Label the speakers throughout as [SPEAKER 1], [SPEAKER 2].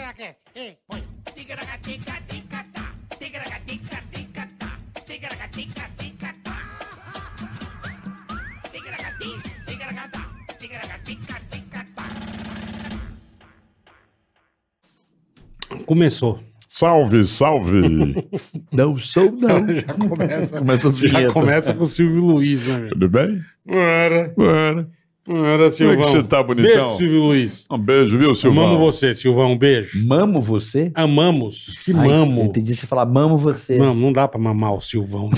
[SPEAKER 1] podcast. Ei, põe.
[SPEAKER 2] Tigaragatica-ticatá, tigaragatica-ticatá, tigaragatica-ticatá. Tigaragati, tigaragatá, tigaragatica-ticatá.
[SPEAKER 3] Começou.
[SPEAKER 4] Salve, salve! não sou, não.
[SPEAKER 3] Já começa,
[SPEAKER 4] Começa as
[SPEAKER 3] já
[SPEAKER 4] vinhetas.
[SPEAKER 3] começa com o Silvio Luiz, né? meu?
[SPEAKER 4] Tudo bem?
[SPEAKER 3] Ora,
[SPEAKER 4] Bora.
[SPEAKER 3] ora, Silvão.
[SPEAKER 4] que você tá, bonitão?
[SPEAKER 3] Beijo, Silvio Luiz.
[SPEAKER 4] Um beijo, viu, Silvão?
[SPEAKER 3] Amamos você, Silvão. Beijo.
[SPEAKER 5] Mamo você?
[SPEAKER 3] Amamos. Que
[SPEAKER 5] Ai, eu
[SPEAKER 3] mamo.
[SPEAKER 5] Entendi você falar mamo você.
[SPEAKER 3] Não, não dá pra mamar o Silvão.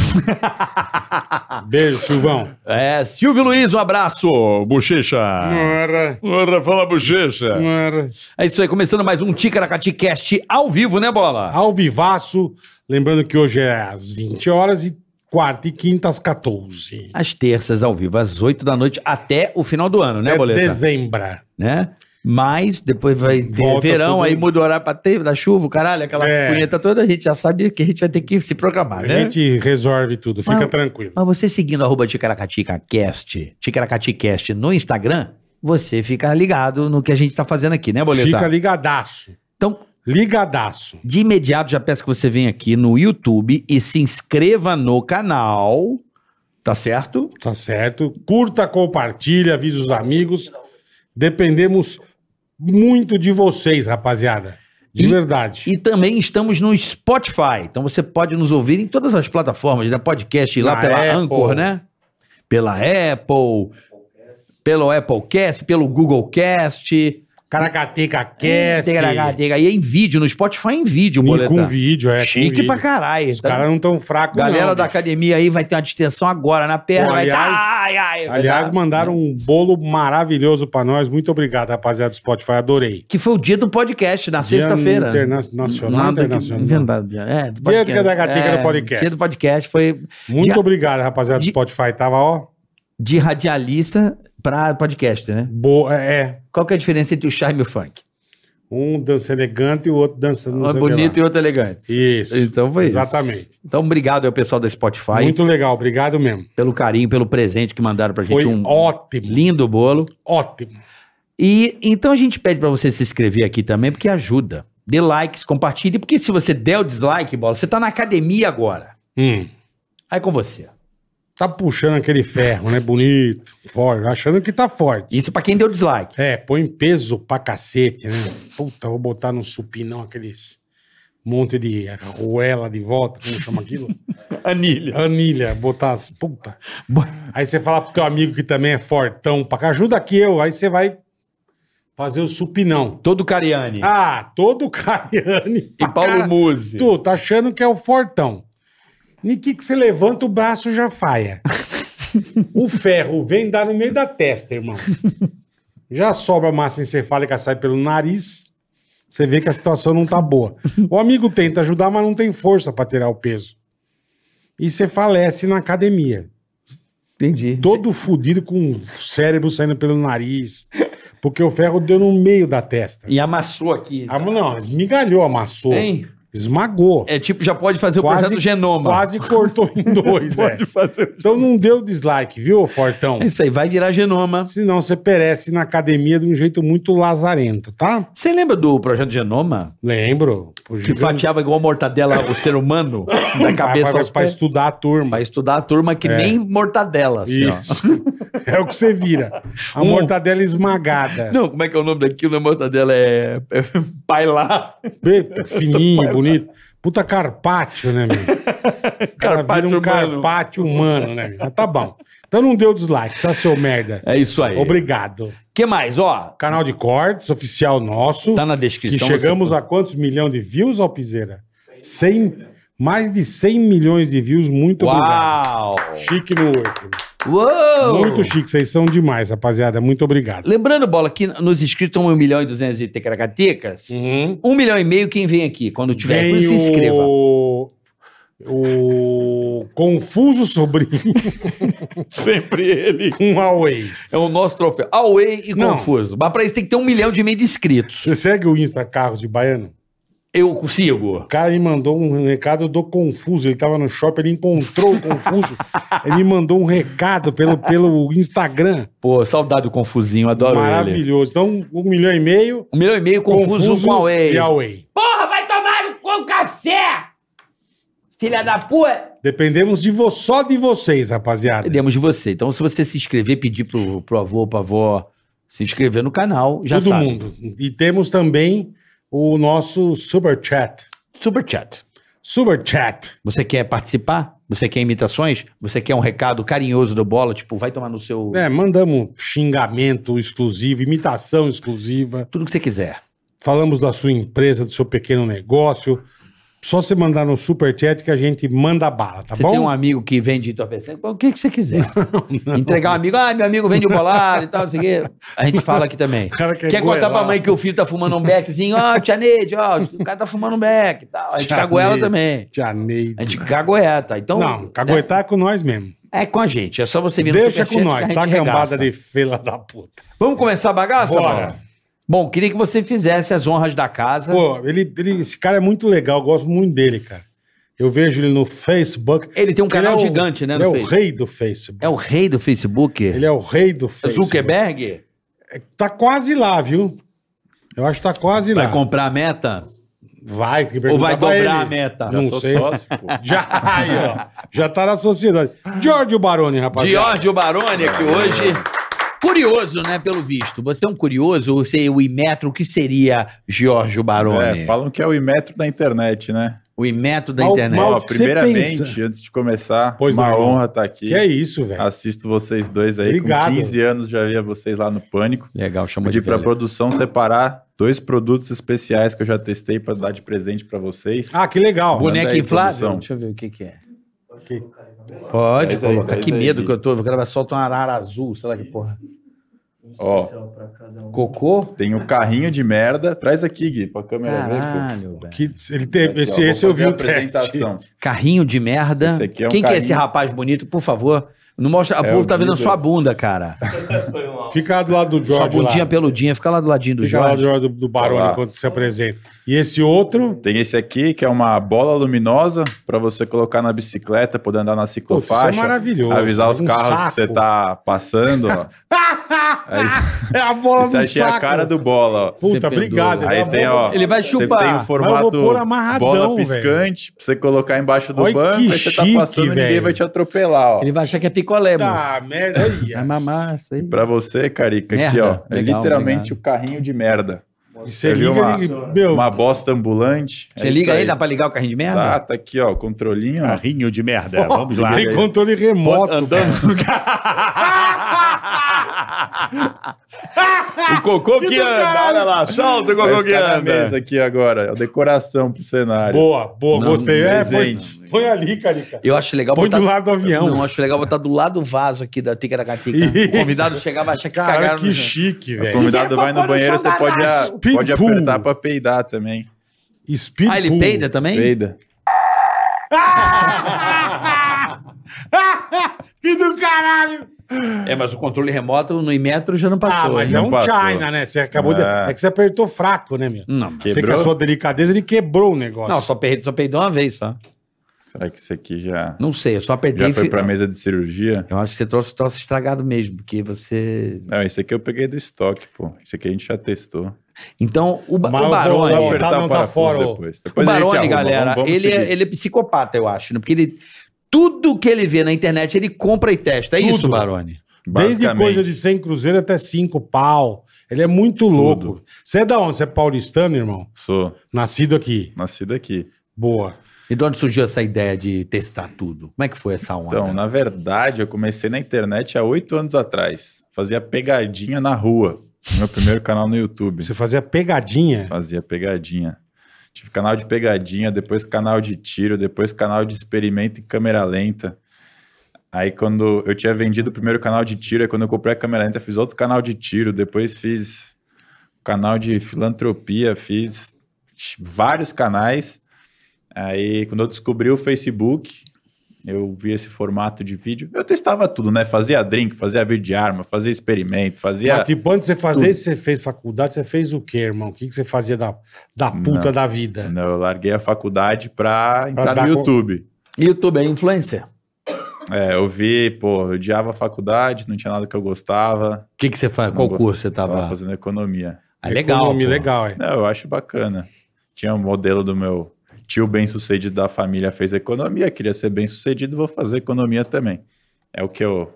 [SPEAKER 3] Beijo, Silvão.
[SPEAKER 4] É, Silvio Luiz, um abraço, bochecha.
[SPEAKER 6] Ah.
[SPEAKER 3] Ora,
[SPEAKER 4] Ora, Ah. fala, bochecha.
[SPEAKER 3] ora.
[SPEAKER 4] É isso aí, começando mais um Ticaracatecast ao vivo, né, Bola?
[SPEAKER 3] Ao vivaço. Lembrando que hoje é às 20 horas e quarta e quinta às 14.
[SPEAKER 5] Às terças, ao vivo, às 8 da noite, até o final do ano, né,
[SPEAKER 3] É
[SPEAKER 5] Boleta?
[SPEAKER 3] dezembro.
[SPEAKER 5] Né? Mas depois vai ter
[SPEAKER 3] Volta
[SPEAKER 5] verão,
[SPEAKER 3] tudo.
[SPEAKER 5] aí muda o horário pra ter, da chuva, o caralho, aquela
[SPEAKER 3] É.
[SPEAKER 5] punheta toda, a gente já sabe que a gente vai ter que se programar,
[SPEAKER 3] A
[SPEAKER 5] né?
[SPEAKER 3] gente resolve tudo, fica
[SPEAKER 5] Mas-
[SPEAKER 3] tranquilo.
[SPEAKER 5] Mas você seguindo arroba TicaracaticaCast, TicaracatiCast no Instagram, você fica ligado no que a gente tá fazendo aqui, né, Boleta?
[SPEAKER 3] Fica ligadaço.
[SPEAKER 5] Então,
[SPEAKER 3] Ligadaço.
[SPEAKER 5] De imediato, já peço que você venha aqui no YouTube e se inscreva no canal, tá certo?
[SPEAKER 3] Tá certo. Curta, compartilha, avisa os amigos. Dependemos muito de vocês, rapaziada. De
[SPEAKER 5] E-
[SPEAKER 3] verdade.
[SPEAKER 5] E também estamos no Spotify, então você pode nos ouvir em todas as plataformas, né? Podcast lá
[SPEAKER 3] Na
[SPEAKER 5] pela
[SPEAKER 3] Apple.
[SPEAKER 5] Anchor, né? Pela Apple, pelo Applecast, pelo Googlecast,
[SPEAKER 3] Caracateca Cast.
[SPEAKER 5] Tegaragatiga, e em vídeo, no Spotify em vídeo,
[SPEAKER 3] E com
[SPEAKER 5] boleta.
[SPEAKER 3] vídeo, é. com
[SPEAKER 5] Chique
[SPEAKER 3] vídeo.
[SPEAKER 5] pra caralho.
[SPEAKER 3] Os
[SPEAKER 5] Então,
[SPEAKER 3] caras não tão fracos,
[SPEAKER 5] galera
[SPEAKER 3] não,
[SPEAKER 5] da
[SPEAKER 3] bicho.
[SPEAKER 5] academia aí vai ter uma distensão agora na perna.
[SPEAKER 3] Pô,
[SPEAKER 5] vai tá-
[SPEAKER 3] aliás-
[SPEAKER 5] ai, ai, vai
[SPEAKER 3] Aliás,
[SPEAKER 5] tá-
[SPEAKER 3] mandaram um bolo maravilhoso pra nós. Muito obrigado, rapaziada do Spotify. Adorei.
[SPEAKER 5] Que foi o dia do podcast, na
[SPEAKER 3] Dia
[SPEAKER 5] sexta-feira.
[SPEAKER 3] Internacional.
[SPEAKER 5] Nada que-
[SPEAKER 3] internacional.
[SPEAKER 5] Verdade. É, do
[SPEAKER 3] Dia
[SPEAKER 5] podcast.
[SPEAKER 3] do Cadacatica
[SPEAKER 5] É,
[SPEAKER 3] do podcast.
[SPEAKER 5] Dia do podcast foi
[SPEAKER 3] Muito
[SPEAKER 5] Dia-
[SPEAKER 3] obrigado, rapaziada do
[SPEAKER 5] De-
[SPEAKER 3] Spotify. Tava, ó.
[SPEAKER 5] de radialista pra podcast, né?
[SPEAKER 3] Boa. É.
[SPEAKER 5] Qual que é a diferença entre o charme e o funk?
[SPEAKER 3] Um dança elegante e o outro dança. não
[SPEAKER 5] Um é
[SPEAKER 3] sei o que lá.
[SPEAKER 5] bonito e outro é elegante.
[SPEAKER 3] Isso.
[SPEAKER 5] Então foi isso.
[SPEAKER 3] Exatamente.
[SPEAKER 5] Então obrigado ao pessoal do Spotify
[SPEAKER 3] Muito legal, obrigado mesmo.
[SPEAKER 5] pelo carinho, pelo presente que mandaram pra gente.
[SPEAKER 3] Foi
[SPEAKER 5] um
[SPEAKER 3] ótimo,
[SPEAKER 5] lindo bolo.
[SPEAKER 3] ótimo.
[SPEAKER 5] E então a gente pede pra você se inscrever aqui também, porque ajuda. Dê likes, compartilhe, porque se você der o dislike, bola, você tá na academia agora.
[SPEAKER 3] Hum,
[SPEAKER 5] Aí é com você.
[SPEAKER 3] Tá puxando aquele ferro, né? Bonito, forte, achando que tá forte.
[SPEAKER 5] Isso pra quem deu dislike.
[SPEAKER 3] É, põe peso pra cacete, né? Puta, vou botar no supinão aqueles monte de arruela de volta, como chama aquilo?
[SPEAKER 5] Anilha.
[SPEAKER 3] Anilha, botar as puta.
[SPEAKER 5] Bo-
[SPEAKER 3] Aí você fala pro teu amigo que também é fortão, pra cá, ajuda aqui eu, aí você vai fazer o supinão.
[SPEAKER 5] Todo cariane.
[SPEAKER 3] Ah, todo Cariani.
[SPEAKER 5] E
[SPEAKER 4] Ah,
[SPEAKER 5] Paulo Muzi.
[SPEAKER 3] Tu tá achando que é o fortão. E que que você levanta, o braço já faia. o ferro vem dar no meio da testa, irmão. Já sobra massa encefálica, sai pelo nariz. Você vê que a situação não tá boa. O amigo tenta ajudar, mas não tem força pra tirar o peso. E você falece na academia.
[SPEAKER 5] Entendi.
[SPEAKER 3] Todo fudido com o cérebro saindo pelo nariz. Porque o ferro deu no meio da testa.
[SPEAKER 5] E amassou aqui.
[SPEAKER 3] Ah, não, esmigalhou, amassou.
[SPEAKER 5] Hein?
[SPEAKER 3] Esmagou.
[SPEAKER 5] É tipo, já pode fazer o
[SPEAKER 3] Quase-
[SPEAKER 5] projeto genoma.
[SPEAKER 3] Quase cortou em dois, é.
[SPEAKER 4] fazer.
[SPEAKER 3] Então não deu dislike, viu, Fortão?
[SPEAKER 5] É isso aí, vai virar genoma.
[SPEAKER 3] Senão você perece na academia de um jeito muito lazarento, tá?
[SPEAKER 5] Você lembra do projeto genoma?
[SPEAKER 3] Lembro. Pô,
[SPEAKER 5] Que
[SPEAKER 3] gigante.
[SPEAKER 5] fatiava igual a mortadela o ser humano, da
[SPEAKER 3] Pra-
[SPEAKER 5] cabeça
[SPEAKER 3] pra-
[SPEAKER 5] aos
[SPEAKER 3] pra
[SPEAKER 5] pés.
[SPEAKER 3] estudar a turma.
[SPEAKER 5] Pra estudar a turma que nem mortadela, assim, ó.
[SPEAKER 3] Isso. É o que você vira. A
[SPEAKER 5] Um.
[SPEAKER 3] mortadela esmagada.
[SPEAKER 5] Não, como é que é o nome daquilo? A mortadela é... é Pai lá.
[SPEAKER 3] Eita, Fininho, bonito. Puta carpaccio, né, meu? O cara
[SPEAKER 5] Carpaccio
[SPEAKER 3] vira um
[SPEAKER 5] humano.
[SPEAKER 3] carpaccio humano, né, meu? Mas tá bom. Então não deu dislike, tá, seu merda?
[SPEAKER 5] É isso aí. O
[SPEAKER 3] Obrigado.
[SPEAKER 5] que mais, ó?
[SPEAKER 3] Canal de cortes, oficial nosso.
[SPEAKER 5] Tá na
[SPEAKER 3] Que
[SPEAKER 5] descrição.
[SPEAKER 3] chegamos a quantos milhões de views, Alpizeira? 100, mais de 100 milhões de views, muito
[SPEAKER 5] Você...
[SPEAKER 3] obrigado.
[SPEAKER 5] Uau! Oh!
[SPEAKER 3] Chique no último.
[SPEAKER 5] Uou!
[SPEAKER 3] Muito chique, vocês são demais, rapaziada. Muito obrigado.
[SPEAKER 5] Lembrando, Bola, que nos inscritos estão 1 milhão e 200 e tecaracatecas.
[SPEAKER 3] Uhum.
[SPEAKER 5] Um milhão e meio quem vem aqui, quando tiver. Por
[SPEAKER 3] Vem
[SPEAKER 5] isso se inscreva.
[SPEAKER 3] o... o Confuso Sobrinho
[SPEAKER 4] Sempre ele.
[SPEAKER 3] com Huawei.
[SPEAKER 5] É o nosso troféu. Away e
[SPEAKER 3] Não.
[SPEAKER 5] confuso. Mas pra isso tem que ter um milhão de e meio de inscritos.
[SPEAKER 3] Você segue o Insta Carros de Baiano?
[SPEAKER 5] Eu consigo.
[SPEAKER 3] O cara me mandou um recado do Confuso. Ele tava no shopping, ele encontrou o Confuso. ele me mandou um recado pelo, pelo Instagram.
[SPEAKER 5] Pô, saudade do Confusinho, adoro ele.
[SPEAKER 3] Maravilhoso. Então, um milhão e meio.
[SPEAKER 5] Um milhão e meio confuso, com qual é?
[SPEAKER 3] e Huawei.
[SPEAKER 1] Porra, vai tomar no com café! Filha da puta!
[SPEAKER 3] Dependemos de vo... só de vocês, rapaziada.
[SPEAKER 5] Dependemos de você. Então, se você se inscrever, pedir pro, pro avô, pra avó, se inscrever no canal, já
[SPEAKER 3] Todo
[SPEAKER 5] sabe.
[SPEAKER 3] mundo. E temos também o nosso Super Chat.
[SPEAKER 5] Super chat.
[SPEAKER 3] Super Chat.
[SPEAKER 5] Você quer participar? Você quer imitações? Você quer um recado carinhoso do bola? Tipo, vai tomar no seu.
[SPEAKER 3] É, mandamos xingamento exclusivo, imitação exclusiva.
[SPEAKER 5] Tudo que você quiser.
[SPEAKER 3] Falamos da sua empresa, do seu pequeno negócio. Só você mandar no Super Chat que a gente manda bala, tá
[SPEAKER 5] você
[SPEAKER 3] bom?
[SPEAKER 5] tem um amigo que vende entorpecente, o que, que você quiser. Entregar um amigo, ah, meu amigo vende o bolado e tal, não sei o quê. A gente fala aqui também.
[SPEAKER 3] cara que é
[SPEAKER 5] Quer contar
[SPEAKER 3] goelado.
[SPEAKER 5] pra mãe que o filho tá fumando um beckzinho? Ó, tia Neide, ó, o cara tá fumando um beck e tal. A gente
[SPEAKER 3] Tia
[SPEAKER 5] cagoela
[SPEAKER 3] Neide.
[SPEAKER 5] também.
[SPEAKER 3] Tia Neide.
[SPEAKER 5] A gente cagoeta. Então,
[SPEAKER 3] Não, caguetar é com nós mesmo.
[SPEAKER 5] é, é com a gente. É só você vir
[SPEAKER 3] Deixa
[SPEAKER 5] Superchat
[SPEAKER 3] com nós,
[SPEAKER 5] que a
[SPEAKER 3] tá?
[SPEAKER 5] gente
[SPEAKER 3] Cambada
[SPEAKER 5] regaça.
[SPEAKER 3] de fila da puta.
[SPEAKER 5] Vamos começar a bagaça,
[SPEAKER 3] Bora.
[SPEAKER 5] Bola? Bom, queria que você fizesse as honras da casa.
[SPEAKER 3] Pô, ele, ele- esse cara é muito legal, eu gosto muito dele, cara. Eu vejo ele no Facebook.
[SPEAKER 5] Ele tem um
[SPEAKER 3] Ele
[SPEAKER 5] canal
[SPEAKER 3] é o-
[SPEAKER 5] gigante, né?
[SPEAKER 3] Ele é
[SPEAKER 5] no
[SPEAKER 3] o
[SPEAKER 5] Facebook.
[SPEAKER 3] rei do Facebook.
[SPEAKER 5] É o rei do Facebook?
[SPEAKER 3] Ele é o rei do Facebook.
[SPEAKER 5] Zuckerberg?
[SPEAKER 3] Tá quase lá, viu? Eu acho que tá quase
[SPEAKER 5] Vai
[SPEAKER 3] lá.
[SPEAKER 5] comprar a meta?
[SPEAKER 3] Vai, tem que
[SPEAKER 5] Ou vai
[SPEAKER 3] perguntar pra
[SPEAKER 5] dobrar
[SPEAKER 3] ele.
[SPEAKER 5] a meta?
[SPEAKER 3] Não
[SPEAKER 5] sou
[SPEAKER 3] sei.
[SPEAKER 5] sócio, pô.
[SPEAKER 3] Já, aí, ó, já tá na sociedade. Giorgio Baroni, rapaziada.
[SPEAKER 5] Giorgio Baroni aqui hoje. Curioso, né, pelo visto. Você é um curioso, você é o Imetro, o que seria Giorgio Baroni?
[SPEAKER 6] É, falam que é o Imetro da internet, né?
[SPEAKER 5] O Imetro da
[SPEAKER 3] Mal-
[SPEAKER 5] internet.
[SPEAKER 3] mal-
[SPEAKER 6] Ó,
[SPEAKER 3] que você
[SPEAKER 6] primeiramente,
[SPEAKER 3] pensa.
[SPEAKER 6] antes de começar,
[SPEAKER 3] Pois
[SPEAKER 6] uma
[SPEAKER 3] não, irmão.
[SPEAKER 6] honra estar aqui.
[SPEAKER 3] Que é isso, velho.
[SPEAKER 6] Assisto vocês dois aí.
[SPEAKER 3] Obrigado.
[SPEAKER 6] Com 15 anos já via vocês lá no Pânico.
[SPEAKER 5] Legal, chama de
[SPEAKER 6] Pedi para
[SPEAKER 5] velho.
[SPEAKER 6] produção separar dois produtos especiais que eu já testei para dar de presente para vocês.
[SPEAKER 3] Ah, que legal.
[SPEAKER 6] Bonito.
[SPEAKER 5] Boneca
[SPEAKER 6] Manda aí,
[SPEAKER 5] inflável?
[SPEAKER 6] produção.
[SPEAKER 5] Deixa eu ver o que que é.
[SPEAKER 3] Que-
[SPEAKER 5] Pode
[SPEAKER 6] Dez aí,
[SPEAKER 5] colocar.
[SPEAKER 6] dez
[SPEAKER 5] que
[SPEAKER 6] aí,
[SPEAKER 5] medo
[SPEAKER 6] Gui.
[SPEAKER 5] que eu tô. O cara vai soltar uma arara azul, sei lá que porra.
[SPEAKER 6] Ó,
[SPEAKER 5] Cocô?
[SPEAKER 6] tem o carrinho de merda. Traz aqui, Gui, pra câmera ver. É, pô.
[SPEAKER 5] Caralho, velho.
[SPEAKER 3] que- ele tem,
[SPEAKER 6] Aqui, ó,
[SPEAKER 3] esse
[SPEAKER 6] vou
[SPEAKER 3] esse eu vi
[SPEAKER 6] fazer a
[SPEAKER 3] o teste.
[SPEAKER 6] apresentação.
[SPEAKER 5] Carrinho de merda.
[SPEAKER 6] Esse aqui é um
[SPEAKER 5] Quem que é
[SPEAKER 6] carrinho.
[SPEAKER 5] esse rapaz bonito, por favor? Não mostra. O
[SPEAKER 6] É
[SPEAKER 5] povo
[SPEAKER 6] o
[SPEAKER 5] tá vendo a
[SPEAKER 6] Guido.
[SPEAKER 5] sua bunda, cara.
[SPEAKER 3] Fica lá do lado do
[SPEAKER 5] Sua
[SPEAKER 3] Giorgio lá.
[SPEAKER 5] bundinha peludinha. Fica lá do ladinho do
[SPEAKER 3] Fica lá do
[SPEAKER 5] Jorge.
[SPEAKER 3] Giorgio do, do Baroni
[SPEAKER 6] Olha lá.
[SPEAKER 3] enquanto se apresenta. E esse outro...
[SPEAKER 6] Tem esse aqui, que é uma bola luminosa para você colocar na bicicleta, poder andar na
[SPEAKER 3] Putz, isso
[SPEAKER 6] ciclofaixa.
[SPEAKER 3] é maravilhoso.
[SPEAKER 6] avisar os
[SPEAKER 3] Um
[SPEAKER 6] carros
[SPEAKER 3] saco.
[SPEAKER 6] que você tá passando, ó. Aí,
[SPEAKER 3] É a bola
[SPEAKER 6] isso
[SPEAKER 3] do
[SPEAKER 6] aqui é
[SPEAKER 3] saco.
[SPEAKER 6] a cara do bola, ó.
[SPEAKER 3] Puta,
[SPEAKER 5] Você
[SPEAKER 3] obrigado.
[SPEAKER 5] perdoa.
[SPEAKER 3] é
[SPEAKER 6] Aí
[SPEAKER 3] uma
[SPEAKER 6] tem,
[SPEAKER 3] bola-
[SPEAKER 6] ó.
[SPEAKER 5] Ele vai
[SPEAKER 6] Você tem
[SPEAKER 5] chupar.
[SPEAKER 6] o
[SPEAKER 5] Mas
[SPEAKER 3] eu vou
[SPEAKER 6] formato
[SPEAKER 3] pôr amarradão,
[SPEAKER 6] bola
[SPEAKER 3] velho.
[SPEAKER 6] piscante pra você colocar embaixo do
[SPEAKER 3] Olha que
[SPEAKER 6] banco, aí você
[SPEAKER 3] chique,
[SPEAKER 6] tá passando e ninguém
[SPEAKER 3] velho.
[SPEAKER 6] vai te atropelar, ó.
[SPEAKER 5] Ele vai achar que é picolé,
[SPEAKER 3] Tá,
[SPEAKER 5] moço. É
[SPEAKER 3] merda aí.
[SPEAKER 5] Vai mamar isso aí.
[SPEAKER 6] Pra você, Carica, aqui, ó.
[SPEAKER 5] Merda.
[SPEAKER 6] É
[SPEAKER 5] Legal,
[SPEAKER 6] literalmente o carrinho de merda.
[SPEAKER 3] E Você
[SPEAKER 6] Eu vi
[SPEAKER 3] liga,
[SPEAKER 6] uma-
[SPEAKER 3] liga- meu,
[SPEAKER 6] Uma bosta ambulante. é
[SPEAKER 5] Você
[SPEAKER 6] isso
[SPEAKER 5] liga aí, dá pra ligar o carrinho de merda?
[SPEAKER 6] Tá, tá aqui, ó, o controlinho, ó.
[SPEAKER 7] Carrinho de merda, vamos lá.
[SPEAKER 3] tem controle remoto.
[SPEAKER 7] O cocô que, anda, olha lá, solta o
[SPEAKER 6] Vai
[SPEAKER 7] cocô que
[SPEAKER 6] ficar na
[SPEAKER 7] anda.
[SPEAKER 6] mesa aqui agora, é a decoração pro cenário.
[SPEAKER 3] Boa, boa,
[SPEAKER 5] Não,
[SPEAKER 3] gostei. É, põe,
[SPEAKER 6] presente.
[SPEAKER 3] põe ali, Carica.
[SPEAKER 5] Eu acho legal
[SPEAKER 3] Põe do lado do avião.
[SPEAKER 5] Não, acho legal botar do lado do vaso aqui da Ticaracatica.
[SPEAKER 3] Isso.
[SPEAKER 5] O convidado chegar vai achar que
[SPEAKER 3] Cara,
[SPEAKER 5] cagaram
[SPEAKER 3] que
[SPEAKER 5] no-
[SPEAKER 3] chique,
[SPEAKER 6] O
[SPEAKER 3] velho.
[SPEAKER 6] convidado vai no banheiro, você pode, a-
[SPEAKER 3] Speed
[SPEAKER 6] pode
[SPEAKER 3] pool.
[SPEAKER 6] apertar pra peidar também.
[SPEAKER 3] Speed
[SPEAKER 5] Ah, ele
[SPEAKER 3] pool.
[SPEAKER 5] peida também?
[SPEAKER 6] Peida.
[SPEAKER 3] que do caralho!
[SPEAKER 5] É, mas o controle remoto no Imetro já não
[SPEAKER 3] Ah,
[SPEAKER 5] passou.
[SPEAKER 3] mas é
[SPEAKER 5] né?
[SPEAKER 3] um
[SPEAKER 6] passou.
[SPEAKER 3] China, né? Você acabou de...
[SPEAKER 6] É.
[SPEAKER 3] É que você apertou fraco, né, meu?
[SPEAKER 5] Não,
[SPEAKER 3] Você com
[SPEAKER 6] Quebrou?
[SPEAKER 3] a sua delicadeza, ele quebrou o negócio.
[SPEAKER 5] não só, perdi, só peidou uma vez só.
[SPEAKER 6] Será que isso aqui já,
[SPEAKER 5] Não sei, eu só apertei.
[SPEAKER 6] já
[SPEAKER 5] e
[SPEAKER 6] foi
[SPEAKER 5] fi-
[SPEAKER 6] pra mesa de cirurgia?
[SPEAKER 5] Eu acho que você trouxe o troço estragado mesmo, porque você.
[SPEAKER 6] Não, esse aqui eu peguei do estoque, pô. Esse aqui a gente já testou.
[SPEAKER 5] Então, o, ba
[SPEAKER 3] Mas
[SPEAKER 5] o
[SPEAKER 3] eu vou
[SPEAKER 5] Barone.
[SPEAKER 3] usar
[SPEAKER 6] Só
[SPEAKER 3] o
[SPEAKER 6] apertar
[SPEAKER 3] tá,
[SPEAKER 6] o
[SPEAKER 3] não tá
[SPEAKER 6] parafuso
[SPEAKER 3] fora, ô.
[SPEAKER 6] depois.
[SPEAKER 5] O
[SPEAKER 6] Depois a gente
[SPEAKER 5] Barone,
[SPEAKER 6] arruma,
[SPEAKER 5] galera,
[SPEAKER 6] vamos- vamos
[SPEAKER 5] ele, é,
[SPEAKER 6] seguir.
[SPEAKER 5] ele é psicopata, eu acho, né? Porque ele. Tudo que ele vê na internet, ele compra e testa. É
[SPEAKER 3] Tudo.
[SPEAKER 5] isso, Barone.
[SPEAKER 3] Desde
[SPEAKER 6] Basicamente.
[SPEAKER 3] coisa de 100 cruzeiro até 5 pau. Ele é muito louco. Você é da onde? Você é paulistano, irmão?
[SPEAKER 6] Sou
[SPEAKER 3] Nascido aqui.
[SPEAKER 6] nascido aqui.
[SPEAKER 3] Boa.
[SPEAKER 5] E de onde surgiu essa ideia de testar tudo? Como é que foi essa onda?
[SPEAKER 6] Então, na verdade, eu comecei na internet há oito anos atrás. Fazia pegadinha na rua. no Meu primeiro canal no YouTube.
[SPEAKER 3] Você fazia pegadinha.
[SPEAKER 6] Fazia pegadinha. Tive canal de pegadinha, depois canal de tiro, depois canal de experimento em câmera lenta. Aí quando eu tinha vendido o primeiro canal de tiro, aí quando eu comprei a câmera lenta, eu fiz outro canal de tiro, depois fiz canal de filantropia, fiz vários canais. Aí quando eu descobri o Facebook, Eu vi esse formato de vídeo. Eu testava tudo, né? Fazia drink, fazia vídeo de arma, fazia experimento, fazia.
[SPEAKER 3] Mas, tipo, antes de você fazer isso, você fez faculdade, você fez o quê, irmão? O que, que você fazia da, da puta
[SPEAKER 6] Não.
[SPEAKER 3] da vida?
[SPEAKER 6] Não, eu larguei a faculdade pra entrar
[SPEAKER 3] dar
[SPEAKER 6] no
[SPEAKER 3] con-
[SPEAKER 6] YouTube.
[SPEAKER 5] YouTube é influencer.
[SPEAKER 6] É, eu vi, pô, eu odiava a faculdade, não tinha nada que eu gostava.
[SPEAKER 5] O que, que você faz?
[SPEAKER 6] Não
[SPEAKER 5] Qual
[SPEAKER 6] gosto.
[SPEAKER 5] curso você
[SPEAKER 6] Tava,
[SPEAKER 5] tava?
[SPEAKER 6] fazendo economia.
[SPEAKER 5] Ah, legal.
[SPEAKER 3] Economia,
[SPEAKER 5] pô.
[SPEAKER 3] legal, é.
[SPEAKER 6] Não, eu acho bacana. Tinha um modelo do meu tio bem-sucedido da família, fez economia, queria ser bem-sucedido, vou fazer economia também. É o que eu.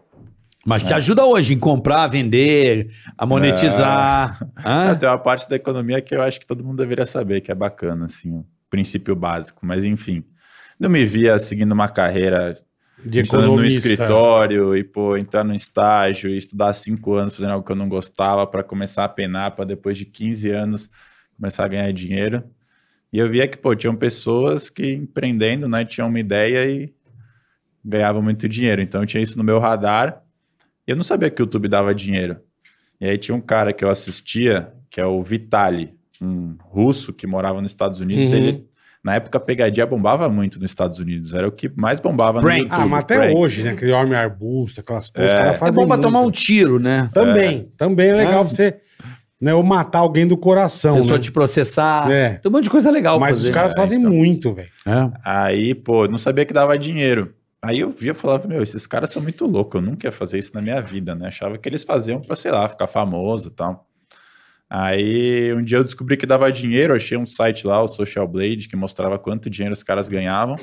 [SPEAKER 5] Mas
[SPEAKER 3] É.
[SPEAKER 5] te ajuda hoje em comprar, vender, a monetizar.
[SPEAKER 3] É.
[SPEAKER 5] Hã?
[SPEAKER 6] é, Tem uma parte da economia que eu acho que todo mundo deveria saber, que é bacana, assim, o princípio básico. Mas, enfim, não me via seguindo uma carreira
[SPEAKER 3] De
[SPEAKER 6] entrando no
[SPEAKER 3] economista.
[SPEAKER 6] escritório e, pô, entrar num estágio e estudar cinco anos fazendo algo que eu não gostava para começar a penar, para depois de 15 anos começar a ganhar dinheiro. E eu via que, pô, tinham pessoas que empreendendo, né, tinham uma ideia e ganhavam muito dinheiro. Então eu tinha isso no meu radar. E eu não sabia que o YouTube dava dinheiro. E aí tinha um cara que eu assistia, que é o Vitali, um russo que morava nos Estados Unidos.
[SPEAKER 3] Uhum.
[SPEAKER 6] Ele, na época, a pegadinha bombava muito nos Estados Unidos. Era o que mais bombava no
[SPEAKER 5] Prank.
[SPEAKER 6] YouTube.
[SPEAKER 3] Ah, mas até
[SPEAKER 6] prank.
[SPEAKER 3] hoje, né? Aquele homem arbusto, aquelas coisas, os caras
[SPEAKER 5] É
[SPEAKER 3] fazem
[SPEAKER 5] bom pra
[SPEAKER 3] muito.
[SPEAKER 5] tomar um tiro, né?
[SPEAKER 3] Também, também é legal pra você... Né, ou matar alguém do
[SPEAKER 5] A
[SPEAKER 3] coração,
[SPEAKER 5] pessoa
[SPEAKER 3] né?
[SPEAKER 5] te processar.
[SPEAKER 3] É.
[SPEAKER 5] Tem um monte de coisa legal pra
[SPEAKER 3] Mas os
[SPEAKER 5] fazer.
[SPEAKER 3] caras fazem
[SPEAKER 6] então.
[SPEAKER 3] muito, velho.
[SPEAKER 5] É.
[SPEAKER 6] Aí, pô, não sabia que dava dinheiro. Aí eu via e falava, meu, esses caras são muito loucos, eu nunca ia fazer isso na minha vida, né? Achava que eles faziam pra, sei lá, ficar famoso e tal. Aí um dia eu descobri que dava dinheiro, achei um site lá, o Social Blade, que mostrava quanto dinheiro os caras ganhavam.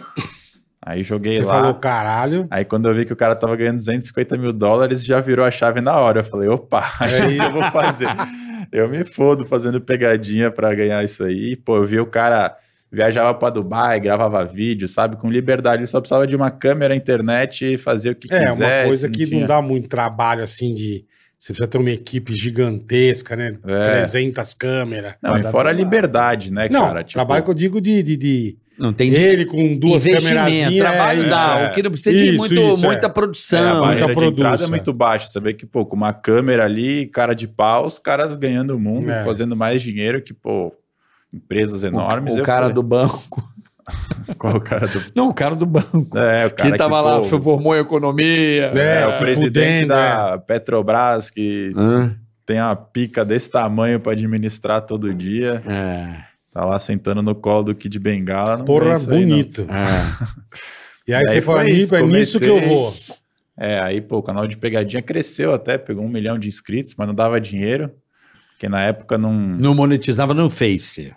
[SPEAKER 6] Aí joguei
[SPEAKER 3] Você
[SPEAKER 6] lá.
[SPEAKER 3] falou, caralho.
[SPEAKER 6] Aí quando eu vi que o cara tava ganhando 250 mil dólares, já virou a chave na hora. Eu falei, opa, acho que eu vou fazer. Eu me fodo fazendo pegadinha pra ganhar isso aí. Pô, eu vi o cara viajava pra Dubai, gravava vídeo, sabe? Com liberdade, ele só precisava de uma câmera, internet e fazer o que
[SPEAKER 3] É,
[SPEAKER 6] quisesse.
[SPEAKER 3] uma coisa que
[SPEAKER 6] tinha-
[SPEAKER 3] não dá muito trabalho, assim, de... Você precisa ter uma equipe gigantesca, né?
[SPEAKER 6] É.
[SPEAKER 3] 300 câmeras.
[SPEAKER 6] Não, e fora a liberdade, né,
[SPEAKER 3] Não,
[SPEAKER 6] cara? Tipo,
[SPEAKER 3] trabalho que eu digo de... de, de-
[SPEAKER 5] Não tem
[SPEAKER 3] Ele com duas
[SPEAKER 5] investimento,
[SPEAKER 3] câmerazinhas.
[SPEAKER 5] trabalho
[SPEAKER 3] é,
[SPEAKER 5] dá.
[SPEAKER 6] é.
[SPEAKER 5] O que não precisa de
[SPEAKER 3] Isso,
[SPEAKER 5] muito,
[SPEAKER 3] isso, é.
[SPEAKER 5] muita
[SPEAKER 6] é, a
[SPEAKER 5] produção.
[SPEAKER 6] barreira
[SPEAKER 3] muita
[SPEAKER 6] de entrada
[SPEAKER 3] produção.
[SPEAKER 6] é muito baixa. Você vê que, pô, com uma câmera ali, cara de pau, os caras ganhando o mundo,
[SPEAKER 3] É.
[SPEAKER 6] fazendo mais dinheiro que, pô, empresas enormes.
[SPEAKER 5] o,
[SPEAKER 6] Eu
[SPEAKER 5] cara
[SPEAKER 6] falei,
[SPEAKER 5] do banco.
[SPEAKER 6] Qual o cara do
[SPEAKER 5] Não, o cara do banco.
[SPEAKER 6] É, o cara
[SPEAKER 5] que tava lá,
[SPEAKER 6] pô,
[SPEAKER 5] formou economia.
[SPEAKER 6] é,
[SPEAKER 3] É,
[SPEAKER 6] o
[SPEAKER 3] se
[SPEAKER 6] presidente
[SPEAKER 3] fudendo, é.
[SPEAKER 6] da Petrobras que
[SPEAKER 5] Hã?
[SPEAKER 6] tem uma pica desse tamanho pra administrar todo dia.
[SPEAKER 5] É.
[SPEAKER 6] Tá lá sentando no colo do Kid Bengala. Não é
[SPEAKER 3] Porra,
[SPEAKER 6] isso aí, não.
[SPEAKER 3] bonito.
[SPEAKER 6] Ah.
[SPEAKER 5] é.
[SPEAKER 3] E aí
[SPEAKER 6] E aí
[SPEAKER 3] você fala,
[SPEAKER 6] foi isso,
[SPEAKER 3] Nico, é nisso que eu
[SPEAKER 6] comecei.
[SPEAKER 3] vou.
[SPEAKER 6] É, aí, pô, o canal de pegadinha cresceu até, pegou um milhão de inscritos, mas não dava dinheiro. Porque na época não.
[SPEAKER 5] Não monetizava no Face.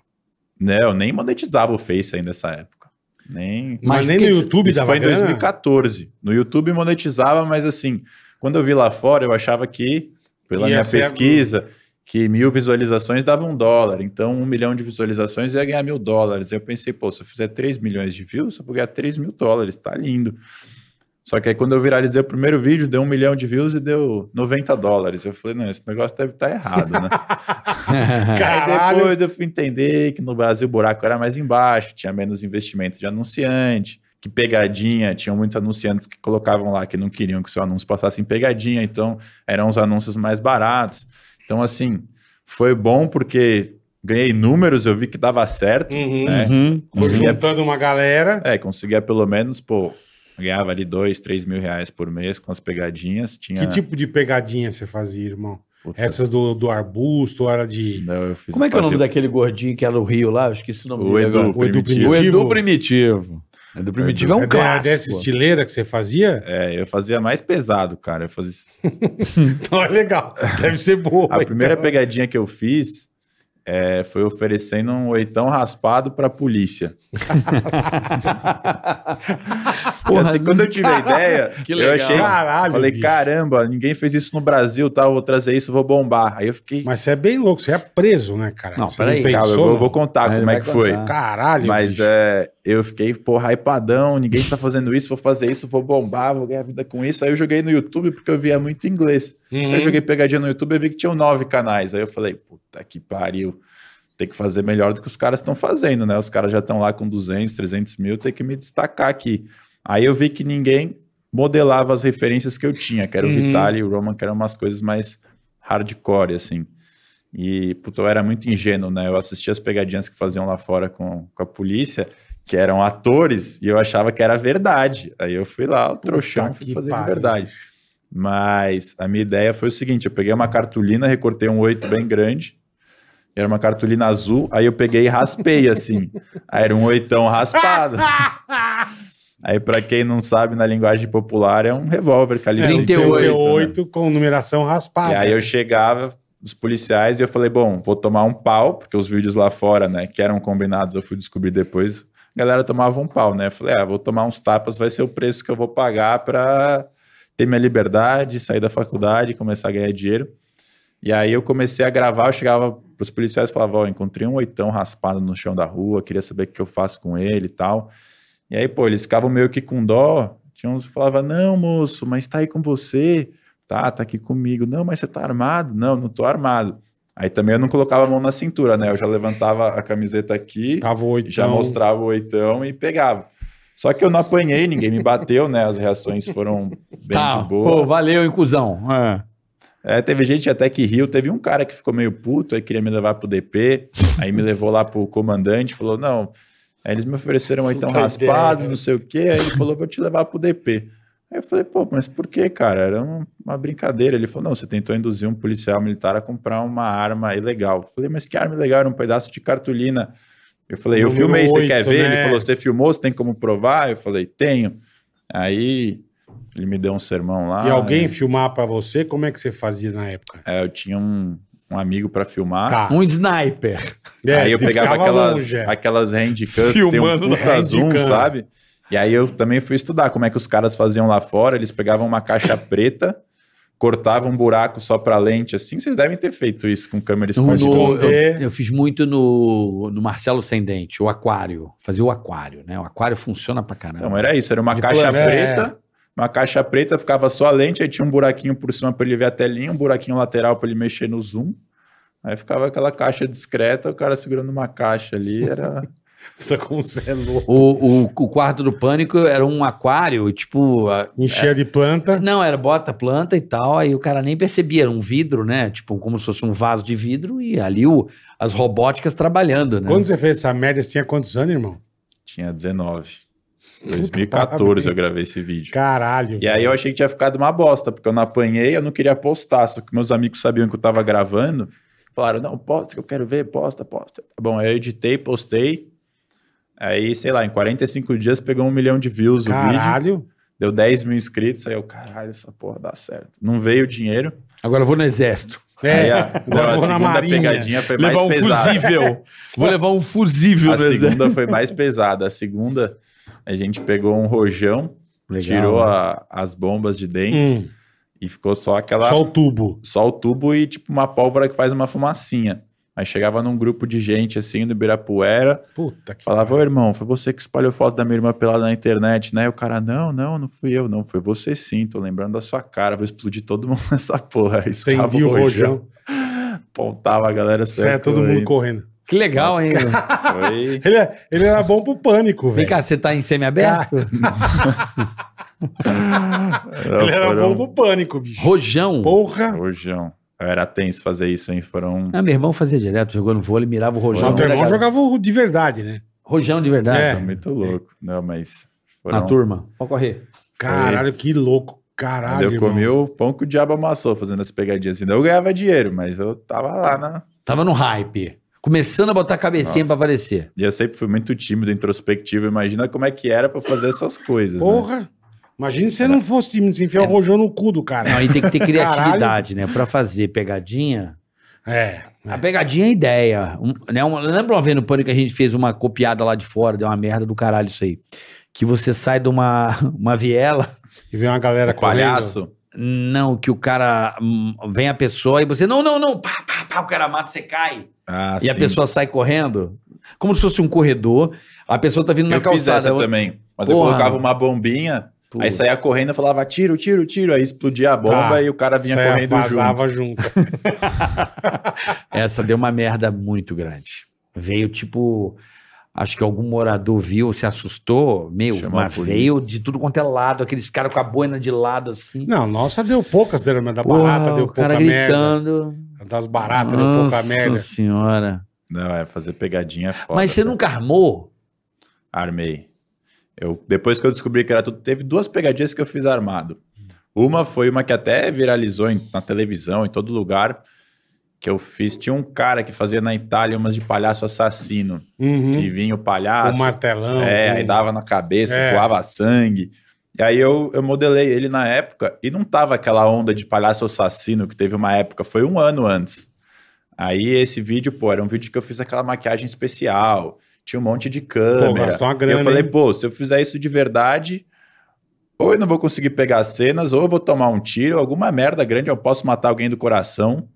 [SPEAKER 6] Né, eu nem monetizava o Face ainda nessa época. Nem.
[SPEAKER 3] Mas,
[SPEAKER 5] Mas
[SPEAKER 3] nem
[SPEAKER 5] por
[SPEAKER 3] no
[SPEAKER 5] que que
[SPEAKER 3] YouTube
[SPEAKER 6] Isso
[SPEAKER 3] dava
[SPEAKER 6] foi em
[SPEAKER 3] grana?
[SPEAKER 6] 2014. No YouTube monetizava, mas assim, quando eu vi lá fora, eu achava que, pela
[SPEAKER 3] Ia
[SPEAKER 6] minha
[SPEAKER 3] ser a-
[SPEAKER 6] pesquisa, que mil visualizações dava um dólar. Então, um milhão de visualizações eu ia ganhar mil dólares. Eu pensei, pô, se eu fizer 3 milhões de views, eu vou ganhar 3 mil dólares, tá lindo. Só que aí quando eu viralizei o primeiro vídeo, deu um milhão de views e deu 90 dólares. Eu falei, não, esse negócio deve estar errado, né? É. Aí
[SPEAKER 3] Caralho.
[SPEAKER 6] depois eu fui entender que no Brasil o buraco era mais embaixo, tinha menos investimento de anunciante, que pegadinha, tinham muitos anunciantes que colocavam lá que não queriam que o seu anúncio passasse em pegadinha, então eram os anúncios mais baratos. Então, assim, foi bom porque ganhei números, eu vi que dava certo,
[SPEAKER 3] Uhum.
[SPEAKER 6] né?
[SPEAKER 5] Uhum.
[SPEAKER 3] Foi
[SPEAKER 6] Conseguia-
[SPEAKER 3] juntando uma galera.
[SPEAKER 6] É, conseguia pelo menos, pô, ganhava ali dois, três mil reais por mês com as pegadinhas. Tinha.
[SPEAKER 3] Que tipo de pegadinha você fazia, irmão?
[SPEAKER 6] É. Puta,
[SPEAKER 3] Essas do, do arbusto, era de...
[SPEAKER 6] não, eu fiz
[SPEAKER 5] Como é que é o nome
[SPEAKER 6] fazia-
[SPEAKER 5] daquele gordinho que era do Rio lá? Eu esqueci o nome
[SPEAKER 6] O
[SPEAKER 5] dele
[SPEAKER 6] Edu,
[SPEAKER 5] agora.
[SPEAKER 3] O Edu
[SPEAKER 6] Primitivo.
[SPEAKER 5] O
[SPEAKER 3] Primitivo.
[SPEAKER 5] Edu Primitivo. O Edu Primitivo é um
[SPEAKER 3] Era
[SPEAKER 5] clássico.
[SPEAKER 3] dessa
[SPEAKER 6] tipo.
[SPEAKER 3] estileira que você fazia?
[SPEAKER 6] É, eu fazia mais pesado, cara. Eu fazia.
[SPEAKER 3] Então é legal. Deve ser boa.
[SPEAKER 6] A primeira
[SPEAKER 3] então.
[SPEAKER 6] pegadinha que eu fiz é, foi oferecendo um oitão raspado pra polícia. E assim, quando eu tive a ideia,
[SPEAKER 5] Que
[SPEAKER 6] eu
[SPEAKER 5] legal.
[SPEAKER 6] achei. ah,
[SPEAKER 3] Caralho,
[SPEAKER 6] falei,
[SPEAKER 3] bicho.
[SPEAKER 6] caramba, ninguém fez isso no Brasil, tá? Eu vou trazer isso, vou bombar. Aí eu fiquei,
[SPEAKER 3] Mas você é bem louco, você é preso, né, cara?
[SPEAKER 5] Não,
[SPEAKER 3] Você
[SPEAKER 5] peraí,
[SPEAKER 3] pensou,
[SPEAKER 6] calma, eu vou,
[SPEAKER 3] não?
[SPEAKER 6] vou contar
[SPEAKER 5] Ah, ele
[SPEAKER 6] como é
[SPEAKER 5] vai
[SPEAKER 6] que foi.
[SPEAKER 5] contar.
[SPEAKER 3] Caralho,
[SPEAKER 6] Mas
[SPEAKER 3] bicho.
[SPEAKER 6] é, eu fiquei, porra, hypadão, ninguém tá fazendo isso, vou fazer isso, vou bombar, vou ganhar vida com isso. Aí eu joguei no YouTube porque eu via muito inglês.
[SPEAKER 3] Uhum.
[SPEAKER 6] Eu joguei pegadinha no YouTube e vi que tinham nove canais. Aí eu falei, puta que pariu. Tem que fazer melhor do que os caras estão fazendo, né? Os caras já estão lá com 200, 300 mil, tem que me destacar aqui. Aí eu vi que ninguém modelava as referências que eu tinha, que era o
[SPEAKER 3] Uhum.
[SPEAKER 6] Vitali e o Roman, que eram umas coisas mais hardcore, assim. E, puta, eu era muito ingênuo, né? Eu assistia as pegadinhas que faziam lá fora com, com a polícia que eram atores e eu achava que era verdade. Aí eu fui lá, o trouxão, fui
[SPEAKER 3] que
[SPEAKER 6] fazer de
[SPEAKER 3] pariu.
[SPEAKER 6] verdade. Mas a minha ideia foi o seguinte: eu peguei uma cartolina, recortei um oito bem grande. Era uma cartolina azul, aí eu peguei e raspei assim. Aí era um oitão raspado. Aí, pra quem não sabe, na linguagem popular é um revólver calibre
[SPEAKER 5] 38,
[SPEAKER 6] 38. né?
[SPEAKER 3] 38 com numeração raspada.
[SPEAKER 6] E aí eu chegava, os policiais, e eu falei, bom, vou tomar um pau, porque os vídeos lá fora, né, que eram combinados, eu fui descobrir depois, a galera tomava um pau, né? Eu falei, ah, vou tomar uns tapas, vai ser o preço que eu vou pagar pra ter minha liberdade, sair da faculdade, começar a ganhar dinheiro. E aí eu comecei a gravar, eu chegava pros policiais e falava, ó, encontrei um oitão raspado no chão da rua, queria saber o que eu faço com ele e tal. E aí, pô, eles ficavam meio que com dó, tinha uns que falava, não, moço, mas tá aí com você, Tá, tá aqui comigo. Não, mas você tá armado? Não, não tô armado. Aí também eu não colocava a mão na cintura, né? Eu já levantava a camiseta aqui,
[SPEAKER 3] Tava o oitão.
[SPEAKER 6] já mostrava o oitão e pegava. Só que eu não apanhei, ninguém me bateu, né? As reações foram bem
[SPEAKER 5] Tá,
[SPEAKER 6] de boa.
[SPEAKER 5] pô, valeu, inclusão. É.
[SPEAKER 6] É, teve gente até que riu. Teve um cara que ficou meio puto, aí queria me levar pro DP, aí me levou lá pro comandante, falou, não. Aí eles me ofereceram um oitão
[SPEAKER 3] Puta
[SPEAKER 6] raspado,
[SPEAKER 3] ideia. né?"
[SPEAKER 6] não sei o quê. Aí ele falou, vou te levar pro DP. Aí eu falei, pô, mas por que, cara? Era um- uma brincadeira. Ele falou, não, você tentou induzir um policial militar a comprar uma arma ilegal. Eu falei, mas que arma ilegal? Era um pedaço de cartolina. Eu falei, eu
[SPEAKER 3] Número
[SPEAKER 6] filmei, você quer
[SPEAKER 3] oito,
[SPEAKER 6] ver?
[SPEAKER 3] né?
[SPEAKER 6] Ele falou, você filmou, você tem como provar? Eu falei, tenho. Aí ele me deu um sermão lá.
[SPEAKER 3] E alguém
[SPEAKER 6] né?
[SPEAKER 3] filmar pra você, como é que você fazia na época?
[SPEAKER 6] É, eu tinha um, um amigo pra filmar.
[SPEAKER 3] Tá.
[SPEAKER 5] Um sniper.
[SPEAKER 3] É,
[SPEAKER 6] aí eu
[SPEAKER 3] você
[SPEAKER 6] pegava
[SPEAKER 3] ficava
[SPEAKER 6] aquelas,
[SPEAKER 3] longe, é. né?
[SPEAKER 6] aquelas handcams que tem um
[SPEAKER 7] Filmando
[SPEAKER 6] puta zoom,
[SPEAKER 3] handcam.
[SPEAKER 6] sabe? E aí eu também fui estudar como é que os caras faziam lá fora. Eles pegavam uma caixa preta, cortavam um buraco só pra lente, assim. Vocês devem ter feito isso com câmera
[SPEAKER 5] No- é.
[SPEAKER 6] escondida.
[SPEAKER 5] eu,
[SPEAKER 3] esconder.
[SPEAKER 5] eu fiz muito no, no Marcelo Sem Dente, o aquário. Fazia o aquário, né? O aquário funciona pra caramba.
[SPEAKER 6] Então era isso, era uma
[SPEAKER 3] De
[SPEAKER 6] caixa
[SPEAKER 3] plano, é.
[SPEAKER 6] preta. Uma caixa preta ficava só a lente, aí tinha um buraquinho por cima pra ele ver a telinha, um buraquinho lateral pra ele mexer no zoom. Aí ficava aquela caixa discreta, o cara segurando uma caixa ali, era
[SPEAKER 3] Puta, como você é louco.
[SPEAKER 5] O, o, o quarto do pânico era um aquário, tipo. a-
[SPEAKER 3] Enchia de
[SPEAKER 6] É.
[SPEAKER 3] planta.
[SPEAKER 5] Não, era bota planta e tal, aí o cara nem percebia, era um vidro, né? Tipo, como se fosse um vaso de vidro e ali o, as robóticas trabalhando, né?
[SPEAKER 3] Quando você fez essa merda, você tinha quantos anos, irmão?
[SPEAKER 6] Tinha 19. 2014 eu
[SPEAKER 3] parabéns.
[SPEAKER 6] gravei esse vídeo.
[SPEAKER 3] Caralho.
[SPEAKER 6] E aí eu achei que tinha ficado uma bosta, porque eu não apanhei, eu não queria postar, só que meus amigos sabiam que eu tava gravando. Falaram, não, posta que eu quero ver, posta, posta. Tá bom, aí eu editei, postei. Aí, sei lá, em 45 dias pegou um milhão de views o vídeo.
[SPEAKER 3] Caralho.
[SPEAKER 6] Deu 10 mil inscritos. Aí eu, caralho, essa porra dá certo. Não veio o dinheiro.
[SPEAKER 5] Agora eu vou no exército.
[SPEAKER 6] aí
[SPEAKER 3] É,
[SPEAKER 6] a, não,
[SPEAKER 3] agora
[SPEAKER 6] a
[SPEAKER 3] eu vou na
[SPEAKER 6] segunda
[SPEAKER 3] marinha.
[SPEAKER 6] pegadinha foi mais
[SPEAKER 7] Levar um
[SPEAKER 6] pesada.
[SPEAKER 7] fusível.
[SPEAKER 5] Vou levar um fusível
[SPEAKER 6] A
[SPEAKER 5] no exército.
[SPEAKER 6] segunda foi mais pesada. A segunda, a gente pegou um rojão,
[SPEAKER 3] né?
[SPEAKER 6] tirou a- as bombas de dentro
[SPEAKER 3] Hum,
[SPEAKER 6] e ficou só aquela.
[SPEAKER 3] só
[SPEAKER 6] Só o...
[SPEAKER 3] o tubo.
[SPEAKER 6] tubo e tipo uma pólvora que faz uma fumacinha. Aí chegava num grupo de gente assim do Ibirapuera,
[SPEAKER 3] Puta que
[SPEAKER 6] falava: Ô irmão, foi você que espalhou foto da minha irmã pelada na internet, né? E o cara: Não, não, não fui eu, não. Foi você sim, tô lembrando da sua cara, vou explodir todo mundo nessa porra. Aí estava
[SPEAKER 3] Acendi o rojão.
[SPEAKER 6] Apontava a galera
[SPEAKER 3] Certo, todo mundo
[SPEAKER 6] correndo.
[SPEAKER 3] correndo.
[SPEAKER 5] Que legal, hein?
[SPEAKER 6] Foi.
[SPEAKER 3] Ele, é- ele era bom pro pânico,
[SPEAKER 5] Vem
[SPEAKER 3] velho.
[SPEAKER 5] cá, você tá em semiaberto?
[SPEAKER 3] Ele era
[SPEAKER 6] Foram-
[SPEAKER 3] bom pro pânico, bicho.
[SPEAKER 5] Rojão.
[SPEAKER 3] Porra.
[SPEAKER 6] Rojão. Eu era tenso fazer isso, hein? Foram.
[SPEAKER 5] Ah, meu irmão fazia direto, jogou no vôlei, mirava o rojão.
[SPEAKER 3] Mas teu irmão
[SPEAKER 5] Era-
[SPEAKER 3] jogava o de verdade, né?
[SPEAKER 5] Rojão de verdade.
[SPEAKER 3] É.
[SPEAKER 6] Foi muito louco. Não, mas. Foram...
[SPEAKER 5] Na turma. Pode correr.
[SPEAKER 3] Caralho, que louco.
[SPEAKER 6] Quando
[SPEAKER 3] Caralho,
[SPEAKER 6] eu
[SPEAKER 3] irmão.
[SPEAKER 6] comi o pão que o diabo amassou fazendo as pegadinhas. Ainda eu ganhava dinheiro, mas eu tava lá, né?
[SPEAKER 5] Tava no hype. Começando a botar a cabecinha
[SPEAKER 6] Nossa.
[SPEAKER 5] pra aparecer.
[SPEAKER 6] E eu sempre fui muito tímido, introspectivo. Imagina como é que era pra fazer essas coisas. Né? É.
[SPEAKER 3] Porra. Imagina se você não fosse tímido, se enfiar o rojão no cu do cara.
[SPEAKER 5] Não, aí tem que ter criatividade, né? Pra fazer pegadinha.
[SPEAKER 3] É.
[SPEAKER 5] A pegadinha é ideia. Um, né? um, lembra uma vez no Pânico que a gente fez uma copiada lá de fora, deu uma merda do caralho isso aí. Que você sai de uma, uma viela.
[SPEAKER 3] E vem uma galera
[SPEAKER 6] O palhaço.
[SPEAKER 5] Não, que o cara hum, vem a pessoa e você. Não, não, não. Pá, pá, pá, o cara mata, você cai.
[SPEAKER 6] Ah,
[SPEAKER 5] E a
[SPEAKER 6] sim.
[SPEAKER 5] pessoa sai correndo, como se fosse um corredor. A pessoa tá vindo na
[SPEAKER 6] Eu fiz
[SPEAKER 5] calçada.
[SPEAKER 6] essa
[SPEAKER 5] eu-
[SPEAKER 6] também. Mas eu
[SPEAKER 5] Porra.
[SPEAKER 6] colocava uma bombinha,
[SPEAKER 5] Pô,
[SPEAKER 6] aí saía correndo e falava tiro, tiro, tiro. Aí explodia a bomba
[SPEAKER 3] Tá.
[SPEAKER 6] e o cara vinha
[SPEAKER 3] Saia,
[SPEAKER 6] correndo junto.
[SPEAKER 3] vazava junto.
[SPEAKER 5] Essa deu uma merda muito grande. Veio tipo. Acho que algum morador viu, se assustou. Meu,
[SPEAKER 6] Chamou a
[SPEAKER 5] mas
[SPEAKER 6] polícia.
[SPEAKER 5] veio de tudo quanto é lado, aqueles caras com a boina de lado assim.
[SPEAKER 3] Não, nossa deu poucas deram, mas da
[SPEAKER 5] Porra,
[SPEAKER 3] barata deu
[SPEAKER 5] o cara
[SPEAKER 3] pouca merda.
[SPEAKER 5] gritando.
[SPEAKER 3] Das baratas deu pouca
[SPEAKER 5] Nossa
[SPEAKER 3] merda.
[SPEAKER 5] senhora.
[SPEAKER 6] Não, é fazer pegadinha é foda.
[SPEAKER 5] Mas você nunca armou?
[SPEAKER 6] Armei. Eu, depois que eu descobri que era tudo, teve duas pegadinhas que eu fiz armado. Uma foi uma que até viralizou em- na televisão, em todo lugar, que eu fiz. Tinha um cara que fazia na Itália umas de palhaço assassino, que
[SPEAKER 3] Uhum.
[SPEAKER 6] vinha o
[SPEAKER 3] Com
[SPEAKER 6] palhaço.
[SPEAKER 3] martelão.
[SPEAKER 6] É,
[SPEAKER 3] com-
[SPEAKER 6] aí dava na cabeça,
[SPEAKER 3] né? É.
[SPEAKER 6] voava sangue. E aí eu, eu modelei ele na época e não tava aquela onda de palhaço assassino que teve uma época, foi um ano antes. Aí esse vídeo, pô, era um vídeo que eu fiz aquela maquiagem especial, tinha um monte de
[SPEAKER 3] Pô,
[SPEAKER 6] câmera.
[SPEAKER 3] gastou uma
[SPEAKER 6] e
[SPEAKER 3] grana.
[SPEAKER 6] eu falei,
[SPEAKER 3] hein?
[SPEAKER 6] pô, se eu fizer isso de verdade, ou eu não vou conseguir pegar as cenas, ou eu vou tomar um tiro, alguma merda grande, eu posso matar alguém do coração.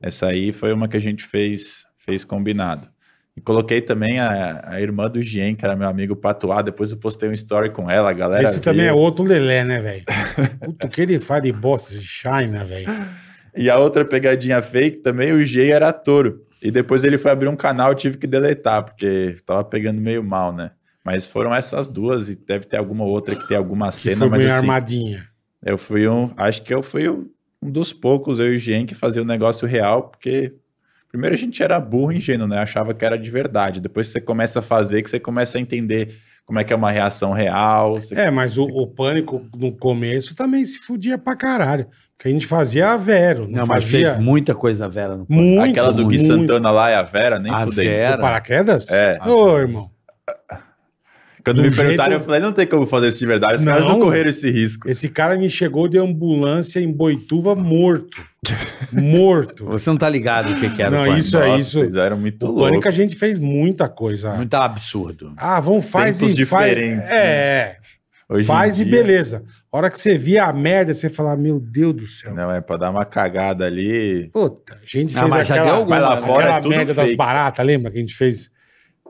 [SPEAKER 6] Essa aí foi uma que a gente fez, fez combinado. E coloquei também a, a irmã do Gien, que era meu amigo patuá. Depois eu postei um story com ela, a galera.
[SPEAKER 3] Esse também é
[SPEAKER 6] viu.
[SPEAKER 3] outro Lelé, né, velho? Puta, o que ele faz de bosta, esse China, velho.
[SPEAKER 6] E a outra pegadinha fake também, o Gien era touro. E depois ele foi abrir um canal, eu tive que deletar, porque tava pegando meio mal, né? Mas foram essas duas, e deve ter alguma outra que tem alguma
[SPEAKER 3] Que
[SPEAKER 6] cena,
[SPEAKER 3] foi
[SPEAKER 6] mas
[SPEAKER 3] meio
[SPEAKER 6] assim,
[SPEAKER 3] armadinha.
[SPEAKER 6] Eu fui um. Acho que eu fui um um dos poucos, eu e o Jean, que fazia o negócio real, porque. Primeiro a gente era burro e ingênuo, né? Achava que era de verdade. Depois que você começa a fazer, que você começa a entender como é que é uma reação real. você-
[SPEAKER 3] É, mas o, o pânico no começo também se fudia pra caralho. Porque a gente fazia a Vero, não,
[SPEAKER 5] Não, mas
[SPEAKER 3] fazia
[SPEAKER 5] fez muita coisa velha no
[SPEAKER 3] muito.
[SPEAKER 6] Aquela do Gui
[SPEAKER 3] muito.
[SPEAKER 6] Santana lá e a Vera, nem
[SPEAKER 5] A
[SPEAKER 6] fudei.
[SPEAKER 5] Vera.
[SPEAKER 3] O paraquedas?
[SPEAKER 6] É.
[SPEAKER 3] Ô, irmão,
[SPEAKER 6] Quando
[SPEAKER 3] Do
[SPEAKER 6] me
[SPEAKER 3] jeito-
[SPEAKER 6] perguntaram, eu falei, não tem como fazer isso de verdade. Os caras
[SPEAKER 3] Não.
[SPEAKER 6] não correram esse risco.
[SPEAKER 3] esse cara me chegou de ambulância em Boituva morto. Morto.
[SPEAKER 5] Você não tá ligado o que, que era
[SPEAKER 3] Não,
[SPEAKER 5] o pânico.
[SPEAKER 3] isso é isso.
[SPEAKER 6] Vocês eram muito
[SPEAKER 3] O pânico
[SPEAKER 6] loucos.
[SPEAKER 3] a gente fez muita coisa.
[SPEAKER 5] Muito absurdo.
[SPEAKER 3] Ah, vamos faz
[SPEAKER 6] Tempos
[SPEAKER 3] e faz.
[SPEAKER 6] diferentes,
[SPEAKER 3] É,
[SPEAKER 6] Hoje em
[SPEAKER 3] faz e
[SPEAKER 6] dia-
[SPEAKER 3] beleza. A hora que você via a merda, você fala, meu Deus do céu.
[SPEAKER 6] Não, é pra dar uma cagada ali.
[SPEAKER 3] Puta, a gente
[SPEAKER 5] Ah,
[SPEAKER 3] fez
[SPEAKER 5] mas já
[SPEAKER 3] aquela,
[SPEAKER 5] deu alguma,
[SPEAKER 3] aquela
[SPEAKER 6] né? Fora é tudo
[SPEAKER 3] merda das
[SPEAKER 6] fake.
[SPEAKER 3] baratas, lembra? Que a gente fez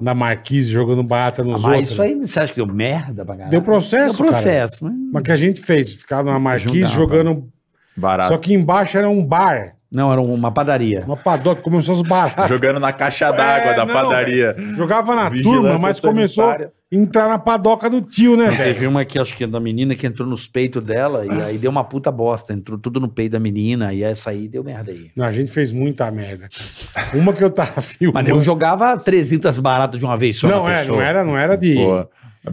[SPEAKER 3] na Marquise, jogando barata
[SPEAKER 5] Ah,
[SPEAKER 3] nos
[SPEAKER 5] mas
[SPEAKER 3] outros.
[SPEAKER 5] isso aí, você acha que deu merda pra caralho?
[SPEAKER 3] Deu processo,
[SPEAKER 5] Deu processo.
[SPEAKER 3] Mas
[SPEAKER 5] Mas...
[SPEAKER 3] que a gente fez, ficar na Marquise
[SPEAKER 5] Ajudava.
[SPEAKER 3] jogando...
[SPEAKER 6] Barato.
[SPEAKER 3] Só que embaixo era um bar,
[SPEAKER 5] Não, era uma padaria.
[SPEAKER 3] uma padoca, começou as baratas.
[SPEAKER 6] Jogando na caixa d'água
[SPEAKER 3] É,
[SPEAKER 6] da
[SPEAKER 3] não,
[SPEAKER 6] padaria.
[SPEAKER 3] Jogava na
[SPEAKER 6] Vigilância
[SPEAKER 3] turma, mas começou a
[SPEAKER 6] sanitária.
[SPEAKER 3] entrar na padoca do tio, né, velho? Ah.
[SPEAKER 5] Teve uma que acho que é da menina que entrou nos peitos dela e aí deu uma puta bosta. Entrou tudo no peito da menina e essa aí deu merda aí.
[SPEAKER 3] Não, a gente fez muita merda. cara. Uma que eu tava
[SPEAKER 5] Mas
[SPEAKER 3] filmando...
[SPEAKER 5] eu jogava 300 baratas de uma vez só.
[SPEAKER 3] Não,
[SPEAKER 5] na
[SPEAKER 3] é,
[SPEAKER 5] pessoa.
[SPEAKER 3] não era, não era de...
[SPEAKER 6] Pô,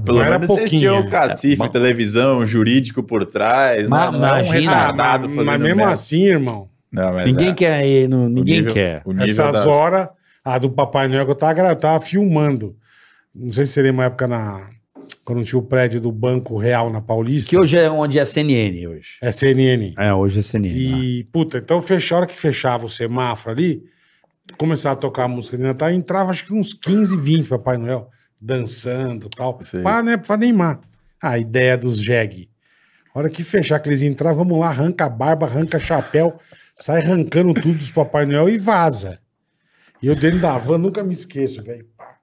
[SPEAKER 6] pelo
[SPEAKER 3] era
[SPEAKER 6] menos vocês
[SPEAKER 3] pouquinho.
[SPEAKER 6] tinham o cacife,
[SPEAKER 5] bom.
[SPEAKER 6] televisão, um jurídico por trás.
[SPEAKER 5] Ma-
[SPEAKER 6] não, não é um
[SPEAKER 5] imagina.
[SPEAKER 3] Ah,
[SPEAKER 6] retardado
[SPEAKER 3] mas,
[SPEAKER 6] fazendo
[SPEAKER 3] mas mesmo
[SPEAKER 6] merda.
[SPEAKER 3] assim, irmão,
[SPEAKER 6] Não, mas
[SPEAKER 5] Ninguém
[SPEAKER 6] é,
[SPEAKER 5] quer ir, no- ninguém
[SPEAKER 6] nível-
[SPEAKER 5] quer.
[SPEAKER 6] o nível
[SPEAKER 3] essas
[SPEAKER 6] das-
[SPEAKER 3] horas, a do Papai Noel que eu tava, gra- eu tava filmando. Não sei se seria uma época na. Quando tinha o prédio do Banco Real na Paulista.
[SPEAKER 5] Que hoje é onde é CNN hoje.
[SPEAKER 3] É CNN.
[SPEAKER 5] É, hoje é CNN.
[SPEAKER 3] E, puta, então fecha, a hora que fechava o semáforo ali, começava a tocar a música de Natal, entrava acho que uns 15, 20 Papai Noel, dançando e tal.
[SPEAKER 6] Sei.
[SPEAKER 3] Pá, né? Pra Neymar. A ideia dos jegue. A hora que fechar, que eles entravam, vamos lá, arranca a barba, arranca chapéu, sai arrancando tudo dos Papai Noel e vaza. E eu dentro da van, nunca me esqueço, velho. Pá.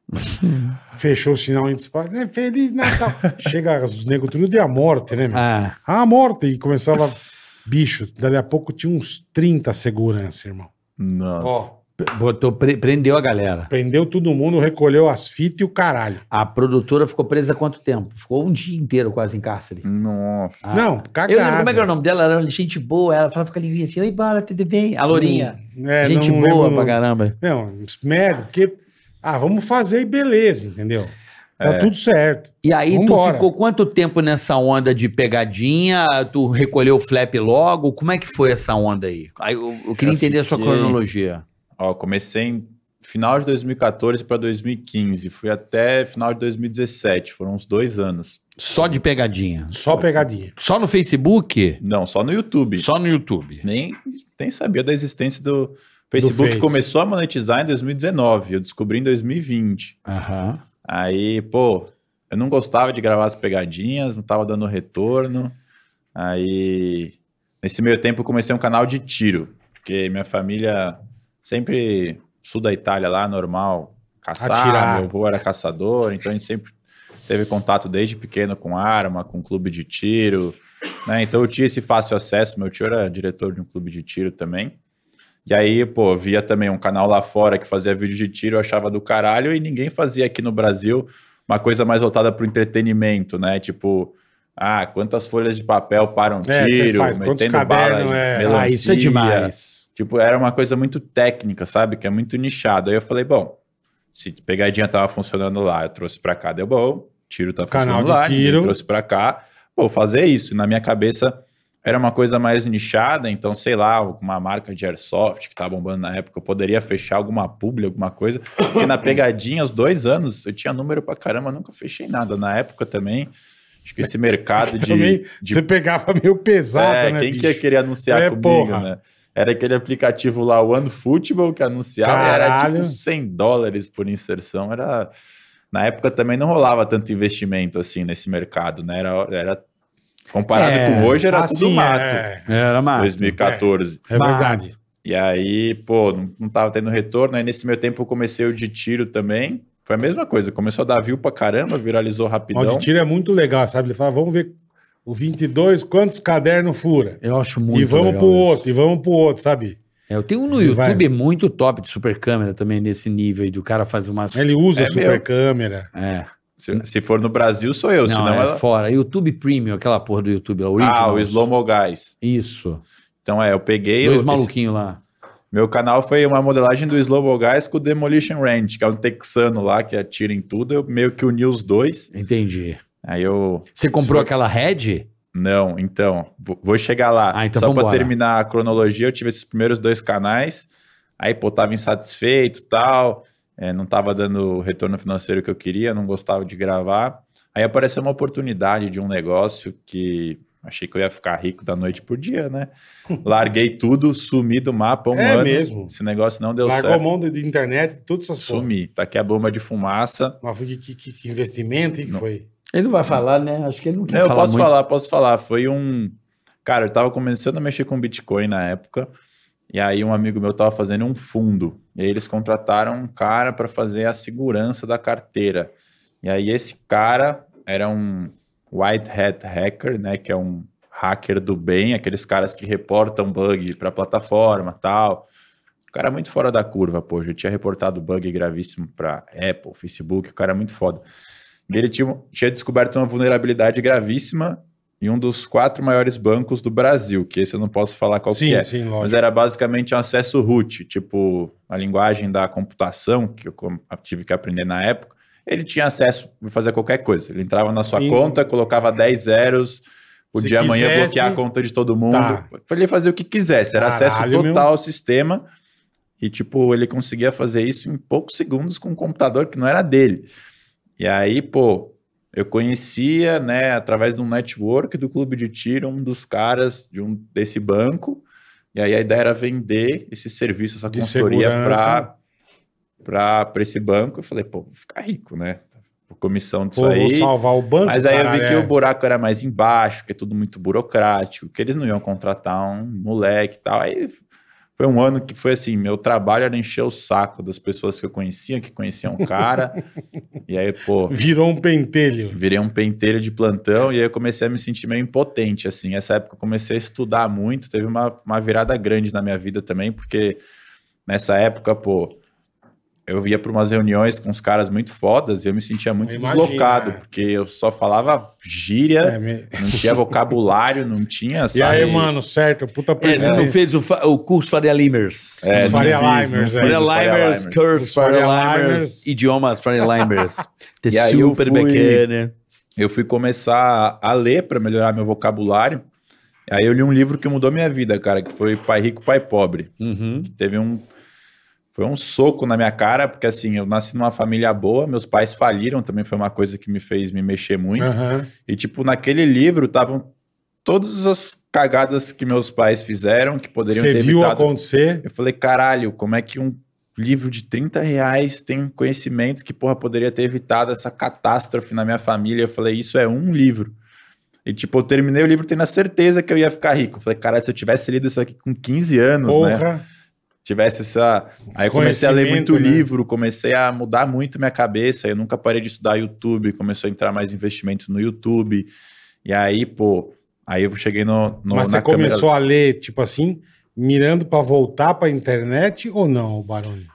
[SPEAKER 3] Fechou o sinal antes. pá, né, Feliz Natal. Chega os negros tudo de a morte, né, meu?
[SPEAKER 5] Ah,
[SPEAKER 3] Ah, morta. E começava. Bicho, dali a pouco tinha uns 30 segurança, irmão.
[SPEAKER 6] Nossa.
[SPEAKER 3] Ó,
[SPEAKER 5] botou, pre- prendeu a galera.
[SPEAKER 3] prendeu todo mundo, recolheu as fitas e o caralho.
[SPEAKER 5] A produtora ficou presa quanto tempo? Ficou um dia inteiro quase em cárcere.
[SPEAKER 6] Nossa.
[SPEAKER 5] Ah.
[SPEAKER 3] Não,
[SPEAKER 5] Eu lembro como é que era o
[SPEAKER 3] cagada.
[SPEAKER 5] nome dela, ela era gente boa, ela falava com a linguinha assim, oi Bala, tudo bem? A Lourinha.
[SPEAKER 3] É,
[SPEAKER 5] gente
[SPEAKER 3] não
[SPEAKER 5] boa
[SPEAKER 3] lembro-
[SPEAKER 5] pra caramba.
[SPEAKER 3] Não, merda, porque... Ah, vamos fazer e beleza, entendeu? Tá tudo certo.
[SPEAKER 5] E aí
[SPEAKER 3] Vambora.
[SPEAKER 5] tu ficou quanto tempo nessa onda de pegadinha? Tu recolheu o flap logo? Como é que foi essa onda aí? Aí eu, eu queria
[SPEAKER 6] Eu
[SPEAKER 5] entender a sua
[SPEAKER 6] fiquei-
[SPEAKER 5] cronologia.
[SPEAKER 6] Ó, comecei em final de 2014 para 2015. Fui até final de 2017. Foram uns dois anos.
[SPEAKER 5] Só de pegadinha.
[SPEAKER 3] Só pegadinha.
[SPEAKER 5] Só no Facebook?
[SPEAKER 6] Não, só no YouTube.
[SPEAKER 5] Só no YouTube.
[SPEAKER 6] Nem, nem sabia da existência do... Facebook
[SPEAKER 3] Face.
[SPEAKER 6] começou a monetizar em 2019. Eu descobri em 2020.
[SPEAKER 5] Aham.
[SPEAKER 6] Aí, pô, eu não gostava de gravar as pegadinhas, não tava dando retorno. Aí, nesse meio tempo, eu comecei um canal de tiro, porque minha família sempre sul da Itália lá, normal, caçar.
[SPEAKER 3] Atirar.
[SPEAKER 6] Meu avô era caçador, então a gente sempre teve contato desde pequeno com arma, com clube de tiro, né? Então eu tinha esse fácil acesso. Meu tio era diretor de um clube de tiro também. E aí, pô, via também um canal lá fora que fazia vídeo de tiro, eu achava do caralho, e ninguém fazia aqui no Brasil uma coisa mais voltada pro entretenimento, né? Tipo, ah, quantas folhas de papel param um
[SPEAKER 3] É, você
[SPEAKER 6] tiro,
[SPEAKER 3] faz, quantos
[SPEAKER 6] metendo bala
[SPEAKER 3] cadernos,
[SPEAKER 6] em
[SPEAKER 3] é. Ah,
[SPEAKER 5] Ah,
[SPEAKER 6] melancia.
[SPEAKER 5] isso é demais.
[SPEAKER 6] Tipo, era uma coisa muito técnica, sabe? Que é muito nichado. Aí eu falei, bom, se pegadinha tava funcionando lá, eu trouxe pra cá, deu bom. tiro tá
[SPEAKER 3] Canal
[SPEAKER 6] funcionando
[SPEAKER 3] de
[SPEAKER 6] lá, ninguém
[SPEAKER 3] tiro.
[SPEAKER 6] trouxe pra cá. Pô, fazer isso. Na minha cabeça era uma coisa mais nichada, então, sei lá, uma marca de airsoft que tá bombando na época, eu poderia fechar alguma publi, alguma coisa. Porque na pegadinha, aos dois anos, eu tinha número pra caramba, nunca fechei nada. Na época também, acho que esse mercado de.
[SPEAKER 3] Também
[SPEAKER 6] de-
[SPEAKER 3] você pegava meio pesado,
[SPEAKER 6] é,
[SPEAKER 3] né,
[SPEAKER 6] quem que
[SPEAKER 3] bicho?
[SPEAKER 6] ia querer anunciar
[SPEAKER 3] É,
[SPEAKER 6] comigo,
[SPEAKER 3] porra.
[SPEAKER 6] né? Era aquele aplicativo lá, o OneFootball, que anunciava e era
[SPEAKER 3] Caralho.
[SPEAKER 6] tipo 100 dólares por inserção. Era... Na época também não rolava tanto investimento assim nesse mercado, né? Era, era... Comparado
[SPEAKER 5] É,
[SPEAKER 6] com hoje, era tudo
[SPEAKER 3] Assim,
[SPEAKER 6] mato.
[SPEAKER 3] É,
[SPEAKER 5] Era mais.
[SPEAKER 6] 2014.
[SPEAKER 3] é verdade.
[SPEAKER 6] E aí, pô, não, não tava tendo retorno. Aí nesse meu tempo eu comecei o de tiro também. Foi a mesma coisa. Começou a dar view pra caramba, viralizou
[SPEAKER 3] Mal
[SPEAKER 6] rapidão.
[SPEAKER 3] de tiro é muito legal, sabe? Ele fala, vamos ver o 22, quantos cadernos fura.
[SPEAKER 5] Eu acho muito
[SPEAKER 3] e vamos
[SPEAKER 5] legal
[SPEAKER 3] pro
[SPEAKER 5] isso.
[SPEAKER 3] outro, e vamos pro outro, sabe?
[SPEAKER 5] É, eu tenho um no
[SPEAKER 3] Ele vai-
[SPEAKER 5] YouTube muito top de super câmera também nesse nível aí, do cara faz umas.
[SPEAKER 3] Ele usa
[SPEAKER 6] É
[SPEAKER 3] a super
[SPEAKER 6] meu.
[SPEAKER 3] câmera.
[SPEAKER 5] É.
[SPEAKER 6] Se, se for no Brasil, sou eu.
[SPEAKER 5] Não,
[SPEAKER 6] senão
[SPEAKER 5] é
[SPEAKER 6] ela...
[SPEAKER 5] fora. YouTube Premium, aquela porra do YouTube, a
[SPEAKER 6] Ah, o
[SPEAKER 5] Originals.
[SPEAKER 6] Slow Mo Guys.
[SPEAKER 5] Isso.
[SPEAKER 6] Então é, eu peguei.
[SPEAKER 5] Dois
[SPEAKER 6] eu-
[SPEAKER 5] maluquinhos lá.
[SPEAKER 6] esse- meu canal foi uma modelagem do Slow Mo Guys com o Demolition Range, que é um texano lá que atira em tudo. Eu meio que uni os dois.
[SPEAKER 5] Entendi.
[SPEAKER 6] Aí eu.
[SPEAKER 5] Você comprou aquela Red?
[SPEAKER 6] Não, então, vou vou chegar lá.
[SPEAKER 5] Ah, então
[SPEAKER 6] Só pra
[SPEAKER 5] vambora.
[SPEAKER 6] terminar a cronologia, eu tive esses primeiros dois canais. Aí, pô, tava insatisfeito e tal. é, não tava dando o retorno financeiro que eu queria, não gostava de gravar. Aí apareceu uma oportunidade de um negócio que achei que eu ia ficar rico da noite por dia, né? Larguei tudo, sumi do mapa um
[SPEAKER 3] É
[SPEAKER 6] ano.
[SPEAKER 3] mesmo.
[SPEAKER 6] Esse negócio não deu
[SPEAKER 3] Largou a
[SPEAKER 6] certo.
[SPEAKER 3] mão de, de internet, todas essas porra.
[SPEAKER 6] Sumi. Tá aqui a bomba de fumaça.
[SPEAKER 3] Mas foi que, que- que- que investimento, hein, que
[SPEAKER 6] Não.
[SPEAKER 3] foi?
[SPEAKER 5] Ele não vai falar, né? Acho que ele não quer
[SPEAKER 6] Não, É, eu
[SPEAKER 5] falar
[SPEAKER 6] posso
[SPEAKER 5] muito.
[SPEAKER 6] falar, posso falar. Foi um. Cara, eu tava começando a mexer com Bitcoin na época. E aí um amigo meu tava fazendo um fundo. E aí eles contrataram um cara para fazer a segurança da carteira. E aí esse cara era um white hat hacker, né, que é um hacker do bem, aqueles caras que reportam bug para plataforma, tal. O cara é muito fora da curva, pô, já tinha reportado bug gravíssimo para Apple, Facebook, o cara é muito foda. E ele tinha, um, tinha descoberto uma vulnerabilidade gravíssima em um dos quatro maiores bancos do Brasil, que esse eu não posso falar qual que
[SPEAKER 3] sim,
[SPEAKER 6] é.
[SPEAKER 3] sim,
[SPEAKER 6] Mas
[SPEAKER 3] lógico.
[SPEAKER 6] era basicamente um acesso root, tipo a linguagem da computação, que eu com- tive que aprender na época. Ele tinha acesso a fazer qualquer coisa. Ele entrava na sua
[SPEAKER 3] Sim.
[SPEAKER 6] conta, colocava 10 zeros, podia amanhã
[SPEAKER 3] quisesse-
[SPEAKER 6] bloquear a conta de todo mundo.
[SPEAKER 3] Tá.
[SPEAKER 6] Ele fazia o que quisesse, era
[SPEAKER 3] Caralho,
[SPEAKER 6] acesso total ao sistema. E, tipo, ele conseguia fazer isso em poucos segundos com um computador que não era dele. E aí, pô, eu conhecia, né, através de um network do clube de tiro, um dos caras de um, desse banco. E aí a ideia era vender esse serviço, essa
[SPEAKER 3] De
[SPEAKER 6] consultoria
[SPEAKER 3] segurança.
[SPEAKER 6] para esse banco. Eu falei, pô, vou ficar rico, né? Por comissão disso
[SPEAKER 3] Pô, vou
[SPEAKER 6] é aí.
[SPEAKER 3] salvar o banco.
[SPEAKER 6] Mas aí eu vi
[SPEAKER 3] caralho,
[SPEAKER 6] que
[SPEAKER 3] é.
[SPEAKER 6] o buraco era mais embaixo, que é tudo muito burocrático, que eles não iam contratar um moleque e tal. Aí foi um ano que foi assim, meu trabalho era encher o saco das pessoas que eu conhecia, que conheciam o cara. e aí, pô,
[SPEAKER 3] Virou um pentelho.
[SPEAKER 6] Virei um penteiro de plantão e aí eu comecei a me sentir meio impotente, assim. Essa época eu comecei a estudar muito, teve uma, uma virada grande na minha vida também, porque nessa época, pô, eu ia para umas reuniões com uns caras muito fodas e eu me sentia muito
[SPEAKER 3] Eu imagino,
[SPEAKER 6] deslocado,
[SPEAKER 3] é.
[SPEAKER 6] porque eu só falava gíria,
[SPEAKER 3] É, me-
[SPEAKER 6] não tinha vocabulário, não tinha,
[SPEAKER 3] E
[SPEAKER 6] sabe?
[SPEAKER 3] aí, mano, certo, puta
[SPEAKER 5] É, você não
[SPEAKER 3] presente.
[SPEAKER 5] fez o, fa- o curso Faria Limers.
[SPEAKER 6] É,
[SPEAKER 3] Os
[SPEAKER 6] não
[SPEAKER 3] Faria
[SPEAKER 6] fiz, não
[SPEAKER 3] Limers,
[SPEAKER 6] fiz
[SPEAKER 3] é.
[SPEAKER 6] o
[SPEAKER 5] Faria
[SPEAKER 6] Faria
[SPEAKER 5] Limers,
[SPEAKER 6] Limers.
[SPEAKER 5] Curse,
[SPEAKER 3] Os Faria
[SPEAKER 5] Faria
[SPEAKER 3] Limers.
[SPEAKER 5] Limers, idiomas Faria Limers. Ter
[SPEAKER 6] E aí eu
[SPEAKER 5] super
[SPEAKER 6] fui-
[SPEAKER 5] bacana.
[SPEAKER 6] eu fui começar a ler para melhorar meu vocabulário. Aí eu li um livro que mudou minha vida, cara, que foi Pai Rico, Pai Pobre.
[SPEAKER 5] Uhum.
[SPEAKER 6] teve um foi um soco na minha cara, porque assim, eu nasci numa família boa, meus pais faliram, também foi uma coisa que me fez me mexer muito.
[SPEAKER 3] Aham.
[SPEAKER 6] E tipo, naquele livro estavam todas as cagadas que meus pais fizeram, que poderiam
[SPEAKER 3] Você
[SPEAKER 6] ter
[SPEAKER 3] viu
[SPEAKER 6] evitado.
[SPEAKER 3] acontecer.
[SPEAKER 6] Eu falei, caralho, como é que um livro de 30 reais tem conhecimentos que, porra, poderia ter evitado essa catástrofe na minha família? Eu falei, isso é um livro. E, tipo, eu terminei o livro tendo a certeza que eu ia ficar rico. Eu falei, caralho, se eu tivesse lido isso aqui com 15 anos, né?
[SPEAKER 3] Porra.
[SPEAKER 6] tivesse essa. Aí eu comecei a ler muito
[SPEAKER 3] Desconhecimento, né?
[SPEAKER 6] livro, comecei a mudar muito minha cabeça. Eu nunca parei de estudar YouTube, começou a entrar mais investimento no YouTube. E aí, pô, aí eu cheguei no, no-
[SPEAKER 3] Mas
[SPEAKER 6] na
[SPEAKER 3] você
[SPEAKER 6] câmera.
[SPEAKER 3] começou a ler, tipo assim, mirando pra voltar pra internet ou não, Baroni?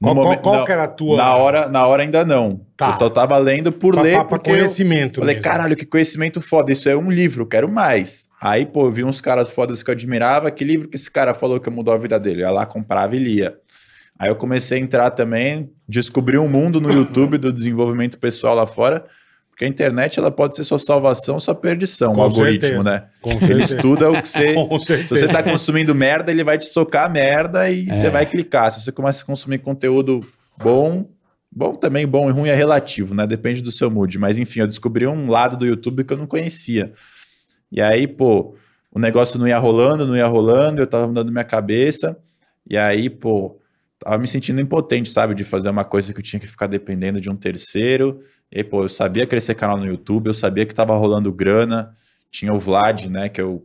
[SPEAKER 6] No
[SPEAKER 3] Qual, qual-
[SPEAKER 6] momento-
[SPEAKER 3] qual
[SPEAKER 6] não,
[SPEAKER 3] que era a tua?
[SPEAKER 6] Na hora, na hora ainda não.
[SPEAKER 3] Tá.
[SPEAKER 6] Eu só tava lendo por
[SPEAKER 3] pra,
[SPEAKER 6] ler,
[SPEAKER 3] pra- pra
[SPEAKER 6] porque eu
[SPEAKER 3] conhecimento.
[SPEAKER 6] falei,
[SPEAKER 3] mesmo.
[SPEAKER 6] caralho, que conhecimento foda, isso é um livro, eu quero mais. Aí, pô, eu vi uns caras fodas que eu admirava, que livro que esse cara falou que mudou a vida dele? Eu ia lá, comprava e lia. Aí eu comecei a entrar também, descobri um mundo no YouTube do desenvolvimento pessoal lá fora, Porque a internet ela pode ser sua salvação, sua perdição,
[SPEAKER 3] Com
[SPEAKER 6] o algoritmo,
[SPEAKER 3] certeza.
[SPEAKER 6] né?
[SPEAKER 3] Com
[SPEAKER 6] Ele
[SPEAKER 3] certeza.
[SPEAKER 6] estuda o que você.
[SPEAKER 3] Com
[SPEAKER 6] Se você
[SPEAKER 3] certeza.
[SPEAKER 6] tá consumindo merda, ele vai te socar merda e você vai clicar. Se você começa a consumir conteúdo bom, bom também, bom e ruim é relativo, né? Depende do seu mood. Mas enfim, eu descobri um lado do YouTube que eu não conhecia. E aí, pô, o negócio não ia rolando, não ia rolando, eu tava mudando minha cabeça. E aí, pô, tava me sentindo impotente, sabe? De fazer uma coisa que eu tinha que ficar dependendo de um terceiro. E aí, pô, eu sabia crescer canal no YouTube, eu sabia que tava rolando grana. Tinha o Vlad, né, que eu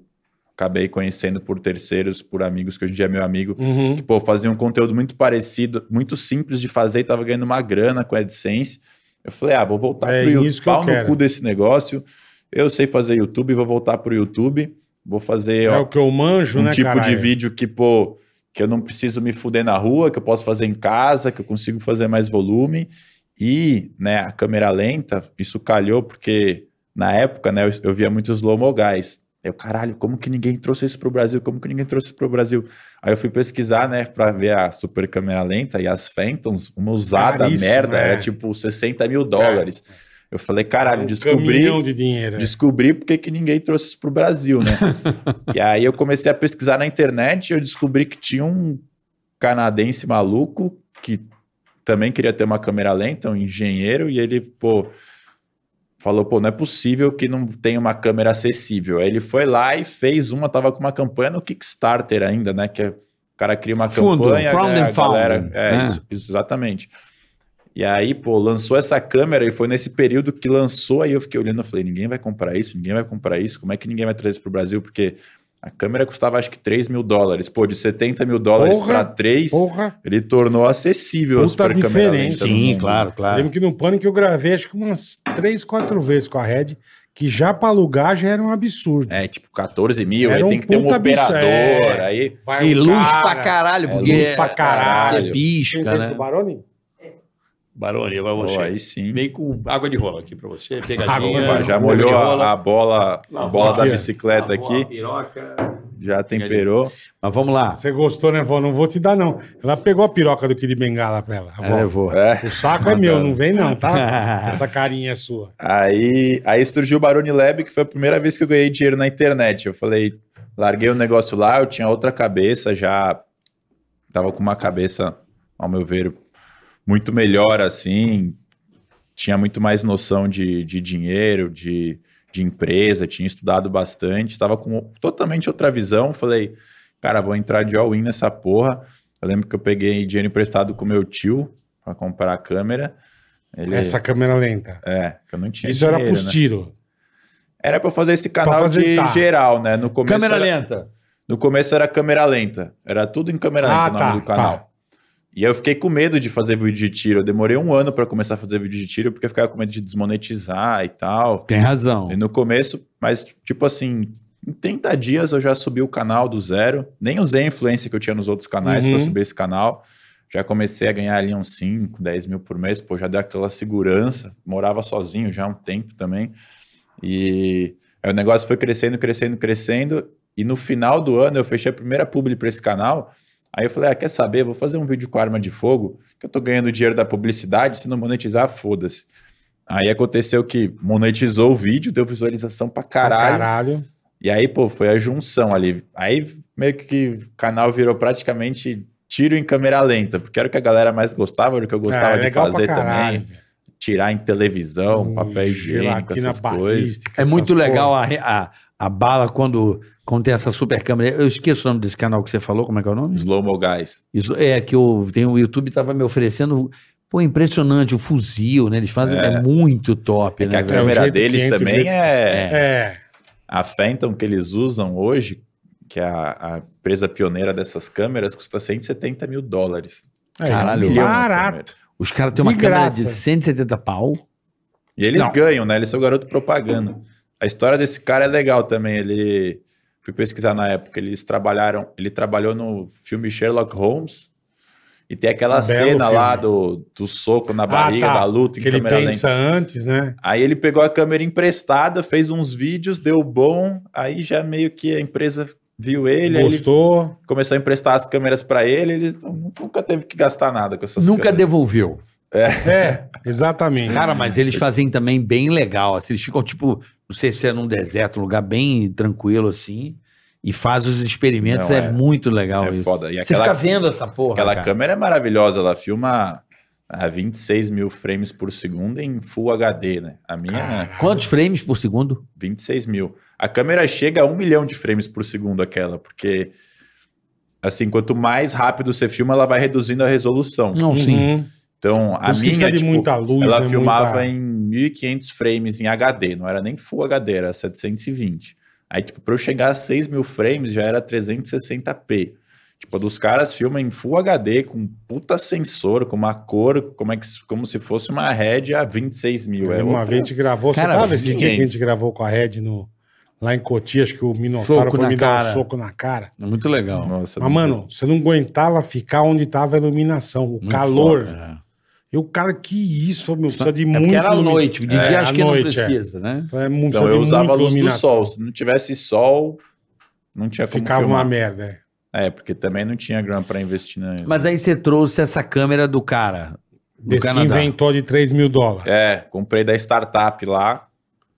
[SPEAKER 6] acabei conhecendo por terceiros, por amigos, que hoje em dia é meu amigo.
[SPEAKER 3] Uhum.
[SPEAKER 6] Pô, fazia um conteúdo muito parecido, muito simples de fazer e tava ganhando uma grana com a AdSense. Eu falei, ah, vou voltar
[SPEAKER 3] É
[SPEAKER 6] pro
[SPEAKER 3] isso
[SPEAKER 6] YouTube,
[SPEAKER 3] que eu
[SPEAKER 6] pau no
[SPEAKER 3] quero.
[SPEAKER 6] cu desse negócio. Eu sei fazer YouTube, vou voltar pro YouTube. Vou fazer
[SPEAKER 3] É
[SPEAKER 6] ó,
[SPEAKER 3] o que eu manjo,
[SPEAKER 6] um
[SPEAKER 3] né,
[SPEAKER 6] tipo de
[SPEAKER 3] caralho?
[SPEAKER 6] vídeo que, pô, que eu não preciso me fuder na rua, que eu posso fazer em casa, que eu consigo fazer mais volume. E, né, a câmera lenta, isso calhou porque na época, né, eu, eu via muitos slow mo guys. Eu, caralho, como que ninguém trouxe isso pro Brasil? Como que ninguém trouxe isso pro Brasil? Aí eu fui pesquisar, né, pra ver a super câmera lenta e as Phantoms, uma usada
[SPEAKER 3] Caríssimo,
[SPEAKER 6] merda,
[SPEAKER 3] é.
[SPEAKER 6] era tipo 60 mil dólares. Eu falei, caralho,
[SPEAKER 3] Um
[SPEAKER 6] descobri
[SPEAKER 3] caminhão de dinheiro. é.
[SPEAKER 6] descobri porque que ninguém trouxe isso pro Brasil, né? e aí eu comecei a pesquisar na internet e eu descobri que tinha um canadense maluco que também queria ter uma câmera lenta, um engenheiro, e ele, pô, falou, pô, não é possível que não tenha uma câmera acessível. Aí ele foi lá e fez uma, tava com uma campanha no Kickstarter ainda, né? Que é- o cara cria uma
[SPEAKER 5] Fundo,
[SPEAKER 6] campanha,
[SPEAKER 5] Round
[SPEAKER 6] né,
[SPEAKER 5] and
[SPEAKER 6] a galera,
[SPEAKER 5] Found,
[SPEAKER 6] é,
[SPEAKER 5] né?
[SPEAKER 6] isso- isso, exatamente. E aí, pô, lançou essa câmera e foi nesse período que lançou, aí eu fiquei olhando, eu falei, ninguém vai comprar isso, ninguém vai comprar isso, como é que ninguém vai trazer isso pro Brasil? Porque a câmera custava acho que 3 mil dólares. Pô, de 70 mil dólares
[SPEAKER 3] Porra!
[SPEAKER 6] para 3,
[SPEAKER 3] Porra.
[SPEAKER 6] ele tornou acessível né?
[SPEAKER 3] Puta
[SPEAKER 6] a super câmera
[SPEAKER 3] diferença.
[SPEAKER 6] lenta no
[SPEAKER 5] Sim,
[SPEAKER 6] mundo.
[SPEAKER 5] claro, claro.
[SPEAKER 6] Ah.
[SPEAKER 3] Lembro que no pânico eu gravei acho que umas três, quatro vezes com a Red, que já pra alugar já era um absurdo.
[SPEAKER 6] É, tipo, 14 mil,
[SPEAKER 3] Era
[SPEAKER 6] aí
[SPEAKER 3] um
[SPEAKER 6] tem que ter um
[SPEAKER 3] puta bicho,
[SPEAKER 6] operador,
[SPEAKER 3] é.
[SPEAKER 6] aí...
[SPEAKER 3] Vai
[SPEAKER 5] E
[SPEAKER 3] um
[SPEAKER 5] luz
[SPEAKER 3] cara-
[SPEAKER 5] pra caralho,
[SPEAKER 6] É,
[SPEAKER 5] porque
[SPEAKER 6] luz
[SPEAKER 5] é-
[SPEAKER 3] pra caralho.
[SPEAKER 5] é
[SPEAKER 3] Quem
[SPEAKER 5] pisca,
[SPEAKER 3] fez do
[SPEAKER 5] né?
[SPEAKER 3] Baroni?
[SPEAKER 7] Baroni, agora
[SPEAKER 6] Pô,
[SPEAKER 7] você.
[SPEAKER 6] aí sim.
[SPEAKER 7] Vem com água de rola aqui pra você. Pegadinha.
[SPEAKER 3] Água de
[SPEAKER 6] Opa,
[SPEAKER 3] rola.
[SPEAKER 6] já
[SPEAKER 7] água de
[SPEAKER 6] molhou
[SPEAKER 7] rola,
[SPEAKER 6] a, a bola, a
[SPEAKER 7] Não,
[SPEAKER 6] bola da
[SPEAKER 3] aqui, ó.
[SPEAKER 6] bicicleta
[SPEAKER 7] a bola, a
[SPEAKER 6] aqui,
[SPEAKER 7] Piroca.
[SPEAKER 6] já temperou.
[SPEAKER 5] Mas vamos lá.
[SPEAKER 3] Você gostou, né, vó? Não vou te dar, não. Ela pegou a piroca do Kid Bengala pra ela. a vó.
[SPEAKER 5] É, eu vou.
[SPEAKER 6] É.
[SPEAKER 3] O saco é meu, não vem não, tá? Essa carinha é sua.
[SPEAKER 6] Aí, aí surgiu o Barone Lab, que foi a primeira vez que eu ganhei dinheiro na internet. Eu falei, larguei o negócio lá, eu tinha outra cabeça, já tava com uma cabeça, ao meu ver, muito melhor assim. Tinha muito mais noção de, de dinheiro, de, de empresa, tinha estudado bastante, tava com totalmente outra visão. Falei, cara, vou entrar de all-in nessa porra. Eu lembro que eu peguei dinheiro emprestado com meu tio para comprar a câmera. Ele-
[SPEAKER 3] Essa câmera lenta.
[SPEAKER 6] é, que eu não tinha
[SPEAKER 3] Isso era
[SPEAKER 6] dinheiro,
[SPEAKER 3] pros
[SPEAKER 6] né?
[SPEAKER 3] tiros.
[SPEAKER 6] Era pra eu fazer esse canal
[SPEAKER 3] fazer,
[SPEAKER 6] de
[SPEAKER 3] tá.
[SPEAKER 6] geral, né? No começo
[SPEAKER 5] Câmera
[SPEAKER 6] era,
[SPEAKER 5] lenta.
[SPEAKER 6] No começo era câmera lenta. Era tudo em câmera lenta
[SPEAKER 3] Ah,
[SPEAKER 6] o nome
[SPEAKER 3] tá,
[SPEAKER 6] do canal.
[SPEAKER 3] tá.
[SPEAKER 6] E eu fiquei com medo de fazer vídeo de tiro. Eu demorei um ano pra começar a fazer vídeo de tiro, porque eu ficava com medo de desmonetizar e tal.
[SPEAKER 5] Tem razão. É
[SPEAKER 6] E no começo, mas tipo assim, em 30 dias eu já subi o canal do zero. Nem usei a influência que eu tinha nos outros canais
[SPEAKER 3] Uhum.
[SPEAKER 6] pra subir esse canal. Já comecei a ganhar ali uns 5, 10 mil por mês. Pô, já deu aquela segurança. Morava sozinho já há um tempo também. E aí o negócio foi crescendo, crescendo, crescendo. E no final do ano eu fechei a primeira publi pra esse canal. Aí eu falei, ah, quer saber? Vou fazer um vídeo com arma de fogo, que eu tô ganhando dinheiro da publicidade, se não monetizar, foda-se. Aí aconteceu que monetizou o vídeo, deu visualização pra caralho.
[SPEAKER 3] Caralho.
[SPEAKER 6] E aí, pô, foi a junção ali. Aí meio que o canal virou praticamente tiro em câmera lenta, porque era o que a galera mais gostava, era o que eu gostava
[SPEAKER 3] Ah,
[SPEAKER 6] de
[SPEAKER 3] legal pra
[SPEAKER 6] fazer
[SPEAKER 3] caralho,
[SPEAKER 6] também.
[SPEAKER 3] velho.
[SPEAKER 6] Tirar em televisão,
[SPEAKER 3] Hum,
[SPEAKER 6] papel higiênico,
[SPEAKER 3] gelatina
[SPEAKER 6] essas coisas.
[SPEAKER 3] balística,
[SPEAKER 5] É
[SPEAKER 3] essas
[SPEAKER 5] muito
[SPEAKER 3] porra.
[SPEAKER 5] legal a, a, a bala quando, quando tem essa super câmera. Eu esqueço o nome desse canal que você falou, como é que é o nome?
[SPEAKER 6] Slow Mo Guys.
[SPEAKER 5] Isso, é, que eu, tem, o YouTube tava me oferecendo. Pô, impressionante, o fuzil, né? Eles fazem. É, muito top,
[SPEAKER 6] É que
[SPEAKER 5] né?
[SPEAKER 6] a
[SPEAKER 5] velho?
[SPEAKER 3] o
[SPEAKER 6] câmera
[SPEAKER 3] jeito
[SPEAKER 6] deles
[SPEAKER 3] que entra, o
[SPEAKER 6] também
[SPEAKER 3] jeito-
[SPEAKER 6] é...
[SPEAKER 3] É.
[SPEAKER 6] A Phantom que eles usam hoje, que é a, a empresa pioneira dessas câmeras, custa 170 mil dólares.
[SPEAKER 3] é
[SPEAKER 5] Caralho.
[SPEAKER 3] um
[SPEAKER 6] milhão na
[SPEAKER 3] Barato.
[SPEAKER 6] câmera.
[SPEAKER 5] Os caras têm uma
[SPEAKER 3] De
[SPEAKER 5] câmera
[SPEAKER 3] graça.
[SPEAKER 5] de 170 pau.
[SPEAKER 6] E eles
[SPEAKER 5] Não.
[SPEAKER 6] ganham, né? Eles são garoto propaganda. A história desse cara é legal também. Ele fui pesquisar na época. Eles trabalharam. Ele trabalhou no filme Sherlock Holmes. E tem aquela
[SPEAKER 3] Um belo
[SPEAKER 6] cena
[SPEAKER 3] filme.
[SPEAKER 6] lá do, do soco na barriga,
[SPEAKER 3] tá.
[SPEAKER 6] da luta em
[SPEAKER 3] Que ele
[SPEAKER 6] câmera lenta.
[SPEAKER 3] pensa antes, né?
[SPEAKER 6] Aí ele pegou a câmera emprestada, fez uns vídeos, deu bom. Aí já meio que a empresa viu ele, aí ele
[SPEAKER 3] Gostou.
[SPEAKER 6] começou a emprestar as câmeras pra ele, ele nu- nunca teve que gastar nada com essas
[SPEAKER 5] Nunca
[SPEAKER 6] câmeras.
[SPEAKER 5] devolveu.
[SPEAKER 3] É, exatamente.
[SPEAKER 5] Cara, mas eles fazem também bem legal, assim, eles ficam tipo, não sei se é num deserto, um lugar bem tranquilo assim, e faz os experimentos,
[SPEAKER 6] Não,
[SPEAKER 5] é,
[SPEAKER 6] é-
[SPEAKER 5] muito legal
[SPEAKER 6] é
[SPEAKER 5] isso.
[SPEAKER 6] foda. E
[SPEAKER 5] Você
[SPEAKER 6] aquela-
[SPEAKER 5] fica vendo essa porra,
[SPEAKER 6] Aquela
[SPEAKER 5] cara.
[SPEAKER 6] câmera é maravilhosa, ela filma ah, a 26 mil frames por segundo em Full HD, né? A minha
[SPEAKER 5] Quantos frames por segundo?
[SPEAKER 6] 26 mil. A câmera chega a um milhão de frames por segundo aquela, porque assim, quanto mais rápido você filma, ela vai reduzindo a resolução.
[SPEAKER 5] Não, sim.
[SPEAKER 3] Uhum.
[SPEAKER 6] Então,
[SPEAKER 3] Por
[SPEAKER 6] a
[SPEAKER 3] isso que
[SPEAKER 6] minha,
[SPEAKER 3] precisa de
[SPEAKER 6] tipo,
[SPEAKER 3] muita luz,
[SPEAKER 6] ela
[SPEAKER 3] né,
[SPEAKER 6] filmava
[SPEAKER 3] muita-
[SPEAKER 6] em 1500 frames em HD, não era nem Full HD, era 720. Aí, tipo, pra eu chegar a 6 mil frames já era 360p. Tipo, a dos caras filma em Full HD com um puta sensor, com uma cor, como, é que, como se fosse uma Red a 26 mil. É
[SPEAKER 3] uma
[SPEAKER 6] outra-
[SPEAKER 3] vez a gente gravou,
[SPEAKER 5] Cara,
[SPEAKER 3] você tava esse dia que a
[SPEAKER 6] gente.
[SPEAKER 3] gente gravou com a Red no, lá em Cotia, acho que o Minotauro
[SPEAKER 5] Soco
[SPEAKER 3] foi
[SPEAKER 5] na
[SPEAKER 3] me dar
[SPEAKER 5] cara.
[SPEAKER 3] um soco na cara.
[SPEAKER 5] É muito legal.
[SPEAKER 6] Nossa,
[SPEAKER 3] Mas, mano, você não aguentava ficar onde tava a iluminação, o
[SPEAKER 5] Muito
[SPEAKER 3] calor.
[SPEAKER 6] né?
[SPEAKER 5] foda, é.
[SPEAKER 3] E o cara, que isso, meu, precisa de
[SPEAKER 5] É
[SPEAKER 3] muito...
[SPEAKER 5] porque era à
[SPEAKER 3] ilumi-
[SPEAKER 5] noite, de
[SPEAKER 3] É,
[SPEAKER 5] dia
[SPEAKER 3] à
[SPEAKER 5] acho que não
[SPEAKER 3] noite, é.
[SPEAKER 5] precisa, né?
[SPEAKER 3] É, mu-
[SPEAKER 6] Então
[SPEAKER 3] precisa de
[SPEAKER 6] eu usava a
[SPEAKER 3] muita
[SPEAKER 6] luz do
[SPEAKER 3] iluminação.
[SPEAKER 6] sol. Se não tivesse sol, não tinha como
[SPEAKER 3] Ficava
[SPEAKER 6] filmar.
[SPEAKER 3] uma merda, é.
[SPEAKER 6] É, porque também não tinha grana pra investir né? na...
[SPEAKER 5] Mas aí você trouxe essa câmera do cara, do
[SPEAKER 3] Desse que
[SPEAKER 5] Canadá.
[SPEAKER 3] inventou de 3 mil dólares.
[SPEAKER 6] É, comprei da startup lá.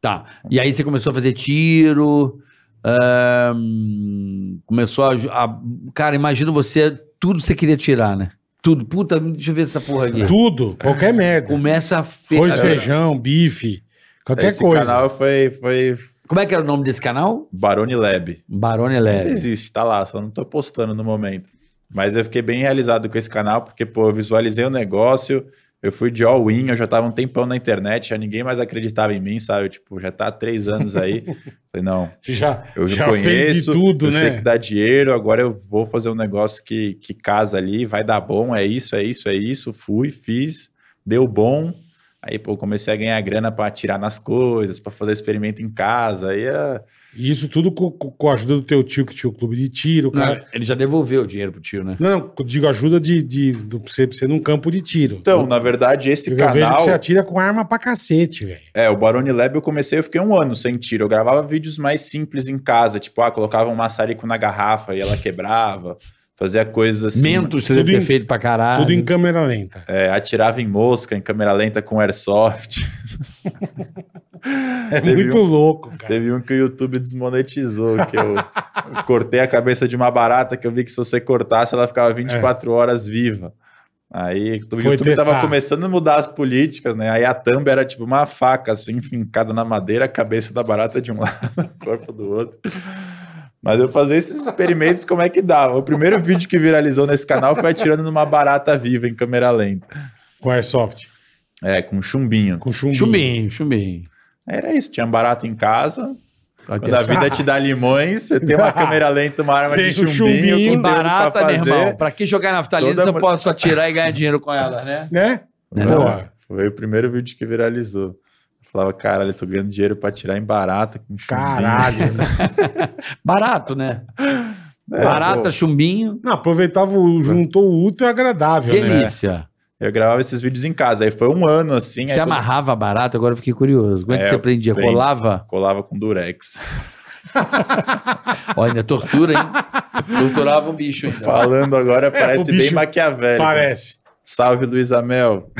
[SPEAKER 5] Tá. E aí você começou a fazer tiro. ahn, começou a, ju- a- Cara, imagino você. Tudo você queria tirar, né? Tudo. Puta, deixa eu ver essa porra
[SPEAKER 6] É.
[SPEAKER 5] aqui.
[SPEAKER 3] Tudo, qualquer merda.
[SPEAKER 5] Começa a fe...
[SPEAKER 3] Arroz, feijão, bife, qualquer
[SPEAKER 6] Esse
[SPEAKER 3] coisa.
[SPEAKER 6] canal foi, foi
[SPEAKER 5] Como é que era o nome desse canal?
[SPEAKER 6] Barone Lab.
[SPEAKER 5] Barone
[SPEAKER 3] É.
[SPEAKER 6] Ainda
[SPEAKER 5] Leve.
[SPEAKER 6] existe, tá lá, só não tô postando no momento. Mas eu fiquei bem realizado com esse canal, porque, pô, eu visualizei o negócio, eu fui de all-in, eu já tava um tempão na internet, já ninguém mais acreditava em mim, sabe? Tipo, já tá há três anos aí. Falei, não,
[SPEAKER 3] Já,
[SPEAKER 6] eu
[SPEAKER 3] já
[SPEAKER 6] conheço,
[SPEAKER 3] fez de tudo,
[SPEAKER 6] eu
[SPEAKER 3] né?
[SPEAKER 6] sei que dá dinheiro, agora eu vou fazer um negócio que, que casa ali, vai dar bom, é isso, é isso, é isso. Fui, fiz, deu bom. Aí, pô, comecei a ganhar grana pra tirar nas coisas, pra fazer experimento em casa. Aí era...
[SPEAKER 3] E isso tudo com, com- com a ajuda do teu tio, que tinha o clube de tiro. o
[SPEAKER 6] É.
[SPEAKER 3] Cara...
[SPEAKER 5] Ele já devolveu o dinheiro pro tio, né?
[SPEAKER 3] Não, não, eu digo ajuda de, de, do- pra você, pra você num campo de tiro.
[SPEAKER 6] Então, na verdade, esse
[SPEAKER 3] eu, eu vejo
[SPEAKER 6] canal...
[SPEAKER 3] que você atira com arma pra cacete, velho.
[SPEAKER 6] É, o Barone Lab eu comecei, eu fiquei um ano sem tiro. Eu gravava vídeos mais simples em casa, tipo, ah, colocava um maçarico na garrafa e ela quebrava, fazia coisas assim.
[SPEAKER 5] Mentos você
[SPEAKER 3] Tudo
[SPEAKER 5] deve ter
[SPEAKER 3] em-
[SPEAKER 5] feito pra
[SPEAKER 6] Ah,
[SPEAKER 5] caralho.
[SPEAKER 6] né?
[SPEAKER 3] Tudo em câmera lenta.
[SPEAKER 6] É, atirava em mosca, em câmera lenta com airsoft.
[SPEAKER 3] É
[SPEAKER 6] Teve
[SPEAKER 3] muito louco, cara.
[SPEAKER 6] Teve um que o YouTube desmonetizou, que eu eu cortei a cabeça de uma barata que eu vi que se você cortasse, ela ficava 24 horas viva. Aí o
[SPEAKER 3] É. Foi
[SPEAKER 6] YouTube
[SPEAKER 3] testar.
[SPEAKER 6] tava começando a mudar as políticas, né? Aí a thumb era tipo uma faca, assim, fincada na madeira, a cabeça da barata de um lado, o corpo do outro. Mas eu fazia esses experimentos, como é que dava? O primeiro vídeo que viralizou nesse canal foi atirando numa barata viva em câmera lenta.
[SPEAKER 3] Com airsoft,
[SPEAKER 6] É, com chumbinho.
[SPEAKER 3] com chumbinho.
[SPEAKER 5] Chumbinho, chumbinho. assim.
[SPEAKER 6] Era isso, tinha barata em casa,
[SPEAKER 5] Vai ter-
[SPEAKER 6] Quando a vida te dá limões, você tem uma câmera lenta, uma arma
[SPEAKER 3] Tem
[SPEAKER 6] de
[SPEAKER 3] o
[SPEAKER 6] chumbinho,
[SPEAKER 3] um chumbinho.
[SPEAKER 6] com
[SPEAKER 5] E
[SPEAKER 6] dedo pra
[SPEAKER 5] barata, meu
[SPEAKER 6] fazer.
[SPEAKER 5] irmão. Pra que jogar naftalina
[SPEAKER 6] Toda
[SPEAKER 5] se eu
[SPEAKER 6] mu-
[SPEAKER 5] posso atirar e ganhar dinheiro com ela, né?
[SPEAKER 6] É,
[SPEAKER 3] Né?
[SPEAKER 5] Não,
[SPEAKER 3] Porra.
[SPEAKER 6] Foi o primeiro vídeo que viralizou. Eu falava, caralho, eu tô ganhando dinheiro pra tirar em barata com chumbinho.
[SPEAKER 3] Caralho, né? irmão.
[SPEAKER 5] Barato, né?
[SPEAKER 6] É,
[SPEAKER 5] barata,
[SPEAKER 6] pô,
[SPEAKER 5] chumbinho.
[SPEAKER 3] Não, aproveitava, o, juntou o útil e o agradável, né?
[SPEAKER 5] Delícia.
[SPEAKER 6] eu gravava esses vídeos em casa. Aí foi um ano assim.
[SPEAKER 5] Você
[SPEAKER 6] aí quando-
[SPEAKER 5] amarrava barato? Agora eu fiquei curioso. Como é que
[SPEAKER 6] É,
[SPEAKER 5] você prendia?
[SPEAKER 6] bem-
[SPEAKER 5] Colava?
[SPEAKER 6] Colava com durex.
[SPEAKER 5] Olha, é tortura, hein? Torturava o bicho ainda.
[SPEAKER 6] Falando agora parece bem
[SPEAKER 3] É, bicho
[SPEAKER 6] maquiavélico.
[SPEAKER 3] Parece.
[SPEAKER 6] Salve, Luiz Amel.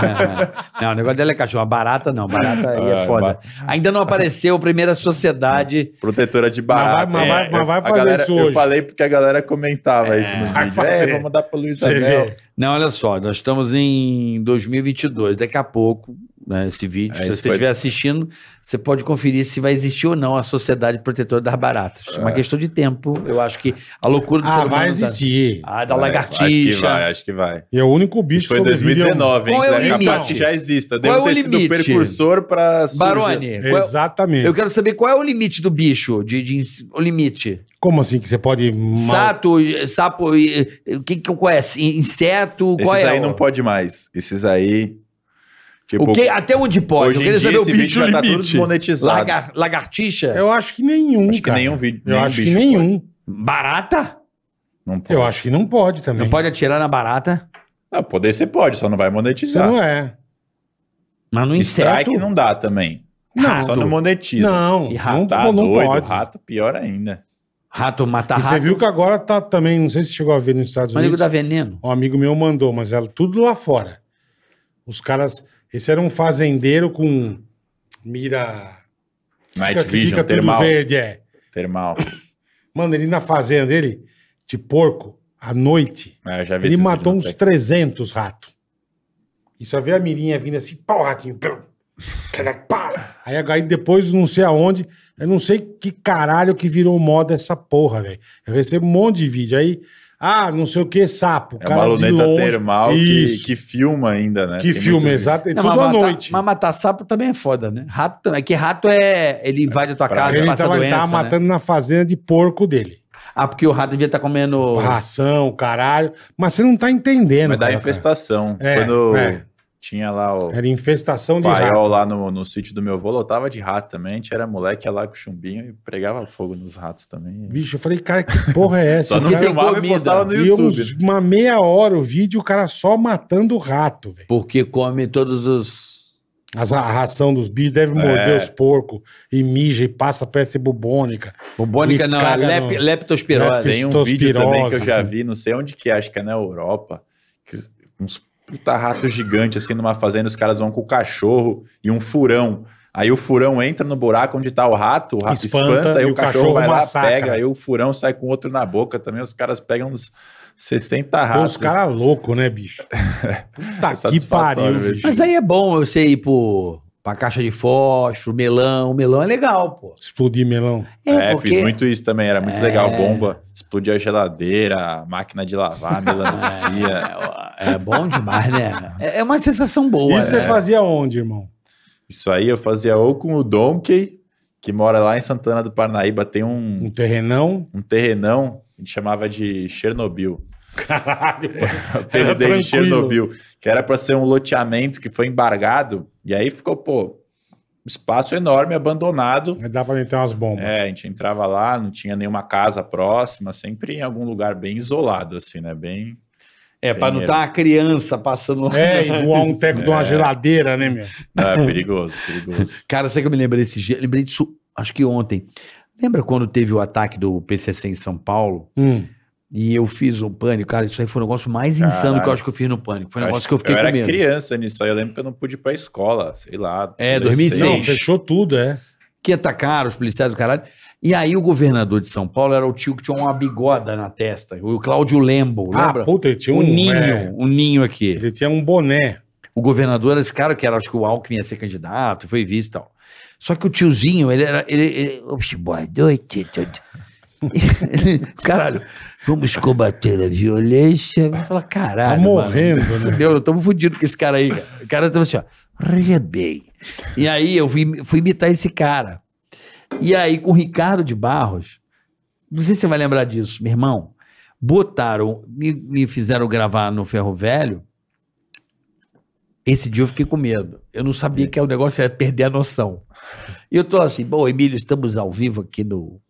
[SPEAKER 5] não, o negócio dela é cachorro. A Barata não. Barata aí é
[SPEAKER 6] Ah,
[SPEAKER 5] foda. Ainda não apareceu a primeira sociedade.
[SPEAKER 6] Protetora de barata. É,
[SPEAKER 3] Mas vai- mas vai- mas vai
[SPEAKER 6] a
[SPEAKER 3] fazer
[SPEAKER 6] galera-
[SPEAKER 3] isso
[SPEAKER 6] Eu
[SPEAKER 3] hoje.
[SPEAKER 6] falei porque a galera comentava isso no
[SPEAKER 3] Vai
[SPEAKER 6] vídeo.
[SPEAKER 3] fazer.
[SPEAKER 6] É, vamos dar pra Luiz
[SPEAKER 3] Você
[SPEAKER 6] Amel.
[SPEAKER 3] vê.
[SPEAKER 5] Não, olha só. Nós estamos em 2022. Daqui a pouco, né, esse vídeo,
[SPEAKER 6] É,
[SPEAKER 5] se
[SPEAKER 6] isso
[SPEAKER 5] você
[SPEAKER 6] foi-
[SPEAKER 5] estiver assistindo, você pode conferir se vai existir ou não a Sociedade Protetora das Baratas. É uma questão de tempo. Eu acho que a loucura do ser
[SPEAKER 3] Ah,
[SPEAKER 5] humano
[SPEAKER 3] vai
[SPEAKER 5] tá-
[SPEAKER 3] existir.
[SPEAKER 5] Ah, da
[SPEAKER 6] Vai,
[SPEAKER 5] lagartixa.
[SPEAKER 6] É, Acho que vai, acho que vai.
[SPEAKER 3] E é o único
[SPEAKER 6] Isso
[SPEAKER 3] bicho
[SPEAKER 6] foi em
[SPEAKER 3] que eu vivi,
[SPEAKER 6] 2019, hein?
[SPEAKER 5] Qual é o
[SPEAKER 6] Então capaz
[SPEAKER 5] limite?
[SPEAKER 6] que já exista.
[SPEAKER 5] Qual é
[SPEAKER 6] Deve
[SPEAKER 5] o
[SPEAKER 6] ter sido
[SPEAKER 5] limite?
[SPEAKER 6] o precursor para.
[SPEAKER 5] Barone,
[SPEAKER 3] é um-
[SPEAKER 5] qual é-
[SPEAKER 3] Exatamente.
[SPEAKER 5] Eu quero saber qual é o limite do bicho, de, de ins- o limite.
[SPEAKER 3] Como assim que você pode... mal-
[SPEAKER 5] Sato, eh, sapo, eh, eh, o que que eu conheço? In- Inseto,
[SPEAKER 6] Esses
[SPEAKER 5] qual é?
[SPEAKER 6] aí
[SPEAKER 5] o-
[SPEAKER 6] não pode mais. Esses aí. Tipo,
[SPEAKER 5] o que, até onde pode?
[SPEAKER 6] hoje
[SPEAKER 5] Eu
[SPEAKER 6] em
[SPEAKER 5] queria
[SPEAKER 6] dia
[SPEAKER 5] saber o
[SPEAKER 6] esse
[SPEAKER 5] bicho
[SPEAKER 6] vídeo já tá tudo
[SPEAKER 5] limite.
[SPEAKER 6] desmonetizado.
[SPEAKER 5] Lagar- lagartixa?
[SPEAKER 3] Eu acho que nenhum,
[SPEAKER 6] Acho que
[SPEAKER 3] cara.
[SPEAKER 6] nenhum vídeo.
[SPEAKER 3] Eu acho que
[SPEAKER 6] bicho pode.
[SPEAKER 3] nenhum.
[SPEAKER 5] Barata?
[SPEAKER 6] Não pode.
[SPEAKER 3] Eu acho que não pode também.
[SPEAKER 5] Não pode atirar na barata,
[SPEAKER 6] Ah, poder você pode, só não vai
[SPEAKER 3] Você
[SPEAKER 6] monetizar.
[SPEAKER 3] não é.
[SPEAKER 5] mas no inseto.
[SPEAKER 6] Strike não dá também.
[SPEAKER 5] Ah,
[SPEAKER 3] Não.
[SPEAKER 6] Só não monetiza.
[SPEAKER 3] Não,
[SPEAKER 5] E
[SPEAKER 3] não,
[SPEAKER 6] Tá
[SPEAKER 3] não
[SPEAKER 6] doido,
[SPEAKER 3] pode.
[SPEAKER 6] rato pior ainda.
[SPEAKER 5] Rato mata
[SPEAKER 3] E você
[SPEAKER 5] rato.
[SPEAKER 3] viu que agora tá também, não sei se chegou a ver nos Estados
[SPEAKER 5] O amigo
[SPEAKER 3] Unidos.
[SPEAKER 5] dá veneno.
[SPEAKER 3] Um amigo meu mandou, mas era tudo lá fora. Os caras. Esse era um fazendeiro com mira.
[SPEAKER 6] Night
[SPEAKER 3] que
[SPEAKER 6] Vision,
[SPEAKER 3] fica tudo
[SPEAKER 6] termal.
[SPEAKER 3] verde, é.
[SPEAKER 6] Termal.
[SPEAKER 3] Mano, ele na fazenda dele, de porco, à noite,
[SPEAKER 6] É, eu já vi
[SPEAKER 3] ele
[SPEAKER 6] esses
[SPEAKER 3] matou uns
[SPEAKER 6] vídeos no
[SPEAKER 3] 300 ratos. E só vê a mirinha vindo assim, pá, o ratinho. plum, cada- pá. Aí, a- aí depois, não sei aonde, eu não sei que caralho que virou moda essa porra, velho. Eu recebo um monte de vídeo. Aí, ah, não sei o que, sapo.
[SPEAKER 6] Tec. É uma
[SPEAKER 3] de
[SPEAKER 6] luneta
[SPEAKER 3] longe.
[SPEAKER 6] termal que,
[SPEAKER 3] Isso.
[SPEAKER 6] que filma ainda, né?
[SPEAKER 3] Que
[SPEAKER 6] Tem
[SPEAKER 3] filme,
[SPEAKER 6] muito-
[SPEAKER 3] exato. E
[SPEAKER 5] Não,
[SPEAKER 3] É tudo
[SPEAKER 5] mas
[SPEAKER 3] à
[SPEAKER 5] matar-
[SPEAKER 3] noite.
[SPEAKER 5] Mas matar sapo também é foda, né? Rato também. É que rato é. Ele invade a tua
[SPEAKER 6] Pra
[SPEAKER 5] casa,
[SPEAKER 3] ele
[SPEAKER 5] passa
[SPEAKER 3] tava, ele
[SPEAKER 5] doença.
[SPEAKER 3] tava
[SPEAKER 5] né?
[SPEAKER 3] matando na fazenda de porco dele.
[SPEAKER 5] Ah, porque o rato devia estar comendo.
[SPEAKER 3] Ração, caralho. Mas você não tá entendendo.
[SPEAKER 6] Mas dá
[SPEAKER 3] cara.
[SPEAKER 6] infestação.
[SPEAKER 3] É,
[SPEAKER 6] Quando
[SPEAKER 3] é.
[SPEAKER 6] tinha lá o
[SPEAKER 3] Era infestação de rato.
[SPEAKER 6] paiol lá no, no sítio do meu avô, lotava de rato também. A gente era moleque, ia lá com chumbinho e pregava fogo nos ratos também.
[SPEAKER 3] Bicho, eu falei, cara, que porra é essa?
[SPEAKER 6] Só
[SPEAKER 3] O
[SPEAKER 6] não
[SPEAKER 3] cara,
[SPEAKER 6] filmava e
[SPEAKER 5] comida.
[SPEAKER 6] postava no
[SPEAKER 3] e
[SPEAKER 6] YouTube. né?
[SPEAKER 3] uns- uma meia hora o vídeo, o cara só matando o rato, velho.
[SPEAKER 5] Porque come todos os.
[SPEAKER 3] As- A ração dos bichos
[SPEAKER 6] É.
[SPEAKER 3] deve morder os porcos e mija e passa peste bubônica.
[SPEAKER 5] Bubônica
[SPEAKER 3] Me
[SPEAKER 5] não, é
[SPEAKER 3] caga
[SPEAKER 5] lep,
[SPEAKER 3] no-
[SPEAKER 5] leptospirose.
[SPEAKER 3] Leptos-
[SPEAKER 6] Tem um vídeo também que eu
[SPEAKER 3] Testospirose.
[SPEAKER 6] já vi, não sei onde que é, acho que é na Europa. que uns puta rato gigante assim numa fazenda, os caras vão com o cachorro e um furão. Aí o furão entra no buraco onde tá o rato, o rato espanta,
[SPEAKER 3] Espanta,
[SPEAKER 6] aí
[SPEAKER 3] e
[SPEAKER 6] o
[SPEAKER 3] o
[SPEAKER 6] cachorro,
[SPEAKER 3] cachorro
[SPEAKER 6] vai lá,
[SPEAKER 3] massacra.
[SPEAKER 6] pega, aí o furão sai com outro na boca também, os caras pegam uns 60
[SPEAKER 3] Pô,
[SPEAKER 6] ratos.
[SPEAKER 3] os caras loucos, né, bicho?
[SPEAKER 6] É
[SPEAKER 3] Puta que
[SPEAKER 6] satisfatório
[SPEAKER 3] pariu,
[SPEAKER 6] ver
[SPEAKER 3] bicho.
[SPEAKER 5] Mas aí é bom você ir pro, pra caixa de fósforo, melão. Melão é legal, pô.
[SPEAKER 3] Explodir melão.
[SPEAKER 6] É, fiz muito isso também, era muito legal, bomba, explodia a geladeira, a máquina de lavar, a melancia.
[SPEAKER 5] É bom demais, né? É é uma sensação boa.
[SPEAKER 3] Isso
[SPEAKER 6] é.
[SPEAKER 5] né?
[SPEAKER 3] você fazia onde, irmão?
[SPEAKER 6] Isso aí eu fazia ou com o Donkey, que mora lá em Santana do Parnaíba, tem um
[SPEAKER 3] Um terrenão?
[SPEAKER 6] um terrenão, a gente chamava de Chernobyl.
[SPEAKER 3] Caralho.
[SPEAKER 6] O apelido
[SPEAKER 3] tranquilo.
[SPEAKER 6] dele de Chernobyl, que era para ser um loteamento que foi embargado, e aí ficou, pô, um espaço enorme, abandonado.
[SPEAKER 3] Dá pra meter umas bombas.
[SPEAKER 6] É, a gente entrava lá, não tinha nenhuma casa próxima, sempre em algum lugar bem isolado, assim, né? Bem.
[SPEAKER 5] É, pra não estar uma criança passando. lá.
[SPEAKER 3] É, e voar um teco de uma
[SPEAKER 6] É.
[SPEAKER 3] geladeira, né, meu?
[SPEAKER 6] Não, é perigoso, perigoso.
[SPEAKER 5] Cara, sabe que eu me lembrei esse dia? Lembrei disso, acho que ontem. Lembra quando teve o ataque do PCC em São Paulo?
[SPEAKER 3] Hum.
[SPEAKER 5] E eu fiz um pânico, cara, isso aí foi o negócio mais insano que eu
[SPEAKER 6] Caralho.
[SPEAKER 5] acho que eu fiz no pânico. Foi um
[SPEAKER 6] Eu
[SPEAKER 5] negócio
[SPEAKER 6] acho-
[SPEAKER 5] que eu fiquei
[SPEAKER 6] eu
[SPEAKER 5] com
[SPEAKER 6] era
[SPEAKER 5] medo.
[SPEAKER 6] criança nisso aí, eu lembro que eu não pude ir pra escola, sei lá.
[SPEAKER 5] É,
[SPEAKER 6] adolescente.
[SPEAKER 5] 2006.
[SPEAKER 3] Não, fechou tudo, é.
[SPEAKER 5] Que atacaram os policiais do caralho. E aí o governador de São Paulo era o tio que tinha uma bigoda na testa. O Cláudio Lembo, lembra?
[SPEAKER 3] Ah, puta, ele tinha um,
[SPEAKER 5] um ninho,
[SPEAKER 3] é,
[SPEAKER 5] um ninho aqui.
[SPEAKER 3] ele tinha um boné.
[SPEAKER 5] O governador era esse cara que era, acho que o Alckmin ia ser candidato, foi visto e tal. Só que o tiozinho, ele era. Ele, ele- Oxe, boa noite. tudo. Caralho, vamos combater a violência. Eu falo, caralho.
[SPEAKER 3] Tá
[SPEAKER 5] mano,
[SPEAKER 3] morrendo, né?
[SPEAKER 5] Fudeu, eu tô fudido com esse cara aí. cara. O cara tava assim, ó. "Olha bem. E aí eu fui, fui imitar esse cara. E aí com o Ricardo de Barros, não sei se você vai lembrar disso, meu irmão. Botaram, me, me fizeram gravar no Ferro Velho. Esse dia eu fiquei com medo. Eu não sabia que é o negócio era perder a noção. E eu tô assim, bom, Emílio, estamos ao vivo aqui no.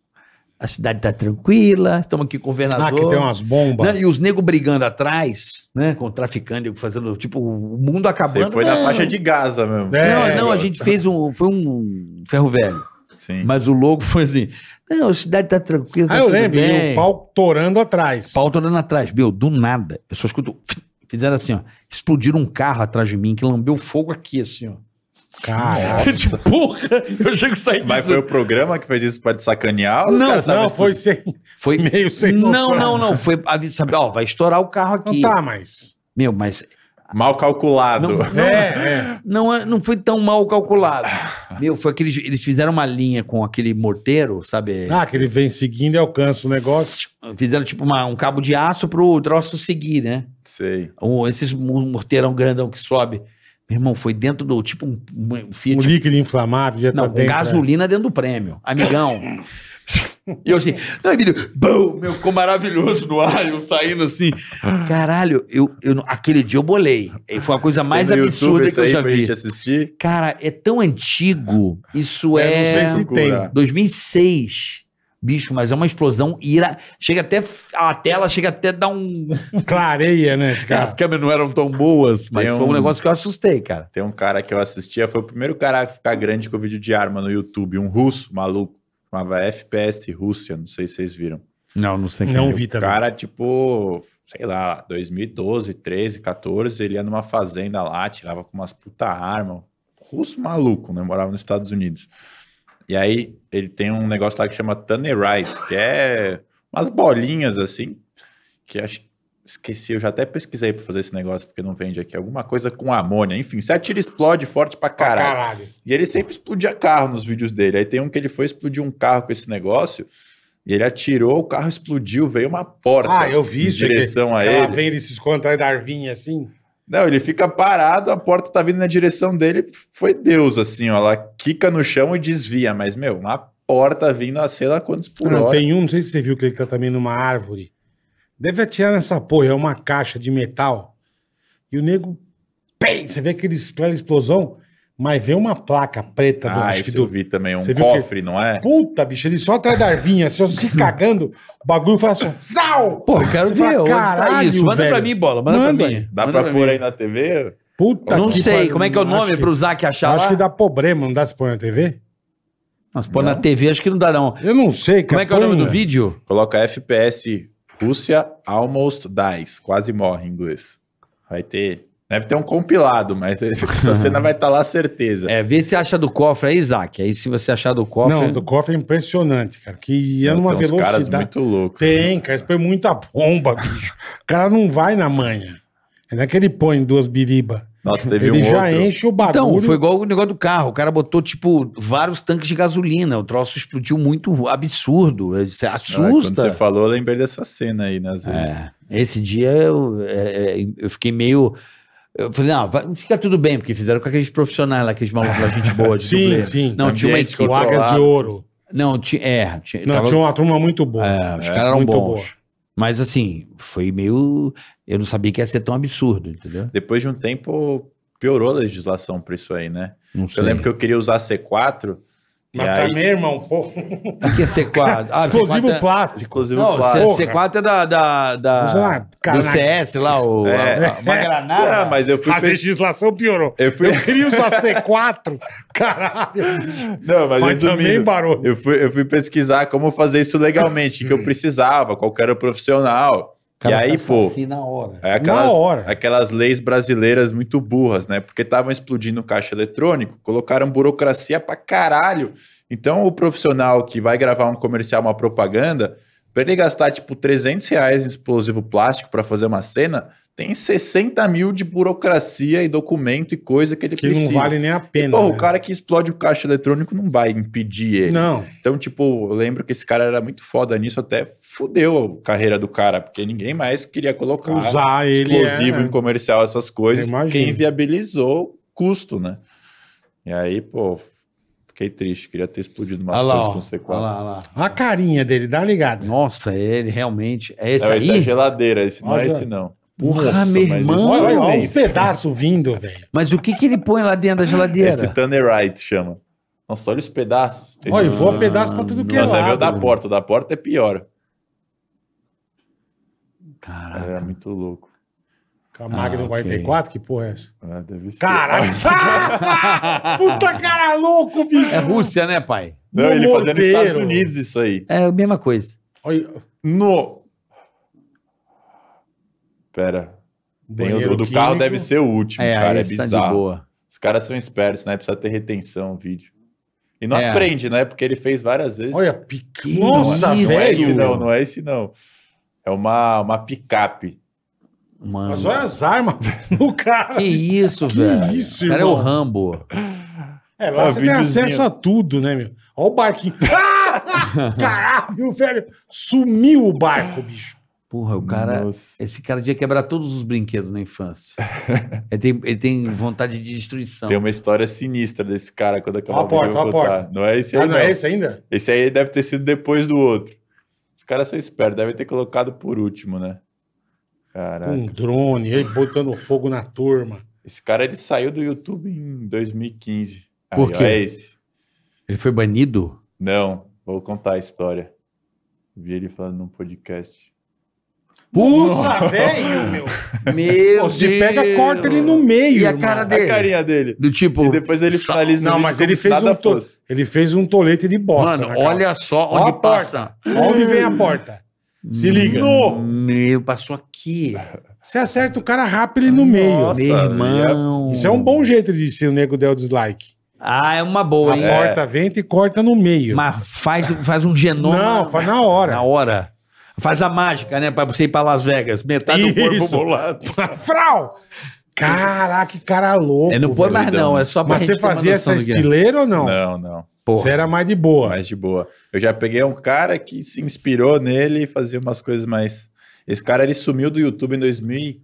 [SPEAKER 5] A cidade tá tranquila, estamos aqui com o governador.
[SPEAKER 3] Ah, que tem umas bombas.
[SPEAKER 5] Né? E os negros brigando atrás, né? Com o traficante, fazendo, tipo, o mundo acabando.
[SPEAKER 6] Você foi
[SPEAKER 5] não,
[SPEAKER 6] na faixa de Gaza mesmo.
[SPEAKER 3] É.
[SPEAKER 5] Não, não, a gente fez um. Foi um ferro velho.
[SPEAKER 6] Sim.
[SPEAKER 5] Mas o logo foi assim. Não, a cidade tá tranquila. tá
[SPEAKER 3] Ah, eu
[SPEAKER 5] tudo
[SPEAKER 3] lembro, e
[SPEAKER 5] bem."
[SPEAKER 3] o pau torando atrás.
[SPEAKER 5] Pau tá andando atrás. Meu, do nada. Eu só escuto. Fizeram assim, ó. Explodiram um carro atrás de mim que lambeu fogo aqui, assim, ó.
[SPEAKER 3] Caralho.
[SPEAKER 5] Tipo, porra, eu chego a sair disso.
[SPEAKER 6] Mas foi o programa que fez isso pra te sacanear? ou os
[SPEAKER 5] Não,
[SPEAKER 6] caras tavam-
[SPEAKER 3] Não, foi sem.
[SPEAKER 5] Foi
[SPEAKER 3] meio sem
[SPEAKER 5] Não,
[SPEAKER 3] noção.
[SPEAKER 5] não, não. Foi aviso, sabe, ó, vai estourar o carro
[SPEAKER 3] Não
[SPEAKER 5] aqui.
[SPEAKER 3] tá, mas.
[SPEAKER 5] Meu, mas
[SPEAKER 6] Mal calculado.
[SPEAKER 5] Não,
[SPEAKER 3] É, é.
[SPEAKER 5] Não, é- não foi tão mal calculado. Meu, foi aqueles. Eles fizeram uma linha com aquele morteiro, sabe?
[SPEAKER 3] Ah, que ele vem seguindo e alcança o negócio.
[SPEAKER 5] Fizeram tipo uma- um cabo de aço pro troço seguir, né?
[SPEAKER 6] Sei.
[SPEAKER 5] Ou esses mo- morteirão grandão que sobe. Meu irmão, foi dentro do. Tipo um, um
[SPEAKER 3] O
[SPEAKER 5] Fiat.
[SPEAKER 3] líquido inflamável já
[SPEAKER 5] não,
[SPEAKER 3] tá
[SPEAKER 6] né?
[SPEAKER 3] dentro.
[SPEAKER 5] gasolina dentro do prêmio. Amigão. e eu assim, não, Emílio, bum, meu, ficou maravilhoso no ar, eu saindo assim. Caralho, eu, eu, não- aquele dia eu bolei. E Foi a coisa mais
[SPEAKER 6] Tem no YouTube
[SPEAKER 5] absurda que
[SPEAKER 6] isso
[SPEAKER 5] eu
[SPEAKER 6] aí
[SPEAKER 5] já
[SPEAKER 6] pra
[SPEAKER 5] vi.
[SPEAKER 6] gente assistir?
[SPEAKER 5] Cara, é tão antigo. Isso
[SPEAKER 3] É,
[SPEAKER 5] é.
[SPEAKER 3] não sei se tem.
[SPEAKER 6] Loucura.
[SPEAKER 5] 2006. Bicho, mas é uma explosão ira. Chega até. A tela chega até a dar um.
[SPEAKER 3] Clareia, né, cara?
[SPEAKER 5] As câmeras não eram tão boas, mas
[SPEAKER 6] Tem
[SPEAKER 5] foi um
[SPEAKER 6] um-
[SPEAKER 5] negócio que eu assustei, cara.
[SPEAKER 6] Tem um cara que eu assistia, foi o primeiro cara a ficar grande com vídeo de arma no YouTube, um russo maluco. Chamava FPS Rússia, não sei se vocês viram.
[SPEAKER 5] Não, não sei.
[SPEAKER 3] Não é.
[SPEAKER 5] vi.
[SPEAKER 3] vi
[SPEAKER 6] O
[SPEAKER 3] também.
[SPEAKER 6] cara, tipo, sei lá, 2012, 13, 14, ele ia numa fazenda lá, tirava com umas puta arma. Russo maluco, né? Morava nos Estados Unidos. E aí ele tem um negócio lá que chama Tannerite, que é umas bolinhas assim, que acho Esqueci, eu já até pesquisei pra fazer esse negócio, porque não vende aqui. Alguma coisa com amônia. Enfim, você atira e explode forte pra caralho. E ele sempre explodia carro nos vídeos dele. Aí tem um que ele foi explodir um carro com esse negócio, e ele atirou, o carro explodiu, veio uma porta
[SPEAKER 3] Ah, eu vi
[SPEAKER 6] em
[SPEAKER 3] isso. Ah,
[SPEAKER 6] direção a
[SPEAKER 3] que ela
[SPEAKER 6] ele.
[SPEAKER 3] vem ele se esconde atrás da arvinha assim.
[SPEAKER 6] Não, ele fica parado, a porta tá vindo na direção dele. Foi Deus, assim, ó. Ela quica no chão e desvia. Mas, meu, uma porta vindo a sei lá quantos por
[SPEAKER 3] Não,
[SPEAKER 6] hora.
[SPEAKER 3] tem um, não sei se você viu que ele tá também numa árvore. Deve atirar nessa porra, é uma caixa de metal. E o nego. Pem! Você vê aquele, aquela explosão, mas vê uma placa preta do,
[SPEAKER 6] Ah,
[SPEAKER 3] tá acho que
[SPEAKER 6] isso
[SPEAKER 3] do-
[SPEAKER 6] eu vi também. Um
[SPEAKER 3] Você viu que-
[SPEAKER 6] cofre, não é?
[SPEAKER 3] Puta, bicho, ele só atrás da arvinha, só se cagando, o bagulho faz assim. Zau!
[SPEAKER 5] Pô, eu quero
[SPEAKER 3] Você
[SPEAKER 5] ver.
[SPEAKER 3] fala,
[SPEAKER 5] onde tá
[SPEAKER 3] "Caralho,
[SPEAKER 5] isso. Manda pra
[SPEAKER 3] velho."
[SPEAKER 5] mim, bola. Manda,
[SPEAKER 3] Manda.
[SPEAKER 5] pra mim.
[SPEAKER 6] Dá
[SPEAKER 5] Manda
[SPEAKER 6] pra pôr
[SPEAKER 5] mim.
[SPEAKER 6] aí na TV?
[SPEAKER 3] Puta
[SPEAKER 5] Não
[SPEAKER 3] que
[SPEAKER 5] sei,
[SPEAKER 3] pariu,
[SPEAKER 5] como é que é o
[SPEAKER 3] um, acho
[SPEAKER 5] nome pro Zac achar
[SPEAKER 3] Acho
[SPEAKER 5] lá?
[SPEAKER 3] que dá problema, não dá se pôr na TV?
[SPEAKER 5] Mas pô, na TV acho que não dá, não.
[SPEAKER 3] Eu não sei,
[SPEAKER 5] Como é que é o nome
[SPEAKER 3] põe,
[SPEAKER 5] do
[SPEAKER 3] né?
[SPEAKER 5] vídeo?
[SPEAKER 6] Coloca FPS Rússia Almost Dies. Quase morre em inglês. Vai ter. Deve ter um compilado, mas essa cena vai estar lá certeza.
[SPEAKER 5] É, vê se acha do cofre aí, Zac. Aí se você achar do cofre.
[SPEAKER 3] Não, do cofre é impressionante, cara. Que ia
[SPEAKER 6] Não,
[SPEAKER 3] numa
[SPEAKER 6] tem uns caras
[SPEAKER 3] é velocidade.
[SPEAKER 6] muito loucos.
[SPEAKER 3] Tem, cara, isso põe muita bomba, bicho. O cara não vai na manha. Não é que ele põe duas biribas.
[SPEAKER 6] Nossa, teve
[SPEAKER 3] Ele
[SPEAKER 6] um
[SPEAKER 3] já
[SPEAKER 6] outro.
[SPEAKER 3] enche o bagulho.
[SPEAKER 5] Então, foi igual o negócio do carro. O cara botou, tipo, vários tanques de gasolina. O troço explodiu muito absurdo. Isso
[SPEAKER 6] Ah, Quando você
[SPEAKER 5] assusta.
[SPEAKER 6] falou, eu lembrei dessa cena aí, né? Às vezes.
[SPEAKER 5] É. Esse dia eu, é, é, eu fiquei meio. Eu falei, não, vai- fica tudo bem, porque fizeram com aqueles profissionais lá, aqueles malucos lá, gente boa de
[SPEAKER 3] Sim,
[SPEAKER 5] dublê.
[SPEAKER 3] sim.
[SPEAKER 5] Não, tinha uma
[SPEAKER 6] Ambientes
[SPEAKER 5] equipe.
[SPEAKER 3] Vagas de
[SPEAKER 6] controlados.
[SPEAKER 3] ouro.
[SPEAKER 5] Não, tinha. É, tinha,
[SPEAKER 3] Não,
[SPEAKER 5] tava-
[SPEAKER 3] tinha um- uma turma muito boa.
[SPEAKER 5] é, os caras eram
[SPEAKER 3] muito
[SPEAKER 5] bons.
[SPEAKER 3] boa.
[SPEAKER 5] Mas assim, foi meio. Eu não sabia que ia ser tão absurdo, entendeu?
[SPEAKER 6] Depois de um tempo, piorou a legislação pra isso aí, né?
[SPEAKER 5] Não
[SPEAKER 6] Eu lembro que eu queria usar C4.
[SPEAKER 3] Mas
[SPEAKER 6] e aí,
[SPEAKER 3] também, irmão, pô.
[SPEAKER 5] O que é C4? Ah,
[SPEAKER 3] Explosivo
[SPEAKER 5] C4 é-
[SPEAKER 3] plástico.
[SPEAKER 6] Inclusive,
[SPEAKER 5] Não,
[SPEAKER 6] claro.
[SPEAKER 5] C-
[SPEAKER 3] porra.
[SPEAKER 5] C4 é da. da, da-
[SPEAKER 3] Usa uma
[SPEAKER 5] Ah, do
[SPEAKER 3] caraca.
[SPEAKER 5] CS lá, o,
[SPEAKER 6] É.
[SPEAKER 5] a- uma granada.
[SPEAKER 6] Ah, mas eu fui.
[SPEAKER 3] A
[SPEAKER 6] pe-
[SPEAKER 3] legislação piorou.
[SPEAKER 6] Eu fui...
[SPEAKER 3] Eu queria usar C4. Caralho.
[SPEAKER 6] Não, mas,
[SPEAKER 3] Mas também
[SPEAKER 6] resumindo,
[SPEAKER 3] barulho.
[SPEAKER 6] eu fui, eu fui pesquisar como fazer isso legalmente, que eu precisava, qual que era o profissional. e aí, pô,
[SPEAKER 5] Assim na hora.
[SPEAKER 6] É aquelas,
[SPEAKER 3] Na hora.
[SPEAKER 6] aquelas leis brasileiras muito burras, né? Porque estavam explodindo o caixa eletrônico, colocaram burocracia pra caralho. Então, o profissional que vai gravar um comercial, uma propaganda, pra ele gastar, tipo, 300 reais em explosivo plástico pra fazer uma cena, tem 60 mil de burocracia e documento e coisa que ele
[SPEAKER 3] Que
[SPEAKER 6] precisa.
[SPEAKER 3] não vale nem a pena.
[SPEAKER 6] Pô, o
[SPEAKER 3] né?
[SPEAKER 6] cara que explode o caixa eletrônico não vai impedir ele.
[SPEAKER 3] Não.
[SPEAKER 6] Então, tipo, eu lembro que esse cara era muito foda nisso, até fudeu a carreira do cara, porque ninguém mais queria colocar
[SPEAKER 3] Usar ele. é
[SPEAKER 6] explosivo em comercial, essas coisas,
[SPEAKER 3] Eu imagino.
[SPEAKER 6] quem viabilizou o custo, né? E aí, pô, fiquei triste, queria ter explodido umas
[SPEAKER 5] Olha lá, ó.
[SPEAKER 6] coisas com C4.
[SPEAKER 5] Olha lá, olha lá.
[SPEAKER 3] A carinha dele, dá uma ligada.
[SPEAKER 5] Nossa, ele realmente. É esse
[SPEAKER 6] não, esse é
[SPEAKER 5] aí?
[SPEAKER 6] geladeira, esse não
[SPEAKER 3] Olha.
[SPEAKER 6] é esse não.
[SPEAKER 5] Porra,
[SPEAKER 6] Nossa,
[SPEAKER 5] meu
[SPEAKER 6] mas
[SPEAKER 5] irmão.
[SPEAKER 6] esse
[SPEAKER 3] Olha,
[SPEAKER 6] não é
[SPEAKER 3] olha os
[SPEAKER 6] esse.
[SPEAKER 3] pedaços vindo, velho.
[SPEAKER 5] Mas o que, que ele põe lá dentro da geladeira?
[SPEAKER 6] Esse tá- Tannerite chama. Nossa, olha os pedaços. Esse
[SPEAKER 3] Olha,
[SPEAKER 6] não-
[SPEAKER 3] voa pedaço pra tudo que é
[SPEAKER 6] Nossa, é
[SPEAKER 3] lado.
[SPEAKER 6] meu da porta, o da porta é pior.
[SPEAKER 5] Caraca.
[SPEAKER 6] Era muito louco.
[SPEAKER 3] Com a Magnum
[SPEAKER 5] Ah, ok.
[SPEAKER 3] 44, que porra é essa?
[SPEAKER 6] Ah, deve ser.
[SPEAKER 3] Caralho! Puta cara louco, bicho!
[SPEAKER 5] É Rússia, né, pai?
[SPEAKER 6] Não, ele fazendo nos
[SPEAKER 3] Morteiro.
[SPEAKER 6] Estados Unidos isso aí.
[SPEAKER 5] É a mesma coisa.
[SPEAKER 3] Olha,
[SPEAKER 6] No. Pera. Tem o
[SPEAKER 3] banheiro
[SPEAKER 6] do- do carro
[SPEAKER 3] químico.
[SPEAKER 6] deve ser o último,
[SPEAKER 5] É,
[SPEAKER 6] cara. É
[SPEAKER 5] esse tá de
[SPEAKER 6] bizarro.
[SPEAKER 5] boa.
[SPEAKER 6] Os caras são espertos, né? Precisa ter retenção o vídeo. E não
[SPEAKER 5] É.
[SPEAKER 6] aprende, né? Porque ele fez várias vezes.
[SPEAKER 3] Olha, pequeno.
[SPEAKER 5] Não,
[SPEAKER 3] Nossa,
[SPEAKER 5] isso.
[SPEAKER 6] não é esse
[SPEAKER 3] velho!
[SPEAKER 6] não, não é esse não. É uma, uma picape.
[SPEAKER 5] Mano.
[SPEAKER 3] Mas olha as armas no cara.
[SPEAKER 5] Que isso,
[SPEAKER 3] Que
[SPEAKER 5] velho.
[SPEAKER 3] isso,
[SPEAKER 5] o cara é o
[SPEAKER 3] irmão.
[SPEAKER 5] Rambo.
[SPEAKER 3] É, lá
[SPEAKER 6] Ó,
[SPEAKER 3] você tem
[SPEAKER 6] Ah, videozinho.
[SPEAKER 3] acesso a tudo, né, meu? Olha o barquinho. Ah! Caralho, velho! Sumiu o barco, bicho.
[SPEAKER 5] Porra, o cara. é
[SPEAKER 6] Nossa.
[SPEAKER 5] Esse cara devia quebrar todos os brinquedos na infância. ele, tem, ele tem vontade de destruição.
[SPEAKER 6] Tem um- uma história sinistra desse cara quando acabar
[SPEAKER 3] Ó a
[SPEAKER 6] o vídeo,
[SPEAKER 3] porta,
[SPEAKER 6] eu vou
[SPEAKER 3] ó a
[SPEAKER 6] contar. Não é esse aí,
[SPEAKER 3] Ah,
[SPEAKER 6] não.
[SPEAKER 3] não é esse ainda?
[SPEAKER 6] Esse aí deve ter sido depois do outro. Os caras são espertos, devem ter colocado por último, né? Caraca.
[SPEAKER 3] Um drone, ele botando fogo na turma.
[SPEAKER 6] Esse cara ele saiu do YouTube em 2015. Aí,
[SPEAKER 5] Por
[SPEAKER 6] ó,
[SPEAKER 5] quê?
[SPEAKER 6] É esse.
[SPEAKER 5] Ele foi banido?
[SPEAKER 6] Não, vou contar a história. Vi ele falando num podcast.
[SPEAKER 3] Puta, velho, meu!
[SPEAKER 5] Meu
[SPEAKER 3] Pô, se pega, corta ele no meio.
[SPEAKER 5] E a
[SPEAKER 3] irmão.
[SPEAKER 5] cara
[SPEAKER 6] A
[SPEAKER 5] dele?
[SPEAKER 6] carinha dele.
[SPEAKER 5] Do tipo.
[SPEAKER 6] E depois ele
[SPEAKER 5] só-
[SPEAKER 6] finaliza
[SPEAKER 3] Não,
[SPEAKER 6] o vídeo
[SPEAKER 3] mas
[SPEAKER 6] como
[SPEAKER 3] ele
[SPEAKER 6] se
[SPEAKER 3] fez
[SPEAKER 6] nada
[SPEAKER 3] um to-
[SPEAKER 6] fosse.
[SPEAKER 3] Ele fez um tolete de bosta.
[SPEAKER 5] Mano,
[SPEAKER 3] na cara.
[SPEAKER 5] olha só
[SPEAKER 3] Ó a
[SPEAKER 5] onde
[SPEAKER 3] porta.
[SPEAKER 5] passa.
[SPEAKER 3] Olha onde vem a porta.
[SPEAKER 5] Hum.
[SPEAKER 3] Se liga.
[SPEAKER 5] Meu, passou aqui.
[SPEAKER 3] Você acerta o cara rápido ele no meio.
[SPEAKER 6] Nossa,
[SPEAKER 5] Meu irmão.
[SPEAKER 3] Isso é um bom jeito de se o nego der o dislike.
[SPEAKER 5] Ah, é uma boa, hein?
[SPEAKER 3] Corta vento e corta no meio.
[SPEAKER 5] Mas faz, faz um genoma.
[SPEAKER 3] é. Não, faz na hora.
[SPEAKER 5] Na hora. Faz a mágica, né? Pra você ir pra Las Vegas. Metade do tá corpo
[SPEAKER 3] Isso.
[SPEAKER 5] bolado.
[SPEAKER 3] Frau! Caraca, que cara louco.
[SPEAKER 5] É, não põe
[SPEAKER 3] velho.
[SPEAKER 5] mais não, é só pra
[SPEAKER 3] Mas
[SPEAKER 5] gente
[SPEAKER 3] você
[SPEAKER 5] ter uma
[SPEAKER 3] fazia
[SPEAKER 5] noção
[SPEAKER 3] essa
[SPEAKER 5] do que é.
[SPEAKER 3] estileira ou não?
[SPEAKER 6] Não, não.
[SPEAKER 3] Você era mais de boa.
[SPEAKER 6] Mais de boa. Eu já peguei um cara que se inspirou nele e fazia umas coisas mais. Esse cara ele sumiu do YouTube em 2000. e-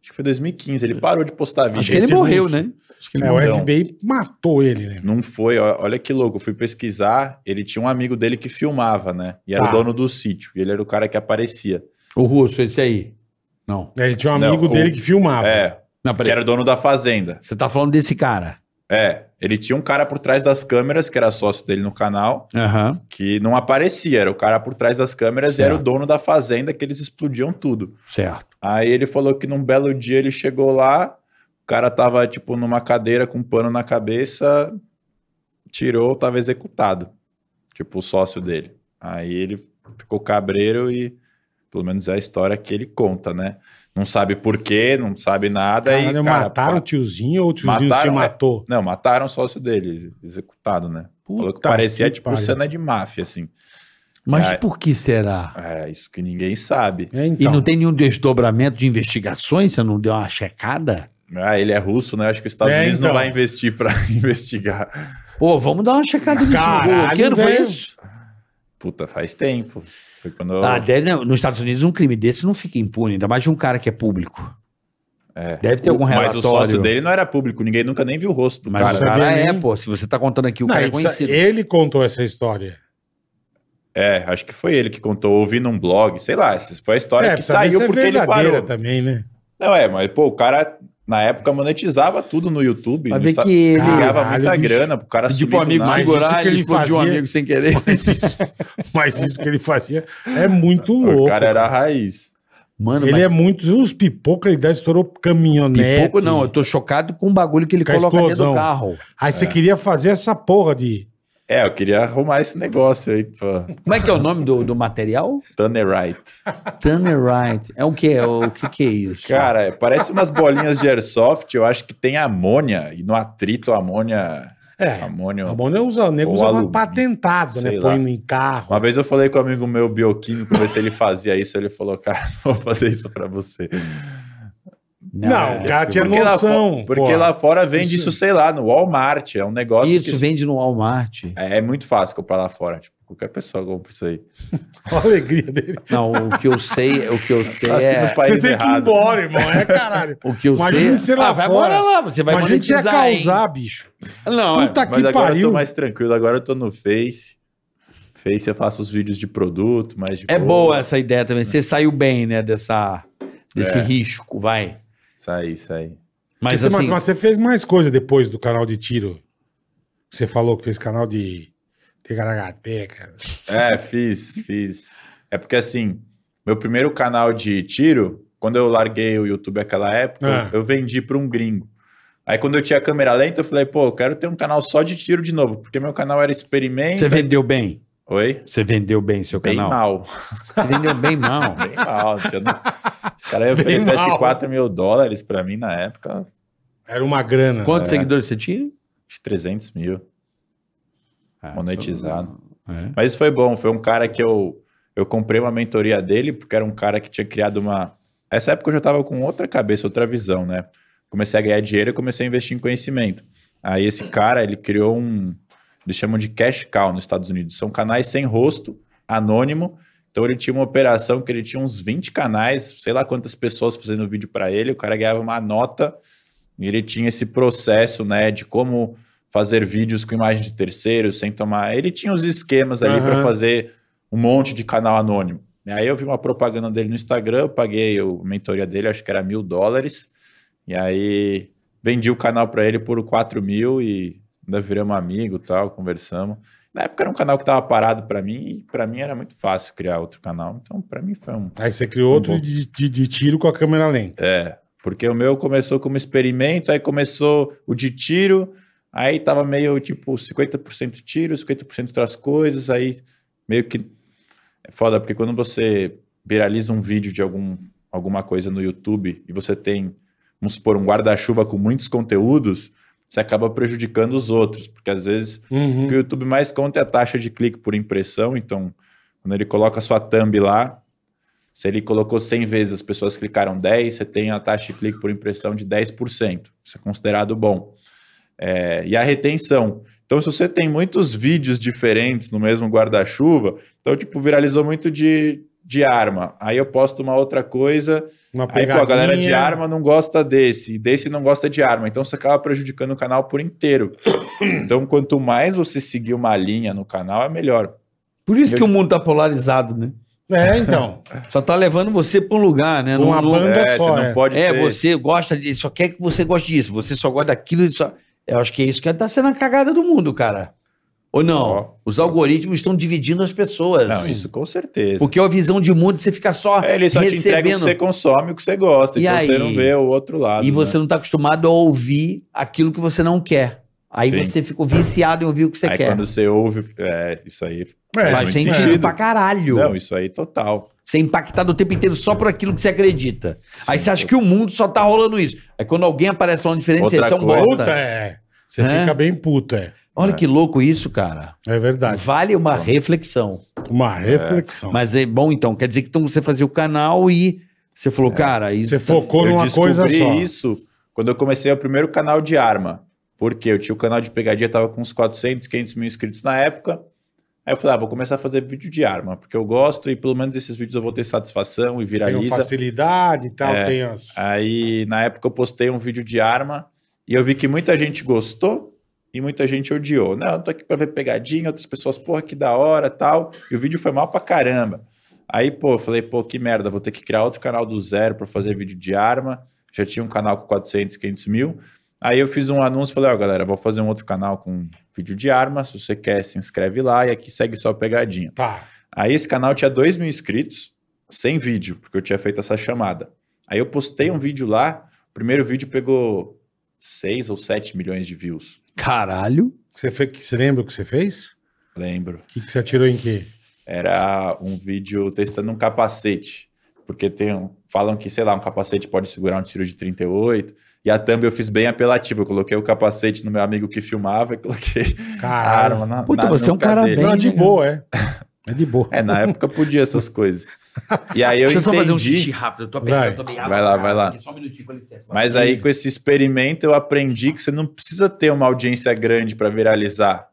[SPEAKER 6] Acho que foi 2015. Ele parou de postar vídeo.
[SPEAKER 5] Acho que ele
[SPEAKER 6] Esse
[SPEAKER 5] morreu,
[SPEAKER 6] russo.
[SPEAKER 5] né? Acho que ele
[SPEAKER 3] É, o
[SPEAKER 6] Não.
[SPEAKER 3] FBI matou ele, né?
[SPEAKER 6] Não foi, ó, olha que louco. Eu fui pesquisar, ele tinha um amigo dele que filmava, né? E era
[SPEAKER 3] Tá.
[SPEAKER 6] o dono do sítio. E ele era o cara que aparecia.
[SPEAKER 5] O russo, esse aí. Não.
[SPEAKER 3] Ele tinha um
[SPEAKER 6] Não,
[SPEAKER 3] amigo
[SPEAKER 6] o-
[SPEAKER 3] dele que filmava.
[SPEAKER 6] é,
[SPEAKER 5] Não,
[SPEAKER 6] que
[SPEAKER 5] peraí.
[SPEAKER 6] era o dono da fazenda.
[SPEAKER 5] Você tá falando desse cara.
[SPEAKER 6] É, ele tinha um cara por trás das câmeras, que era sócio dele no canal,
[SPEAKER 5] Aham.
[SPEAKER 6] que não aparecia. Era o cara por trás das câmeras e era o dono da fazenda que eles explodiam tudo.
[SPEAKER 5] Certo.
[SPEAKER 6] Aí ele falou que num belo dia ele chegou lá, o cara tava, tipo, numa cadeira com um pano na cabeça, tirou, tava executado. Tipo, o sócio dele. Aí ele ficou cabreiro e, pelo menos é a história que ele conta, né? Não sabe por quê, não sabe nada.
[SPEAKER 3] Caralho,
[SPEAKER 6] e, cara,
[SPEAKER 3] mataram o
[SPEAKER 6] pá-
[SPEAKER 3] tiozinho ou o tiozinho se
[SPEAKER 6] Mataram, é.
[SPEAKER 3] matou?
[SPEAKER 6] Não, mataram o sócio dele, executado, né? falou que
[SPEAKER 3] Puta
[SPEAKER 6] parecia,
[SPEAKER 3] que
[SPEAKER 6] tipo,
[SPEAKER 3] pariu.
[SPEAKER 6] cena de máfia, assim.
[SPEAKER 5] Mas
[SPEAKER 6] É.
[SPEAKER 5] por que será?
[SPEAKER 6] É, isso que ninguém sabe.
[SPEAKER 3] É,
[SPEAKER 5] E
[SPEAKER 3] então.
[SPEAKER 5] não tem nenhum desdobramento de investigações? Você não deu uma checada?
[SPEAKER 6] Ah, ele é russo, né? Acho que os Estados
[SPEAKER 3] É,
[SPEAKER 6] Unidos
[SPEAKER 3] então.
[SPEAKER 6] não vai investir pra investigar.
[SPEAKER 5] Pô, vamos dar uma checada nisso.
[SPEAKER 3] Caralho,
[SPEAKER 5] Pô, que ano foi
[SPEAKER 3] velho.
[SPEAKER 5] isso?
[SPEAKER 6] Puta, faz tempo. Foi quando eu...
[SPEAKER 5] Ah, deve, não, nos Estados Unidos um crime desse não fica impune, ainda mais de um cara que é público.
[SPEAKER 6] É.
[SPEAKER 5] Deve ter algum
[SPEAKER 6] Mas
[SPEAKER 5] relatório.
[SPEAKER 6] o sócio dele não era público, ninguém nunca nem viu o rosto do
[SPEAKER 5] Mas
[SPEAKER 6] cara.
[SPEAKER 5] o cara
[SPEAKER 3] sabia
[SPEAKER 5] é,
[SPEAKER 3] nem-
[SPEAKER 5] pô. Se você tá contando aqui, o
[SPEAKER 3] Não,
[SPEAKER 5] cara é
[SPEAKER 3] ele, precisa-
[SPEAKER 5] conhecido.
[SPEAKER 3] ele contou essa história.
[SPEAKER 6] É, acho que foi ele que contou, ouvi num blog, sei lá, essa foi a
[SPEAKER 5] É,
[SPEAKER 6] história que
[SPEAKER 3] É, precisa ver se
[SPEAKER 6] saiu porque ele
[SPEAKER 3] verdadeira
[SPEAKER 5] tá?
[SPEAKER 6] parou.
[SPEAKER 3] também, né?
[SPEAKER 6] Não é, mas pô, o cara na época monetizava tudo no YouTube,
[SPEAKER 5] Vai
[SPEAKER 6] no
[SPEAKER 5] ver
[SPEAKER 6] Insta-
[SPEAKER 5] que ele...
[SPEAKER 3] Cara,
[SPEAKER 5] Cara,
[SPEAKER 6] ganhava
[SPEAKER 3] Caralho,
[SPEAKER 6] muita
[SPEAKER 3] bicho.
[SPEAKER 6] grana, o cara
[SPEAKER 5] pediu
[SPEAKER 6] sumiu
[SPEAKER 5] pro
[SPEAKER 6] do
[SPEAKER 5] amigo
[SPEAKER 6] nada.
[SPEAKER 3] Mas isso
[SPEAKER 5] segurar
[SPEAKER 3] que
[SPEAKER 5] e
[SPEAKER 3] ele
[SPEAKER 5] explodiu um
[SPEAKER 3] fazia-
[SPEAKER 5] amigo sem querer.
[SPEAKER 3] Mas isso que ele fazia é muito louco.
[SPEAKER 6] O cara era a raiz.
[SPEAKER 5] Mano,
[SPEAKER 3] Ele
[SPEAKER 5] mas
[SPEAKER 3] é muito. Os pipoca, ele dá, estourou caminhonete.
[SPEAKER 5] pouco não. Eu tô chocado com o bagulho que ele
[SPEAKER 3] Com a
[SPEAKER 5] coloca dentro do
[SPEAKER 3] explosão.
[SPEAKER 5] carro.
[SPEAKER 3] Aí você queria fazer essa porra de.
[SPEAKER 6] É, eu queria arrumar esse negócio aí, pô.
[SPEAKER 5] Como é que é o nome do, do material?
[SPEAKER 6] Thunderite.
[SPEAKER 5] Tannerite. É o quê? O que que é isso?
[SPEAKER 6] Cara, é, parece umas bolinhas de airsoft, eu acho que tem amônia, e no atrito amônia,
[SPEAKER 3] É.
[SPEAKER 6] amônio...
[SPEAKER 3] A Bonner usa, o nego
[SPEAKER 6] Ou
[SPEAKER 3] usa uma
[SPEAKER 6] alumínio,
[SPEAKER 3] patentada, né?
[SPEAKER 6] sei lá.
[SPEAKER 3] Põe em carro.
[SPEAKER 6] Uma vez eu falei com um amigo meu bioquímico, ver se ele fazia isso. Ele falou, cara, não vou fazer isso pra você.
[SPEAKER 5] é
[SPEAKER 3] Não, o cara tinha
[SPEAKER 6] lá fo-
[SPEAKER 3] noção.
[SPEAKER 6] porque
[SPEAKER 3] pô.
[SPEAKER 6] lá fora vende isso. sei lá, no Walmart. É um negócio
[SPEAKER 5] Isso
[SPEAKER 6] que
[SPEAKER 5] vende no Walmart.
[SPEAKER 6] é, é muito fácil comprar lá fora. Tipo, qualquer pessoa compra isso aí.
[SPEAKER 3] Olha a alegria dele.
[SPEAKER 5] Não, o que eu sei, o que eu sei
[SPEAKER 6] Tá assim
[SPEAKER 5] é.
[SPEAKER 6] no país
[SPEAKER 3] Você tem que ir
[SPEAKER 6] errado.
[SPEAKER 3] embora, irmão. É caralho.
[SPEAKER 5] O que eu
[SPEAKER 3] né? Imagina
[SPEAKER 5] sei.
[SPEAKER 3] você
[SPEAKER 5] é- Ah,
[SPEAKER 3] lá
[SPEAKER 5] vai
[SPEAKER 3] fora.
[SPEAKER 5] morar lá, você vai
[SPEAKER 3] Imagina que você ia
[SPEAKER 5] monetizar. hein?
[SPEAKER 3] causar, bicho.
[SPEAKER 5] Não, é.
[SPEAKER 3] Puta
[SPEAKER 6] Mas
[SPEAKER 3] que
[SPEAKER 6] agora eu
[SPEAKER 3] pariu.
[SPEAKER 6] tô mais tranquilo. Agora eu tô no Face. Face eu faço os vídeos de produto, mais de
[SPEAKER 5] é boa essa ideia também. Você saiu bem, né, dessa desse
[SPEAKER 6] É.
[SPEAKER 5] risco, vai.
[SPEAKER 6] Isso aí, isso aí.
[SPEAKER 5] Mas
[SPEAKER 3] Você- mas,
[SPEAKER 5] assim,
[SPEAKER 3] mas você fez mais coisa depois do canal de tiro. Você falou que fez canal de. Tegaracateca.
[SPEAKER 6] É, fiz, fiz. É porque assim, meu primeiro canal de tiro, quando eu larguei o YouTube naquela época,
[SPEAKER 3] Ah.
[SPEAKER 6] eu vendi para um gringo. Aí quando eu tinha câmera lenta, eu falei, pô, eu quero ter um canal só de tiro de novo, porque meu canal era experimento.
[SPEAKER 5] você vendeu bem.
[SPEAKER 6] Oi?
[SPEAKER 5] Você vendeu bem seu
[SPEAKER 6] Bem
[SPEAKER 5] canal.
[SPEAKER 6] mal.
[SPEAKER 5] Você vendeu bem mal.
[SPEAKER 6] Bem mal. Tinha- Os caras
[SPEAKER 3] Bem
[SPEAKER 6] ofereceram acho
[SPEAKER 3] mal.
[SPEAKER 6] que 4 mil dólares para mim na época, acho
[SPEAKER 3] Era uma grana.
[SPEAKER 5] Quantos
[SPEAKER 6] É.
[SPEAKER 5] seguidores você tinha?
[SPEAKER 6] que 300 mil. Ah, Monetizado.
[SPEAKER 5] É.
[SPEAKER 6] Mas foi bom, foi um cara que eu, eu comprei uma mentoria dele, porque era um cara que tinha criado uma. Essa época eu já tava com outra cabeça, outra visão, né? Comecei a ganhar dinheiro e comecei a investir em conhecimento. Aí esse cara, ele criou um. Eles chamam de cash cow nos Estados Unidos. São canais sem rosto, anônimo. Então ele tinha uma operação que ele tinha uns 20 canais, sei lá quantas pessoas fazendo vídeo para ele, o cara ganhava uma nota e ele tinha esse processo, né, de como fazer vídeos com imagem de terceiros sem tomar. Ele tinha os esquemas ali
[SPEAKER 3] Aham.
[SPEAKER 6] pra fazer um monte de canal anônimo. E Aí eu vi uma propaganda dele no Instagram, eu paguei o- a mentoria dele, acho que era mil dólares. E aí vendi o canal pra ele por 4 mil e ainda viramos amigo e tal, conversamos. Na época era um canal que tava parado pra mim e pra mim era muito fácil criar outro canal. Então pra mim foi um
[SPEAKER 3] Aí você criou outro de, de- de tiro com a câmera lenta.
[SPEAKER 6] é, porque o meu começou como experimento, aí começou o de tiro, aí tava meio tipo 50% tiro, 50% outras coisas, aí meio que É foda, porque quando você viraliza um vídeo de algum, alguma coisa no YouTube e você tem, vamos supor, um guarda-chuva com muitos conteúdos, você acaba prejudicando os outros, porque às vezes
[SPEAKER 3] Uhum.
[SPEAKER 6] o que o YouTube mais conta é a taxa de clique por impressão, então quando ele coloca a sua thumb lá, se ele colocou 100 vezes, as pessoas clicaram 10, você tem a taxa de clique por impressão de 10%. Isso é considerado bom. É, e a retenção. Então, se você tem muitos vídeos diferentes no mesmo guarda-chuva, então, tipo, viralizou muito de, de arma. Aí eu posto uma outra coisa,
[SPEAKER 3] Uma
[SPEAKER 6] aí pô,
[SPEAKER 3] pegadinha.
[SPEAKER 6] a galera de arma não gosta desse, e desse não gosta de arma. Então, você acaba prejudicando o canal por inteiro. Então, quanto mais você seguir uma linha no canal, é melhor.
[SPEAKER 5] Por isso que o mundo tá polarizado, né?
[SPEAKER 3] É, então.
[SPEAKER 5] Só tá levando você pra um lugar, né?
[SPEAKER 3] Uma
[SPEAKER 5] Não- não-
[SPEAKER 3] banda
[SPEAKER 6] É,
[SPEAKER 3] só.
[SPEAKER 6] você
[SPEAKER 3] é.
[SPEAKER 6] não pode
[SPEAKER 5] É,
[SPEAKER 6] ter-
[SPEAKER 5] você gosta de, só quer que você goste disso, você só gosta daquilo, ele só... Eu acho que é isso que tá sendo a cagada do mundo, cara. Ou não?
[SPEAKER 6] Ó.
[SPEAKER 5] Os algoritmos estão dividindo as pessoas.
[SPEAKER 6] Não, isso com certeza.
[SPEAKER 5] Porque é a visão de mundo você fica só
[SPEAKER 6] É, ele só te entrega o que
[SPEAKER 5] recebendo
[SPEAKER 6] você consome, o que você gosta.
[SPEAKER 5] E
[SPEAKER 6] então
[SPEAKER 5] aí?
[SPEAKER 6] você não vê o outro lado. né?
[SPEAKER 5] e você não tá acostumado a ouvir aquilo que você não quer. Aí
[SPEAKER 6] Sim.
[SPEAKER 5] você fica viciado em ouvir o que você
[SPEAKER 6] aí
[SPEAKER 5] quer.
[SPEAKER 6] quando você ouve. É, isso aí.
[SPEAKER 3] É,
[SPEAKER 5] Faz
[SPEAKER 6] muito
[SPEAKER 5] sentido,
[SPEAKER 6] sentido.
[SPEAKER 5] pra caralho.
[SPEAKER 6] Não, isso aí total.
[SPEAKER 5] Você é impactado o tempo inteiro só por aquilo que você acredita. aí você acha que o mundo só tá rolando isso. Aí quando alguém aparece falando diferente,
[SPEAKER 6] Outra
[SPEAKER 5] você é um
[SPEAKER 6] coisa.
[SPEAKER 5] bosta.
[SPEAKER 3] Puta, é. Você
[SPEAKER 5] É?
[SPEAKER 3] fica bem puto, é.
[SPEAKER 5] Olha que louco isso, cara.
[SPEAKER 3] É verdade.
[SPEAKER 5] Vale uma reflexão.
[SPEAKER 3] Uma reflexão.
[SPEAKER 5] Mas é bom então, quer dizer que então você fazia o canal e É. você falou, cara, isso
[SPEAKER 3] Você focou numa coisa só.
[SPEAKER 6] isso quando eu comecei o primeiro canal de arma. Porque eu tinha o canal de pegadinha, tava com uns 400, 500 mil inscritos na época. Aí eu falei, ah, vou começar a fazer vídeo de arma, porque eu gosto e pelo menos esses vídeos eu vou ter satisfação e
[SPEAKER 3] Tenho
[SPEAKER 6] viraliza.
[SPEAKER 3] facilidade e tal,
[SPEAKER 6] É.
[SPEAKER 3] tem as...
[SPEAKER 6] Aí, na época, eu postei um vídeo de arma e eu vi que muita gente gostou e muita gente odiou. Não, eu tô aqui pra ver pegadinha, outras pessoas, porra, que da hora tal. E o vídeo foi mal pra caramba. Aí, pô, eu falei, pô, que merda, vou ter que criar outro canal do zero pra fazer vídeo de arma. Já tinha um canal com 400, 500 mil. Aí eu fiz um anúncio, falei, ó, galera, vou fazer um outro canal com vídeo de arma. Se você quer, se inscreve lá e aqui segue só a pegadinha.
[SPEAKER 3] Tá.
[SPEAKER 6] Aí esse canal tinha 2 mil inscritos, sem vídeo, porque eu tinha feito essa chamada. Aí eu postei um vídeo lá, o primeiro vídeo pegou 6 ou 7 milhões de views.
[SPEAKER 5] Caralho.
[SPEAKER 3] Você, fe... você lembra o que você fez?
[SPEAKER 6] Lembro.
[SPEAKER 3] O que, que você atirou em quê?
[SPEAKER 6] Era um vídeo testando um capacete. Porque tem um- falam que, sei lá, um capacete pode segurar um tiro de 38. E a thumb eu fiz bem apelativo. Eu coloquei o capacete no meu amigo que filmava e coloquei a
[SPEAKER 3] Caralho.
[SPEAKER 6] arma na
[SPEAKER 5] Puta,
[SPEAKER 6] na
[SPEAKER 5] você é um
[SPEAKER 6] nuca
[SPEAKER 5] cara
[SPEAKER 6] dele.
[SPEAKER 5] bem-
[SPEAKER 3] Não, é de
[SPEAKER 5] né,
[SPEAKER 3] boa, é. É de boa.
[SPEAKER 6] É, na época podia essas coisas. E aí eu
[SPEAKER 5] Deixa eu só
[SPEAKER 6] entendi...
[SPEAKER 5] fazer um xixi rápido. Eu tô apertando,
[SPEAKER 3] Vai.
[SPEAKER 5] eu tomei água,
[SPEAKER 6] Vai lá, vai lá.
[SPEAKER 5] aqui, Só um minutinho, com licença.
[SPEAKER 6] Mas aí, com esse experimento, eu aprendi que você não precisa ter uma audiência grande para viralizar.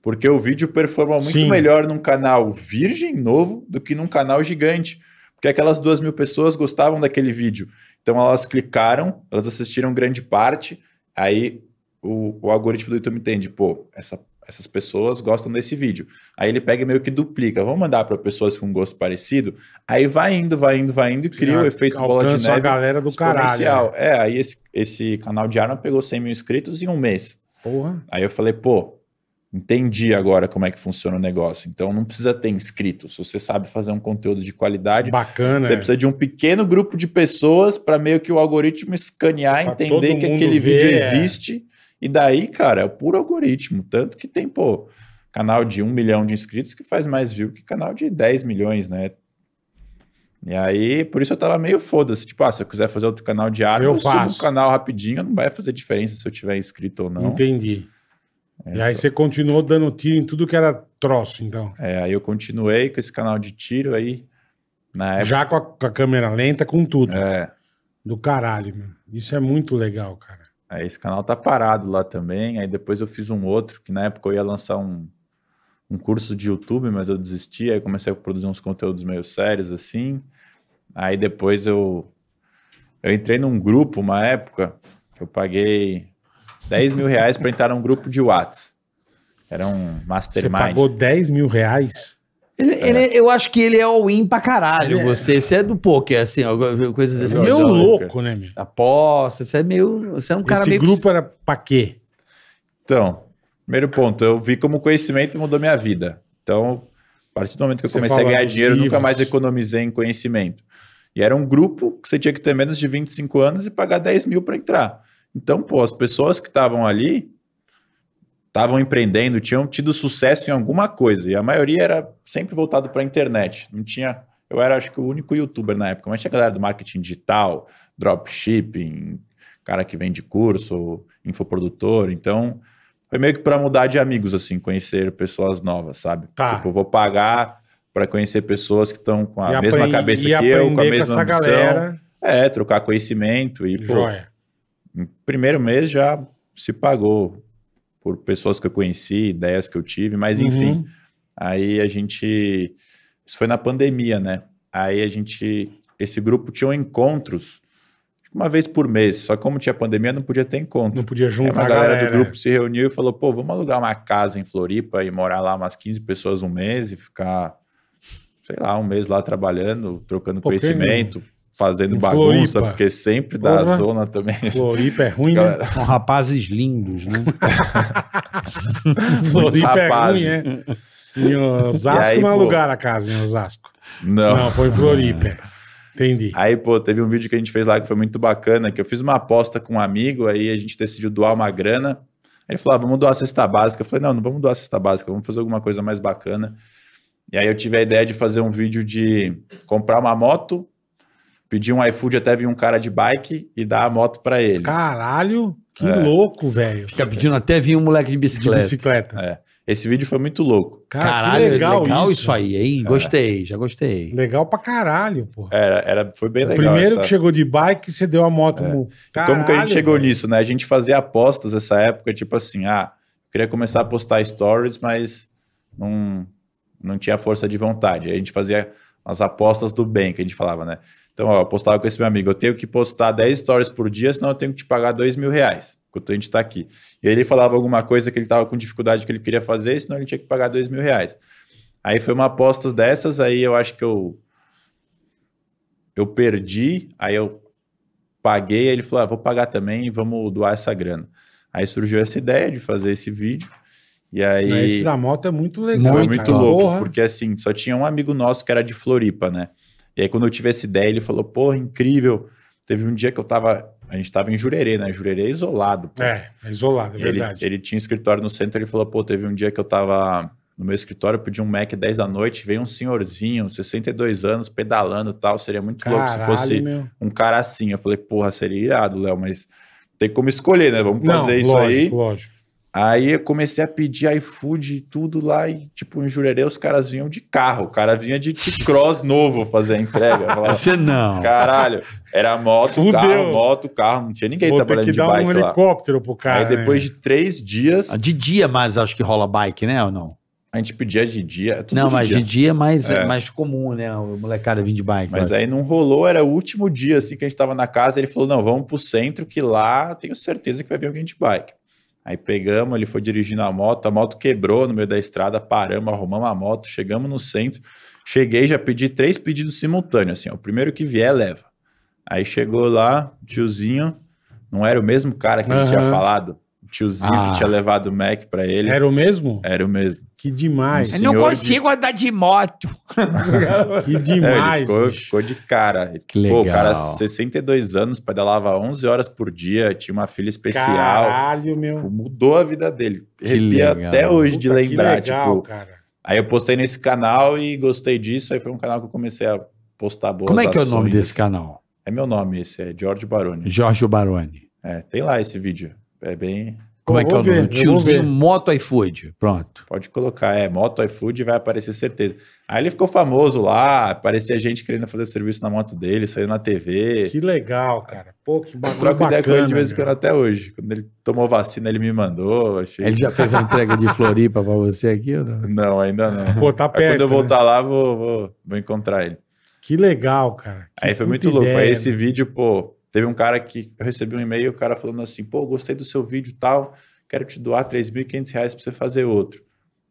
[SPEAKER 6] Porque o vídeo performa muito
[SPEAKER 3] Sim.
[SPEAKER 6] melhor num canal virgem novo do que num canal gigante. Porque aquelas duas mil pessoas gostavam daquele vídeo. Então elas clicaram, elas assistiram grande parte, aí o, o algoritmo do YouTube entende, pô, essa- essas pessoas gostam desse vídeo. Aí ele pega e meio que duplica. Vamos mandar para pessoas com gosto parecido. Aí vai indo, vai indo, vai indo e cria o efeito bola de
[SPEAKER 3] Alcança a
[SPEAKER 6] neve
[SPEAKER 3] galera do caralho.
[SPEAKER 6] exponencial.
[SPEAKER 3] né?
[SPEAKER 6] É, aí esse, esse canal de arma pegou 100 mil inscritos em um mês.
[SPEAKER 3] Porra.
[SPEAKER 6] Aí eu falei, pô, entendi agora como é que funciona o negócio. Então não precisa ter inscrito. Se você sabe fazer um conteúdo de qualidade,
[SPEAKER 3] Bacana.
[SPEAKER 6] você
[SPEAKER 3] é.
[SPEAKER 6] precisa de um pequeno grupo de pessoas para meio que o algoritmo escanear,
[SPEAKER 3] Pra
[SPEAKER 6] entender
[SPEAKER 3] todo
[SPEAKER 6] que
[SPEAKER 3] mundo
[SPEAKER 6] aquele
[SPEAKER 3] ver,
[SPEAKER 6] vídeo
[SPEAKER 3] é.
[SPEAKER 6] existe. E daí, cara, é o puro algoritmo. Tanto que tem, pô, canal de 1 milhão de inscritos que faz mais view que canal de 10 milhões, né? E aí, por isso eu tava meio foda-se. Tipo, ah, se eu quiser fazer outro canal de ar,
[SPEAKER 3] Eu
[SPEAKER 6] eu, subo
[SPEAKER 3] faço.
[SPEAKER 6] o canal rapidinho, não vai fazer diferença se eu tiver inscrito ou não.
[SPEAKER 3] Entendi.
[SPEAKER 6] É,
[SPEAKER 3] E aí
[SPEAKER 6] só-
[SPEAKER 3] você continuou dando tiro em tudo que era troço, então.
[SPEAKER 6] é, aí eu continuei com esse canal de tiro aí. Na época.
[SPEAKER 3] Já com a, com a câmera lenta, com tudo.
[SPEAKER 6] É.
[SPEAKER 3] Do caralho, meu. Isso é muito legal, cara.
[SPEAKER 6] Aí esse canal tá parado lá também. Aí depois eu fiz um outro, que na época eu ia lançar um, um curso de YouTube, mas eu desisti. Aí comecei a produzir uns conteúdos meio sérios assim. Aí depois eu, eu entrei num grupo, uma época, que eu paguei 10 mil reais pra entrar num grupo de Whats. Era um
[SPEAKER 3] Você
[SPEAKER 6] mastermind.
[SPEAKER 3] pagou 10 mil reais?
[SPEAKER 5] Ele- ele- eu acho que ele é all-in pra caralho, você. Você é do poker, assim, ó, coisas assim.
[SPEAKER 3] Você é
[SPEAKER 6] Não,
[SPEAKER 3] um
[SPEAKER 6] não,
[SPEAKER 3] louco, né, meu?
[SPEAKER 5] Aposta, você é meio. Você é um cara
[SPEAKER 3] Esse
[SPEAKER 5] meio.
[SPEAKER 3] grupo era pra quê?
[SPEAKER 6] Então, primeiro ponto, eu vi como o conhecimento mudou minha vida. Então, a partir do momento que eu
[SPEAKER 3] Você
[SPEAKER 6] comecei a
[SPEAKER 3] fala
[SPEAKER 6] ganhar
[SPEAKER 3] dos
[SPEAKER 6] dinheiro, eu nunca
[SPEAKER 3] livros.
[SPEAKER 6] mais economizei em conhecimento. E era um grupo que você tinha que ter menos de 25 anos e pagar 10 mil para entrar. Então, pô, as pessoas que estavam ali estavam empreendendo, tinham tido sucesso em alguma coisa. E a maioria era sempre voltado para a internet. Não tinha. Eu era, acho que, o único youtuber na época, mas tinha galera do marketing digital, dropshipping, cara que vende curso, infoprodutor. Então, foi meio que para mudar de amigos, assim, conhecer pessoas novas, sabe?
[SPEAKER 3] Tá.
[SPEAKER 6] Tipo, eu vou pagar para conhecer pessoas que estão com a
[SPEAKER 3] E
[SPEAKER 6] mesma
[SPEAKER 3] apre-
[SPEAKER 6] cabeça
[SPEAKER 3] e
[SPEAKER 6] que eu, com a
[SPEAKER 3] aprender
[SPEAKER 6] mesma ambição. É, trocar conhecimento e, pô,
[SPEAKER 3] Joia.
[SPEAKER 6] no primeiro mês já se pagou por pessoas que eu conheci, ideias que eu tive, mas enfim.
[SPEAKER 3] Uhum.
[SPEAKER 6] Aí a gente. Isso foi na pandemia, né? Aí a gente. Esse grupo tinha um encontros acho que uma vez por mês. Só que como tinha pandemia, não podia ter encontro.
[SPEAKER 3] Não podia
[SPEAKER 6] Aí
[SPEAKER 3] juntar
[SPEAKER 6] é uma
[SPEAKER 3] a
[SPEAKER 6] galera,
[SPEAKER 3] galera, né?
[SPEAKER 6] do grupo se reuniu e falou: pô, vamos alugar uma casa em Floripa e morar lá umas 15 pessoas um mês e ficar, sei lá, um mês lá trabalhando, trocando
[SPEAKER 3] Pô, que
[SPEAKER 6] conhecimento, fazendo
[SPEAKER 3] Em
[SPEAKER 6] bagunça,
[SPEAKER 3] Floripa.
[SPEAKER 6] porque sempre dá
[SPEAKER 3] Porra.
[SPEAKER 6] zona também.
[SPEAKER 3] Floripa é ruim, né?
[SPEAKER 6] Galera,
[SPEAKER 5] São rapazes lindos, né?
[SPEAKER 3] Floripa é ruim, é.
[SPEAKER 6] rapazes.
[SPEAKER 3] Em Osasco
[SPEAKER 6] E aí,
[SPEAKER 3] não
[SPEAKER 6] pô?
[SPEAKER 3] alugaram a casa em Osasco.
[SPEAKER 6] Não. É.
[SPEAKER 3] Não, foi em Floripa. Entendi.
[SPEAKER 6] Aí, pô, teve um vídeo que a gente fez lá que foi muito bacana, que eu fiz uma aposta com um amigo, aí a gente decidiu doar uma grana. Aí ele falou, ah, vamos doar a cesta básica. Eu falei, não, não vamos doar a cesta básica, vamos fazer alguma coisa mais bacana. E aí eu tive a ideia de fazer um vídeo de comprar uma moto, pedir um iFood até vir um cara de bike e dar a moto pra ele.
[SPEAKER 3] Caralho, que
[SPEAKER 6] É.
[SPEAKER 3] louco, velho.
[SPEAKER 5] Fica pedindo até vir um moleque de
[SPEAKER 3] De
[SPEAKER 5] bicicleta.
[SPEAKER 3] bicicleta.
[SPEAKER 6] Esse vídeo foi muito louco.
[SPEAKER 3] Cara,
[SPEAKER 6] é
[SPEAKER 5] Caralho, é
[SPEAKER 3] que
[SPEAKER 5] legal,
[SPEAKER 3] legal,
[SPEAKER 5] isso. aí, hein? Gostei, já gostei.
[SPEAKER 3] Legal pra caralho, pô.
[SPEAKER 6] Era, era, foi É bem
[SPEAKER 3] O
[SPEAKER 6] legal.
[SPEAKER 3] primeiro
[SPEAKER 6] essa- É.
[SPEAKER 3] que chegou de bike, você deu a moto. no-
[SPEAKER 6] Como que a gente
[SPEAKER 3] Caralho,
[SPEAKER 6] chegou
[SPEAKER 3] velho.
[SPEAKER 6] nisso, né? A gente fazia apostas nessa época, tipo assim, ah, eu queria começar a postar stories, mas não, não tinha força de vontade. Aí a gente fazia as apostas do bem, que a gente falava, né? Então, ó, eu postava com esse meu amigo, eu tenho que postar 10 stories por dia, senão eu tenho que te pagar 2 mil reais, enquanto a gente tá aqui. E aí ele falava alguma coisa que ele tava com dificuldade que ele queria fazer, senão ele tinha que pagar 2 mil reais. Aí foi uma aposta dessas, aí eu acho que eu eu perdi, aí eu paguei, aí ele falou, ah, vou pagar também e vamos doar essa grana. Aí surgiu essa ideia de fazer esse vídeo, e aí...
[SPEAKER 3] Né, Esse da moto é muito legal.
[SPEAKER 6] Foi
[SPEAKER 5] Muito
[SPEAKER 6] muito
[SPEAKER 3] cara.
[SPEAKER 6] louco,
[SPEAKER 3] Porra.
[SPEAKER 6] porque assim, só tinha um amigo nosso que era de Floripa, né? E aí quando eu tive essa ideia, ele falou, porra, incrível. Teve um dia que eu tava, a gente tava em Jurerê, né? Jurerê é isolado, pô.
[SPEAKER 3] É, é isolado, é
[SPEAKER 6] E ele,
[SPEAKER 3] verdade.
[SPEAKER 6] ele tinha um escritório no centro, ele falou, pô, teve um dia que eu tava no meu escritório, eu pedi um Mac 10 da noite, veio um senhorzinho, 62 anos, pedalando e tal, seria muito louco se fosse
[SPEAKER 3] meu.
[SPEAKER 6] um cara assim. Eu falei, porra, seria irado, Léo, mas tem como escolher, né? Vamos
[SPEAKER 3] Não,
[SPEAKER 6] fazer isso
[SPEAKER 3] lógico,
[SPEAKER 6] aí.
[SPEAKER 3] lógico.
[SPEAKER 6] Aí eu comecei a pedir iFood e tudo lá, e tipo, em Jurerê os caras vinham de carro, o cara vinha de T-Cross novo fazer a entrega. Eu falava,
[SPEAKER 5] Você não.
[SPEAKER 6] Caralho, era moto,
[SPEAKER 3] Assim, Fudeu.
[SPEAKER 6] carro, moto, carro, não tinha ninguém
[SPEAKER 3] Vou ter
[SPEAKER 6] trabalhando
[SPEAKER 3] que
[SPEAKER 6] de
[SPEAKER 3] dar
[SPEAKER 6] bike
[SPEAKER 3] um
[SPEAKER 6] lá.
[SPEAKER 3] helicóptero pro cara.
[SPEAKER 6] Aí depois
[SPEAKER 3] né?
[SPEAKER 6] de três dias,
[SPEAKER 5] De dia mais acho que rola bike, né? Ou não?
[SPEAKER 6] a gente pedia de dia, é tudo
[SPEAKER 5] não,
[SPEAKER 6] de
[SPEAKER 5] mas
[SPEAKER 6] dia.
[SPEAKER 5] de dia é mais, é
[SPEAKER 6] É.
[SPEAKER 5] mais comum, né? O molecada vir de bike.
[SPEAKER 6] Mas
[SPEAKER 5] eu acho.
[SPEAKER 6] aí não rolou, era o último dia assim que a gente tava na casa, ele falou: "Não, vamos pro centro que lá tenho certeza que vai vir alguém de bike". Aí pegamos, ele foi dirigindo a moto, a moto quebrou no meio da estrada, paramos, arrumamos a moto, chegamos no centro. Cheguei, já pedi três pedidos simultâneos, assim, ó, o primeiro que vier leva. Aí chegou lá, tiozinho, não era o mesmo cara que ele tinha
[SPEAKER 3] Aham. É
[SPEAKER 6] falado, o tiozinho
[SPEAKER 5] Ah.
[SPEAKER 6] que tinha levado o Mac pra ele, era,
[SPEAKER 3] Era o mesmo?
[SPEAKER 6] o mesmo.
[SPEAKER 3] Que demais.
[SPEAKER 6] Eu não Senhor consigo
[SPEAKER 5] andar de moto.
[SPEAKER 3] Que
[SPEAKER 6] É,
[SPEAKER 3] demais.
[SPEAKER 6] ele ficou,
[SPEAKER 3] bicho.
[SPEAKER 6] ficou de cara.
[SPEAKER 5] Que
[SPEAKER 6] Pô,
[SPEAKER 5] legal.
[SPEAKER 6] o cara, 62 anos, pedalava 11 horas por dia, tinha uma filha especial.
[SPEAKER 3] Caralho, meu.
[SPEAKER 6] Tipo, mudou a vida dele.
[SPEAKER 5] Que
[SPEAKER 6] Arrepia
[SPEAKER 5] legal.
[SPEAKER 6] até hoje de
[SPEAKER 3] Puta,
[SPEAKER 6] lembrar.
[SPEAKER 3] Que legal,
[SPEAKER 6] tipo,
[SPEAKER 3] cara.
[SPEAKER 6] aí eu postei nesse canal e gostei disso. Aí foi um canal que eu comecei a postar boas
[SPEAKER 5] Como é que é o nome
[SPEAKER 6] ações.
[SPEAKER 5] desse canal?
[SPEAKER 6] É meu nome esse, é George Baroni.
[SPEAKER 5] Jorge Baroni.
[SPEAKER 6] É, tem lá esse vídeo. É bem.
[SPEAKER 5] Como
[SPEAKER 3] Eu
[SPEAKER 5] é que é
[SPEAKER 3] vou
[SPEAKER 5] o nome?
[SPEAKER 3] ver, eu vou
[SPEAKER 5] Tiozinho
[SPEAKER 3] ver.
[SPEAKER 5] Moto iFood. Pronto.
[SPEAKER 6] Pode colocar, é moto iFood vai aparecer certeza. Aí ele ficou famoso lá, aparecia gente querendo fazer serviço na moto dele, saiu na TV.
[SPEAKER 3] Que legal, cara. Pô, que bagulho
[SPEAKER 6] Troco
[SPEAKER 3] bacana.
[SPEAKER 6] ideia com ele de vez em
[SPEAKER 3] meu.
[SPEAKER 6] quando até hoje. Quando ele tomou vacina, ele me mandou. Achei...
[SPEAKER 5] Ele já fez a entrega de Floripa pra você aqui, né? ou não?
[SPEAKER 6] Não, ainda não.
[SPEAKER 3] Pô, tá
[SPEAKER 6] Aí
[SPEAKER 3] perto.
[SPEAKER 6] quando eu
[SPEAKER 3] né?
[SPEAKER 6] voltar lá, vou, vou, vou encontrar ele.
[SPEAKER 3] Que legal, cara. Que
[SPEAKER 6] Aí foi
[SPEAKER 3] puta
[SPEAKER 6] muito louco. Aí
[SPEAKER 3] ideia, né?
[SPEAKER 6] esse vídeo, pô, teve um cara que eu recebi um e-mail, o cara falando assim, pô, gostei do seu vídeo e tal, quero te doar 3.500 reais pra você fazer outro.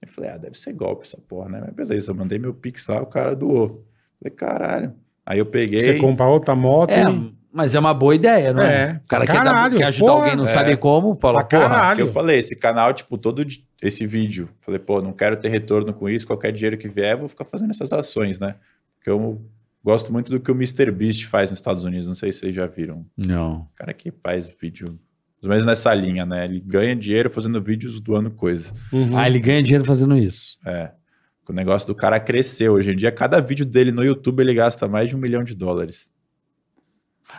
[SPEAKER 6] Eu falei, ah, deve ser golpe essa porra, né? Mas beleza, eu mandei meu pix lá, o cara doou. Falei, caralho. Aí né? eu peguei...
[SPEAKER 3] Você compra outra moto
[SPEAKER 5] É,
[SPEAKER 3] e...
[SPEAKER 5] mas é uma boa ideia, não é?
[SPEAKER 3] É.
[SPEAKER 5] O cara quer, dar-
[SPEAKER 3] Caralho,
[SPEAKER 5] quer ajudar
[SPEAKER 3] porra.
[SPEAKER 5] alguém, não sabe como, fala,
[SPEAKER 3] Pra
[SPEAKER 5] porra,
[SPEAKER 6] que eu
[SPEAKER 3] caralho.
[SPEAKER 6] falei, esse canal, tipo, todo di- esse vídeo. Falei, pô, não quero ter retorno com isso, qualquer dinheiro que vier, vou ficar fazendo essas ações, né? Porque eu gosto muito do Um que o MrBeast faz nos Estados Unidos, não sei se vocês já viram.
[SPEAKER 5] Não.
[SPEAKER 6] O cara que faz vídeo Pelo menos nessa linha, né? Ele ganha dinheiro fazendo vídeos doando coisas.
[SPEAKER 3] Uhum.
[SPEAKER 5] Ah, ele ganha dinheiro fazendo isso.
[SPEAKER 6] É. O negócio do cara cresceu. Hoje em dia, cada vídeo dele no YouTube, ele gasta mais de um milhão de dólares.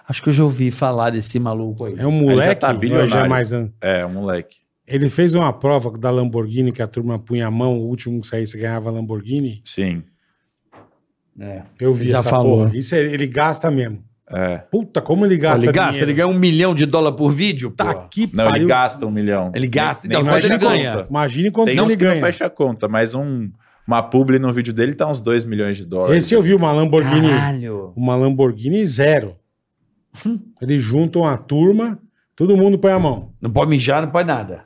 [SPEAKER 5] Acho que eu já ouvi falar desse maluco aí.
[SPEAKER 3] É um moleque.
[SPEAKER 6] Ele já tá
[SPEAKER 3] ou
[SPEAKER 6] bilionário.
[SPEAKER 3] já é mais an-
[SPEAKER 6] É, um moleque.
[SPEAKER 3] Ele fez uma prova da Lamborghini que a turma punha a mão, o último que saísse ganhava a Lamborghini.
[SPEAKER 6] Sim.
[SPEAKER 5] É.
[SPEAKER 3] Eu vi
[SPEAKER 5] Já
[SPEAKER 3] essa
[SPEAKER 5] falou.
[SPEAKER 3] porra. Isso é- ele gasta mesmo.
[SPEAKER 6] É.
[SPEAKER 3] Puta, como ele
[SPEAKER 5] Pô,
[SPEAKER 3] gasta
[SPEAKER 5] ele gasta,
[SPEAKER 3] dinheiro.
[SPEAKER 5] ele ganha um milhão de dólar por vídeo?
[SPEAKER 3] Tá
[SPEAKER 5] pô.
[SPEAKER 3] aqui,
[SPEAKER 6] Não, ele gasta um milhão.
[SPEAKER 5] Ele gasta,
[SPEAKER 6] Nem-
[SPEAKER 5] então
[SPEAKER 6] nem
[SPEAKER 5] quanto ele
[SPEAKER 6] fecha a
[SPEAKER 5] ganha?
[SPEAKER 6] conta.
[SPEAKER 3] Imagina quanto
[SPEAKER 6] Tem
[SPEAKER 3] ele
[SPEAKER 6] uns que não
[SPEAKER 3] ganha.
[SPEAKER 6] fecha a conta, mas um, uma publi no vídeo dele tá uns 2 milhões de dólares.
[SPEAKER 3] Esse eu vi uma Lamborghini,
[SPEAKER 5] Caralho.
[SPEAKER 3] uma Lamborghini zero. Eles juntam a turma, todo mundo põe a mão.
[SPEAKER 5] Não pode mijar, não pode nada.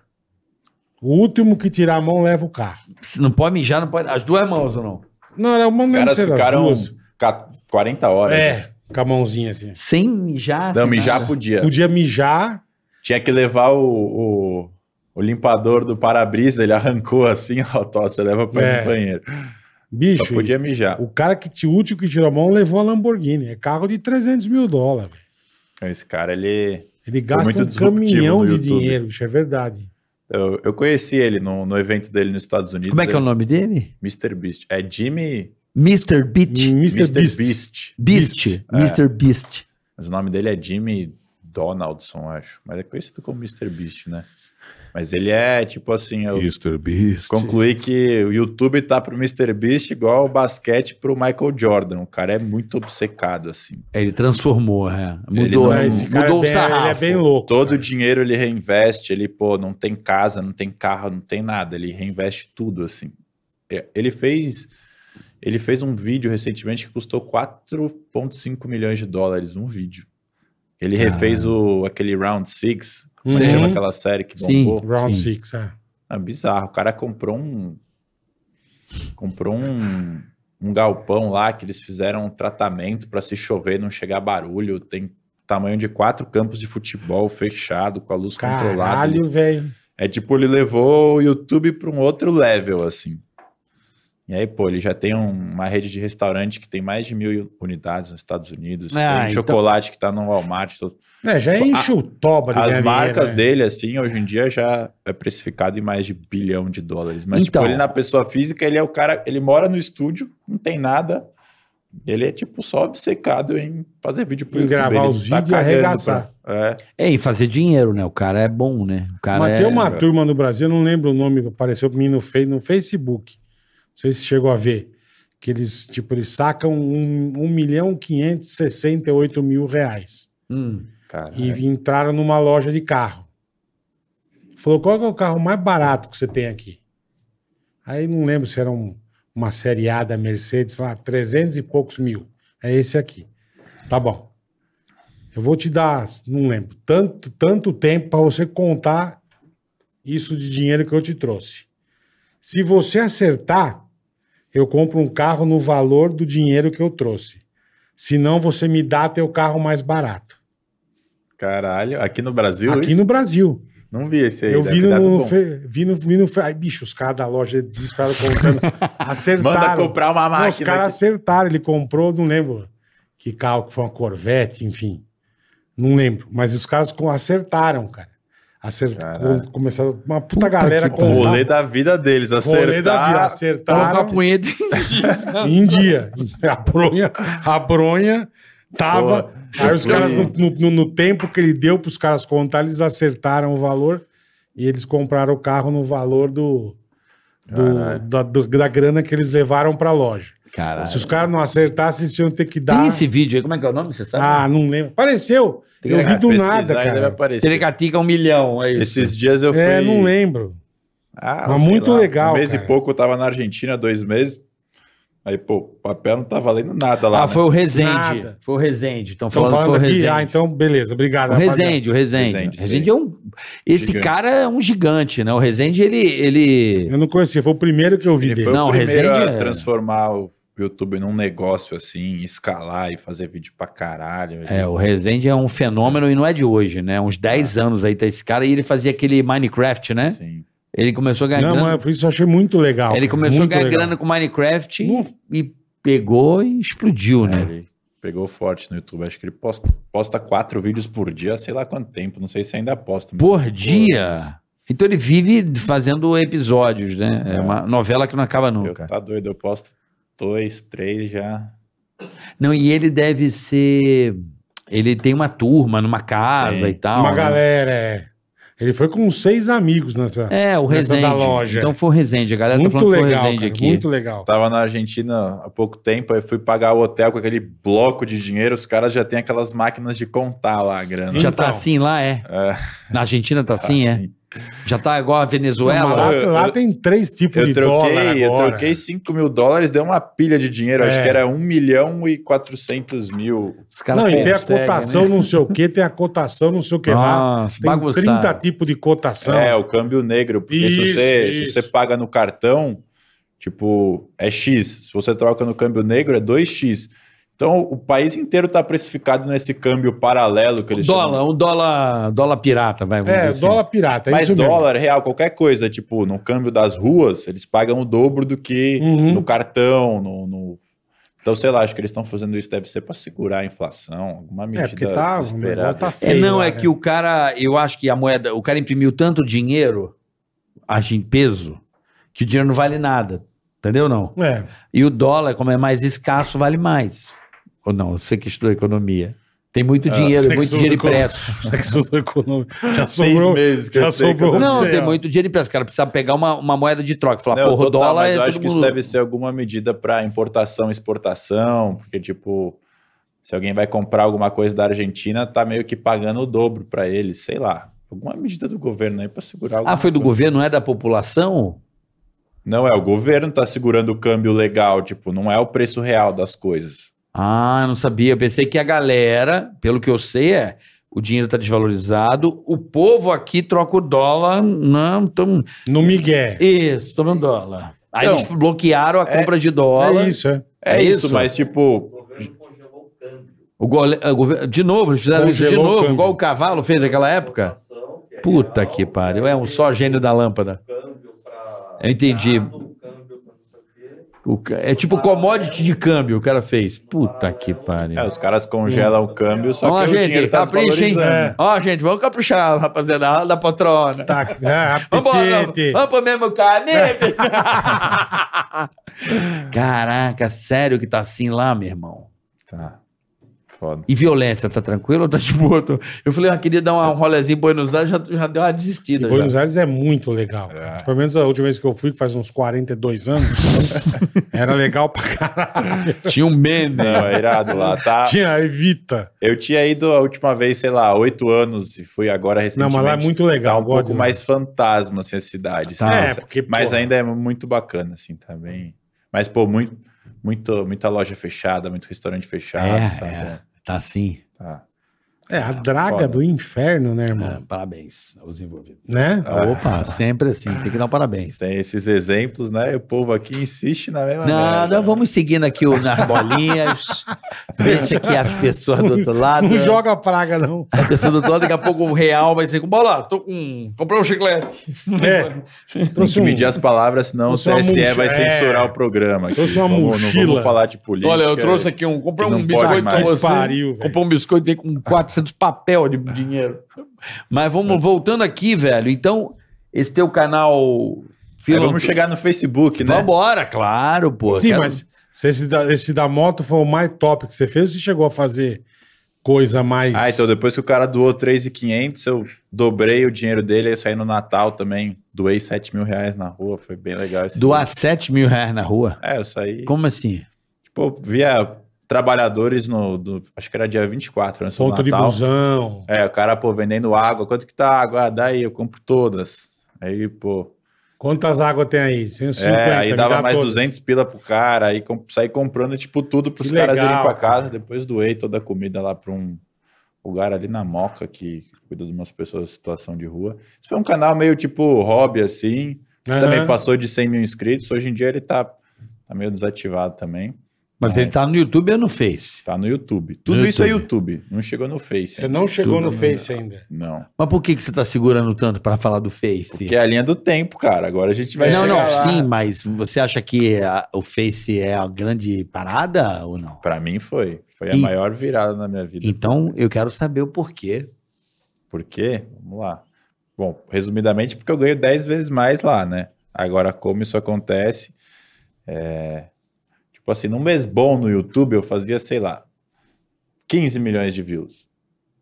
[SPEAKER 3] O último que tirar a mão leva o carro.
[SPEAKER 5] Se Não pode mijar, não pode. As duas mãos ou não?
[SPEAKER 3] Não, era uma
[SPEAKER 6] Os
[SPEAKER 3] não
[SPEAKER 6] caras
[SPEAKER 3] sei das
[SPEAKER 6] ficaram
[SPEAKER 3] duas.
[SPEAKER 6] ca- 40 horas.
[SPEAKER 3] É, com a mãozinha assim.
[SPEAKER 5] Sem mijar? tá
[SPEAKER 6] Não,
[SPEAKER 5] sem
[SPEAKER 6] mijar
[SPEAKER 5] nada.
[SPEAKER 6] podia.
[SPEAKER 3] Podia mijar.
[SPEAKER 6] Tinha que levar o, o, o limpador do para-brisa, ele arrancou assim, ó, tó, você leva pra ir
[SPEAKER 3] É.
[SPEAKER 6] no banheiro.
[SPEAKER 3] Bicho,
[SPEAKER 6] Só podia mijar.
[SPEAKER 3] o cara que te, o último que tirou a mão levou a Lamborghini. É carro de 300 mil dólares. velho.
[SPEAKER 6] Então, Esse cara, ele.
[SPEAKER 3] Ele gasta
[SPEAKER 6] muito
[SPEAKER 3] um
[SPEAKER 6] disruptivo
[SPEAKER 3] caminhão
[SPEAKER 6] no
[SPEAKER 3] de
[SPEAKER 6] YouTube.
[SPEAKER 3] dinheiro, bicho, é verdade.
[SPEAKER 6] Eu, eu conheci ele no, no evento dele nos Estados Unidos.
[SPEAKER 5] Como é que
[SPEAKER 3] né?
[SPEAKER 5] é o nome dele?
[SPEAKER 6] Mr. Beast. É Jimmy
[SPEAKER 5] Mr. Beat.
[SPEAKER 3] Mr.
[SPEAKER 6] Mr. Beast.
[SPEAKER 3] Beast.
[SPEAKER 5] Beast.
[SPEAKER 3] é.
[SPEAKER 5] Mr. Beast.
[SPEAKER 6] Mas o nome dele é Jimmy Donaldson, acho. Mas é conhecido como Mr. Beast, né? Mas ele é tipo assim, eu
[SPEAKER 7] Mr. Beast.
[SPEAKER 6] concluí que o YouTube tá pro Mr. Beast igual o basquete pro Michael Jordan. O cara é muito obcecado, assim.
[SPEAKER 5] É, Ele transformou, é.
[SPEAKER 6] Ele
[SPEAKER 5] Mudou,
[SPEAKER 6] não-
[SPEAKER 5] né?
[SPEAKER 6] esse
[SPEAKER 5] mudou
[SPEAKER 3] é
[SPEAKER 5] o
[SPEAKER 3] bem,
[SPEAKER 5] sarrafo.
[SPEAKER 3] ele é bem louco.
[SPEAKER 6] Todo o dinheiro ele reinveste, ele, pô, não tem casa, não tem carro, não tem nada, ele reinveste tudo, assim. É, Ele fez, ele fez um vídeo recentemente que custou 4,5 milhões de dólares, um vídeo. Ele refez o, aquele Round Six, como
[SPEAKER 3] Uhum.
[SPEAKER 6] chama aquela série que
[SPEAKER 5] Sim.
[SPEAKER 6] bombou.
[SPEAKER 3] Round
[SPEAKER 5] Sim.
[SPEAKER 3] 6, é.
[SPEAKER 6] É bizarro, o cara comprou um, comprou um, um galpão lá que eles fizeram um tratamento para se chover não chegar barulho, tem tamanho de quatro campos de futebol fechado, com a luz controlada.
[SPEAKER 3] Caralho,
[SPEAKER 6] Eles-
[SPEAKER 3] velho.
[SPEAKER 6] É tipo, ele levou o YouTube para um outro level, assim. E aí, pô, ele já tem um- uma rede de restaurante que tem mais de mil unidades nos Estados Unidos.
[SPEAKER 5] Ah,
[SPEAKER 6] tem
[SPEAKER 5] então-
[SPEAKER 6] chocolate que tá no Walmart. todo-
[SPEAKER 3] É, já
[SPEAKER 6] Tipo,
[SPEAKER 3] enche o toba de
[SPEAKER 6] As
[SPEAKER 3] ganhar
[SPEAKER 6] marcas
[SPEAKER 3] dinheiro, né?
[SPEAKER 6] dele, assim, hoje em dia já é precificado em mais de bilhão de dólares. Mas,
[SPEAKER 5] Então.
[SPEAKER 6] tipo, ele na pessoa física, ele é o cara, ele mora no estúdio, não tem nada. Ele é, tipo, só obcecado em fazer vídeo pro
[SPEAKER 3] Em
[SPEAKER 6] YouTube.
[SPEAKER 3] gravar
[SPEAKER 6] ele
[SPEAKER 3] os
[SPEAKER 6] tá
[SPEAKER 3] vídeos e
[SPEAKER 6] cagando pra-
[SPEAKER 3] arregaçar.
[SPEAKER 6] É.
[SPEAKER 5] É, e fazer dinheiro, né? O cara é bom, né? O cara
[SPEAKER 3] Mas
[SPEAKER 5] é...
[SPEAKER 3] tem uma turma no Brasil, eu não lembro o nome, apareceu pra mim no, Face- no Facebook. Não sei se chegou a ver. Que eles, tipo, eles sacam 1 um, um milhão 568 mil reais.
[SPEAKER 5] Hum.
[SPEAKER 6] Cara,
[SPEAKER 3] E entraram numa loja de carro. Falou, qual que é o carro mais barato que você tem aqui? Aí não lembro se era um- uma série A da Mercedes, sei lá, 300 e poucos mil. É esse aqui. Tá bom. Eu vou te dar, não lembro, tanto, tanto tempo para você contar isso de dinheiro que eu te trouxe. Se você acertar, eu compro um carro no valor do dinheiro que eu trouxe. Se não, você me dá teu carro mais barato.
[SPEAKER 6] Caralho, aqui no Brasil.
[SPEAKER 3] Aqui
[SPEAKER 6] isso?
[SPEAKER 3] no Brasil.
[SPEAKER 6] Não vi esse aí.
[SPEAKER 3] Eu
[SPEAKER 6] deve
[SPEAKER 3] vi
[SPEAKER 6] ter dado
[SPEAKER 3] no,
[SPEAKER 6] bom.
[SPEAKER 3] fe- vi no. Vi no. fe- Ai, bicho, os caras da loja desesperados comprando. acertaram.
[SPEAKER 6] Manda comprar uma
[SPEAKER 3] Não,
[SPEAKER 6] máquina.
[SPEAKER 3] os caras
[SPEAKER 6] aqui.
[SPEAKER 3] acertaram. Ele comprou, não lembro que carro que foi uma Corvette, enfim. Não lembro. Mas os caras com- acertaram, cara. Acertaram.
[SPEAKER 6] Caralho.
[SPEAKER 3] Começaram uma puta, galera
[SPEAKER 6] O
[SPEAKER 3] com
[SPEAKER 6] rolê da vida deles, acertar.
[SPEAKER 3] rolê da vida.
[SPEAKER 5] Colocar a
[SPEAKER 3] Acertaram
[SPEAKER 5] punheta. Ah.
[SPEAKER 3] em dia. A bronha, a bronha tava.
[SPEAKER 6] Boa.
[SPEAKER 3] aí os
[SPEAKER 6] Eu
[SPEAKER 3] caras,
[SPEAKER 6] fui-
[SPEAKER 3] no, no- no tempo que ele deu para os caras contar, eles acertaram o valor e eles compraram o carro no valor do, do,
[SPEAKER 6] Caralho.
[SPEAKER 3] da, do- da grana que eles levaram para a loja.
[SPEAKER 5] Caralho.
[SPEAKER 3] Se os caras não acertassem, eles iam ter que dar.
[SPEAKER 5] Tem esse vídeo aí, como é que é o nome, você sabe?
[SPEAKER 3] Ah, não lembro. Apareceu.
[SPEAKER 5] Tem
[SPEAKER 3] eu
[SPEAKER 5] que
[SPEAKER 3] vi do
[SPEAKER 6] Pesquisar
[SPEAKER 3] nada,
[SPEAKER 6] ainda vai
[SPEAKER 3] cara.
[SPEAKER 6] aparecer.
[SPEAKER 5] Telecatica um milhão, é isso.
[SPEAKER 6] Esses dias eu fui.
[SPEAKER 3] É, não lembro.
[SPEAKER 6] Ah,
[SPEAKER 3] Mas
[SPEAKER 6] sei
[SPEAKER 3] muito
[SPEAKER 6] lá,
[SPEAKER 3] legal,
[SPEAKER 6] Um mês
[SPEAKER 3] cara.
[SPEAKER 6] e pouco eu tava na Argentina, dois meses. Aí, pô, o papel não tá valendo nada lá.
[SPEAKER 5] Ah,
[SPEAKER 6] né?
[SPEAKER 5] foi o Rezende.
[SPEAKER 3] Nada.
[SPEAKER 5] Foi o Rezende. Estão
[SPEAKER 3] Estão
[SPEAKER 5] falando, que
[SPEAKER 3] falando
[SPEAKER 5] foi o
[SPEAKER 3] aqui.
[SPEAKER 5] Rezende.
[SPEAKER 3] Ah, então, beleza. Obrigado.
[SPEAKER 5] O
[SPEAKER 3] rapaziada.
[SPEAKER 5] Rezende, o Rezende.
[SPEAKER 6] Rezende,
[SPEAKER 5] Rezende
[SPEAKER 6] sim.
[SPEAKER 5] é um. Esse
[SPEAKER 6] Gigante.
[SPEAKER 5] cara é um gigante, né? O Rezende, ele. ele...
[SPEAKER 3] Eu não conhecia. Foi o primeiro que eu vi
[SPEAKER 6] Ele
[SPEAKER 3] dele.
[SPEAKER 6] foi
[SPEAKER 5] Não,
[SPEAKER 6] o primeiro
[SPEAKER 5] Resende
[SPEAKER 6] a
[SPEAKER 5] é-
[SPEAKER 6] transformar o YouTube num negócio assim, escalar e fazer vídeo pra caralho. assim,
[SPEAKER 5] É, o Rezende é um fenômeno e não é de hoje, né? Uns 10
[SPEAKER 3] Ah.
[SPEAKER 5] anos aí tá esse cara e ele fazia aquele Minecraft, né?
[SPEAKER 6] Sim.
[SPEAKER 5] Ele começou a ganhar
[SPEAKER 3] Não,
[SPEAKER 5] grana.
[SPEAKER 3] mas isso eu achei muito legal.
[SPEAKER 5] ele
[SPEAKER 3] cara,
[SPEAKER 5] começou a
[SPEAKER 3] muito
[SPEAKER 5] ganhar
[SPEAKER 3] legal.
[SPEAKER 5] grana com Minecraft e,
[SPEAKER 3] Não.
[SPEAKER 5] e pegou e explodiu,
[SPEAKER 6] É,
[SPEAKER 5] né?
[SPEAKER 6] ele pegou forte no YouTube. Acho que ele posta, posta quatro vídeos por dia, sei lá quanto tempo. Não sei se ainda posta. mas-
[SPEAKER 5] Por dia. Então ele vive fazendo episódios, né? É uma novela que não acaba
[SPEAKER 6] Eu,
[SPEAKER 5] nunca.
[SPEAKER 6] tá doido, eu posto dois, três já.
[SPEAKER 5] Não, e ele deve ser. Ele tem uma turma numa casa
[SPEAKER 6] Sim.
[SPEAKER 5] e tal.
[SPEAKER 3] Uma
[SPEAKER 5] né?
[SPEAKER 3] galera, é. Ele foi com seis amigos nessa.
[SPEAKER 5] É, o
[SPEAKER 3] Nessa da
[SPEAKER 5] Resende.
[SPEAKER 3] loja.
[SPEAKER 5] Então foi o Resende. A galera tá
[SPEAKER 3] muito
[SPEAKER 5] falando que foi o
[SPEAKER 3] legal,
[SPEAKER 5] Resende
[SPEAKER 3] cara,
[SPEAKER 5] aqui. Tá
[SPEAKER 3] muito legal.
[SPEAKER 6] Tava na Argentina há pouco tempo, aí fui pagar o hotel com aquele bloco de dinheiro, os caras já têm aquelas máquinas de contar lá a grana.
[SPEAKER 5] Já tá
[SPEAKER 3] Então.
[SPEAKER 5] assim lá, é.
[SPEAKER 6] É,
[SPEAKER 5] Na Argentina tá assim, é. Já tá igual a
[SPEAKER 3] Mas
[SPEAKER 5] Venezuela.
[SPEAKER 3] lá,
[SPEAKER 6] Eu-
[SPEAKER 3] lá
[SPEAKER 6] eu-
[SPEAKER 3] tem três tipos
[SPEAKER 6] Eu
[SPEAKER 3] de dólar
[SPEAKER 6] troquei, eu
[SPEAKER 3] agora.
[SPEAKER 6] troquei 5 mil dólares, deu uma pilha de dinheiro, acho
[SPEAKER 3] É.
[SPEAKER 6] que era 1 milhão e 400 mil.
[SPEAKER 5] Os caras
[SPEAKER 3] Não, e tem a
[SPEAKER 5] conseguem, né?
[SPEAKER 3] cotação não sei o que, tem a cotação não sei o que é lá.
[SPEAKER 5] Nossa,
[SPEAKER 3] Tem
[SPEAKER 5] bagunçado. Um
[SPEAKER 3] 30 tipos de cotação.
[SPEAKER 6] É, o câmbio negro, porque se,
[SPEAKER 3] Isso,
[SPEAKER 6] você, se
[SPEAKER 3] isso.
[SPEAKER 6] você paga no cartão, tipo, é X. Se você troca no câmbio negro, é 2X. Então, o país inteiro tá precificado nesse câmbio paralelo que
[SPEAKER 5] Um
[SPEAKER 6] eles chamam.
[SPEAKER 5] dólar, um dólar, dólar pirata, vai, vamos
[SPEAKER 3] É,
[SPEAKER 5] dizer assim.
[SPEAKER 3] dólar pirata, é
[SPEAKER 6] Mas
[SPEAKER 3] isso mesmo.
[SPEAKER 6] dólar, real, qualquer coisa, tipo, no câmbio das ruas, eles pagam o dobro do que
[SPEAKER 3] Uhum.
[SPEAKER 6] no cartão, no, no- Então, sei lá, acho que eles estão fazendo isso, deve ser para segurar a inflação, alguma
[SPEAKER 3] É,
[SPEAKER 6] medida
[SPEAKER 3] porque tá, o negócio
[SPEAKER 6] desesperada.
[SPEAKER 3] tá
[SPEAKER 5] É,
[SPEAKER 3] feio.
[SPEAKER 5] não,
[SPEAKER 3] lá,
[SPEAKER 5] é
[SPEAKER 3] né?
[SPEAKER 5] que o cara, eu acho que a moeda, o cara imprimiu tanto dinheiro, acho em peso, que o dinheiro não vale nada. Entendeu não?
[SPEAKER 3] É,
[SPEAKER 5] E o dólar, como é mais escasso, vale mais. Ou não, você que estudou economia. Tem muito dinheiro,
[SPEAKER 3] você
[SPEAKER 5] muito
[SPEAKER 3] Ah, que
[SPEAKER 5] dinheiro
[SPEAKER 3] estudou
[SPEAKER 5] impresso.
[SPEAKER 3] sexo do econômico. Já
[SPEAKER 6] Seis
[SPEAKER 3] sobrou.
[SPEAKER 6] meses que
[SPEAKER 3] já
[SPEAKER 6] eu sei que
[SPEAKER 3] sobrou
[SPEAKER 6] eu tô-
[SPEAKER 3] Como
[SPEAKER 5] Não,
[SPEAKER 3] você
[SPEAKER 5] tem
[SPEAKER 3] é?
[SPEAKER 5] muito dinheiro impresso. O cara precisa pegar uma, uma moeda de troca. Falar,
[SPEAKER 6] Não,
[SPEAKER 5] porra, o
[SPEAKER 6] total,
[SPEAKER 5] dólar
[SPEAKER 6] mas
[SPEAKER 5] é
[SPEAKER 6] eu acho
[SPEAKER 5] todo
[SPEAKER 6] que isso
[SPEAKER 5] mundo-
[SPEAKER 6] deve ser alguma medida para importação, exportação, porque tipo, se alguém vai comprar alguma coisa da Argentina, tá meio que pagando o dobro para eles, sei lá. Alguma medida do governo aí para segurar
[SPEAKER 5] Ah,
[SPEAKER 6] alguma
[SPEAKER 5] foi do
[SPEAKER 6] coisa.
[SPEAKER 5] governo, não é da população?
[SPEAKER 6] Não é, o governo tá segurando o câmbio legal, tipo, não é o preço real das coisas.
[SPEAKER 5] Ah, eu não sabia. Eu pensei que a galera, pelo que eu sei, é o dinheiro está desvalorizado, o povo aqui troca o dólar. Não, tão...
[SPEAKER 3] No Miguel.
[SPEAKER 5] Isso, toma um dólar. Aí
[SPEAKER 6] Então,
[SPEAKER 5] eles bloquearam a
[SPEAKER 6] é-
[SPEAKER 5] compra de
[SPEAKER 3] É
[SPEAKER 5] dólar.
[SPEAKER 3] isso, é.
[SPEAKER 6] É,
[SPEAKER 5] É
[SPEAKER 6] isso,
[SPEAKER 5] isso?
[SPEAKER 6] mas tipo,
[SPEAKER 5] O gole- o gover- De novo, eles fizeram isso de
[SPEAKER 3] Congelou o
[SPEAKER 5] novo,
[SPEAKER 3] câmbio.
[SPEAKER 5] igual o cavalo fez naquela época. Puta que pariu, é um só gênio da lâmpada. Eu entendi. O ca- É tipo commodity de câmbio, o cara fez. Puta que pariu.
[SPEAKER 6] é, os caras congelam o câmbio, só
[SPEAKER 5] Vamos
[SPEAKER 6] que
[SPEAKER 5] lá,
[SPEAKER 6] o
[SPEAKER 5] gente,
[SPEAKER 6] dinheiro tá
[SPEAKER 5] capricha, hein?
[SPEAKER 6] desvalorizando.
[SPEAKER 3] É.
[SPEAKER 5] Ó, gente, vamos caprichar, rapaziada, da patrona.
[SPEAKER 3] Tá, ah,
[SPEAKER 5] Vambora,
[SPEAKER 3] apetite.
[SPEAKER 5] vamos pro mesmo caminho. Caraca, sério que tá assim lá, meu irmão?
[SPEAKER 6] Tá. Foda.
[SPEAKER 5] E violência, tá tranquilo ou tá de boa? Tô- Eu falei, ah, queria dar uma- um rolezinho em Buenos Aires, já, já deu uma desistida. já.
[SPEAKER 3] Buenos Aires é muito legal.
[SPEAKER 6] É.
[SPEAKER 3] Pelo menos a última vez que eu fui, que faz uns 42 anos, era legal pra caralho.
[SPEAKER 5] Tinha um meme.
[SPEAKER 6] Não, é irado lá, tá?
[SPEAKER 3] Tinha a Evita.
[SPEAKER 6] Eu tinha ido a última vez, sei lá, oito anos, e fui agora
[SPEAKER 3] Não,
[SPEAKER 6] recentemente.
[SPEAKER 3] mas lá é muito
[SPEAKER 6] Tá
[SPEAKER 3] legal.
[SPEAKER 6] um
[SPEAKER 3] gosto
[SPEAKER 6] pouco
[SPEAKER 3] de lá.
[SPEAKER 6] mais fantasma, assim, a cidade.
[SPEAKER 5] Tá.
[SPEAKER 6] sabe?
[SPEAKER 3] É, porque,
[SPEAKER 6] mas
[SPEAKER 3] porra,
[SPEAKER 6] ainda é muito bacana, assim, tá bem... Mas, pô, muito, muito, muita loja fechada, muito restaurante fechado,
[SPEAKER 5] É,
[SPEAKER 6] sabe?
[SPEAKER 5] é. Tá assim.
[SPEAKER 6] Tá.
[SPEAKER 3] É a draga
[SPEAKER 6] Foda. É.
[SPEAKER 3] do inferno, né, irmão?
[SPEAKER 5] Ah, parabéns aos envolvidos.
[SPEAKER 3] Né?
[SPEAKER 6] Ah.
[SPEAKER 5] Opa, sempre assim, tem que dar um parabéns.
[SPEAKER 6] Tem esses exemplos, né? O povo aqui insiste na mesma
[SPEAKER 5] Nada,
[SPEAKER 6] merda.
[SPEAKER 5] vamos seguindo aqui o, nas bolinhas. Deixa aqui as pessoas do outro lado.
[SPEAKER 3] Não joga praga, não.
[SPEAKER 5] A pessoa do outro lado, daqui a pouco o real vai ser com bola. Tô com. Comprei um chiclete.
[SPEAKER 3] É.
[SPEAKER 6] Tem
[SPEAKER 3] Trouxe
[SPEAKER 6] que
[SPEAKER 3] um-
[SPEAKER 6] medir as palavras, senão o
[SPEAKER 3] trouxe uma
[SPEAKER 6] TSE vai
[SPEAKER 3] mochila,
[SPEAKER 6] censurar
[SPEAKER 3] é.
[SPEAKER 6] o programa. aqui.
[SPEAKER 3] Trouxe uma
[SPEAKER 6] Vamos- Não
[SPEAKER 3] mochila.
[SPEAKER 6] vamos falar de política.
[SPEAKER 5] Olha, eu trouxe aqui um. Comprei
[SPEAKER 6] que não
[SPEAKER 5] um
[SPEAKER 6] pode
[SPEAKER 5] biscoito
[SPEAKER 6] mais.
[SPEAKER 5] pra
[SPEAKER 3] Que
[SPEAKER 5] você.
[SPEAKER 3] pariu, velho.
[SPEAKER 5] comprei um biscoito aí com 400 papel de dinheiro. Mas vamos voltando aqui, velho. Então, esse teu canal.
[SPEAKER 6] Aí
[SPEAKER 5] filantropo-
[SPEAKER 6] vamos chegar no Facebook, né?
[SPEAKER 5] Vambora, claro, pô.
[SPEAKER 3] Sim,
[SPEAKER 5] Quero-
[SPEAKER 3] mas se esse, da, esse da moto foi o mais top que você fez, ou você chegou a fazer coisa mais.
[SPEAKER 6] Ah, então depois que o cara doou 3,500, eu dobrei o dinheiro dele, aí saí no Natal também, doei 7 mil reais na rua, foi bem legal. esse
[SPEAKER 5] Doar 7 mil reais na rua?
[SPEAKER 6] dia. É, eu saí,
[SPEAKER 5] Como assim?
[SPEAKER 6] tipo, via trabalhadores no, do- acho que era dia 24, antes
[SPEAKER 3] Ponto
[SPEAKER 6] do
[SPEAKER 3] de
[SPEAKER 6] Natal.
[SPEAKER 3] busão.
[SPEAKER 6] É, o cara, pô, vendendo água, quanto que tá a água? Ah, daí eu compro todas. Aí, pô,
[SPEAKER 3] Quantas águas tem aí? 150.
[SPEAKER 6] É, aí
[SPEAKER 3] me
[SPEAKER 6] dava
[SPEAKER 3] dá
[SPEAKER 6] mais
[SPEAKER 3] todas.
[SPEAKER 6] 200 pila pro cara, aí com- saí comprando, tipo, tudo pros
[SPEAKER 3] Que
[SPEAKER 6] caras irem
[SPEAKER 3] legal,
[SPEAKER 6] pra casa.
[SPEAKER 3] cara.
[SPEAKER 6] Depois doei toda a comida lá pra um lugar ali na Moca, que cuida de umas pessoas em situação de rua. Isso foi um canal meio tipo hobby, assim. que
[SPEAKER 3] Aham.
[SPEAKER 6] também passou de 100 mil inscritos. Hoje em dia ele tá, tá meio desativado também.
[SPEAKER 5] Mas ele tá no YouTube ou no Face?
[SPEAKER 6] Tá no YouTube. Tudo
[SPEAKER 5] No
[SPEAKER 6] isso é YouTube. Não chegou no Face.
[SPEAKER 3] Você
[SPEAKER 6] ainda.
[SPEAKER 3] não chegou
[SPEAKER 6] né?
[SPEAKER 3] no Face ainda.
[SPEAKER 6] Não.
[SPEAKER 5] Mas por que, que você tá segurando tanto pra falar do Face?
[SPEAKER 6] Porque é a linha do tempo, cara. Agora a gente vai
[SPEAKER 5] não, não,
[SPEAKER 6] chegar lá.
[SPEAKER 5] sim, mas você acha que a- o Face é a grande parada ou não?
[SPEAKER 6] Pra mim foi. Foi a
[SPEAKER 5] E-
[SPEAKER 6] maior virada na minha vida.
[SPEAKER 5] Então eu quero saber o porquê.
[SPEAKER 6] Por quê? Vamos lá. Bom, resumidamente, porque eu ganho 10 vezes mais lá, né? Agora, como isso acontece? é, Tipo assim, num mês bom no YouTube, eu fazia, sei lá, 15 milhões de views.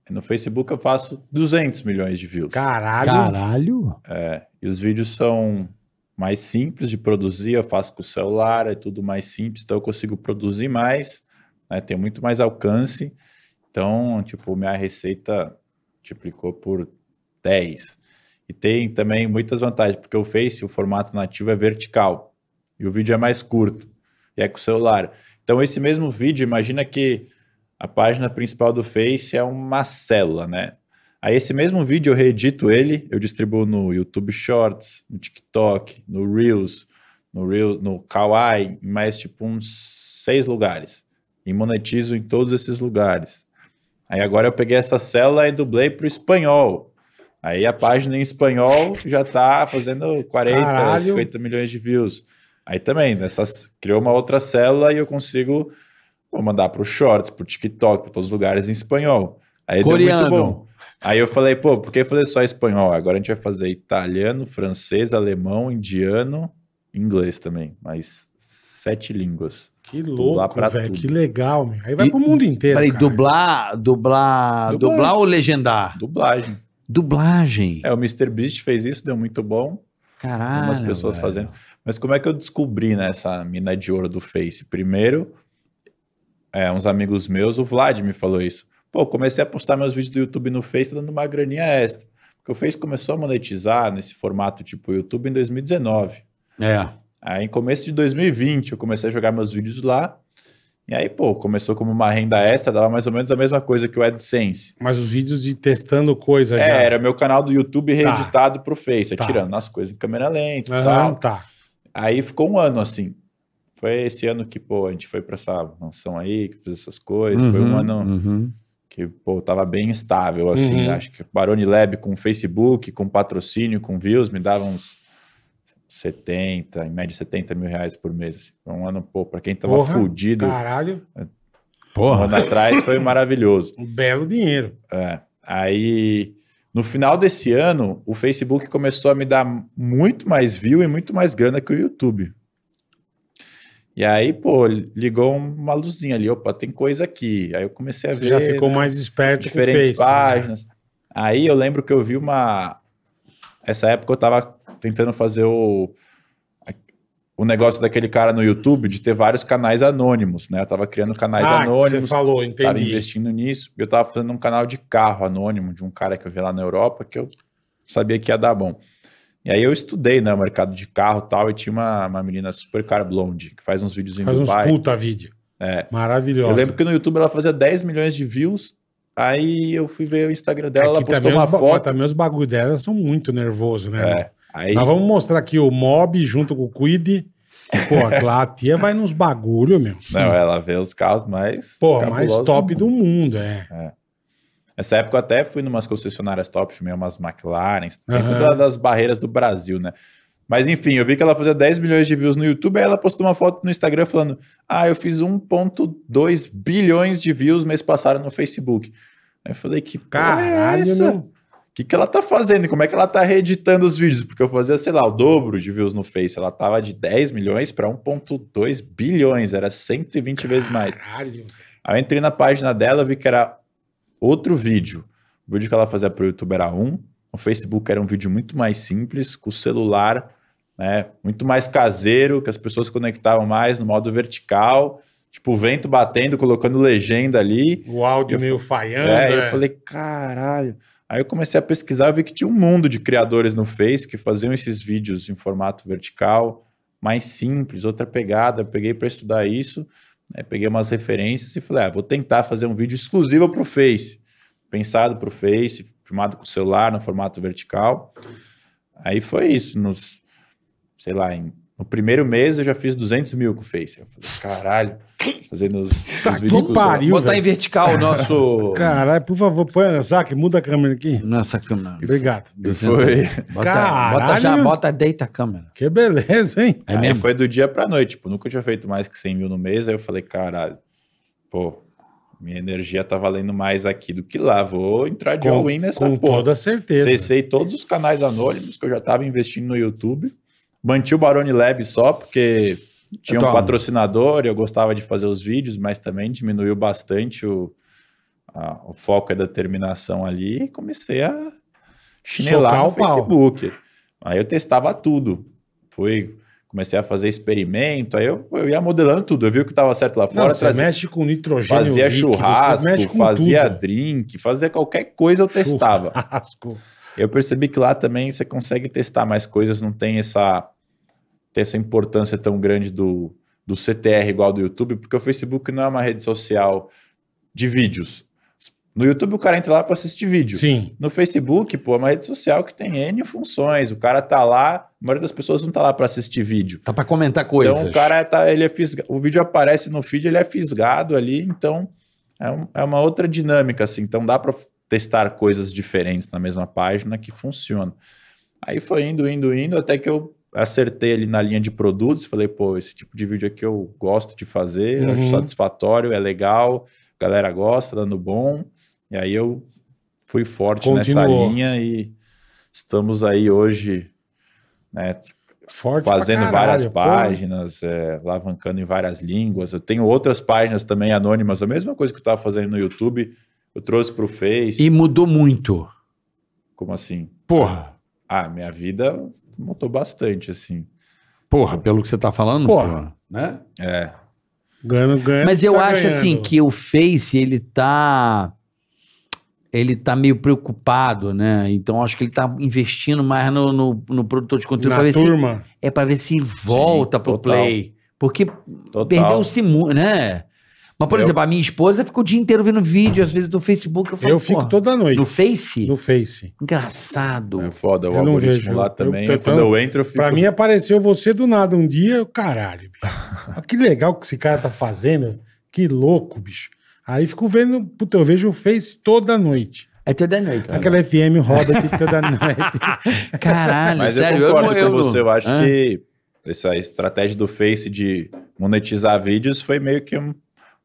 [SPEAKER 6] E no Facebook, eu faço 200 milhões de views.
[SPEAKER 3] Caralho.
[SPEAKER 5] Caralho!
[SPEAKER 6] É, E os vídeos são mais simples de produzir, eu faço com o celular, é tudo mais simples, então eu consigo produzir mais, né? Tem muito mais alcance. Então, tipo, minha receita multiplicou por 10. E tem também muitas vantagens, porque o Face, o formato nativo é vertical. E o vídeo é mais curto. E é com o celular. Então, esse mesmo vídeo, imagina que a página principal do Face é uma célula, né? Aí esse mesmo vídeo eu reedito ele, eu distribuo no YouTube Shorts, no TikTok, no Reels, no Reel, no Kawaii, em mais tipo uns seis lugares. E monetizo em todos esses lugares. Aí agora eu peguei essa célula e dublei pro espanhol. Aí a página em espanhol já tá fazendo 40,
[SPEAKER 3] Caralho.
[SPEAKER 6] 50 milhões de views. Aí também, nessas, criou uma outra célula e eu consigo pô, mandar pro Shorts, pro TikTok, para todos os lugares em espanhol. Aí
[SPEAKER 5] Coreano.
[SPEAKER 6] deu muito bom. Aí eu falei, pô, por que fazer só espanhol? Agora a gente vai fazer italiano, francês, alemão, indiano, inglês também, mas sete línguas.
[SPEAKER 3] Que
[SPEAKER 6] Lá
[SPEAKER 3] louco,
[SPEAKER 6] pra
[SPEAKER 3] velho.
[SPEAKER 6] tudo.
[SPEAKER 3] Que legal, meu. Aí vai
[SPEAKER 5] E-
[SPEAKER 3] pro mundo inteiro.
[SPEAKER 5] Peraí,
[SPEAKER 3] caralho.
[SPEAKER 5] dublar, dublar,
[SPEAKER 6] Dublagem.
[SPEAKER 5] dublar ou legendar?
[SPEAKER 6] Dublagem.
[SPEAKER 5] Dublagem.
[SPEAKER 6] É, o Mr. Beast fez isso, deu muito bom.
[SPEAKER 5] Caralho.
[SPEAKER 6] Algumas pessoas
[SPEAKER 5] velho.
[SPEAKER 6] fazendo. Mas como é que eu descobri né, essa mina de ouro do Face? Primeiro, é, uns amigos meus, o Vlad me falou isso. Pô, comecei a postar meus vídeos do YouTube no Face, tá dando uma graninha extra. Porque o Face começou a monetizar nesse formato tipo YouTube em 2019.
[SPEAKER 5] É.
[SPEAKER 6] Aí, em começo de 2020, eu comecei a jogar meus vídeos lá. E aí, pô, começou como uma renda extra, dava mais ou menos a mesma coisa que o AdSense.
[SPEAKER 3] Mas os vídeos de testando coisa já.
[SPEAKER 6] É, era meu canal do YouTube
[SPEAKER 3] Tá.
[SPEAKER 6] reeditado pro Face,
[SPEAKER 3] Tá.
[SPEAKER 6] tirando as coisas em câmera lenta e
[SPEAKER 3] Aham,
[SPEAKER 6] tal.
[SPEAKER 3] tá.
[SPEAKER 6] Aí ficou um ano assim. Foi esse ano que, pô, a gente foi pra essa mansão aí, que fez essas coisas. Foi um
[SPEAKER 5] Uhum,
[SPEAKER 6] ano
[SPEAKER 5] uhum.
[SPEAKER 6] que, pô, tava bem instável, assim.
[SPEAKER 3] Uhum.
[SPEAKER 6] Acho que Barone Lab com Facebook, com patrocínio, com views, me dava uns 70, em média 70 mil reais por mês. Assim. Foi um ano, pô, pra quem tava
[SPEAKER 3] Porra,
[SPEAKER 6] fudido
[SPEAKER 3] Caralho,
[SPEAKER 6] um ano atrás, foi maravilhoso.
[SPEAKER 3] um belo dinheiro.
[SPEAKER 6] É. Aí, no final desse ano, o Facebook começou a me dar muito mais view e muito mais grana que o YouTube. E aí, pô, ligou uma luzinha ali, opa, tem coisa aqui. Aí eu comecei a
[SPEAKER 3] Você
[SPEAKER 6] ver né?
[SPEAKER 3] já ficou mais esperto com o
[SPEAKER 6] diferentes
[SPEAKER 3] Face, né?
[SPEAKER 6] páginas. Aí eu lembro que eu vi uma. Essa época eu tava tentando fazer o. O negócio daquele cara no YouTube de ter vários canais anônimos, né? Eu tava criando canais
[SPEAKER 3] Ah, que você
[SPEAKER 6] anônimos.
[SPEAKER 3] falou,
[SPEAKER 6] Tava
[SPEAKER 3] entendi.
[SPEAKER 6] investindo nisso. Eu tava fazendo um canal de carro anônimo de um cara que eu vi lá na Europa que eu sabia que ia dar bom. E aí eu estudei, né, o mercado de carro e tal, e tinha uma, uma menina super cara blonde que faz uns vídeos em
[SPEAKER 3] Faz uns
[SPEAKER 6] Dubai.
[SPEAKER 3] puta vídeo.
[SPEAKER 6] É.
[SPEAKER 3] Maravilhosa.
[SPEAKER 6] Eu lembro que no YouTube ela fazia 10 milhões de views. Aí eu fui ver o Instagram dela, ela
[SPEAKER 3] Aqui
[SPEAKER 6] postou
[SPEAKER 3] É também
[SPEAKER 6] uma
[SPEAKER 3] os ba-
[SPEAKER 6] foto.
[SPEAKER 3] Também os bagulho tá dela são muito nervosos, né?
[SPEAKER 6] É. Aí
[SPEAKER 3] Nós vamos mostrar aqui o Mob junto com o Quid. Pô, lá a tia vai nos bagulho, meu.
[SPEAKER 6] não, ela vê os carros mais
[SPEAKER 3] Pô, mais
[SPEAKER 6] cabulosos
[SPEAKER 3] top
[SPEAKER 6] mundo.
[SPEAKER 3] do mundo, é.
[SPEAKER 6] Nessa época eu até fui numas concessionárias top, filmei umas McLaren, tem
[SPEAKER 3] Aham.
[SPEAKER 6] todas as barreiras do Brasil, né? Mas enfim, eu vi que ela fazia 10 milhões de views no YouTube, aí ela postou uma foto no Instagram falando: Ah, eu fiz 1,2 bilhões de views mês passado no Facebook. Aí eu falei: Que porra é
[SPEAKER 3] Caralho,
[SPEAKER 6] essa?
[SPEAKER 3] meu.
[SPEAKER 6] O que, que ela tá fazendo? Como é que ela tá reeditando os vídeos? Porque eu fazia, sei lá, o dobro de views no Face. Ela tava de 10 milhões para 1,2 bilhões, era 120 vezes mais.
[SPEAKER 3] Caralho.
[SPEAKER 6] Aí eu entrei na página dela, vi que era outro vídeo. O vídeo que ela fazia pro YouTube era um, o Facebook era um vídeo muito mais simples, com o celular, né? Muito mais caseiro, que as pessoas se conectavam mais no modo vertical, tipo, o vento batendo, colocando legenda ali.
[SPEAKER 3] O áudio
[SPEAKER 6] Eu
[SPEAKER 3] meio
[SPEAKER 6] É,
[SPEAKER 3] falhando. né?
[SPEAKER 6] eu falei, caralho. Aí eu comecei a pesquisar, eu vi que tinha um mundo de criadores no Face que faziam esses vídeos em formato vertical, mais simples, outra pegada. Eu peguei para estudar isso, né, peguei umas referências e falei, ah, vou tentar fazer um vídeo exclusivo para o Face, pensado para o Face, filmado com o celular no formato vertical. Aí foi isso, nos, sei lá, em No primeiro mês eu já fiz 200 mil com o Face. Eu falei, caralho, fazendo os, os vídeos
[SPEAKER 3] que pariu.
[SPEAKER 4] Botar
[SPEAKER 3] velho.
[SPEAKER 4] em vertical o nosso.
[SPEAKER 3] Caralho, por favor, põe a saque, muda a câmera aqui.
[SPEAKER 5] Nossa câmera.
[SPEAKER 3] Obrigado.
[SPEAKER 6] E foi,
[SPEAKER 5] Bota, bota já,
[SPEAKER 3] Caralho.
[SPEAKER 5] bota deita a câmera.
[SPEAKER 3] Que beleza, hein?
[SPEAKER 5] É
[SPEAKER 6] aí
[SPEAKER 5] mesmo?
[SPEAKER 6] foi do dia pra noite. Tipo, nunca tinha feito mais que 100 mil no mês. Aí eu falei, caralho, pô, minha energia tá valendo mais aqui do que lá. Vou entrar de all-in nessa
[SPEAKER 3] com
[SPEAKER 6] porra.
[SPEAKER 3] toda certeza.
[SPEAKER 6] Cessei todos os canais anônimos que eu já estava investindo no YouTube. Manti o Barone Lab só porque tinha um
[SPEAKER 5] Toma.
[SPEAKER 6] patrocinador e eu gostava de fazer os vídeos, mas também diminuiu bastante o, a- o foco e a determinação ali e comecei a
[SPEAKER 3] Socar
[SPEAKER 6] chinelar
[SPEAKER 3] o
[SPEAKER 6] no
[SPEAKER 3] pau.
[SPEAKER 6] Facebook. Aí eu testava tudo. Fui, comecei a fazer experimento, aí eu, eu ia modelando tudo. Eu vi o que estava certo lá
[SPEAKER 3] Não,
[SPEAKER 6] fora,
[SPEAKER 3] você
[SPEAKER 6] trazia-
[SPEAKER 3] mexe com nitrogênio.
[SPEAKER 6] fazia
[SPEAKER 3] líquido, você mexe
[SPEAKER 6] churrasco,
[SPEAKER 3] com
[SPEAKER 6] fazia
[SPEAKER 3] tudo.
[SPEAKER 6] drink, fazia qualquer coisa eu testava.
[SPEAKER 3] Churrasco.
[SPEAKER 6] Eu percebi que lá também você consegue testar mais coisas, não tem essa, tem essa importância tão grande do, do CTR igual do YouTube, porque o Facebook não é uma rede social de vídeos. No YouTube o cara entra lá para assistir vídeo.
[SPEAKER 3] Sim.
[SPEAKER 6] No Facebook, pô, é uma rede social que tem N funções. O cara tá lá, a maioria das pessoas não tá lá para assistir vídeo.
[SPEAKER 5] Tá pra comentar coisas.
[SPEAKER 6] Então o cara tá, ele é fisga... o vídeo aparece no feed, ele é fisgado ali, então é, um- é uma outra dinâmica assim. Então dá para testar coisas diferentes na mesma página que funciona. Aí foi indo, indo, indo até que eu acertei ali na linha de produtos, falei, pô, esse tipo de vídeo aqui eu gosto de fazer, eu acho
[SPEAKER 3] Uhum.
[SPEAKER 6] satisfatório, é legal, a galera gosta, dando bom. E aí eu fui forte nessa
[SPEAKER 3] Continuou.
[SPEAKER 6] linha e estamos aí hoje, né,
[SPEAKER 3] Forte pra
[SPEAKER 6] fazendo
[SPEAKER 3] caralho,
[SPEAKER 6] várias
[SPEAKER 3] porra.
[SPEAKER 6] páginas, é, alavancando em várias línguas. Eu tenho outras páginas também anônimas, a mesma coisa que eu estava fazendo no YouTube, eu trouxe para o Face.
[SPEAKER 5] E mudou muito.
[SPEAKER 6] Como assim?
[SPEAKER 5] Porra.
[SPEAKER 6] Ah, minha vida mudou bastante, assim.
[SPEAKER 5] Porra, pelo que você tá falando,
[SPEAKER 3] Porra.
[SPEAKER 5] Né?
[SPEAKER 6] É,
[SPEAKER 3] Ganhando, ganhando,
[SPEAKER 5] Mas eu
[SPEAKER 3] tá
[SPEAKER 5] acho
[SPEAKER 3] ganhando.
[SPEAKER 5] assim que o Face, ele tá. Ele tá meio preocupado, né? Então acho que ele tá investindo mais no, no, no produtor de conteúdo
[SPEAKER 3] Na
[SPEAKER 5] pra ver, se,
[SPEAKER 3] turma.
[SPEAKER 5] é pra ver se volta pro
[SPEAKER 6] total.
[SPEAKER 5] play. Porque
[SPEAKER 6] total.
[SPEAKER 5] perdeu-se muito, né? Mas, por
[SPEAKER 6] Eu-
[SPEAKER 5] exemplo, a minha esposa fica o dia inteiro vendo vídeo, às vezes do Facebook. Eu, falo,
[SPEAKER 3] Eu fico
[SPEAKER 5] "Porra,
[SPEAKER 3] toda noite
[SPEAKER 5] No Face?
[SPEAKER 3] no Face.
[SPEAKER 5] Engraçado.
[SPEAKER 6] É foda, o
[SPEAKER 3] Eu não
[SPEAKER 6] algoritmo
[SPEAKER 3] vejo.
[SPEAKER 6] lá
[SPEAKER 3] Eu-
[SPEAKER 6] também.
[SPEAKER 3] eu-
[SPEAKER 6] quando eu entro, eu fico.
[SPEAKER 3] Pra mim apareceu você do nada um dia, eu, caralho. bicho. Ah, que legal que esse cara tá fazendo. Que louco, bicho. Aí fico vendo, puta, eu vejo o Face toda noite.
[SPEAKER 5] É toda noite.
[SPEAKER 3] Aquela FM roda aqui toda noite.
[SPEAKER 5] Caralho,
[SPEAKER 6] Mas
[SPEAKER 5] sério.
[SPEAKER 6] eu concordo
[SPEAKER 5] não- eu
[SPEAKER 6] com
[SPEAKER 5] não-
[SPEAKER 6] você. Eu acho
[SPEAKER 5] Hã?
[SPEAKER 6] que essa estratégia do Face de monetizar vídeos foi meio que um-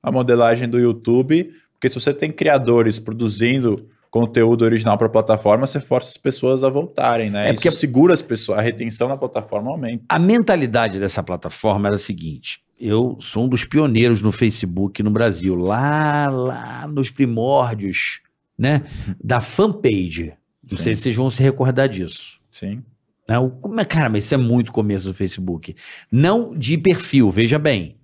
[SPEAKER 6] a modelagem do YouTube, porque se você tem criadores produzindo conteúdo original para a plataforma, você força as pessoas a voltarem, né?
[SPEAKER 5] É
[SPEAKER 6] É
[SPEAKER 5] porque-
[SPEAKER 6] porque segura as pessoas, a retenção na plataforma aumenta.
[SPEAKER 5] A mentalidade dessa plataforma era a seguinte: eu sou um dos pioneiros no Facebook no Brasil, lá, lá nos primórdios, né? Da fanpage. Não
[SPEAKER 6] Sim.
[SPEAKER 5] sei se vocês vão se recordar disso.
[SPEAKER 6] Sim.
[SPEAKER 5] né? O- como é- Cara, mas isso é muito começo do Facebook. Não de perfil, veja bem.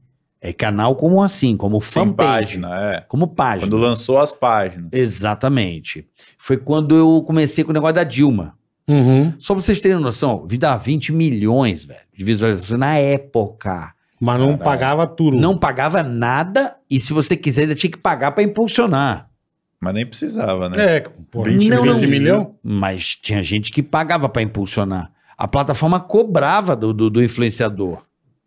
[SPEAKER 5] É canal como assim, como
[SPEAKER 6] Sem
[SPEAKER 5] fanpage.
[SPEAKER 6] página, é.
[SPEAKER 5] Como página.
[SPEAKER 6] Quando lançou as páginas.
[SPEAKER 5] Exatamente. Foi quando eu comecei com o negócio da Dilma.
[SPEAKER 3] Uhum.
[SPEAKER 5] Só pra vocês terem noção, vi dar 20 milhões, velho, de visualizações na época.
[SPEAKER 3] Mas não
[SPEAKER 6] Caralho.
[SPEAKER 3] pagava tudo.
[SPEAKER 5] Não pagava nada e se você quiser ainda tinha que pagar pra impulsionar.
[SPEAKER 6] Mas nem precisava, né?
[SPEAKER 3] É, pô,
[SPEAKER 6] 20
[SPEAKER 3] 20,
[SPEAKER 5] Não, não.
[SPEAKER 3] milhão?
[SPEAKER 5] Mas tinha gente que pagava pra impulsionar. A plataforma cobrava do, do, do influenciador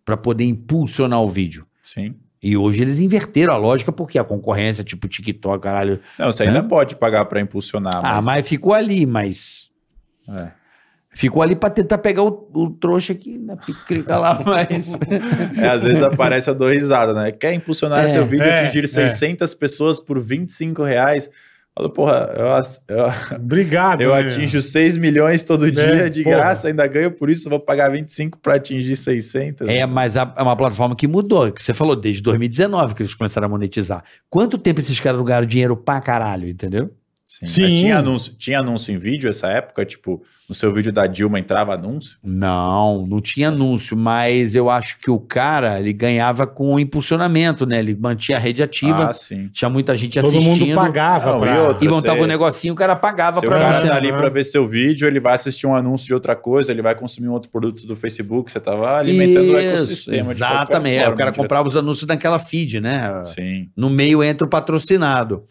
[SPEAKER 5] pra poder impulsionar o vídeo.
[SPEAKER 6] Sim.
[SPEAKER 5] E hoje eles inverteram a lógica porque a concorrência, tipo TikTok, caralho.
[SPEAKER 6] Não, você ainda pode pagar para impulsionar,
[SPEAKER 5] Ah,
[SPEAKER 6] mas
[SPEAKER 5] mas ficou ali, mas
[SPEAKER 6] É.
[SPEAKER 5] Ficou ali pra tentar pegar o, o trouxa aqui na picrica lá, mas.
[SPEAKER 6] É, às vezes aparece a dor risada, né? Quer impulsionar
[SPEAKER 5] É,
[SPEAKER 6] seu vídeo e
[SPEAKER 3] é,
[SPEAKER 6] atingir
[SPEAKER 3] é.
[SPEAKER 6] 600 pessoas por 25 reais? Fala, porra, eu, as-
[SPEAKER 3] Ah,
[SPEAKER 6] eu-
[SPEAKER 3] Obrigado.
[SPEAKER 6] eu
[SPEAKER 3] né?
[SPEAKER 6] atinjo 6 milhões todo dia de
[SPEAKER 3] É, porra.
[SPEAKER 6] graça, ainda ganho por isso, eu vou pagar 25 para atingir 600.
[SPEAKER 5] É, mas a- é uma plataforma que mudou, que você falou, desde 2019 que eles começaram a monetizar. Quanto tempo esses caras ganharam dinheiro pra caralho, entendeu?
[SPEAKER 6] Sim.
[SPEAKER 3] Sim.
[SPEAKER 6] Mas tinha anúncio, tinha anúncio em vídeo essa época? Tipo, no seu vídeo da Dilma entrava anúncio?
[SPEAKER 5] Não, não tinha anúncio, mas eu acho que o cara, ele ganhava com o impulsionamento, né? Ele mantinha a rede ativa,
[SPEAKER 6] Ah, sim.
[SPEAKER 5] tinha muita gente
[SPEAKER 3] Todo
[SPEAKER 5] assistindo.
[SPEAKER 3] mundo pagava
[SPEAKER 6] Não,
[SPEAKER 3] pra...
[SPEAKER 6] e outra-
[SPEAKER 5] E montava
[SPEAKER 6] Você-
[SPEAKER 5] um negocinho, o cara pagava
[SPEAKER 6] Se o
[SPEAKER 5] pra
[SPEAKER 6] cara
[SPEAKER 5] você. é um
[SPEAKER 6] tá ali
[SPEAKER 3] Aham.
[SPEAKER 6] para ver seu vídeo, ele vai assistir um anúncio de outra coisa, ele vai consumir um outro produto do Facebook, você tava alimentando o ecossistema. de qualquer
[SPEAKER 5] Exatamente. é,
[SPEAKER 6] forma,
[SPEAKER 5] o cara
[SPEAKER 6] direto.
[SPEAKER 5] comprava os anúncios naquela feed, né?
[SPEAKER 6] Sim.
[SPEAKER 5] No meio entra o patrocinado.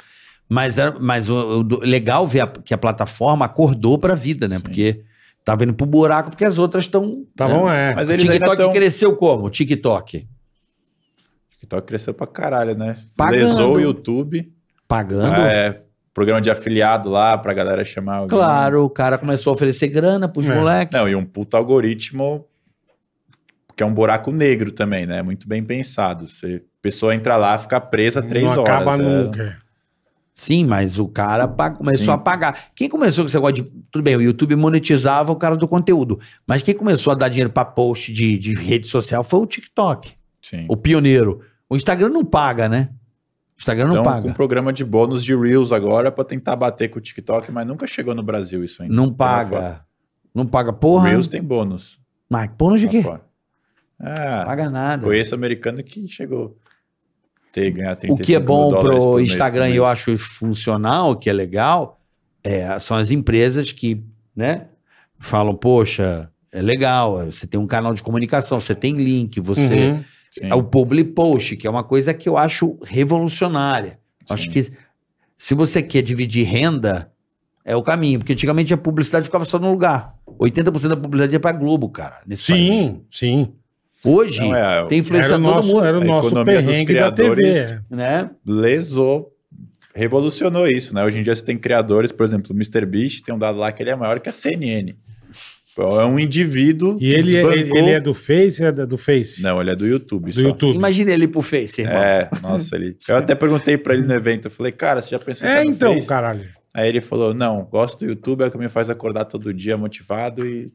[SPEAKER 5] Mas, é- mas o, o do- legal ver a- que a plataforma acordou para a vida, né? Porque Tava indo pro buraco porque as outras estão.
[SPEAKER 6] né?
[SPEAKER 3] Tá bom, é.
[SPEAKER 6] Mas
[SPEAKER 5] O
[SPEAKER 6] eles ainda
[SPEAKER 5] TikTok
[SPEAKER 6] estão...
[SPEAKER 5] cresceu como? O TikTok.
[SPEAKER 6] TikTok cresceu pra caralho, né?
[SPEAKER 5] Pagando.
[SPEAKER 6] Lesou o YouTube.
[SPEAKER 5] Pagando.
[SPEAKER 6] Ah, é, programa de afiliado lá pra galera chamar alguém.
[SPEAKER 5] Claro, o cara começou a oferecer grana pros
[SPEAKER 3] É.
[SPEAKER 5] moleques.
[SPEAKER 6] Não, e um puto algoritmo que é um buraco negro também, né? Muito bem pensado. Você, a pessoa entra lá, fica presa três
[SPEAKER 3] não
[SPEAKER 6] horas.
[SPEAKER 3] acaba
[SPEAKER 6] é.
[SPEAKER 3] nunca.
[SPEAKER 5] Sim, mas o cara pa- começou
[SPEAKER 6] Sim.
[SPEAKER 5] a pagar. Quem começou com esse negócio de. Tudo bem, o YouTube monetizava o cara do conteúdo. Mas quem começou a dar dinheiro pra post de, de rede social foi o TikTok.
[SPEAKER 6] Sim.
[SPEAKER 5] O pioneiro. O Instagram não paga, né? O Instagram não
[SPEAKER 6] Então, com um
[SPEAKER 5] paga.
[SPEAKER 6] programa de bônus de Reels agora pra tentar bater com o TikTok, mas nunca chegou no Brasil isso ainda.
[SPEAKER 5] Não
[SPEAKER 6] Lá fora.
[SPEAKER 5] paga. Não paga porra.
[SPEAKER 6] Reels Tá tem bônus.
[SPEAKER 5] Mas bônus de
[SPEAKER 6] lá
[SPEAKER 5] quê? Não
[SPEAKER 6] fora. Ah,
[SPEAKER 5] paga nada.
[SPEAKER 6] conheço americano que chegou a ter ganhar 35
[SPEAKER 5] O que é bom
[SPEAKER 6] mil dólares por
[SPEAKER 5] pro
[SPEAKER 6] mês
[SPEAKER 5] Instagram
[SPEAKER 6] com
[SPEAKER 5] e eu
[SPEAKER 6] isso.
[SPEAKER 5] acho funcional, que é legal, é, são as empresas que, né, falam, poxa, é legal, você tem um canal de comunicação, você tem link, você
[SPEAKER 3] Uhum.
[SPEAKER 6] Sim.
[SPEAKER 5] é o public post, que é uma coisa que eu acho revolucionária. Acho
[SPEAKER 6] Sim.
[SPEAKER 5] que se você quer dividir renda, é o caminho, porque antigamente a publicidade ficava só num lugar. 80% da publicidade ia pra Globo, cara, nesse país.
[SPEAKER 3] Sim, sim.
[SPEAKER 5] Hoje,
[SPEAKER 6] Não, é,
[SPEAKER 5] tem influência
[SPEAKER 3] Era o
[SPEAKER 5] todo
[SPEAKER 3] nosso,
[SPEAKER 5] mundo,
[SPEAKER 3] era o
[SPEAKER 6] A
[SPEAKER 3] nosso
[SPEAKER 6] economia dos
[SPEAKER 3] perrengue da TV.
[SPEAKER 6] criadores.
[SPEAKER 5] né?
[SPEAKER 6] lesou, revolucionou isso, né? Hoje em dia você tem criadores, por exemplo, o MrBeast tem um dado lá que ele é maior que a CNN. É um indivíduo
[SPEAKER 3] E ele,
[SPEAKER 6] desbancou-
[SPEAKER 3] ele, ele é do Face? É do Face?
[SPEAKER 6] Não, ele é do YouTube
[SPEAKER 3] do
[SPEAKER 6] só.
[SPEAKER 3] YouTube.
[SPEAKER 5] Imagina ele pro Face, irmão.
[SPEAKER 6] É, nossa, ele... Eu até perguntei pra ele no evento, eu falei, cara, você já pensou em
[SPEAKER 3] É,
[SPEAKER 6] entrar no
[SPEAKER 3] então,
[SPEAKER 6] Face?
[SPEAKER 3] caralho.
[SPEAKER 6] Aí ele falou, não, gosto do YouTube, é o que me faz acordar todo dia motivado e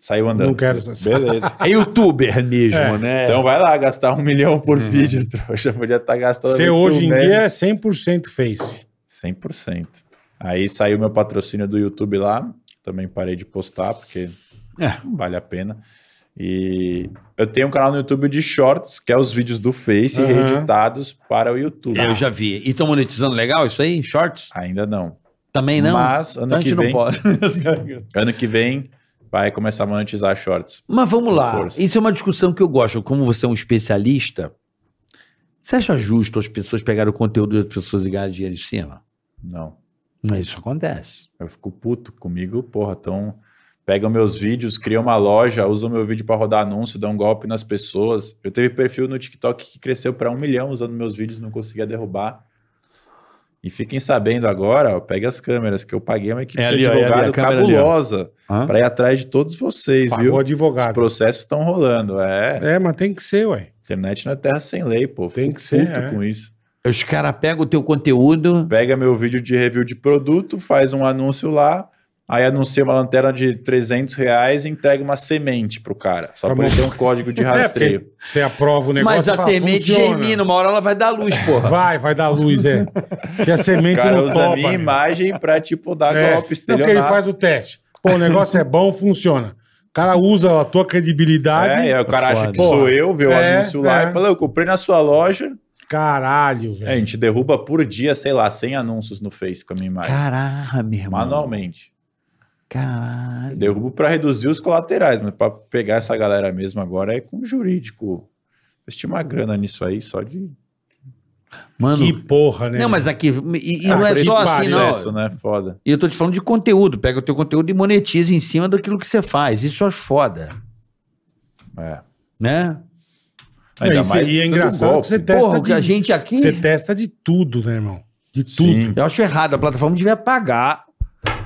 [SPEAKER 6] saiu andando.
[SPEAKER 3] Não quero essa-
[SPEAKER 6] Beleza.
[SPEAKER 5] É youtuber mesmo,
[SPEAKER 3] É,
[SPEAKER 5] né?
[SPEAKER 6] Então vai lá gastar um milhão por vídeo, trouxa. Podia estar
[SPEAKER 3] Uhum.
[SPEAKER 6] gastando. né?
[SPEAKER 3] Você
[SPEAKER 6] muito
[SPEAKER 3] hoje em
[SPEAKER 6] menos.
[SPEAKER 3] dia é 100% Face.
[SPEAKER 6] 100%. Aí saiu meu patrocínio do YouTube lá, também parei de postar porque
[SPEAKER 5] É.
[SPEAKER 6] não vale a pena. E eu tenho um canal no YouTube de shorts, que é os vídeos do Face
[SPEAKER 3] Aham.
[SPEAKER 6] reeditados para o YouTube.
[SPEAKER 5] é, Eu já vi. E estão monetizando legal isso aí? Shorts?
[SPEAKER 6] Ainda não.
[SPEAKER 5] Também não?
[SPEAKER 6] Mas ano
[SPEAKER 5] Então a gente
[SPEAKER 6] que, vem,
[SPEAKER 5] não pode.
[SPEAKER 6] ano que vem vai começar a monetizar shorts.
[SPEAKER 5] Mas vamos lá.
[SPEAKER 6] Força.
[SPEAKER 5] Isso é uma discussão que eu gosto. Como você é um especialista, você acha justo as pessoas pegarem o conteúdo das pessoas e ganharem dinheiro em cima?
[SPEAKER 6] Não.
[SPEAKER 5] Mas isso acontece.
[SPEAKER 6] Eu fico puto comigo, porra, então pegam meus vídeos, criam uma loja, usam meu vídeo pra rodar anúncio, dão um golpe nas pessoas. Eu teve perfil no TikTok que cresceu pra um milhão usando meus vídeos, não conseguia derrubar. E fiquem sabendo agora, ó, pegue as câmeras, que eu paguei uma equipe
[SPEAKER 5] É
[SPEAKER 6] de
[SPEAKER 5] ali, ó, é ali,
[SPEAKER 6] advogado
[SPEAKER 5] a câmera ali, ó.
[SPEAKER 6] cabulosa
[SPEAKER 5] Hã?
[SPEAKER 6] pra ir atrás de todos vocês,
[SPEAKER 3] Pagou
[SPEAKER 6] viu? Os
[SPEAKER 3] advogado.
[SPEAKER 6] processos estão rolando, é.
[SPEAKER 3] É, mas tem que ser, ué.
[SPEAKER 6] Internet não é terra sem lei, pô.
[SPEAKER 3] Tem
[SPEAKER 6] Fico
[SPEAKER 3] que ser,
[SPEAKER 6] puto
[SPEAKER 3] é.
[SPEAKER 6] com isso.
[SPEAKER 5] Os caras pegam o teu conteúdo.
[SPEAKER 6] pega meu vídeo de review de produto, faz um anúncio lá, aí anuncia uma lanterna de 300 reais e entrega uma semente pro cara, só
[SPEAKER 3] Tá
[SPEAKER 6] pra ele
[SPEAKER 3] bom.
[SPEAKER 6] ter um código de
[SPEAKER 3] É,
[SPEAKER 6] rastreio.
[SPEAKER 3] porque você aprova o negócio.
[SPEAKER 5] mas
[SPEAKER 3] e
[SPEAKER 5] a
[SPEAKER 3] fala,
[SPEAKER 5] semente
[SPEAKER 3] "Funciona".
[SPEAKER 5] germina, uma hora ela vai dar luz, porra.
[SPEAKER 3] Vai, vai dar luz, é. Que a
[SPEAKER 6] O
[SPEAKER 3] semente
[SPEAKER 6] cara
[SPEAKER 3] não
[SPEAKER 6] usa
[SPEAKER 3] topa.
[SPEAKER 6] a minha
[SPEAKER 3] meu.
[SPEAKER 6] imagem pra, tipo, dar
[SPEAKER 3] É.
[SPEAKER 6] golpe,
[SPEAKER 3] Não, porque ele
[SPEAKER 6] estelionato.
[SPEAKER 3] faz o teste. Pô, o negócio é bom, funciona. O cara usa a tua credibilidade.
[SPEAKER 6] É, e aí o cara acha que
[SPEAKER 3] Porra.
[SPEAKER 6] sou eu, vê o
[SPEAKER 3] tá É,
[SPEAKER 6] anúncio lá
[SPEAKER 3] é.
[SPEAKER 6] e fala, eu comprei na sua loja.
[SPEAKER 3] Caralho,
[SPEAKER 6] É, a
[SPEAKER 3] velho.
[SPEAKER 6] gente derruba por dia, sei lá, 100 anúncios no Face com a minha imagem.
[SPEAKER 5] Caralho, meu irmão.
[SPEAKER 6] Manualmente.
[SPEAKER 5] Caralho.
[SPEAKER 6] Derrubo pra reduzir os colaterais, mas pra pegar essa galera mesmo agora é com jurídico. Investir uma grana nisso aí, só de É,
[SPEAKER 5] Mano.
[SPEAKER 3] Que porra, né?
[SPEAKER 5] Não, mas aqui. E, e
[SPEAKER 3] Ah,
[SPEAKER 5] não é
[SPEAKER 3] por
[SPEAKER 6] Preço
[SPEAKER 3] isso
[SPEAKER 5] só
[SPEAKER 3] que
[SPEAKER 5] assim,
[SPEAKER 3] baixa
[SPEAKER 5] não.
[SPEAKER 6] processo, né? Foda.
[SPEAKER 5] E eu tô te falando de conteúdo. Pega o teu conteúdo e monetiza em cima daquilo que você faz. Isso eu acho foda,
[SPEAKER 6] É.
[SPEAKER 5] né?
[SPEAKER 3] Não, isso aí é
[SPEAKER 6] tudo
[SPEAKER 3] engraçado
[SPEAKER 6] golpe.
[SPEAKER 3] que você testa
[SPEAKER 5] Porra, o
[SPEAKER 3] de...
[SPEAKER 5] que a gente aqui...
[SPEAKER 3] Você testa de tudo, né, irmão? De tudo.
[SPEAKER 6] Sim.
[SPEAKER 5] Eu acho errado. A plataforma devia pagar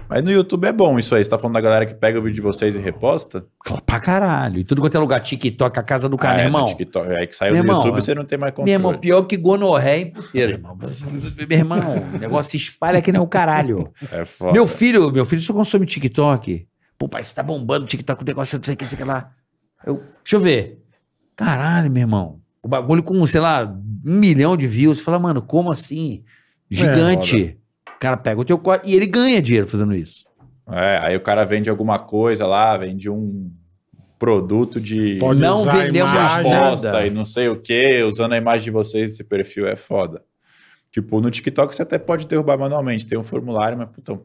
[SPEAKER 6] Mas no YouTube é bom isso aí. Você tá falando da galera que pega o vídeo de vocês e reposta?
[SPEAKER 5] pra caralho. E tudo quanto é lugar, TikTok, a casa do cara,
[SPEAKER 6] Ah,
[SPEAKER 5] meu
[SPEAKER 6] é, no
[SPEAKER 5] irmão.
[SPEAKER 6] TikTok. Aí que saiu
[SPEAKER 5] Meu
[SPEAKER 6] do
[SPEAKER 5] irmão,
[SPEAKER 6] YouTube
[SPEAKER 5] é.
[SPEAKER 6] você não tem mais
[SPEAKER 5] Meu
[SPEAKER 6] controle.
[SPEAKER 5] irmão, pior que gonorreia em puteiro, irmão. Meu irmão, o negócio se espalha que nem o caralho.
[SPEAKER 6] É foda.
[SPEAKER 5] Meu filho, meu filho só consome TikTok. Pô, pai, você tá bombando TikTok, o negócio, não sei o que, não sei o que lá. Eu, deixa eu ver. Caralho, meu irmão. O bagulho com, sei lá, um milhão de views. Você fala, mano, como assim?
[SPEAKER 6] É,
[SPEAKER 5] Gigante. o cara pega o teu código e ele ganha dinheiro fazendo isso.
[SPEAKER 6] É, aí o cara vende alguma coisa lá, vende um produto de,
[SPEAKER 3] Pode
[SPEAKER 5] não
[SPEAKER 3] usar a
[SPEAKER 5] vendemos
[SPEAKER 6] de
[SPEAKER 3] imagem.
[SPEAKER 5] nada.
[SPEAKER 6] aposta e não sei o que, usando a imagem de vocês esse perfil é foda. Tipo, no TikTok você até pode derrubar manualmente. Tem um formulário, mas putão,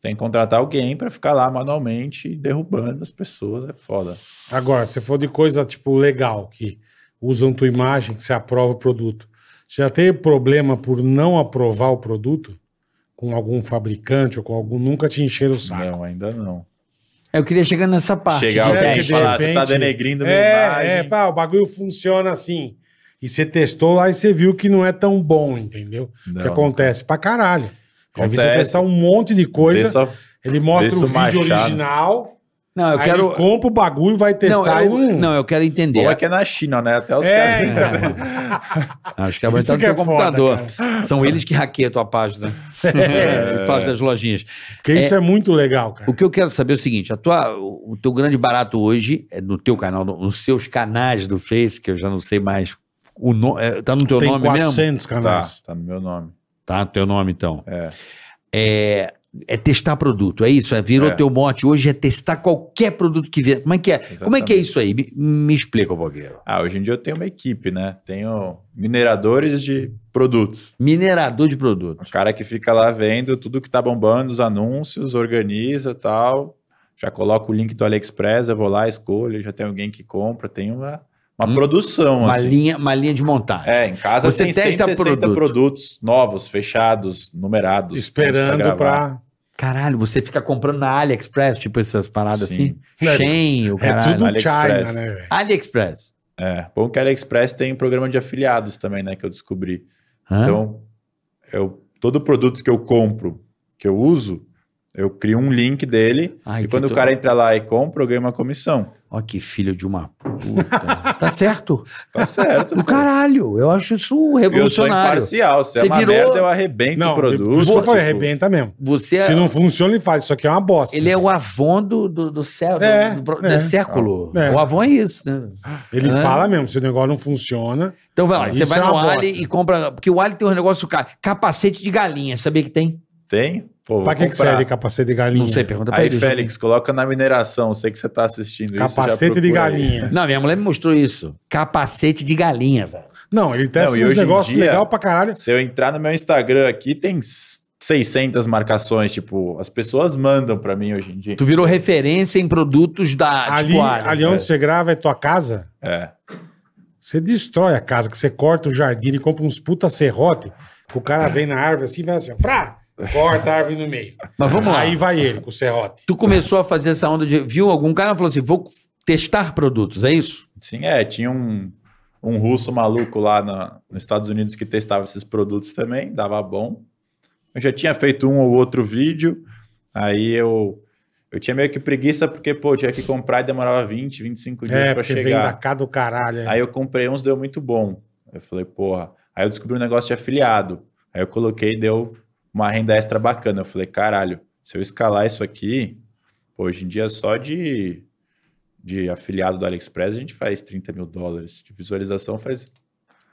[SPEAKER 6] tem que contratar alguém pra ficar lá manualmente derrubando as pessoas. É foda.
[SPEAKER 3] Agora, se for de coisa, tipo, legal, que usam tua imagem, que você aprova o produto. Você já teve problema por não aprovar o produto? Com algum fabricante ou com algum... Nunca te encheram o saco.
[SPEAKER 6] Não, ainda não.
[SPEAKER 5] Eu queria chegar nessa parte.
[SPEAKER 6] Chegar
[SPEAKER 5] de-
[SPEAKER 3] é,
[SPEAKER 6] alguém e
[SPEAKER 3] que de
[SPEAKER 6] falar, você tá
[SPEAKER 3] repente-
[SPEAKER 6] denegrindo minha imagem.
[SPEAKER 3] É, é, pá, o bagulho funciona assim. E você testou lá e você viu que não é tão bom, entendeu?
[SPEAKER 6] Não.
[SPEAKER 3] que acontece pra caralho. Já vi você
[SPEAKER 6] Acontece.
[SPEAKER 3] testar um monte de coisa,
[SPEAKER 6] Dessa-
[SPEAKER 3] ele mostra
[SPEAKER 6] desse
[SPEAKER 3] o vídeo
[SPEAKER 6] machado.
[SPEAKER 3] original,
[SPEAKER 5] Não, eu
[SPEAKER 3] aí
[SPEAKER 5] quero.
[SPEAKER 3] ele compra o bagulho e vai
[SPEAKER 5] Não
[SPEAKER 3] testar.
[SPEAKER 5] eu,
[SPEAKER 3] e um.
[SPEAKER 5] não, eu quero entender.
[SPEAKER 6] Bom é que é na China, né? Até os
[SPEAKER 3] É,
[SPEAKER 6] caras.
[SPEAKER 3] então.
[SPEAKER 5] Ah, os caras
[SPEAKER 3] Isso
[SPEAKER 5] vão
[SPEAKER 3] que
[SPEAKER 5] entrar
[SPEAKER 3] é
[SPEAKER 5] no teu computador. São eles que hackeiam a tua página. e fazem as lojinhas.
[SPEAKER 3] Porque isso é muito legal, cara.
[SPEAKER 5] O que eu quero saber é o seguinte: a tua, o teu grande barato hoje é no teu canal, no- nos seus canais do Face, que eu já não sei mais. O no, é, tá no teu
[SPEAKER 3] Tem
[SPEAKER 5] nome mesmo?
[SPEAKER 3] 400
[SPEAKER 6] Tá,
[SPEAKER 3] canais.
[SPEAKER 6] tá no meu nome.
[SPEAKER 5] Tá no teu nome, então.
[SPEAKER 6] É.
[SPEAKER 5] É, é testar produto, é isso? É, virou
[SPEAKER 6] É.
[SPEAKER 5] teu mote hoje, é testar qualquer produto que vier. Como é que é? Como é que é isso aí? Me, me explica, um Bogueiro.
[SPEAKER 6] Ah, hoje em dia eu tenho uma equipe, né? Tenho mineradores de produtos.
[SPEAKER 5] Minerador de produto.
[SPEAKER 6] O cara que fica lá vendo tudo que tá bombando, os anúncios, organiza tal. Já coloca o link do AliExpress, eu vou lá, escolho, já tem alguém que compra, tem uma, uma
[SPEAKER 5] Hum.
[SPEAKER 6] produção,
[SPEAKER 5] Uma,
[SPEAKER 6] assim.
[SPEAKER 5] linha, uma linha de montagem.
[SPEAKER 6] É, em casa
[SPEAKER 5] Você
[SPEAKER 6] tem
[SPEAKER 5] testa
[SPEAKER 6] 160
[SPEAKER 5] produto.
[SPEAKER 6] produtos novos, fechados, numerados. prontos
[SPEAKER 3] Tá, Esperando
[SPEAKER 6] gravar.
[SPEAKER 3] pra.
[SPEAKER 5] Caralho, você fica comprando na AliExpress, tipo essas paradas
[SPEAKER 6] Sim.
[SPEAKER 5] assim? Shein, o
[SPEAKER 3] É
[SPEAKER 5] caralho.
[SPEAKER 3] tudo
[SPEAKER 6] AliExpress.
[SPEAKER 3] China, né, velho?
[SPEAKER 5] AliExpress.
[SPEAKER 6] É, bom que a AliExpress tem um programa de afiliados também, né, que eu descobri.
[SPEAKER 5] Hã?
[SPEAKER 6] Então, eu, todo produto que eu compro, que eu uso, eu crio um link dele.
[SPEAKER 5] Ai,
[SPEAKER 6] e
[SPEAKER 5] que
[SPEAKER 6] quando
[SPEAKER 5] to-
[SPEAKER 6] o cara entra lá e compra, eu ganho uma comissão.
[SPEAKER 5] Ó, que filho de uma puta. tá certo?
[SPEAKER 6] Tá certo.
[SPEAKER 5] O caralho, eu acho isso
[SPEAKER 6] eu sou
[SPEAKER 5] revolucionário.
[SPEAKER 6] imparcial. Se
[SPEAKER 5] Você
[SPEAKER 6] é uma
[SPEAKER 5] virou-
[SPEAKER 6] merda, eu arrebento
[SPEAKER 3] Não,
[SPEAKER 6] o produto.
[SPEAKER 3] isso que eu falei,
[SPEAKER 6] tipo,
[SPEAKER 3] arrebenta mesmo.
[SPEAKER 5] Você é,
[SPEAKER 3] Se não funciona, ele faz. Isso aqui é uma bosta.
[SPEAKER 5] ele é o avon do, do, do céu, do-
[SPEAKER 3] É,
[SPEAKER 5] do, do
[SPEAKER 3] é.
[SPEAKER 5] século.
[SPEAKER 3] É.
[SPEAKER 5] O avon é isso, né?
[SPEAKER 3] Ele
[SPEAKER 5] Hã?
[SPEAKER 3] fala mesmo, se o negócio não funciona.
[SPEAKER 5] Então vai lá,
[SPEAKER 3] Isso
[SPEAKER 5] você vai
[SPEAKER 3] é
[SPEAKER 5] no
[SPEAKER 3] uma
[SPEAKER 5] Ali
[SPEAKER 3] bosta.
[SPEAKER 5] e compra. Porque o Ali tem um negócio caro. Capacete de galinha, sabia que tem?
[SPEAKER 6] Tem? Pô, vou
[SPEAKER 3] Pra que, que
[SPEAKER 6] comprar.
[SPEAKER 3] serve capacete de galinha?
[SPEAKER 5] Não sei, pergunta pra
[SPEAKER 6] Aí,
[SPEAKER 5] ele.
[SPEAKER 6] Félix, coloca na mineração. Sei que você tá assistindo isso. já
[SPEAKER 3] Capacete de
[SPEAKER 6] procura aí.
[SPEAKER 3] galinha.
[SPEAKER 5] Não, minha mulher me mostrou isso. Capacete de galinha, velho.
[SPEAKER 3] Não, ele
[SPEAKER 6] Não,
[SPEAKER 3] testa
[SPEAKER 6] e
[SPEAKER 3] uns
[SPEAKER 6] hoje em
[SPEAKER 3] negócios
[SPEAKER 6] dia-
[SPEAKER 3] legal pra caralho.
[SPEAKER 6] Se eu entrar no meu Instagram aqui, tem s- 600 marcações. Tipo, as pessoas mandam pra mim hoje em dia.
[SPEAKER 5] Tu virou referência em produtos da
[SPEAKER 3] ali,
[SPEAKER 5] tipo Ali.
[SPEAKER 3] ali onde você grava é tua casa.
[SPEAKER 6] É.
[SPEAKER 3] Você destrói a casa, que você corta o jardim e compra uns puta serrote. Que o cara vem na árvore assim e vai assim, ó, frá! Corta a árvore no meio.
[SPEAKER 5] Mas vamos lá.
[SPEAKER 3] Aí vai ele com o serrote.
[SPEAKER 5] Tu começou a fazer essa onda de. Viu algum cara e falou assim: vou testar produtos, é isso?
[SPEAKER 6] Sim, é. Tinha um, um russo maluco lá na- nos Estados Unidos que testava esses produtos também, dava bom. Eu já tinha feito um ou outro vídeo, aí eu, eu tinha meio que preguiça, porque, pô, eu tinha que comprar e demorava 20, 25 dias
[SPEAKER 3] É,
[SPEAKER 6] pra
[SPEAKER 3] porque vem da
[SPEAKER 6] chegar.
[SPEAKER 3] cá do caralho. é.
[SPEAKER 6] Aí eu comprei uns, deu muito bom. Eu falei, porra. Aí eu descobri um negócio de afiliado. Aí eu coloquei, deu uma renda extra bacana. Eu falei, caralho, se eu escalar isso aqui, pô, hoje em dia só de, de afiliado do AliExpress a gente faz 30 mil dólares. De visualização faz.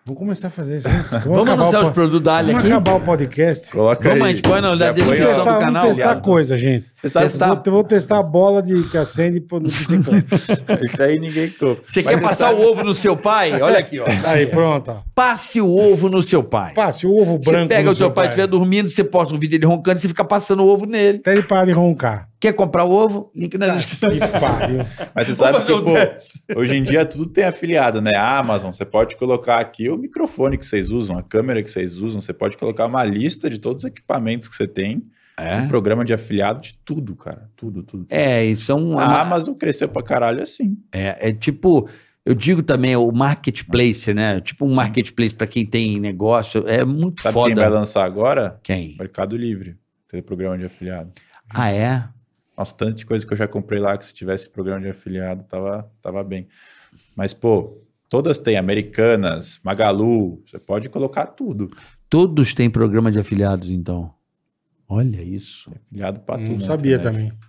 [SPEAKER 3] Vou começar a fazer isso.
[SPEAKER 5] Vamos,
[SPEAKER 3] acabar o
[SPEAKER 5] anunciar os
[SPEAKER 3] pod-
[SPEAKER 5] produtos da Ali
[SPEAKER 3] Vamos
[SPEAKER 5] aqui.
[SPEAKER 3] acabar o podcast.
[SPEAKER 6] Coloca
[SPEAKER 5] Vamos,
[SPEAKER 6] aí.
[SPEAKER 5] a gente põe na- na
[SPEAKER 6] Já põe,
[SPEAKER 5] descrição
[SPEAKER 6] ó,
[SPEAKER 5] do
[SPEAKER 3] Testar, vamos
[SPEAKER 5] canal,
[SPEAKER 3] testar
[SPEAKER 5] viado.
[SPEAKER 3] coisa, gente.
[SPEAKER 6] Testar,
[SPEAKER 3] Vou, vou testar a bola de que acende pro- no bicicleta.
[SPEAKER 6] Isso aí ninguém compra.
[SPEAKER 5] Você
[SPEAKER 6] Mas
[SPEAKER 5] quer passar
[SPEAKER 6] sabe-
[SPEAKER 5] o ovo no seu pai? Olha aqui, ó.
[SPEAKER 3] Aí, pronto. ó.
[SPEAKER 5] Passe o ovo no seu pai.
[SPEAKER 3] Passe o ovo branco.
[SPEAKER 5] Você pega
[SPEAKER 3] no
[SPEAKER 5] o teu
[SPEAKER 3] seu
[SPEAKER 5] pai estiver dormindo, você posta um vídeo dele roncando e você fica passando o ovo nele.
[SPEAKER 3] Até ele parar de roncar.
[SPEAKER 5] Quer comprar o ovo? Link
[SPEAKER 6] Tá.
[SPEAKER 5] na descrição.
[SPEAKER 3] Que pariu.
[SPEAKER 6] Mas você
[SPEAKER 5] Vamos
[SPEAKER 6] sabe que,
[SPEAKER 5] fazer um
[SPEAKER 6] pô, hoje em dia tudo tem afiliado, né? A Amazon, você pode colocar aqui o microfone que vocês usam, a câmera que vocês usam, você pode colocar uma lista de todos os equipamentos que você tem, um
[SPEAKER 5] É?
[SPEAKER 6] programa de afiliado de tudo, cara. Tudo, tudo.
[SPEAKER 5] É, isso é um.
[SPEAKER 6] A Amazon cresceu pra caralho assim.
[SPEAKER 5] É, é tipo, eu digo também o marketplace, né? Tipo um marketplace pra quem tem negócio. É muito
[SPEAKER 6] Sabe
[SPEAKER 5] foda.
[SPEAKER 6] quem vai lançar agora?
[SPEAKER 5] Quem?
[SPEAKER 6] Mercado Livre. Tem programa de afiliado.
[SPEAKER 5] Ah, é?
[SPEAKER 6] Nossa, tanta de coisa que eu já comprei lá que se tivesse programa de afiliado, tava, tava bem. Mas, pô, todas têm, Americanas, Magalu, você pode colocar tudo.
[SPEAKER 5] Todos têm programa de afiliados, então. Olha isso.
[SPEAKER 6] Afiliado pra tudo.
[SPEAKER 3] Não
[SPEAKER 6] na
[SPEAKER 3] sabia
[SPEAKER 6] internet.
[SPEAKER 3] também.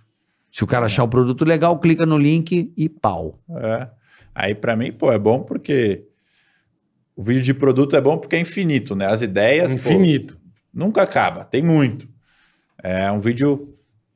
[SPEAKER 5] Se o cara achar o produto legal, clica no link e pau.
[SPEAKER 6] É. Aí pra mim, pô, é bom porque o vídeo de produto é bom porque é infinito, né? As ideias, pô,
[SPEAKER 3] Infinito.
[SPEAKER 6] nunca acaba, tem muito. É um vídeo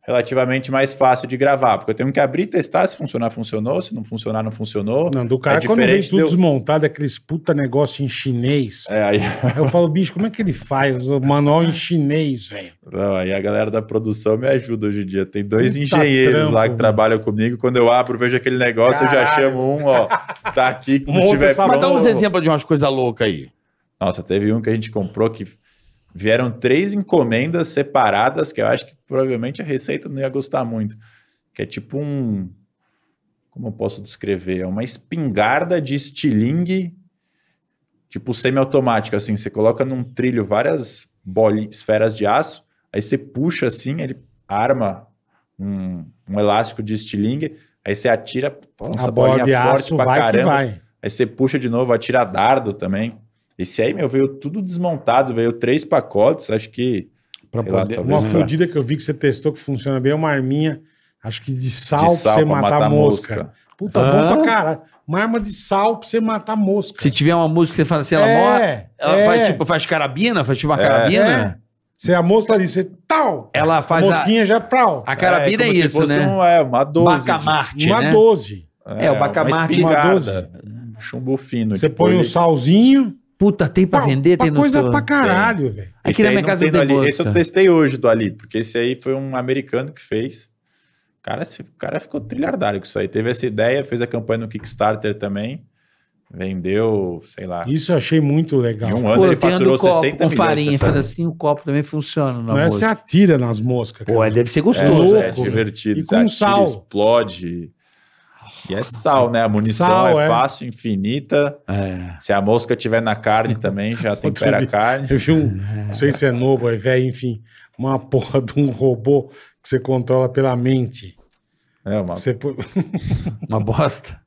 [SPEAKER 6] relativamente mais fácil de gravar, porque eu tenho que abrir e testar se funcionar, funcionou, se não funcionar, não funcionou.
[SPEAKER 3] Não, do cara,
[SPEAKER 6] É
[SPEAKER 3] quando vem
[SPEAKER 6] diferente
[SPEAKER 3] tudo
[SPEAKER 6] do-
[SPEAKER 3] desmontado, aqueles puta negócio em chinês.
[SPEAKER 6] É, aí,
[SPEAKER 3] Aí eu falo, bicho, como é que ele faz o manual em chinês, velho?
[SPEAKER 6] não, aí a galera da produção me ajuda hoje em dia. Tem dois
[SPEAKER 3] Puta
[SPEAKER 6] engenheiros
[SPEAKER 3] trampo,
[SPEAKER 6] lá que
[SPEAKER 3] velho.
[SPEAKER 6] trabalham comigo. Quando eu abro, vejo aquele negócio, eu já
[SPEAKER 3] Caralho.
[SPEAKER 6] chamo um, ó, tá aqui, quando
[SPEAKER 3] Monta
[SPEAKER 6] tiver
[SPEAKER 3] essa
[SPEAKER 6] pronto.
[SPEAKER 5] Mas dá uns exemplos de umas coisas loucas aí.
[SPEAKER 6] Nossa, teve um que a gente comprou que vieram três encomendas separadas, que eu acho que provavelmente a receita não ia gostar muito. que é tipo um. Como eu posso descrever? É uma espingarda de estilingue, tipo semiautomática, assim. Você coloca num trilho várias boli, esferas de aço, aí você puxa assim, ele arma um, um elástico de estilingue, aí você atira, nossa,
[SPEAKER 3] a bola de
[SPEAKER 6] forte
[SPEAKER 3] aço
[SPEAKER 6] pra
[SPEAKER 3] vai que
[SPEAKER 6] caramba.
[SPEAKER 3] vai.
[SPEAKER 6] Aí você puxa de novo, atira dardo também. Esse aí, meu, veio tudo desmontado, veio três pacotes, acho que
[SPEAKER 3] Pra
[SPEAKER 6] Sei lá,
[SPEAKER 3] poder- uma
[SPEAKER 6] talvez pra-
[SPEAKER 3] fudida que eu vi que você testou que funciona bem é uma arminha, acho que de sal,
[SPEAKER 6] de
[SPEAKER 3] pra
[SPEAKER 6] sal
[SPEAKER 3] você
[SPEAKER 6] pra
[SPEAKER 3] matar,
[SPEAKER 6] matar
[SPEAKER 3] mosca.
[SPEAKER 6] mosca.
[SPEAKER 3] Puta, bom pra caralho. Uma arma de sal pra você matar mosca. É,
[SPEAKER 5] Se tiver uma música que você fala assim, ela morre. Ela faz tipo, faz carabina, faz tipo uma
[SPEAKER 6] É.
[SPEAKER 5] carabina.
[SPEAKER 3] Você é a mosca ali, você tal,
[SPEAKER 5] Ela
[SPEAKER 3] É. a
[SPEAKER 5] faz a.
[SPEAKER 3] mosquinha já prau.
[SPEAKER 5] A carabina é,
[SPEAKER 6] como se
[SPEAKER 5] isso,
[SPEAKER 6] fosse
[SPEAKER 5] né?
[SPEAKER 6] um- é, uma 12.
[SPEAKER 5] Bacamarte,
[SPEAKER 3] uma
[SPEAKER 5] né?
[SPEAKER 3] 12.
[SPEAKER 6] de-
[SPEAKER 5] É, o Bacamarte-
[SPEAKER 6] uma
[SPEAKER 3] Uma
[SPEAKER 6] espingarda, Chumbo fino.
[SPEAKER 3] Você
[SPEAKER 6] tipo,
[SPEAKER 3] põe um
[SPEAKER 6] ele-
[SPEAKER 3] salzinho.
[SPEAKER 5] Puta, tem pra
[SPEAKER 3] Pau,
[SPEAKER 5] vender, tem no
[SPEAKER 3] coisa
[SPEAKER 5] seu...
[SPEAKER 3] pra caralho, velho.
[SPEAKER 5] Aqui
[SPEAKER 6] Esse
[SPEAKER 5] na
[SPEAKER 6] aí
[SPEAKER 5] minha
[SPEAKER 6] não
[SPEAKER 5] casa
[SPEAKER 6] tem
[SPEAKER 5] tá? tem
[SPEAKER 6] do Ali.
[SPEAKER 5] mosca.
[SPEAKER 6] Esse eu testei hoje do Ali, porque esse aí foi um americano que fez. Cara, esse cara ficou trilhardário com isso aí. Teve essa ideia, fez a campanha no Kickstarter também. Vendeu, sei lá.
[SPEAKER 3] Isso eu achei muito legal.
[SPEAKER 6] Em um ano
[SPEAKER 5] Pô,
[SPEAKER 6] ele
[SPEAKER 5] eu tenho do
[SPEAKER 6] faturou
[SPEAKER 5] copo
[SPEAKER 6] 60
[SPEAKER 5] com
[SPEAKER 6] milhões.
[SPEAKER 5] farinha.
[SPEAKER 6] dessa-
[SPEAKER 5] Falei assim, o copo também funciona um na
[SPEAKER 3] Não é você
[SPEAKER 5] música.
[SPEAKER 3] atira nas moscas.
[SPEAKER 5] Pô,
[SPEAKER 3] cara.
[SPEAKER 5] deve ser
[SPEAKER 6] É,
[SPEAKER 5] gostoso.
[SPEAKER 3] louco,
[SPEAKER 6] é
[SPEAKER 3] velho.
[SPEAKER 6] divertido.
[SPEAKER 3] E
[SPEAKER 6] você
[SPEAKER 3] com
[SPEAKER 6] atira,
[SPEAKER 3] sal.
[SPEAKER 6] explode. E é sal, né? A munição
[SPEAKER 3] Sal,
[SPEAKER 6] é,
[SPEAKER 3] é.
[SPEAKER 6] fácil, infinita.
[SPEAKER 5] É.
[SPEAKER 6] Se a mosca tiver na carne também, já tempera a
[SPEAKER 3] dia-
[SPEAKER 6] carne.
[SPEAKER 3] Eu vi um, não sei se é novo, é velho, enfim, uma porra de um robô que você controla pela mente.
[SPEAKER 6] É uma,
[SPEAKER 3] Você põe...
[SPEAKER 5] Uma bosta.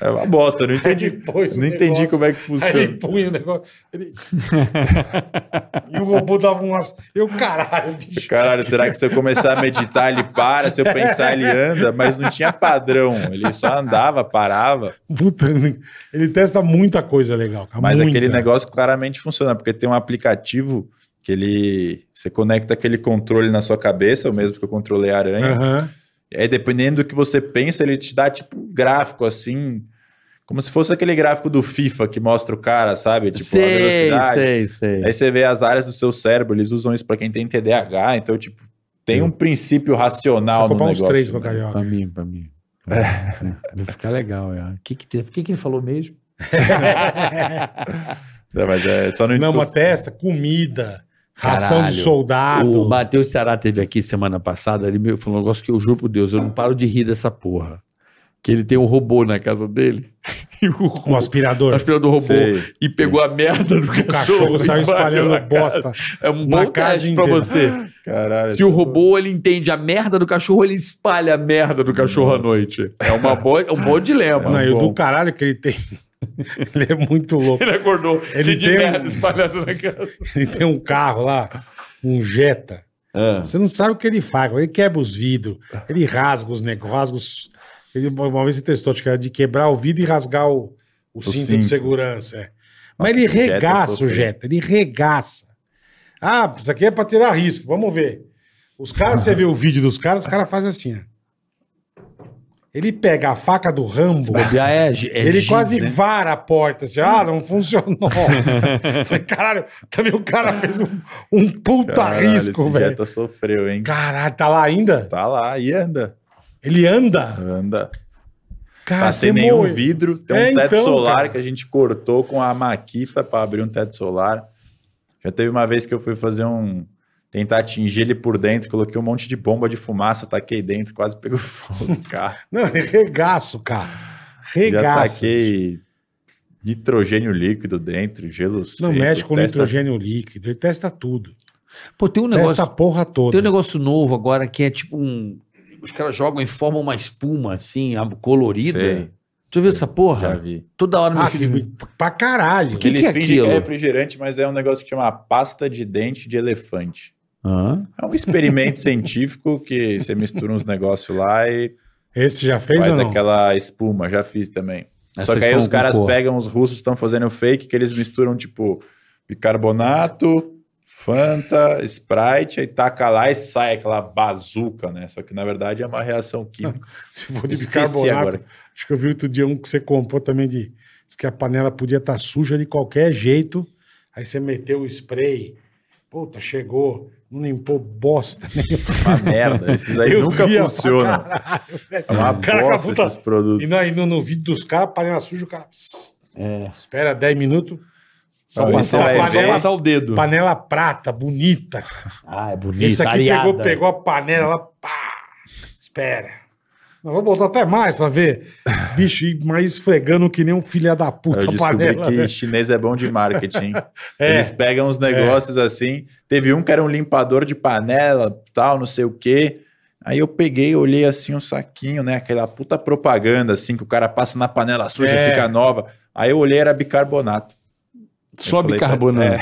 [SPEAKER 6] é uma bosta, eu não entendi.
[SPEAKER 3] depois o
[SPEAKER 6] Não entendi
[SPEAKER 3] negócio-
[SPEAKER 6] como é que
[SPEAKER 3] Aí ele
[SPEAKER 6] funciona.
[SPEAKER 3] põe o negócio. ele- e o robô dava umas. Eu, caralho, bicho.
[SPEAKER 6] Caralho, será que se eu começar a meditar, ele para? Se eu pensar, ele anda, mas não tinha padrão. Ele só andava, parava.
[SPEAKER 3] Puta, ele- ele testa muita coisa legal. cara,
[SPEAKER 6] Mas
[SPEAKER 3] muita.
[SPEAKER 6] aquele negócio claramente funciona, porque tem um aplicativo que ele. Você conecta aquele controle na sua cabeça, o mesmo que eu controlei a aranha.
[SPEAKER 3] Aham.
[SPEAKER 6] E aí, dependendo do que você pensa, ele te dá tipo um gráfico assim. Como se fosse aquele gráfico do FIFA que mostra o cara, sabe? Tipo, a
[SPEAKER 5] sei,
[SPEAKER 6] velocidade.
[SPEAKER 5] sei, sei.
[SPEAKER 6] Aí você vê as áreas do seu cérebro, eles usam isso pra quem tem TDAH, então, tipo, tem um princípio
[SPEAKER 3] Só
[SPEAKER 6] racional no
[SPEAKER 3] comprar uns
[SPEAKER 6] negócio. né?
[SPEAKER 3] três pra
[SPEAKER 6] mas-
[SPEAKER 5] Pra
[SPEAKER 3] carioca.
[SPEAKER 5] mim, pra mim. É, Vai ficar legal, é. O que que, te- o que que ele falou mesmo?
[SPEAKER 6] É, mas é, só não,
[SPEAKER 3] Não, uma testa, comida, ração de
[SPEAKER 5] Caralho.
[SPEAKER 3] soldado.
[SPEAKER 5] O Matheus Ceará teve aqui semana passada, ele me falou um negócio que eu juro por Deus, eu não paro de rir dessa porra. Que ele tem um robô na casa dele. E o
[SPEAKER 3] Um
[SPEAKER 5] robô,
[SPEAKER 3] aspirador.
[SPEAKER 5] o aspirador robô.
[SPEAKER 6] Sei.
[SPEAKER 5] E pegou a merda do
[SPEAKER 3] O cachorro saiu espalhando bosta.
[SPEAKER 5] É um
[SPEAKER 3] na
[SPEAKER 5] bom
[SPEAKER 3] casa
[SPEAKER 5] teste pra
[SPEAKER 3] inteira. é
[SPEAKER 5] você.
[SPEAKER 6] Caralho.
[SPEAKER 5] Se o robô ele entende a merda do cachorro, ele espalha a merda do cachorro à noite. É uma boa, é um bom dilema.
[SPEAKER 3] Não, e o
[SPEAKER 5] Bom.
[SPEAKER 3] do caralho que ele tem. ele é muito louco.
[SPEAKER 5] Ele acordou
[SPEAKER 3] Ele
[SPEAKER 5] cheio de
[SPEAKER 3] tem um-
[SPEAKER 5] merda espalhada na casa.
[SPEAKER 3] Ele tem um carro lá, um Jetta.
[SPEAKER 6] É.
[SPEAKER 3] Você não sabe o que ele faz. Ele quebra os vidros, ele rasga os negócios. rasga os- Ele, uma vez ele testou, acho que era de quebrar o vidro e rasgar o, o cinto,
[SPEAKER 6] cinto.
[SPEAKER 3] de segurança. é. Mas
[SPEAKER 6] Nossa,
[SPEAKER 3] ele
[SPEAKER 6] esse Jetta é
[SPEAKER 3] regaça o
[SPEAKER 6] sofrido.
[SPEAKER 3] Jetta, ele regaça. Ah, isso aqui é pra tirar risco, vamos ver. Os caras, você vê o vídeo dos caras, os caras fazem assim, ó. Ele pega a faca do Rambo,
[SPEAKER 6] É
[SPEAKER 3] ele quase
[SPEAKER 6] né?
[SPEAKER 3] vara a porta, assim, ah, não funcionou. Falei, caralho, também o cara fez um, um puta
[SPEAKER 6] Caralho,
[SPEAKER 3] risco,
[SPEAKER 6] esse
[SPEAKER 3] velho.
[SPEAKER 6] Jetta sofreu, hein?
[SPEAKER 3] Caralho, tá lá ainda?
[SPEAKER 6] Tá lá e anda.
[SPEAKER 3] Ele anda?
[SPEAKER 6] Anda.
[SPEAKER 3] Cara,
[SPEAKER 6] tá
[SPEAKER 3] você
[SPEAKER 6] sem nenhum
[SPEAKER 3] morre.
[SPEAKER 6] vidro. Tem
[SPEAKER 3] Ah, É,
[SPEAKER 6] um teto
[SPEAKER 3] então,
[SPEAKER 6] solar
[SPEAKER 3] cara.
[SPEAKER 6] que a gente cortou com a maquita para abrir um teto solar. Já teve uma vez que eu fui fazer um. Tentar atingir ele por dentro, coloquei um monte de bomba de fumaça, taquei dentro, quase pegou fogo no carro.
[SPEAKER 3] Não, ele regaço, cara.
[SPEAKER 6] Já tá
[SPEAKER 3] Regaço.
[SPEAKER 6] taquei nitrogênio líquido dentro, gelo
[SPEAKER 3] Não
[SPEAKER 6] seco,
[SPEAKER 3] mexe com
[SPEAKER 6] testa-
[SPEAKER 3] nitrogênio líquido, ele testa tudo.
[SPEAKER 5] Pô, tem um
[SPEAKER 3] Testa a
[SPEAKER 5] negócio,
[SPEAKER 3] porra
[SPEAKER 5] tem um
[SPEAKER 3] toda.
[SPEAKER 5] negócio novo agora que é tipo um. Os caras jogam e formam uma espuma assim, a- colorida.
[SPEAKER 6] Sei,
[SPEAKER 5] Deixa eu ver
[SPEAKER 6] já
[SPEAKER 5] essa porra.
[SPEAKER 6] vi.
[SPEAKER 5] Toda hora meu
[SPEAKER 3] Ah, que,
[SPEAKER 5] filho.
[SPEAKER 3] pra caralho.
[SPEAKER 5] O que
[SPEAKER 6] Eles
[SPEAKER 5] que é
[SPEAKER 6] fingem
[SPEAKER 5] aquilo?
[SPEAKER 6] que é refrigerante, mas é um negócio que chama pasta de dente de elefante.
[SPEAKER 5] Hã?
[SPEAKER 6] É um experimento científico que você mistura uns negócios lá e
[SPEAKER 3] Esse já fez ou
[SPEAKER 6] faz
[SPEAKER 3] não?
[SPEAKER 6] aquela espuma, já fiz também.
[SPEAKER 5] Essa
[SPEAKER 6] Só que aí
[SPEAKER 5] espuma
[SPEAKER 6] os
[SPEAKER 5] com
[SPEAKER 6] caras
[SPEAKER 5] cor.
[SPEAKER 6] pegam, os russos estão fazendo fake, que eles misturam, tipo, bicarbonato, Fanta, Sprite, aí taca lá e sai aquela bazuca, né? Só que na verdade é uma reação química.
[SPEAKER 3] Se for de
[SPEAKER 6] Esqueci
[SPEAKER 3] bicarbonato.
[SPEAKER 6] agora.
[SPEAKER 3] Acho que eu vi outro dia um que você comprou também de. Diz que a panela podia estar suja de qualquer jeito. Aí você meteu o spray. Puta, chegou. Não limpou bosta. né?
[SPEAKER 6] é Uma merda. Esses aí
[SPEAKER 3] Eu
[SPEAKER 6] nunca
[SPEAKER 3] via pra
[SPEAKER 6] funcionam.
[SPEAKER 3] caralho, velho.
[SPEAKER 6] É uma
[SPEAKER 3] Cara,
[SPEAKER 6] bosta
[SPEAKER 3] puta-
[SPEAKER 6] esses produtos.
[SPEAKER 3] E, na, e no, no vídeo dos caras, panela suja, o cara. pss, Espera 10 minutos.
[SPEAKER 6] Aí
[SPEAKER 3] passar
[SPEAKER 6] você
[SPEAKER 3] a
[SPEAKER 6] vai
[SPEAKER 3] panela-
[SPEAKER 6] É. ver-
[SPEAKER 4] o dedo.
[SPEAKER 3] Panela prata, bonita.
[SPEAKER 5] Ah, é bonito.
[SPEAKER 3] Esse aqui
[SPEAKER 5] areada.
[SPEAKER 3] pegou, pegou a panela lá. Pá, espera. Nós vamos botar até mais pra ver. Bicho, e- mas esfregando que nem um filha da puta
[SPEAKER 6] Eu
[SPEAKER 3] a
[SPEAKER 6] descobri
[SPEAKER 3] panela.
[SPEAKER 6] que
[SPEAKER 3] né?
[SPEAKER 6] chinês é bom de marketing.
[SPEAKER 3] É.
[SPEAKER 6] Eles pegam uns negócios assim. Teve um que era um limpador de panela, tal, não sei o quê. Aí eu peguei, olhei assim um saquinho, né? Aquela puta propaganda assim que o cara passa na panela suja,
[SPEAKER 3] É.
[SPEAKER 6] fica nova. Aí eu olhei era bicarbonato.
[SPEAKER 5] Só
[SPEAKER 6] falei,
[SPEAKER 5] bicarbonato.
[SPEAKER 6] é.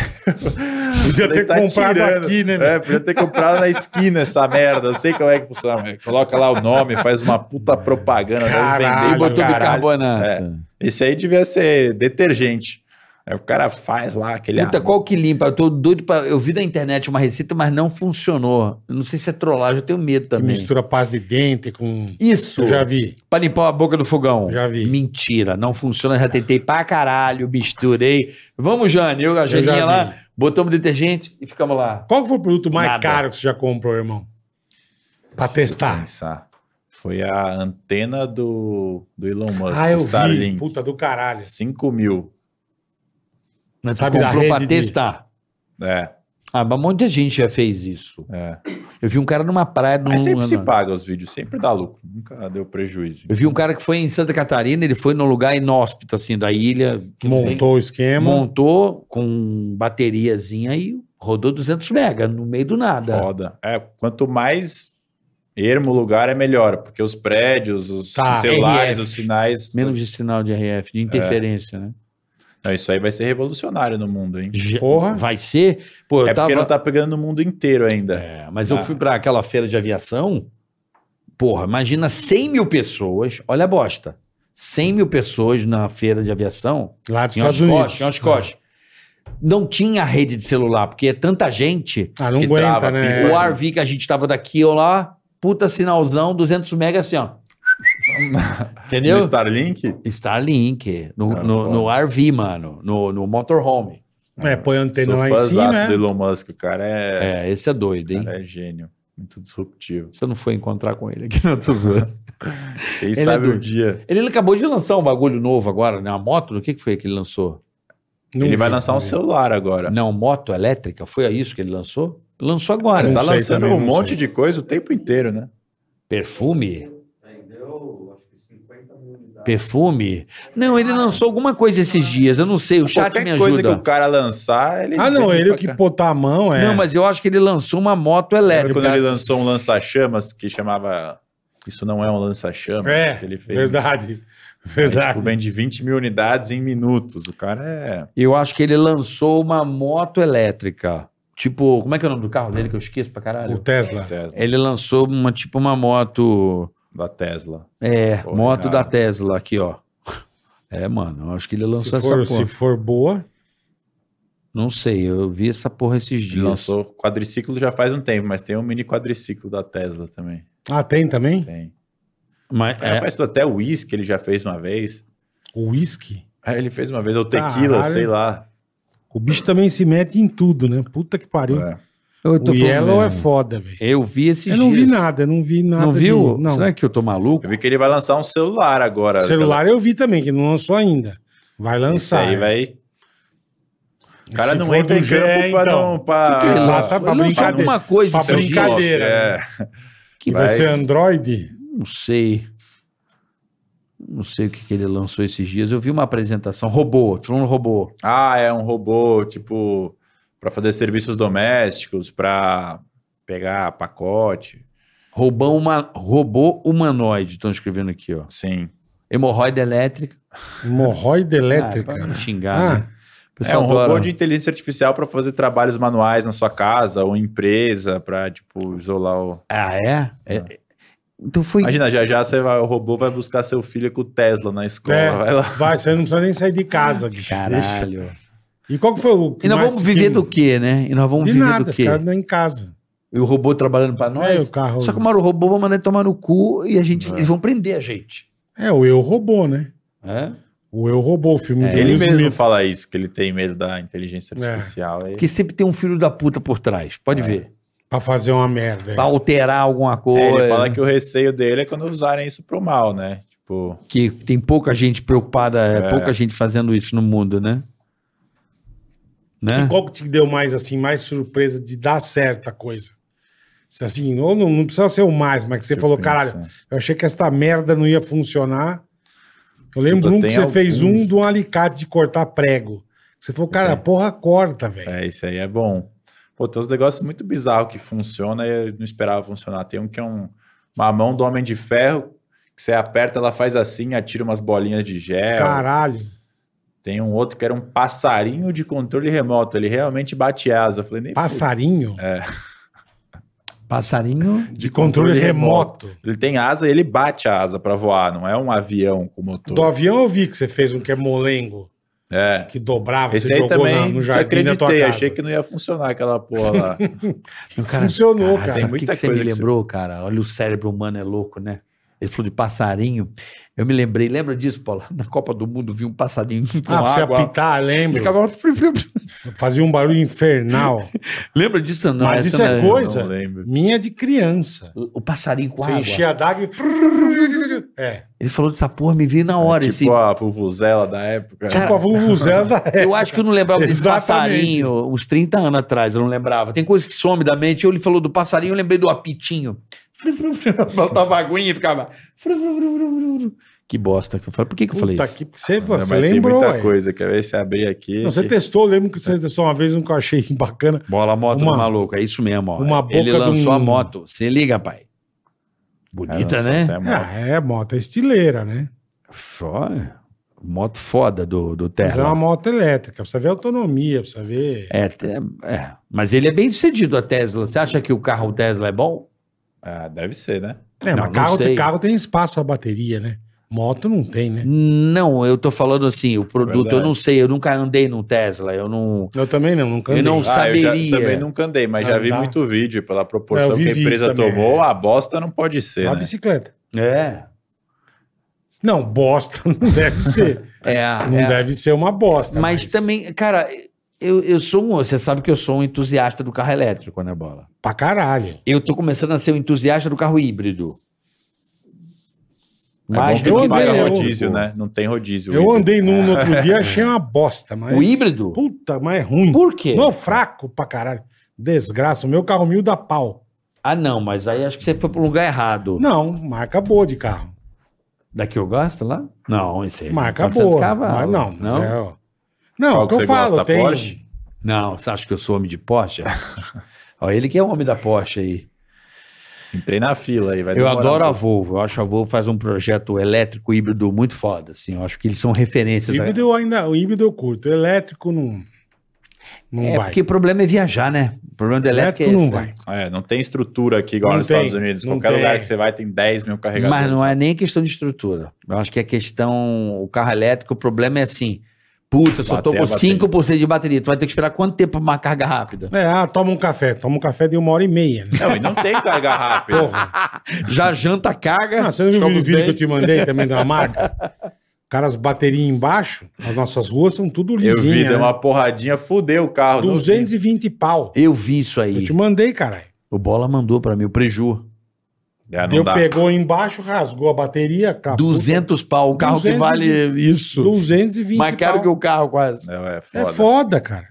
[SPEAKER 3] Podia
[SPEAKER 6] Falei,
[SPEAKER 3] ter comprado
[SPEAKER 6] tirando.
[SPEAKER 3] aqui, né?
[SPEAKER 6] É, podia ter comprado na esquina essa merda. Eu sei como é que funciona. mas Coloca lá o nome, faz uma puta propaganda. deve
[SPEAKER 3] Caralho,
[SPEAKER 6] vender
[SPEAKER 5] Ele
[SPEAKER 6] pra
[SPEAKER 5] botou
[SPEAKER 6] Ah, caralho.
[SPEAKER 5] bicarbonato.
[SPEAKER 6] É. Esse aí devia ser detergente. Aí o cara faz lá aquele.
[SPEAKER 5] Puta, qual que limpa? Eu tô doido pra. Eu vi na internet uma receita, mas não funcionou. Eu não sei se é trollagem, eu tenho medo
[SPEAKER 3] Que
[SPEAKER 5] também.
[SPEAKER 3] mistura paz de dente com.
[SPEAKER 5] Isso.
[SPEAKER 3] Eu já vi.
[SPEAKER 5] Pra limpar a boca do fogão.
[SPEAKER 3] Já vi.
[SPEAKER 5] Mentira, não funciona. Já tentei pra caralho, misturei. Vamos, Jane, eu, a
[SPEAKER 3] Eu já
[SPEAKER 5] Janinha
[SPEAKER 3] vi.
[SPEAKER 5] lá, botamos detergente e ficamos lá.
[SPEAKER 3] Qual que foi o produto mais
[SPEAKER 5] Nada.
[SPEAKER 3] caro que você já comprou, irmão? Pra testar.
[SPEAKER 6] Pensar. Foi a antena do, do Elon Musk,
[SPEAKER 3] Ah, eu
[SPEAKER 6] o
[SPEAKER 3] vi.
[SPEAKER 6] Starlink.
[SPEAKER 3] Puta do caralho.
[SPEAKER 6] 5 mil.
[SPEAKER 5] Mas
[SPEAKER 3] Sabe, da
[SPEAKER 5] Né? comprou pra
[SPEAKER 3] rede de-
[SPEAKER 5] testar.
[SPEAKER 6] É,
[SPEAKER 5] Ah, mas um monte de gente já fez isso.
[SPEAKER 6] é.
[SPEAKER 5] Eu vi um cara numa praia. Num,
[SPEAKER 6] Mas
[SPEAKER 3] é
[SPEAKER 6] sempre se paga os vídeos, sempre dá lucro. Nunca deu prejuízo.
[SPEAKER 5] Eu vi um cara que foi em Santa Catarina, ele foi num lugar inóspito, assim, da ilha. que não sei.
[SPEAKER 3] Montou o esquema.
[SPEAKER 5] Montou com bateriazinha e rodou 200 mega no meio do nada.
[SPEAKER 6] Foda. É, quanto mais ermo o lugar, é melhor. Porque os prédios, os
[SPEAKER 3] Tá,
[SPEAKER 6] celulares,
[SPEAKER 5] RF.
[SPEAKER 6] os sinais.
[SPEAKER 5] Menos de sinal de RF,
[SPEAKER 6] É.
[SPEAKER 5] de interferência, né?
[SPEAKER 6] Não, isso aí vai ser revolucionário no mundo, hein?
[SPEAKER 5] Já-
[SPEAKER 3] Porra.
[SPEAKER 5] Vai ser. Pô, eu
[SPEAKER 6] Ah. é porque
[SPEAKER 5] tava.
[SPEAKER 6] não tá pegando no mundo inteiro ainda.
[SPEAKER 5] É, mas eu
[SPEAKER 6] Ah.
[SPEAKER 5] fui pra aquela feira de aviação. Porra, imagina 100 mil pessoas. Olha a bosta. 100 mil pessoas na feira de aviação.
[SPEAKER 3] Lá dos
[SPEAKER 5] Em
[SPEAKER 3] Estados
[SPEAKER 6] um
[SPEAKER 5] Oshkosh,
[SPEAKER 3] Unidos.
[SPEAKER 5] em Oshkosh. Não tinha rede de celular, porque é tanta gente.
[SPEAKER 3] Ah, não
[SPEAKER 6] que
[SPEAKER 3] aguenta,
[SPEAKER 6] trava,
[SPEAKER 3] né?
[SPEAKER 6] É.
[SPEAKER 5] O RV que a gente tava daqui ou lá, puta sinalzão, 200 mega assim, ó.
[SPEAKER 6] No
[SPEAKER 5] Entendeu?
[SPEAKER 6] Starlink?
[SPEAKER 5] Starlink, no,
[SPEAKER 6] Ah,
[SPEAKER 5] no, no RV, mano, no, no motorhome.
[SPEAKER 3] É, põe a antena
[SPEAKER 6] Sou
[SPEAKER 3] lá em
[SPEAKER 6] fãzaço
[SPEAKER 3] cima. né?
[SPEAKER 6] do Elon Musk. O cara é,
[SPEAKER 5] É, esse é doido,
[SPEAKER 6] o
[SPEAKER 5] hein?
[SPEAKER 6] cara é gênio. Muito disruptivo.
[SPEAKER 5] Você não foi encontrar com ele aqui, não tô zoando.
[SPEAKER 6] Quem
[SPEAKER 5] Ele é
[SPEAKER 6] sabe o
[SPEAKER 5] doido.
[SPEAKER 6] dia.
[SPEAKER 5] Ele acabou de lançar um bagulho novo agora, né? Uma moto, o que que foi que ele lançou?
[SPEAKER 3] Não
[SPEAKER 6] ele vai
[SPEAKER 3] vi,
[SPEAKER 6] lançar um
[SPEAKER 3] não vi.
[SPEAKER 6] celular agora.
[SPEAKER 5] Não, moto elétrica, foi isso que ele lançou? Lançou
[SPEAKER 6] Ele
[SPEAKER 5] agora.
[SPEAKER 3] Não
[SPEAKER 6] tá
[SPEAKER 5] Tá?
[SPEAKER 3] sei
[SPEAKER 6] lançando
[SPEAKER 3] também,
[SPEAKER 6] um
[SPEAKER 3] não
[SPEAKER 6] monte
[SPEAKER 3] sei.
[SPEAKER 6] de coisa o tempo inteiro, né?
[SPEAKER 5] Perfume? Perfume? Não, ele lançou alguma coisa esses dias, eu não sei, o chat
[SPEAKER 6] Qualquer
[SPEAKER 5] me
[SPEAKER 6] coisa que
[SPEAKER 5] ajuda.
[SPEAKER 6] o cara lançar, ele.
[SPEAKER 3] Ah, não,
[SPEAKER 6] vem
[SPEAKER 3] ele
[SPEAKER 6] pra
[SPEAKER 3] que
[SPEAKER 6] cá.
[SPEAKER 3] botar a mão é.
[SPEAKER 5] Não, mas eu acho que ele lançou uma moto
[SPEAKER 6] Lembra
[SPEAKER 5] elétrica.
[SPEAKER 6] quando ele lançou um lança-chamas que chamava. Isso não é um lança-chamas?
[SPEAKER 3] É,
[SPEAKER 6] que ele fez.
[SPEAKER 3] verdade.
[SPEAKER 6] Aí,
[SPEAKER 3] Verdade.
[SPEAKER 6] tipo, vende 20 mil unidades em minutos. O cara é.
[SPEAKER 5] Eu acho que ele lançou uma moto elétrica. Tipo, como é que é o nome do carro dele que eu esqueço pra
[SPEAKER 3] o
[SPEAKER 5] caralho?
[SPEAKER 3] Tesla.
[SPEAKER 6] Tesla-
[SPEAKER 5] Ele lançou uma tipo uma moto,
[SPEAKER 6] da Tesla.
[SPEAKER 5] é,
[SPEAKER 6] Pô,
[SPEAKER 5] moto da
[SPEAKER 6] irado.
[SPEAKER 5] Tesla aqui, ó. É, mano, eu acho que ele lançou
[SPEAKER 3] Se for,
[SPEAKER 5] essa porra.
[SPEAKER 3] se for boa,
[SPEAKER 5] Não sei, eu vi essa porra esses dias.
[SPEAKER 6] Ele lançou quadriciclo já faz um tempo, mas tem um mini quadriciclo da Tesla também.
[SPEAKER 3] ah, tem também?
[SPEAKER 6] Tem.
[SPEAKER 5] Mas
[SPEAKER 6] O cara
[SPEAKER 5] é,
[SPEAKER 6] faz tudo, até o uísque ele já fez uma vez.
[SPEAKER 3] O whisky.
[SPEAKER 6] Aí ele fez uma vez, ou tequila,
[SPEAKER 3] Caralho.
[SPEAKER 6] sei lá.
[SPEAKER 3] O bicho também se mete em tudo, né? Puta que pariu.
[SPEAKER 6] É.
[SPEAKER 5] eu tô
[SPEAKER 3] O
[SPEAKER 5] falando
[SPEAKER 3] Yellow é
[SPEAKER 5] mesmo.
[SPEAKER 3] foda, velho.
[SPEAKER 5] Eu vi esses
[SPEAKER 3] Eu não vi
[SPEAKER 5] dias.
[SPEAKER 3] nada, eu não vi nada.
[SPEAKER 5] Não
[SPEAKER 3] de-
[SPEAKER 5] viu?
[SPEAKER 3] Não.
[SPEAKER 5] Será que eu tô maluco?
[SPEAKER 6] Eu vi que ele vai lançar um celular agora.
[SPEAKER 3] Celular eu vi também, que não lançou ainda. Vai
[SPEAKER 6] Aquela- Isso
[SPEAKER 3] lançar.
[SPEAKER 6] aí
[SPEAKER 3] é.
[SPEAKER 6] vai. O cara
[SPEAKER 3] Se
[SPEAKER 6] não
[SPEAKER 3] for
[SPEAKER 6] entra
[SPEAKER 3] do
[SPEAKER 6] em campo
[SPEAKER 3] Gé,
[SPEAKER 6] pra
[SPEAKER 3] então.
[SPEAKER 6] não. Pra...
[SPEAKER 3] Que que é isso? Exato,
[SPEAKER 5] Ele
[SPEAKER 3] pra
[SPEAKER 5] lançou
[SPEAKER 3] brincadeira.
[SPEAKER 5] alguma coisa
[SPEAKER 3] Pra
[SPEAKER 5] esses dias.
[SPEAKER 3] brincadeira.
[SPEAKER 6] É.
[SPEAKER 3] Que vai
[SPEAKER 6] vai-
[SPEAKER 3] ser Android?
[SPEAKER 5] Não sei. Não sei o que, que ele lançou esses dias. Eu vi uma apresentação, robô, tô falando robô.
[SPEAKER 6] Ah, é um robô, tipo, pra fazer serviços domésticos, pra pegar pacote.
[SPEAKER 5] Robão uma, robô humanoide, estão escrevendo aqui, ó.
[SPEAKER 6] Sim.
[SPEAKER 5] Hemorroide elétrica.
[SPEAKER 3] Hemorroide
[SPEAKER 5] Ah,
[SPEAKER 3] elétrica.
[SPEAKER 5] pra não xingar, né?
[SPEAKER 3] Ah,
[SPEAKER 5] O
[SPEAKER 6] É
[SPEAKER 5] pessoal
[SPEAKER 6] um
[SPEAKER 5] adora.
[SPEAKER 6] robô de inteligência artificial pra fazer trabalhos manuais na sua casa ou empresa, pra, tipo, isolar o.
[SPEAKER 5] Ah, é? É- é- Então foi...
[SPEAKER 6] Imagina, já já você vai, o robô vai buscar seu filho com o Tesla na escola.
[SPEAKER 3] É.
[SPEAKER 6] Vai lá.
[SPEAKER 3] vai, você não precisa nem sair de casa, bicho. Deixa.
[SPEAKER 5] Caralho.
[SPEAKER 3] E qual que foi o que
[SPEAKER 5] E nós
[SPEAKER 3] mais
[SPEAKER 5] vamos viver
[SPEAKER 3] que-
[SPEAKER 5] do quê, né? E nós vamos
[SPEAKER 3] De
[SPEAKER 5] viver
[SPEAKER 3] nada,
[SPEAKER 5] do quê?
[SPEAKER 3] ficar em casa.
[SPEAKER 5] E o robô trabalhando pra
[SPEAKER 3] É,
[SPEAKER 5] nós?
[SPEAKER 3] o carro...
[SPEAKER 5] Só que uma hora o robô vai mandar ele tomar no cu e a gente, eles vão prender a gente.
[SPEAKER 3] É, o Eu Robô, né?
[SPEAKER 5] É?
[SPEAKER 3] O Eu Robô, o filme do
[SPEAKER 6] Ele
[SPEAKER 3] Will
[SPEAKER 6] mesmo
[SPEAKER 3] Smith.
[SPEAKER 6] fala isso, que ele tem medo da inteligência
[SPEAKER 3] É.
[SPEAKER 6] artificial. É.
[SPEAKER 5] Porque sempre tem um filho da puta por trás, pode ver.
[SPEAKER 3] Pra fazer uma merda. é.
[SPEAKER 5] Pra alterar alguma
[SPEAKER 6] É,
[SPEAKER 5] coisa.
[SPEAKER 6] ele fala que o receio dele é quando usarem isso pro mal, né? Tipo,
[SPEAKER 5] que tem pouca gente preocupada, é,
[SPEAKER 6] É.
[SPEAKER 5] pouca gente fazendo isso no mundo, né?
[SPEAKER 3] E
[SPEAKER 5] Né?
[SPEAKER 3] qual que te deu mais, assim, mais surpresa de dar certa coisa? Assim, ou não, não precisa ser o mais, mas que você
[SPEAKER 6] Deixa eu
[SPEAKER 3] falou,
[SPEAKER 6] pensar.
[SPEAKER 3] caralho, eu achei que esta merda não ia funcionar. Eu lembro
[SPEAKER 6] Puta,
[SPEAKER 3] um que
[SPEAKER 6] tem
[SPEAKER 3] você fez
[SPEAKER 6] alguns.
[SPEAKER 3] um de um alicate de cortar prego. Você falou, cara,
[SPEAKER 6] É.
[SPEAKER 3] porra, corta, velho.
[SPEAKER 6] É, isso aí é bom. Pô, tem uns negócios muito bizarros que funciona e eu não esperava funcionar. Tem um que é um, uma mão do Homem de Ferro, que você aperta, ela faz assim, atira umas bolinhas de
[SPEAKER 5] é,
[SPEAKER 6] gel.
[SPEAKER 3] Caralho.
[SPEAKER 6] Tem um outro que era um passarinho de controle remoto. Ele realmente bate asa. Eu falei, nem
[SPEAKER 3] Passarinho
[SPEAKER 5] Passarinho.
[SPEAKER 3] de controle,
[SPEAKER 6] controle
[SPEAKER 3] remoto.
[SPEAKER 6] fudeu. Ele tem asa e ele bate a asa pra voar. Não é um avião com motor.
[SPEAKER 3] Do avião eu vi que você fez um que é molengo,
[SPEAKER 6] É.
[SPEAKER 3] que dobrava,
[SPEAKER 6] Esse aí
[SPEAKER 3] Ah, na-
[SPEAKER 6] também desacreditei.
[SPEAKER 3] casa.
[SPEAKER 6] Achei que não ia funcionar aquela porra lá.
[SPEAKER 5] Cara,
[SPEAKER 3] Funcionou,
[SPEAKER 6] tem
[SPEAKER 3] cara.
[SPEAKER 5] Sabe o que,
[SPEAKER 6] muita
[SPEAKER 5] que você me
[SPEAKER 6] coisa que
[SPEAKER 5] lembrou, cara? Olha, o cérebro humano é louco, né? Ele falou de passarinho. Eu me lembrei, lembra disso, Paulo? Na Copa do Mundo vi um passarinho com
[SPEAKER 3] Ah, pra você
[SPEAKER 5] água.
[SPEAKER 3] apitar, lembro.
[SPEAKER 5] Ficava-
[SPEAKER 3] Fazia um barulho infernal.
[SPEAKER 5] Lembra disso? Não,
[SPEAKER 3] Mas
[SPEAKER 5] essa
[SPEAKER 3] isso é
[SPEAKER 5] não-
[SPEAKER 3] coisa
[SPEAKER 6] não lembro.
[SPEAKER 3] minha de criança.
[SPEAKER 5] O passarinho com
[SPEAKER 3] Você
[SPEAKER 5] água.
[SPEAKER 3] enchia a daga e... É,
[SPEAKER 5] Ele falou dessa porra, me veio na hora.
[SPEAKER 6] tipo
[SPEAKER 5] assim,
[SPEAKER 6] a Vuvuzela da época.
[SPEAKER 5] Cara,
[SPEAKER 3] tipo a vulvuzela da época.
[SPEAKER 5] Eu acho que eu não lembrava desse
[SPEAKER 3] Exatamente.
[SPEAKER 5] passarinho uns 30 anos atrás, eu não lembrava. Tem coisa que some da mente. Eu ele falou do passarinho, eu lembrei do apitinho. Fru, fru, fru, Botava aguinha e ficava. fru, fru, fru, fru, fru. Que bosta. que eu falei. Por que, que eu falei
[SPEAKER 3] Puta
[SPEAKER 5] isso?
[SPEAKER 3] que... Você,
[SPEAKER 6] Não, mas
[SPEAKER 3] você lembrou,
[SPEAKER 6] Tem muita
[SPEAKER 3] é.
[SPEAKER 6] coisa. Quer ver se abrir aqui?
[SPEAKER 3] Não, você
[SPEAKER 6] que- É.
[SPEAKER 3] testou, eu lembro que você testou uma vez um que eu achei bacana.
[SPEAKER 5] Bola moto
[SPEAKER 3] Uma-
[SPEAKER 5] do maluco, é isso mesmo. Ó.
[SPEAKER 3] uma boca
[SPEAKER 5] ele
[SPEAKER 3] de um-
[SPEAKER 5] lançou a moto. Se liga, pai.
[SPEAKER 6] Ah,
[SPEAKER 5] Bonita,
[SPEAKER 6] nossa,
[SPEAKER 5] né?
[SPEAKER 6] até mal.
[SPEAKER 3] Ah, é, moto é estileira, né?
[SPEAKER 5] Só moto foda do, do
[SPEAKER 3] Mas é
[SPEAKER 5] Terra.
[SPEAKER 3] uma moto elétrica, precisa ver a autonomia, precisa ver...
[SPEAKER 5] É, te- é. mas ele é bem sucedido a Tesla. Você acha que o carro Tesla é bom?
[SPEAKER 6] Ah, deve ser, né?
[SPEAKER 3] É,
[SPEAKER 5] Não,
[SPEAKER 3] mas
[SPEAKER 5] não
[SPEAKER 3] carro,
[SPEAKER 5] sei.
[SPEAKER 3] carro tem espaço a bateria, né? Moto não tem, né?
[SPEAKER 5] Não, eu tô falando assim, o produto eu
[SPEAKER 6] Verdade.
[SPEAKER 5] não sei, eu nunca andei num Tesla, eu não.
[SPEAKER 3] Eu também não, nunca
[SPEAKER 5] Eu não
[SPEAKER 3] andei.
[SPEAKER 6] Ah, eu já-
[SPEAKER 5] saberia.
[SPEAKER 6] também nunca andei, mas
[SPEAKER 3] Ah,
[SPEAKER 6] já vi
[SPEAKER 3] tá.
[SPEAKER 6] muito vídeo pela
[SPEAKER 3] É,
[SPEAKER 6] proporção
[SPEAKER 3] eu vi
[SPEAKER 6] que a
[SPEAKER 3] vídeo
[SPEAKER 6] empresa
[SPEAKER 3] também,
[SPEAKER 6] tomou,
[SPEAKER 3] é. Tá
[SPEAKER 6] a bosta não pode ser,
[SPEAKER 3] Uma
[SPEAKER 6] né?
[SPEAKER 3] bicicleta.
[SPEAKER 5] É.
[SPEAKER 3] Não, bosta não deve ser.
[SPEAKER 5] É.
[SPEAKER 3] não
[SPEAKER 5] é.
[SPEAKER 3] deve ser uma bosta.
[SPEAKER 5] Mas também, cara, eu, eu sou um. Você sabe que eu sou um entusiasta do carro elétrico, né, bola?
[SPEAKER 3] Pra caralho.
[SPEAKER 5] Eu tô começando a ser um entusiasta do carro híbrido.
[SPEAKER 6] É
[SPEAKER 5] Mais
[SPEAKER 6] bom
[SPEAKER 5] do
[SPEAKER 3] eu
[SPEAKER 5] que
[SPEAKER 6] não
[SPEAKER 3] andei,
[SPEAKER 6] paga
[SPEAKER 3] eu-
[SPEAKER 5] barato.
[SPEAKER 6] rodízio, né? Não tem rodízio.
[SPEAKER 3] Eu
[SPEAKER 6] híbrido.
[SPEAKER 3] andei num no outro dia achei uma bosta, mas.
[SPEAKER 5] O híbrido?
[SPEAKER 3] Puta, mas é ruim.
[SPEAKER 5] Por quê?
[SPEAKER 3] Não, fraco pra caralho. Desgraça, o meu carro mil dá pau.
[SPEAKER 5] Ah, não, mas aí acho que você foi pro lugar errado.
[SPEAKER 3] Não, marca boa de carro.
[SPEAKER 5] Da que eu gosto lá? Não, esse aí.
[SPEAKER 3] Marca
[SPEAKER 5] 400
[SPEAKER 3] boa. Mas
[SPEAKER 5] cavalos.
[SPEAKER 3] não, mas
[SPEAKER 5] não.
[SPEAKER 3] é, ó. Não,
[SPEAKER 6] Qual
[SPEAKER 3] o que
[SPEAKER 6] que
[SPEAKER 3] eu
[SPEAKER 6] você
[SPEAKER 3] falo,
[SPEAKER 6] gosta,
[SPEAKER 3] tem.
[SPEAKER 6] Porsche?
[SPEAKER 5] Não, você acha que eu sou homem de Porsche? Ó, ele que é o homem da Porsche aí.
[SPEAKER 6] Entrei na fila aí, vai
[SPEAKER 5] eu
[SPEAKER 6] demorar
[SPEAKER 5] adoro
[SPEAKER 6] um
[SPEAKER 5] a
[SPEAKER 6] pouco.
[SPEAKER 5] Volvo. Eu acho a Volvo faz um projeto elétrico híbrido muito foda, assim. Eu acho que eles são referências. né?
[SPEAKER 3] Híbrido eu ainda, o híbrido eu curto. O elétrico não. Não
[SPEAKER 5] é
[SPEAKER 3] vai.
[SPEAKER 5] porque o problema é viajar, né? O problema do
[SPEAKER 3] O
[SPEAKER 5] elétrico,
[SPEAKER 3] elétrico
[SPEAKER 5] é
[SPEAKER 3] não
[SPEAKER 5] esse,
[SPEAKER 3] vai.
[SPEAKER 5] né?
[SPEAKER 6] É, não tem estrutura aqui igual
[SPEAKER 3] Não
[SPEAKER 6] nos
[SPEAKER 3] tem,
[SPEAKER 6] Estados Unidos.
[SPEAKER 3] não
[SPEAKER 6] Qualquer
[SPEAKER 3] tem.
[SPEAKER 6] lugar que você vai tem 10 mil carregadores.
[SPEAKER 5] Mas não é nem questão de estrutura. Eu acho que a questão, o carro elétrico, o problema é assim. Puta, só tô
[SPEAKER 6] Bater
[SPEAKER 5] com
[SPEAKER 6] a bateria.
[SPEAKER 5] 5% de bateria. Tu vai ter que esperar quanto tempo pra uma carga rápida?
[SPEAKER 3] É, ah, toma um café. Toma um café de uma hora e meia. Né?
[SPEAKER 6] Não, e não tem carga rápida.
[SPEAKER 3] Porra.
[SPEAKER 5] Já janta a carga.
[SPEAKER 3] Ah, você não viu
[SPEAKER 5] escova
[SPEAKER 3] o
[SPEAKER 5] os
[SPEAKER 3] vídeo que eu te
[SPEAKER 5] dentes.
[SPEAKER 3] mandei também da marca? Caras, bateria embaixo, as nossas ruas são tudo
[SPEAKER 6] eu vi,
[SPEAKER 3] lisinha.
[SPEAKER 6] deu
[SPEAKER 3] né?
[SPEAKER 6] uma porradinha, fudeu o carro.
[SPEAKER 5] um
[SPEAKER 6] não vi.
[SPEAKER 3] 220 pau.
[SPEAKER 5] Eu vi isso aí.
[SPEAKER 3] Eu te mandei, caralho.
[SPEAKER 5] O Bola mandou pra mim, o Preju.
[SPEAKER 6] É, não
[SPEAKER 3] Deu,
[SPEAKER 6] dá.
[SPEAKER 3] pegou embaixo, rasgou a bateria, acabou.
[SPEAKER 5] 200 pau, um carro que
[SPEAKER 3] 220.
[SPEAKER 5] vale isso.
[SPEAKER 3] 220
[SPEAKER 5] Mais caro
[SPEAKER 3] pau.
[SPEAKER 5] que o carro, quase.
[SPEAKER 6] É, é
[SPEAKER 3] É
[SPEAKER 6] foda.
[SPEAKER 3] foda, cara.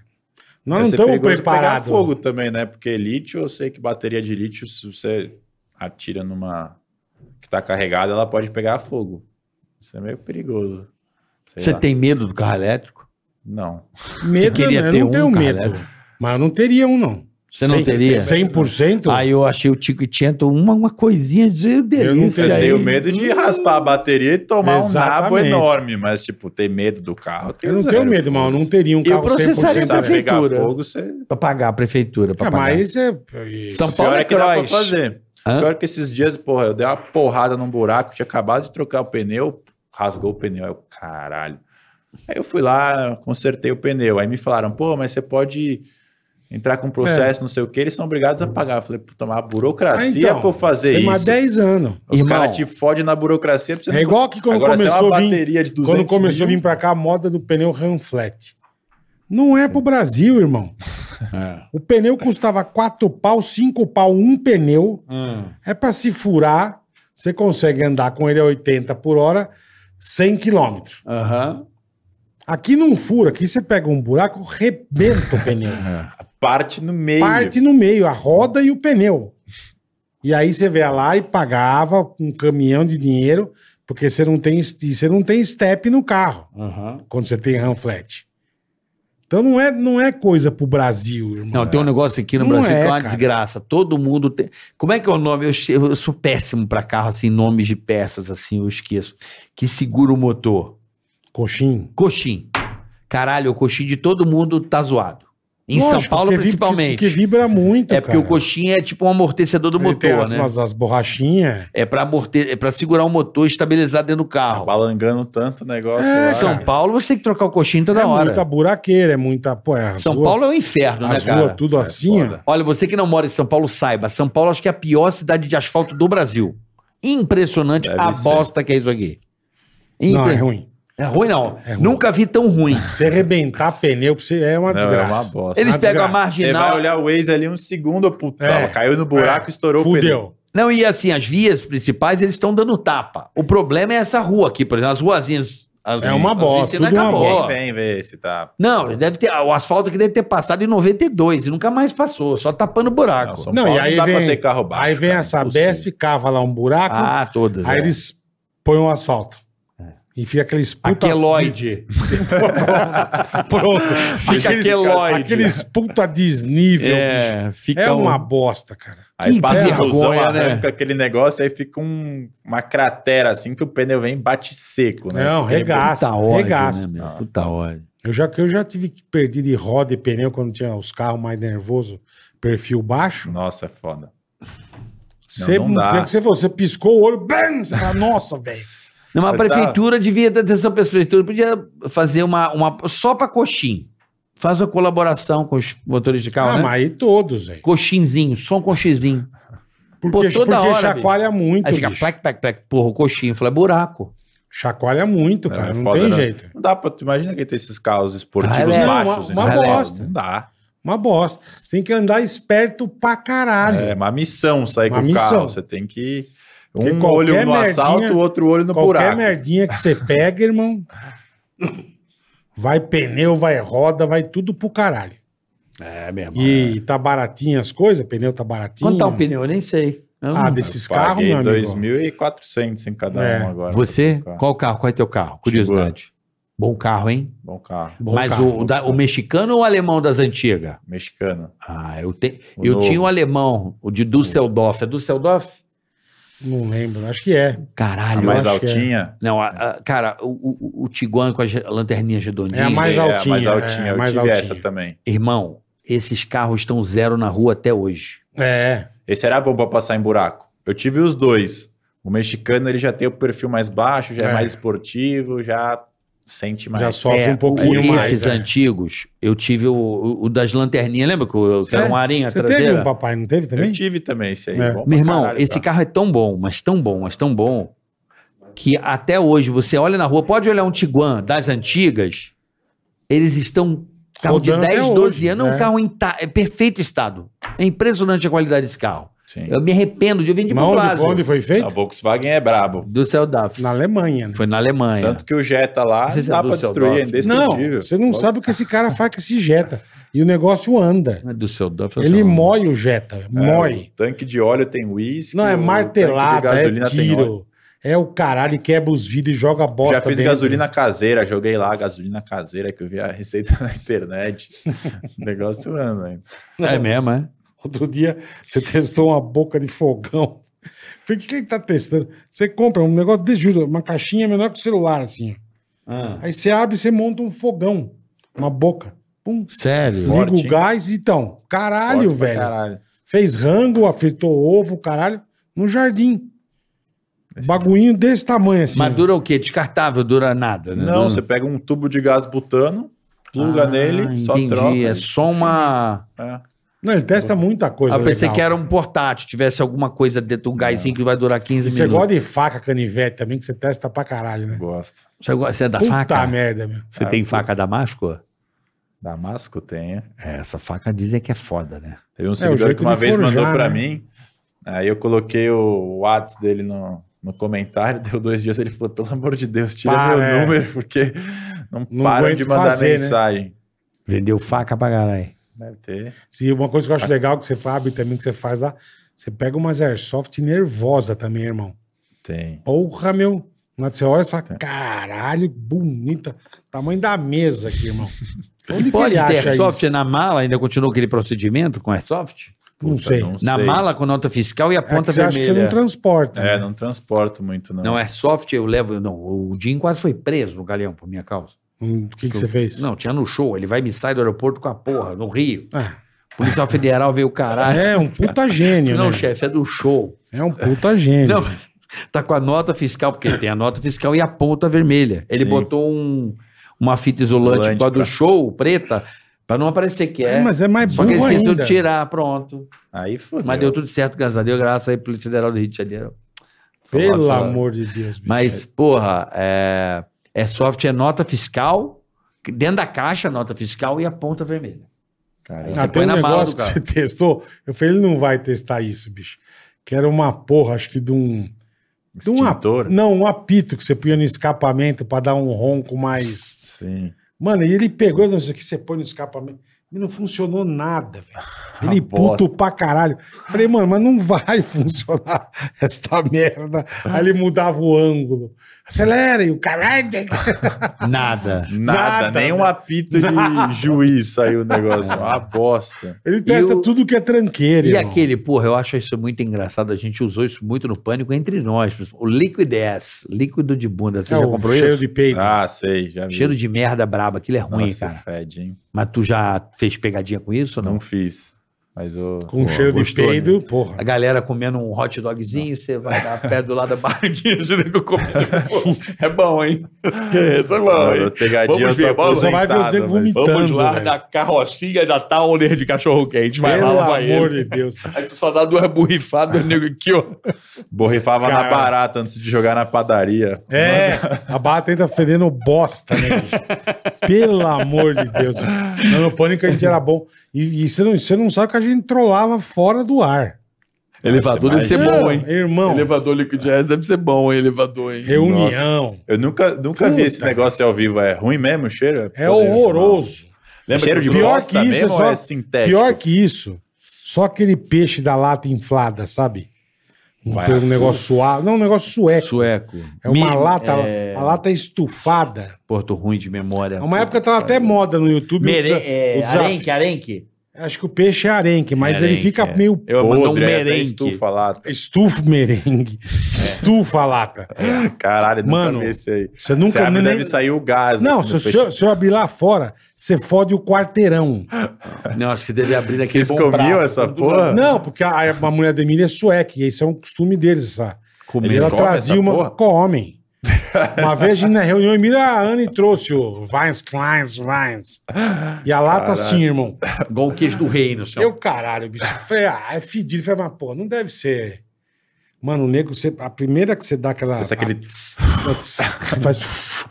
[SPEAKER 3] Nós não
[SPEAKER 5] é
[SPEAKER 6] Deve ser
[SPEAKER 3] estamos
[SPEAKER 6] perigoso Ah, então, pegar
[SPEAKER 3] preparados.
[SPEAKER 6] fogo também, né? Porque lítio, eu sei que bateria de lítio, se você atira numa que tá carregada, ela pode pegar fogo. Isso é meio perigoso. Sei
[SPEAKER 5] Você
[SPEAKER 6] lá.
[SPEAKER 5] tem medo do carro elétrico?
[SPEAKER 6] Não.
[SPEAKER 3] Medo,
[SPEAKER 5] Você queria
[SPEAKER 3] né? Eu
[SPEAKER 5] ter
[SPEAKER 3] não
[SPEAKER 5] um,
[SPEAKER 3] tenho
[SPEAKER 5] cara,
[SPEAKER 3] medo.
[SPEAKER 5] né?
[SPEAKER 3] Mas eu não teria um, não.
[SPEAKER 5] Você não teria?
[SPEAKER 3] 100%?
[SPEAKER 5] Aí eu achei o Tico e Tiento uma, uma coisinha de delícia.
[SPEAKER 3] E
[SPEAKER 6] Eu
[SPEAKER 3] aí?
[SPEAKER 6] tenho medo de raspar a bateria e tomar um nabo
[SPEAKER 3] Exatamente.
[SPEAKER 6] enorme, mas, tipo, ter medo do carro.
[SPEAKER 3] eu não tenho medo, mas eu não teria um
[SPEAKER 5] Eu
[SPEAKER 3] carro
[SPEAKER 5] processaria
[SPEAKER 3] 100%
[SPEAKER 6] Se
[SPEAKER 5] pra
[SPEAKER 6] sabe
[SPEAKER 3] elétrico.
[SPEAKER 6] pegar
[SPEAKER 5] prefeitura.
[SPEAKER 6] fogo, você.
[SPEAKER 5] Pra pagar a prefeitura. Pra
[SPEAKER 3] É,
[SPEAKER 5] pagar.
[SPEAKER 3] mas é...
[SPEAKER 5] São
[SPEAKER 6] Pior
[SPEAKER 5] Paulo é
[SPEAKER 6] é que dá pra
[SPEAKER 5] cross.
[SPEAKER 6] fazer.
[SPEAKER 5] Hã?
[SPEAKER 6] Pior que esses dias, porra, eu dei uma porrada num buraco, tinha acabado de trocar o pneu, rasgou o pneu. Aí eu, caralho. Aí eu fui lá, consertei o pneu. Aí me falaram, pô, mas você pode entrar com
[SPEAKER 3] É.
[SPEAKER 6] processo, não sei o que, eles são obrigados a pagar. Eu falei, puta, mas a
[SPEAKER 3] Ah,
[SPEAKER 6] burocracia
[SPEAKER 3] então.
[SPEAKER 6] pra eu fazer
[SPEAKER 3] Tem mais
[SPEAKER 6] isso.
[SPEAKER 3] 10 anos.
[SPEAKER 6] Os
[SPEAKER 5] Irmão.
[SPEAKER 6] caras te fodem na burocracia. pra você
[SPEAKER 3] É
[SPEAKER 6] não
[SPEAKER 3] igual
[SPEAKER 6] cons-
[SPEAKER 3] que quando
[SPEAKER 6] Agora, se é
[SPEAKER 3] começou a
[SPEAKER 6] uma
[SPEAKER 3] vir-
[SPEAKER 6] bateria de 200
[SPEAKER 3] Quando começou
[SPEAKER 6] mil,
[SPEAKER 3] a vir pra cá a moda do pneu ram flat. Não é pro Brasil, irmão.
[SPEAKER 5] É.
[SPEAKER 3] O pneu custava 4 pau, 5 pau, um pneu.
[SPEAKER 5] Ah,
[SPEAKER 3] É pra se furar. Você consegue andar com ele a 80 por hora, 100 km.
[SPEAKER 5] Aham.
[SPEAKER 3] Aqui não fura, aqui você pega um buraco, rebenta o pneu.
[SPEAKER 6] parte no meio.
[SPEAKER 3] Parte no meio, a roda e o pneu. E aí você vê lá e pagava um caminhão de dinheiro, porque você não tem, st- você não tem step no carro quando você tem RAM flat. Então não é, não é coisa pro Brasil, irmão.
[SPEAKER 5] Não, tem um negócio aqui no
[SPEAKER 3] é. Não
[SPEAKER 5] Brasil
[SPEAKER 3] é,
[SPEAKER 5] que é uma
[SPEAKER 3] cara.
[SPEAKER 5] desgraça. Todo mundo tem. Como é que é o nome? Eu, che- eu sou péssimo pra carro, assim, nomes de peças, assim, eu esqueço. Que segura o motor.
[SPEAKER 3] Coxinho.
[SPEAKER 5] Coxim. Caralho, o coxim de todo mundo tá zoado. Em São
[SPEAKER 3] Lógico,
[SPEAKER 5] Paulo,
[SPEAKER 3] porque vi-
[SPEAKER 5] principalmente.
[SPEAKER 3] Porque vibra muito,
[SPEAKER 5] é porque
[SPEAKER 3] cara.
[SPEAKER 5] o coxim é tipo um amortecedor do
[SPEAKER 3] Ele tem
[SPEAKER 5] motor,
[SPEAKER 3] as,
[SPEAKER 5] né?
[SPEAKER 3] umas- as borrachinhas.
[SPEAKER 5] É pra, amorte... é pra segurar o motor e estabilizar dentro do carro.
[SPEAKER 6] Balangando tanto o negócio.
[SPEAKER 3] É,
[SPEAKER 6] lá,
[SPEAKER 5] São
[SPEAKER 6] cara.
[SPEAKER 5] Paulo, você tem que trocar o coxinho toda
[SPEAKER 3] é
[SPEAKER 5] hora.
[SPEAKER 3] muita buraqueira, é muita... Pô, é as
[SPEAKER 5] São
[SPEAKER 3] ruas-
[SPEAKER 5] Paulo é um inferno, né,
[SPEAKER 3] As
[SPEAKER 5] cara?
[SPEAKER 3] ruas
[SPEAKER 6] É
[SPEAKER 3] tudo assim, ó.
[SPEAKER 5] Olha, você que não mora em São Paulo, saiba. São Paulo acho que é a pior cidade de asfalto do Brasil. Impressionante
[SPEAKER 6] Deve
[SPEAKER 5] a
[SPEAKER 6] ser.
[SPEAKER 5] bosta que é isso aqui. Impre-
[SPEAKER 3] Não, é
[SPEAKER 5] é, ruim.
[SPEAKER 3] ruim.
[SPEAKER 5] não.
[SPEAKER 3] É ruim.
[SPEAKER 5] Nunca vi tão ruim.
[SPEAKER 3] Você arrebentar pneu pra você é uma
[SPEAKER 6] Não, é
[SPEAKER 3] desgraça.
[SPEAKER 6] uma bosta.
[SPEAKER 5] Eles
[SPEAKER 3] uma
[SPEAKER 5] pegam a
[SPEAKER 3] desgraça.
[SPEAKER 6] Você
[SPEAKER 5] marginal.
[SPEAKER 6] vai olhar o Waze ali um segundo, puta,
[SPEAKER 3] É.
[SPEAKER 6] caiu no buraco,
[SPEAKER 3] É.
[SPEAKER 6] estourou o pneu.
[SPEAKER 3] Fudeu.
[SPEAKER 5] Não, e assim, as vias principais, eles estão dando tapa. O problema é essa rua aqui, por exemplo. As ruazinhas. as-
[SPEAKER 3] É uma
[SPEAKER 5] as
[SPEAKER 3] bosta,
[SPEAKER 5] vicinais
[SPEAKER 3] tudo uma
[SPEAKER 5] acabou.
[SPEAKER 6] Quem vem ver se tá.
[SPEAKER 5] Não, deve ter. O asfalto aqui deve ter passado em 92 e nunca mais passou, só tapando buraco.
[SPEAKER 6] São
[SPEAKER 3] Não,
[SPEAKER 6] Paulo
[SPEAKER 3] e aí
[SPEAKER 6] dá pra
[SPEAKER 3] vem-
[SPEAKER 6] ter carro baixo.
[SPEAKER 3] Aí vem
[SPEAKER 6] cara,
[SPEAKER 3] a Sabesp,
[SPEAKER 6] impossível.
[SPEAKER 3] cava lá um buraco,
[SPEAKER 5] ah, todas.
[SPEAKER 3] aí
[SPEAKER 5] é.
[SPEAKER 3] eles põem um asfalto. E fica aqueles putas...
[SPEAKER 5] Aqueloide.
[SPEAKER 3] Pronto.
[SPEAKER 5] Fica aqueloide.
[SPEAKER 3] Aqueles puta desnível, bicho.
[SPEAKER 5] É, fica
[SPEAKER 3] É uma
[SPEAKER 5] um-
[SPEAKER 3] bosta, cara.
[SPEAKER 6] Aí
[SPEAKER 5] que
[SPEAKER 6] passa a fusão,
[SPEAKER 5] vergonha, né?
[SPEAKER 3] é.
[SPEAKER 6] arranca aquele negócio, aí fica um- uma cratera assim que o pneu vem e bate seco, né?
[SPEAKER 3] Não,
[SPEAKER 6] Aquele-
[SPEAKER 3] regaça,
[SPEAKER 5] Puta ódio,
[SPEAKER 3] regaça.
[SPEAKER 5] né, meu? Puta ódio.
[SPEAKER 3] Eu já, eu já tive que perder de roda e pneu quando tinha os carros mais nervosos, perfil baixo.
[SPEAKER 6] Nossa, é foda.
[SPEAKER 3] Você,
[SPEAKER 6] não dá.
[SPEAKER 3] é que você, falou, você piscou o olho, bam, você fala, nossa, velho.
[SPEAKER 5] Não, mas a
[SPEAKER 6] Mas tá-
[SPEAKER 5] prefeitura devia ter atenção pra essa prefeitura, podia fazer uma, uma só pra coxim. Faz uma colaboração com os motores de carro,
[SPEAKER 3] Ah,
[SPEAKER 5] né?
[SPEAKER 3] mas aí todos, velho.
[SPEAKER 5] Coxinzinho, só um coxinzinho.
[SPEAKER 3] Porque,
[SPEAKER 5] toda
[SPEAKER 3] porque
[SPEAKER 5] hora,
[SPEAKER 3] chacoalha muito,
[SPEAKER 5] Aí fica
[SPEAKER 3] bicho.
[SPEAKER 5] plec, plec, plec. Porra, o coxinho. Falei, "É buraco.
[SPEAKER 3] Chacoalha muito, cara.
[SPEAKER 6] É,
[SPEAKER 3] não
[SPEAKER 6] foda,
[SPEAKER 3] tem
[SPEAKER 6] né?
[SPEAKER 3] jeito.
[SPEAKER 6] Não dá pra. Tu imagina quem tem esses carros
[SPEAKER 5] Ah,
[SPEAKER 6] esportivos baixos.
[SPEAKER 5] é.
[SPEAKER 3] Não, uma-
[SPEAKER 6] em São
[SPEAKER 5] uma
[SPEAKER 6] Paulo.
[SPEAKER 3] bosta.
[SPEAKER 6] Não dá.
[SPEAKER 3] Uma bosta. Você tem que andar esperto pra caralho.
[SPEAKER 6] É uma missão sair
[SPEAKER 3] Uma
[SPEAKER 6] com o carro.
[SPEAKER 3] missão.
[SPEAKER 6] Você tem que.
[SPEAKER 3] Porque
[SPEAKER 6] Um
[SPEAKER 3] qualquer
[SPEAKER 6] olho no
[SPEAKER 3] merdinha-
[SPEAKER 6] assalto, o outro olho no
[SPEAKER 3] Qualquer
[SPEAKER 6] buraco.
[SPEAKER 3] merdinha que você pega, irmão. Vai pneu, vai roda, vai tudo pro caralho.
[SPEAKER 5] É mesmo.
[SPEAKER 3] E tá baratinho as coisas, pneu tá baratinho.
[SPEAKER 5] Quanto tá o pneu? Eu nem sei. Eu
[SPEAKER 3] Ah,
[SPEAKER 5] não-
[SPEAKER 3] desses carros,
[SPEAKER 6] Paguei
[SPEAKER 3] meu amigo.
[SPEAKER 6] 2.400 em cada
[SPEAKER 3] É.
[SPEAKER 6] um agora.
[SPEAKER 5] Você?
[SPEAKER 6] Pra trocar.
[SPEAKER 5] Qual carro? Qual é teu carro? Curiosidade. Bom carro, hein?
[SPEAKER 6] Bom um carro.
[SPEAKER 3] Bom
[SPEAKER 5] mas
[SPEAKER 3] carro,
[SPEAKER 5] o, o da- o mexicano ou o alemão das antigas?
[SPEAKER 6] Mexicano.
[SPEAKER 5] Ah, eu, te,
[SPEAKER 6] O
[SPEAKER 5] eu
[SPEAKER 6] novo.
[SPEAKER 5] tinha um alemão, o de Düsseldorf. É Düsseldorf?
[SPEAKER 3] Não lembro, acho que é.
[SPEAKER 6] A
[SPEAKER 5] Caralho,
[SPEAKER 6] mais
[SPEAKER 3] acho que é.
[SPEAKER 6] altinha.
[SPEAKER 5] Não, a- a- cara, o, o, o Tiguan com as lanterninhas redondinhas.
[SPEAKER 3] É a mais
[SPEAKER 6] É,
[SPEAKER 3] altinha,
[SPEAKER 6] A mais altinha.
[SPEAKER 3] é,
[SPEAKER 6] eu
[SPEAKER 3] mais
[SPEAKER 6] tive
[SPEAKER 3] altinha.
[SPEAKER 6] essa também.
[SPEAKER 5] Irmão, esses carros estão zero na rua até hoje.
[SPEAKER 3] É.
[SPEAKER 6] Esse era bom pra passar em buraco. Eu tive os dois. O mexicano, ele já tem o perfil mais baixo, já é,
[SPEAKER 3] É.
[SPEAKER 6] mais esportivo, já sente mais.
[SPEAKER 3] Já sofre
[SPEAKER 5] É,
[SPEAKER 3] um pouquinho
[SPEAKER 5] o-
[SPEAKER 3] mais.
[SPEAKER 5] Esses
[SPEAKER 3] é.
[SPEAKER 5] antigos, eu tive o, o- o das lanterninhas, lembra que, eu, que era
[SPEAKER 3] É,
[SPEAKER 5] um arinha
[SPEAKER 3] Você
[SPEAKER 5] traseira?
[SPEAKER 3] teve um papai, não teve também?
[SPEAKER 6] Eu tive também esse aí.
[SPEAKER 3] É.
[SPEAKER 6] bom pra
[SPEAKER 5] Meu irmão,
[SPEAKER 6] caralho,
[SPEAKER 5] esse
[SPEAKER 6] tá?
[SPEAKER 5] carro é tão bom, mas tão bom, mas tão bom, que até hoje você olha na rua, pode olhar um Tiguan das antigas, eles estão carro
[SPEAKER 3] Rodando
[SPEAKER 5] de
[SPEAKER 3] até
[SPEAKER 5] 10,
[SPEAKER 3] hoje,
[SPEAKER 5] 12 anos, é um
[SPEAKER 3] né?
[SPEAKER 5] carro em ta- é perfeito estado. É impressionante a qualidade desse carro.
[SPEAKER 6] Sim.
[SPEAKER 5] Eu me arrependo de Tá eu vim de
[SPEAKER 3] Mas onde,
[SPEAKER 5] Bom
[SPEAKER 3] onde foi
[SPEAKER 6] A
[SPEAKER 3] feito?
[SPEAKER 6] Volkswagen é brabo.
[SPEAKER 5] Do Celdaf.
[SPEAKER 3] Na Alemanha, né?
[SPEAKER 5] Foi na Alemanha.
[SPEAKER 6] Tanto que o Jetta lá
[SPEAKER 5] Não sei se é
[SPEAKER 6] dá
[SPEAKER 5] do
[SPEAKER 6] pra
[SPEAKER 5] seu
[SPEAKER 6] destruir,
[SPEAKER 5] Dolphin.
[SPEAKER 6] é
[SPEAKER 3] Não,
[SPEAKER 6] indestrutível.
[SPEAKER 3] você não
[SPEAKER 6] Volks-
[SPEAKER 3] sabe o que esse cara faz com esse Jetta. E o negócio anda.
[SPEAKER 5] Não é do Celdaf.
[SPEAKER 3] Ele mói o Jetta,
[SPEAKER 6] É,
[SPEAKER 3] mói.
[SPEAKER 6] O tanque de óleo tem uísque.
[SPEAKER 3] Não, é
[SPEAKER 6] o
[SPEAKER 3] martelada,
[SPEAKER 6] tanque de
[SPEAKER 3] é
[SPEAKER 6] gasolina tem óleo.
[SPEAKER 3] tiro. É o caralho, quebra os vidros e joga bosta
[SPEAKER 6] Já fiz
[SPEAKER 3] dentro.
[SPEAKER 6] gasolina caseira, joguei lá gasolina caseira que eu vi a receita na internet. Negócio anda. hein?
[SPEAKER 5] É mesmo, é?
[SPEAKER 3] Outro dia você testou uma boca de fogão. Por que, que ele tá testando? Você compra um negócio, de, juro, uma caixinha menor que o celular, assim.
[SPEAKER 6] Ah.
[SPEAKER 3] ó. Aí você abre e você monta um fogão, uma boca. Pum,
[SPEAKER 5] Sério?
[SPEAKER 6] Forte,
[SPEAKER 3] liga
[SPEAKER 6] hein?
[SPEAKER 3] o gás e então. Caralho,
[SPEAKER 6] Forte pra
[SPEAKER 3] velho.
[SPEAKER 6] Caralho.
[SPEAKER 3] Fez rango, afritou ovo, caralho, no jardim. Baguinho desse tamanho, assim.
[SPEAKER 5] Mas
[SPEAKER 3] ó.
[SPEAKER 5] dura o quê? Descartável, dura nada, né?
[SPEAKER 6] Não,
[SPEAKER 5] Dura-
[SPEAKER 6] você pega um tubo de gás butano, pluga
[SPEAKER 5] Ah,
[SPEAKER 6] nele, só
[SPEAKER 5] entendi.
[SPEAKER 6] troca.
[SPEAKER 5] É só uma.
[SPEAKER 6] É.
[SPEAKER 3] Não, ele testa muita coisa.
[SPEAKER 5] Ah, eu pensei
[SPEAKER 3] legal.
[SPEAKER 5] que era um portátil, tivesse alguma coisa dentro, um gásinho que vai durar 15
[SPEAKER 3] E você
[SPEAKER 5] minutos.
[SPEAKER 3] gosta de faca, canivete também, que você testa pra caralho, né?
[SPEAKER 6] Gosto.
[SPEAKER 5] Você, gosta... você é da
[SPEAKER 3] Puta
[SPEAKER 5] faca?
[SPEAKER 3] merda, meu.
[SPEAKER 5] Você tem faca Damasco?
[SPEAKER 6] Damasco tem. é.
[SPEAKER 5] É, essa faca dizem que é foda, né?
[SPEAKER 6] Teve um
[SPEAKER 3] o
[SPEAKER 6] seguidor
[SPEAKER 3] jeito
[SPEAKER 6] que uma
[SPEAKER 3] de
[SPEAKER 6] vez
[SPEAKER 3] forjar,
[SPEAKER 6] mandou pra
[SPEAKER 3] né?
[SPEAKER 6] mim, aí eu coloquei o WhatsApp dele no, no comentário, deu dois dias, ele falou, pelo amor de Deus, tira
[SPEAKER 3] Pá,
[SPEAKER 6] meu
[SPEAKER 3] é.
[SPEAKER 6] número, porque não,
[SPEAKER 3] Não
[SPEAKER 6] param
[SPEAKER 3] aguento
[SPEAKER 6] de mandar
[SPEAKER 3] fazer, né?
[SPEAKER 6] mensagem.
[SPEAKER 5] Vendeu faca pra caralho.
[SPEAKER 6] Deve ter.
[SPEAKER 3] Se uma coisa que eu acho legal que você faz, abre também que você faz lá, Você pega umas airsoft nervosa também, irmão.
[SPEAKER 6] Tem.
[SPEAKER 3] Porra, meu. Na hora que você olha e fala,
[SPEAKER 6] É.
[SPEAKER 3] caralho, bonita. Tamanho da mesa aqui, irmão. Onde que
[SPEAKER 5] Pode
[SPEAKER 3] ele acha
[SPEAKER 5] ter airsoft
[SPEAKER 3] isso?
[SPEAKER 5] na mala, ainda continua aquele procedimento com airsoft?
[SPEAKER 3] Não
[SPEAKER 6] Puta,
[SPEAKER 3] sei.
[SPEAKER 5] Na
[SPEAKER 6] sei.
[SPEAKER 5] mala com nota fiscal e a
[SPEAKER 3] É que
[SPEAKER 5] ponta
[SPEAKER 3] você acha que você
[SPEAKER 5] vermelha.
[SPEAKER 3] não transporta.
[SPEAKER 6] É,
[SPEAKER 3] né?
[SPEAKER 6] não transporto muito, não.
[SPEAKER 5] Não, é. airsoft eu levo. Não, o Jim quase foi preso no galeão por minha causa.
[SPEAKER 3] Hum, O que, que você fez?
[SPEAKER 5] Não, tinha no show. Ele vai me sair do aeroporto com a porra, no Rio.
[SPEAKER 3] Ah,
[SPEAKER 5] Policial Federal veio o caralho.
[SPEAKER 3] é um puta gênio,
[SPEAKER 5] Não,
[SPEAKER 3] né?
[SPEAKER 5] chefe, é do show.
[SPEAKER 3] É um puta gênio.
[SPEAKER 5] Não, tá com a nota fiscal, porque ele tem a nota fiscal e a ponta vermelha. Ele
[SPEAKER 6] Sim.
[SPEAKER 5] botou um, uma fita isolante por
[SPEAKER 6] Isolante
[SPEAKER 5] causa do
[SPEAKER 6] pra-
[SPEAKER 5] show, preta, pra não aparecer que é.
[SPEAKER 3] É, mas é mais
[SPEAKER 5] Só que ele
[SPEAKER 3] burro
[SPEAKER 5] esqueceu
[SPEAKER 3] ainda. É.
[SPEAKER 5] de tirar, pronto.
[SPEAKER 6] Aí fodeu.
[SPEAKER 5] Mas deu tudo certo, graças a Deus, graças aí Polícia Federal do Rio de Janeiro.
[SPEAKER 3] Pelo
[SPEAKER 5] Nossa,
[SPEAKER 3] amor de Deus, bicho.
[SPEAKER 5] Mas, porra, é, é software, é nota fiscal, que dentro da caixa, nota fiscal e a ponta vermelha.
[SPEAKER 6] Cara,
[SPEAKER 5] Aí
[SPEAKER 6] isso
[SPEAKER 5] você
[SPEAKER 3] Ah, tem
[SPEAKER 5] põe
[SPEAKER 3] um
[SPEAKER 5] na mala
[SPEAKER 3] negócio
[SPEAKER 5] do
[SPEAKER 3] que
[SPEAKER 5] carro.
[SPEAKER 3] você testou. Eu falei, ele não vai testar isso, bicho. Que era uma porra, acho que de um.
[SPEAKER 6] é
[SPEAKER 3] De um ap-
[SPEAKER 6] extintor.
[SPEAKER 3] Não, um apito que você punha no escapamento pra dar um ronco mais.
[SPEAKER 6] Sim.
[SPEAKER 3] Mano, e ele pegou, não sei o que você põe no escapamento. E não funcionou nada, velho. Ele
[SPEAKER 6] bosta.
[SPEAKER 3] puto pra caralho. Falei, mano, mas não vai funcionar esta merda. Aí ele mudava o ângulo. Acelera e o caralho.
[SPEAKER 5] Nada.
[SPEAKER 6] Nada,
[SPEAKER 3] Nada,
[SPEAKER 6] nem um
[SPEAKER 3] velho.
[SPEAKER 6] apito
[SPEAKER 3] Nada.
[SPEAKER 6] de juiz saiu o negócio.
[SPEAKER 5] É.
[SPEAKER 6] Uma bosta.
[SPEAKER 3] Ele testa
[SPEAKER 5] o-
[SPEAKER 3] tudo que é tranqueiro.
[SPEAKER 5] E
[SPEAKER 3] irmão.
[SPEAKER 5] aquele, porra, eu acho isso muito engraçado. A gente usou isso muito no pânico entre nós. O Liquid S, líquido de bunda. Você
[SPEAKER 3] é,
[SPEAKER 5] já
[SPEAKER 3] o
[SPEAKER 5] comprou
[SPEAKER 3] cheiro
[SPEAKER 5] isso?
[SPEAKER 3] de peito.
[SPEAKER 6] Ah, sei, já vi.
[SPEAKER 5] Cheiro de merda braba, aquilo é ruim,
[SPEAKER 6] Nossa,
[SPEAKER 5] cara.
[SPEAKER 6] fede, hein?
[SPEAKER 5] Mas tu já fez pegadinha com isso ou não?
[SPEAKER 6] Não fiz. Mas o.
[SPEAKER 3] com um
[SPEAKER 6] Pô,
[SPEAKER 3] cheiro de
[SPEAKER 5] gostou,
[SPEAKER 3] peido, porra.
[SPEAKER 5] A galera comendo um hot dogzinho, você vai dar pé do lado da barriguinha, juro que eu comendo. Pô, É bom, hein? Esqueça, é bom,
[SPEAKER 6] Mano,
[SPEAKER 5] hein?
[SPEAKER 6] pegadinha
[SPEAKER 5] Vamos ver,
[SPEAKER 6] eu tô
[SPEAKER 5] vamos-
[SPEAKER 3] Só vai ver os
[SPEAKER 6] aposentado,
[SPEAKER 3] negros
[SPEAKER 6] mas-
[SPEAKER 3] vomitando.
[SPEAKER 5] Vamos lá
[SPEAKER 3] velho.
[SPEAKER 5] da carrocinha da Towner de cachorro quente. Vai
[SPEAKER 3] Pelo
[SPEAKER 5] lá no
[SPEAKER 3] amor
[SPEAKER 5] banheiro.
[SPEAKER 3] de Deus.
[SPEAKER 5] Aí tu só dá duas borrifadas, nego, aqui, ó.
[SPEAKER 6] Borrifava na barata antes de jogar na padaria.
[SPEAKER 3] É, a barra ainda fedendo bosta, né? bicho? Pelo amor de Deus. Não, no pânico a gente era bom. E, e você, não, você não sabe que a gente trollava fora do ar.
[SPEAKER 5] Elevador deve ser
[SPEAKER 3] Não,
[SPEAKER 5] é bom, hein? é
[SPEAKER 3] Irmão,
[SPEAKER 5] Elevador líquido jazz deve ser bom, hein? Elevador, hein?
[SPEAKER 3] reunião.
[SPEAKER 6] Eu nunca, nunca vi
[SPEAKER 3] Puta.
[SPEAKER 6] esse negócio ao vivo. É ruim mesmo o cheiro?
[SPEAKER 3] É horroroso.
[SPEAKER 6] Lembra cheiro de
[SPEAKER 3] Pior
[SPEAKER 6] bosta
[SPEAKER 3] que isso,
[SPEAKER 6] mesmo
[SPEAKER 3] é
[SPEAKER 6] ou
[SPEAKER 3] só-
[SPEAKER 6] é
[SPEAKER 5] tipo
[SPEAKER 6] sintético?
[SPEAKER 3] Pior que isso, só aquele peixe da lata inflada, sabe? Um,
[SPEAKER 6] Vai,
[SPEAKER 3] um negócio suado. Não, um negócio sueco.
[SPEAKER 5] Sueco.
[SPEAKER 3] É uma
[SPEAKER 5] Mi-
[SPEAKER 3] lata,
[SPEAKER 5] é-
[SPEAKER 3] a lata estufada. É
[SPEAKER 5] Porto ruim de memória.
[SPEAKER 3] Uma época tava até moda no YouTube. o
[SPEAKER 5] Mere...
[SPEAKER 3] desa- o
[SPEAKER 5] É...
[SPEAKER 3] desafio-
[SPEAKER 5] Arenque, arenque.
[SPEAKER 3] Acho que o peixe é arenque, mas ele
[SPEAKER 5] Arenque,
[SPEAKER 3] fica
[SPEAKER 5] é.
[SPEAKER 3] meio
[SPEAKER 6] Eu
[SPEAKER 5] Podre,
[SPEAKER 6] mandou um
[SPEAKER 5] é até
[SPEAKER 6] merengue.
[SPEAKER 5] estufa
[SPEAKER 6] Estufa lá.
[SPEAKER 3] Estufa o merengue.
[SPEAKER 6] É.
[SPEAKER 3] Estufa a lata.
[SPEAKER 6] Caralho, nunca
[SPEAKER 3] Mano,
[SPEAKER 6] vi esse aí.
[SPEAKER 3] Você
[SPEAKER 6] Nunca Você
[SPEAKER 3] nunca
[SPEAKER 6] abre,
[SPEAKER 3] nem...
[SPEAKER 6] deve sair o gás.
[SPEAKER 3] Não,
[SPEAKER 6] assim,
[SPEAKER 3] se,
[SPEAKER 6] do
[SPEAKER 3] eu- se eu,
[SPEAKER 6] peixe. Ah.
[SPEAKER 3] se eu abrir lá fora, você fode o quarteirão.
[SPEAKER 5] Não, acho que deve abrir naquele
[SPEAKER 6] Vocês comiam essa porra?
[SPEAKER 3] Não, porque a, a mulher do Emílio é sueca, e esse é um costume deles, sabe?
[SPEAKER 6] Eles
[SPEAKER 3] Ela
[SPEAKER 6] comem
[SPEAKER 3] trazia
[SPEAKER 6] essa
[SPEAKER 3] uma. um
[SPEAKER 6] porra?
[SPEAKER 3] Comem. Uma vez a gente na reunião, a Emília, a Anne trouxe o Vines, Kleins, Vines. E a lata
[SPEAKER 6] Caralho.
[SPEAKER 3] assim, irmão.
[SPEAKER 5] Igual o queijo do reino, senhor.
[SPEAKER 3] Eu, caralho, bicho. Eu Falei, ah, é fedido. Eu Falei, mas, pô, não deve ser. Mano, o nego, você- a primeira que você dá aquela.
[SPEAKER 6] Parece aquele tss.
[SPEAKER 3] a- faz.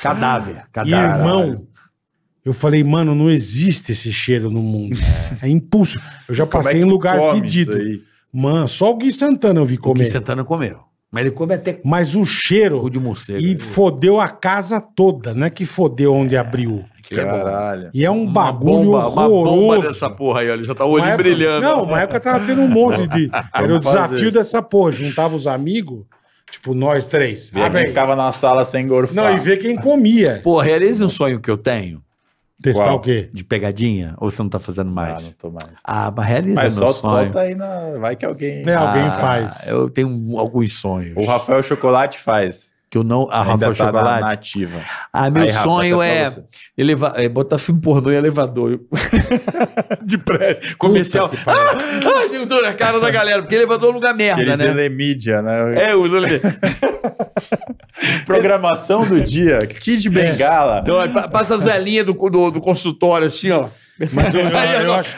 [SPEAKER 5] Cadáver. Cadáver.
[SPEAKER 3] Irmão, eu falei, mano, não existe esse cheiro no mundo. É impulso. Eu já
[SPEAKER 6] Como é
[SPEAKER 3] passei
[SPEAKER 6] que
[SPEAKER 3] em lugar
[SPEAKER 6] come
[SPEAKER 3] fedido.
[SPEAKER 6] isso aí?
[SPEAKER 3] Mano, só o Gui Santana eu vi
[SPEAKER 5] O Gui
[SPEAKER 3] comer.
[SPEAKER 5] Santana comeu. Mas ele come até
[SPEAKER 3] Mas o
[SPEAKER 5] cu
[SPEAKER 3] cheiro.
[SPEAKER 5] de morcego.
[SPEAKER 3] E fodeu a casa toda, não é que fodeu onde abriu.
[SPEAKER 5] Que é bom.
[SPEAKER 6] Caralho.
[SPEAKER 3] E é um
[SPEAKER 5] Uma
[SPEAKER 3] bagulho
[SPEAKER 5] bomba- Uma bomba
[SPEAKER 3] horroroso.
[SPEAKER 5] dessa porra aí, olha. Já tá o
[SPEAKER 3] Uma
[SPEAKER 5] olho
[SPEAKER 3] época-
[SPEAKER 5] brilhando.
[SPEAKER 3] Não, uma época tava tendo um monte de. Era o
[SPEAKER 6] Vamos fazer.
[SPEAKER 3] desafio dessa porra. Juntava os amigos, tipo, nós três.
[SPEAKER 6] E
[SPEAKER 3] Abre
[SPEAKER 6] aí
[SPEAKER 3] aí.
[SPEAKER 6] ficava na sala sem gorfar.
[SPEAKER 3] Não, e ver quem comia.
[SPEAKER 5] Porra, era esse um sonho que eu tenho?
[SPEAKER 3] Testar
[SPEAKER 6] Qual?
[SPEAKER 3] o quê?
[SPEAKER 5] De pegadinha? Ou você não tá fazendo
[SPEAKER 6] Ah,
[SPEAKER 5] mais?
[SPEAKER 6] não tô mais.
[SPEAKER 5] Ah, mas realiza
[SPEAKER 6] Mas
[SPEAKER 5] meu
[SPEAKER 6] solta,
[SPEAKER 5] sonho.
[SPEAKER 6] solta aí na. Vai que alguém.
[SPEAKER 3] É, alguém
[SPEAKER 5] Ah,
[SPEAKER 3] faz.
[SPEAKER 5] Eu tenho alguns sonhos.
[SPEAKER 6] O Rafael Chocolate faz.
[SPEAKER 5] Que eu não... Ah,
[SPEAKER 6] Ainda
[SPEAKER 5] Rafael
[SPEAKER 6] tá na- na
[SPEAKER 5] Chocolate?
[SPEAKER 6] ativa.
[SPEAKER 5] Ah, meu
[SPEAKER 6] Aí, Rafa,
[SPEAKER 5] sonho
[SPEAKER 6] essa pra
[SPEAKER 5] é...
[SPEAKER 6] você.
[SPEAKER 5] Eleva... é botar filme pornô em elevador. de prédio. Comercial.
[SPEAKER 3] Puta que
[SPEAKER 5] Ah,
[SPEAKER 3] pariu.
[SPEAKER 5] ah, eu tô na cara da galera. Porque elevador é um lugar merda,
[SPEAKER 6] Aqueles
[SPEAKER 5] né?
[SPEAKER 6] Elemídia, né?
[SPEAKER 5] É, os ele...
[SPEAKER 6] Programação do dia.
[SPEAKER 3] É.
[SPEAKER 6] Kid Bengala.
[SPEAKER 5] Não, aí então, é, pa- passa as velhinhas do, do, do consultório, assim, ó.
[SPEAKER 3] Mas eu, eu-
[SPEAKER 5] Aí,
[SPEAKER 3] eu
[SPEAKER 5] ó.
[SPEAKER 3] acho,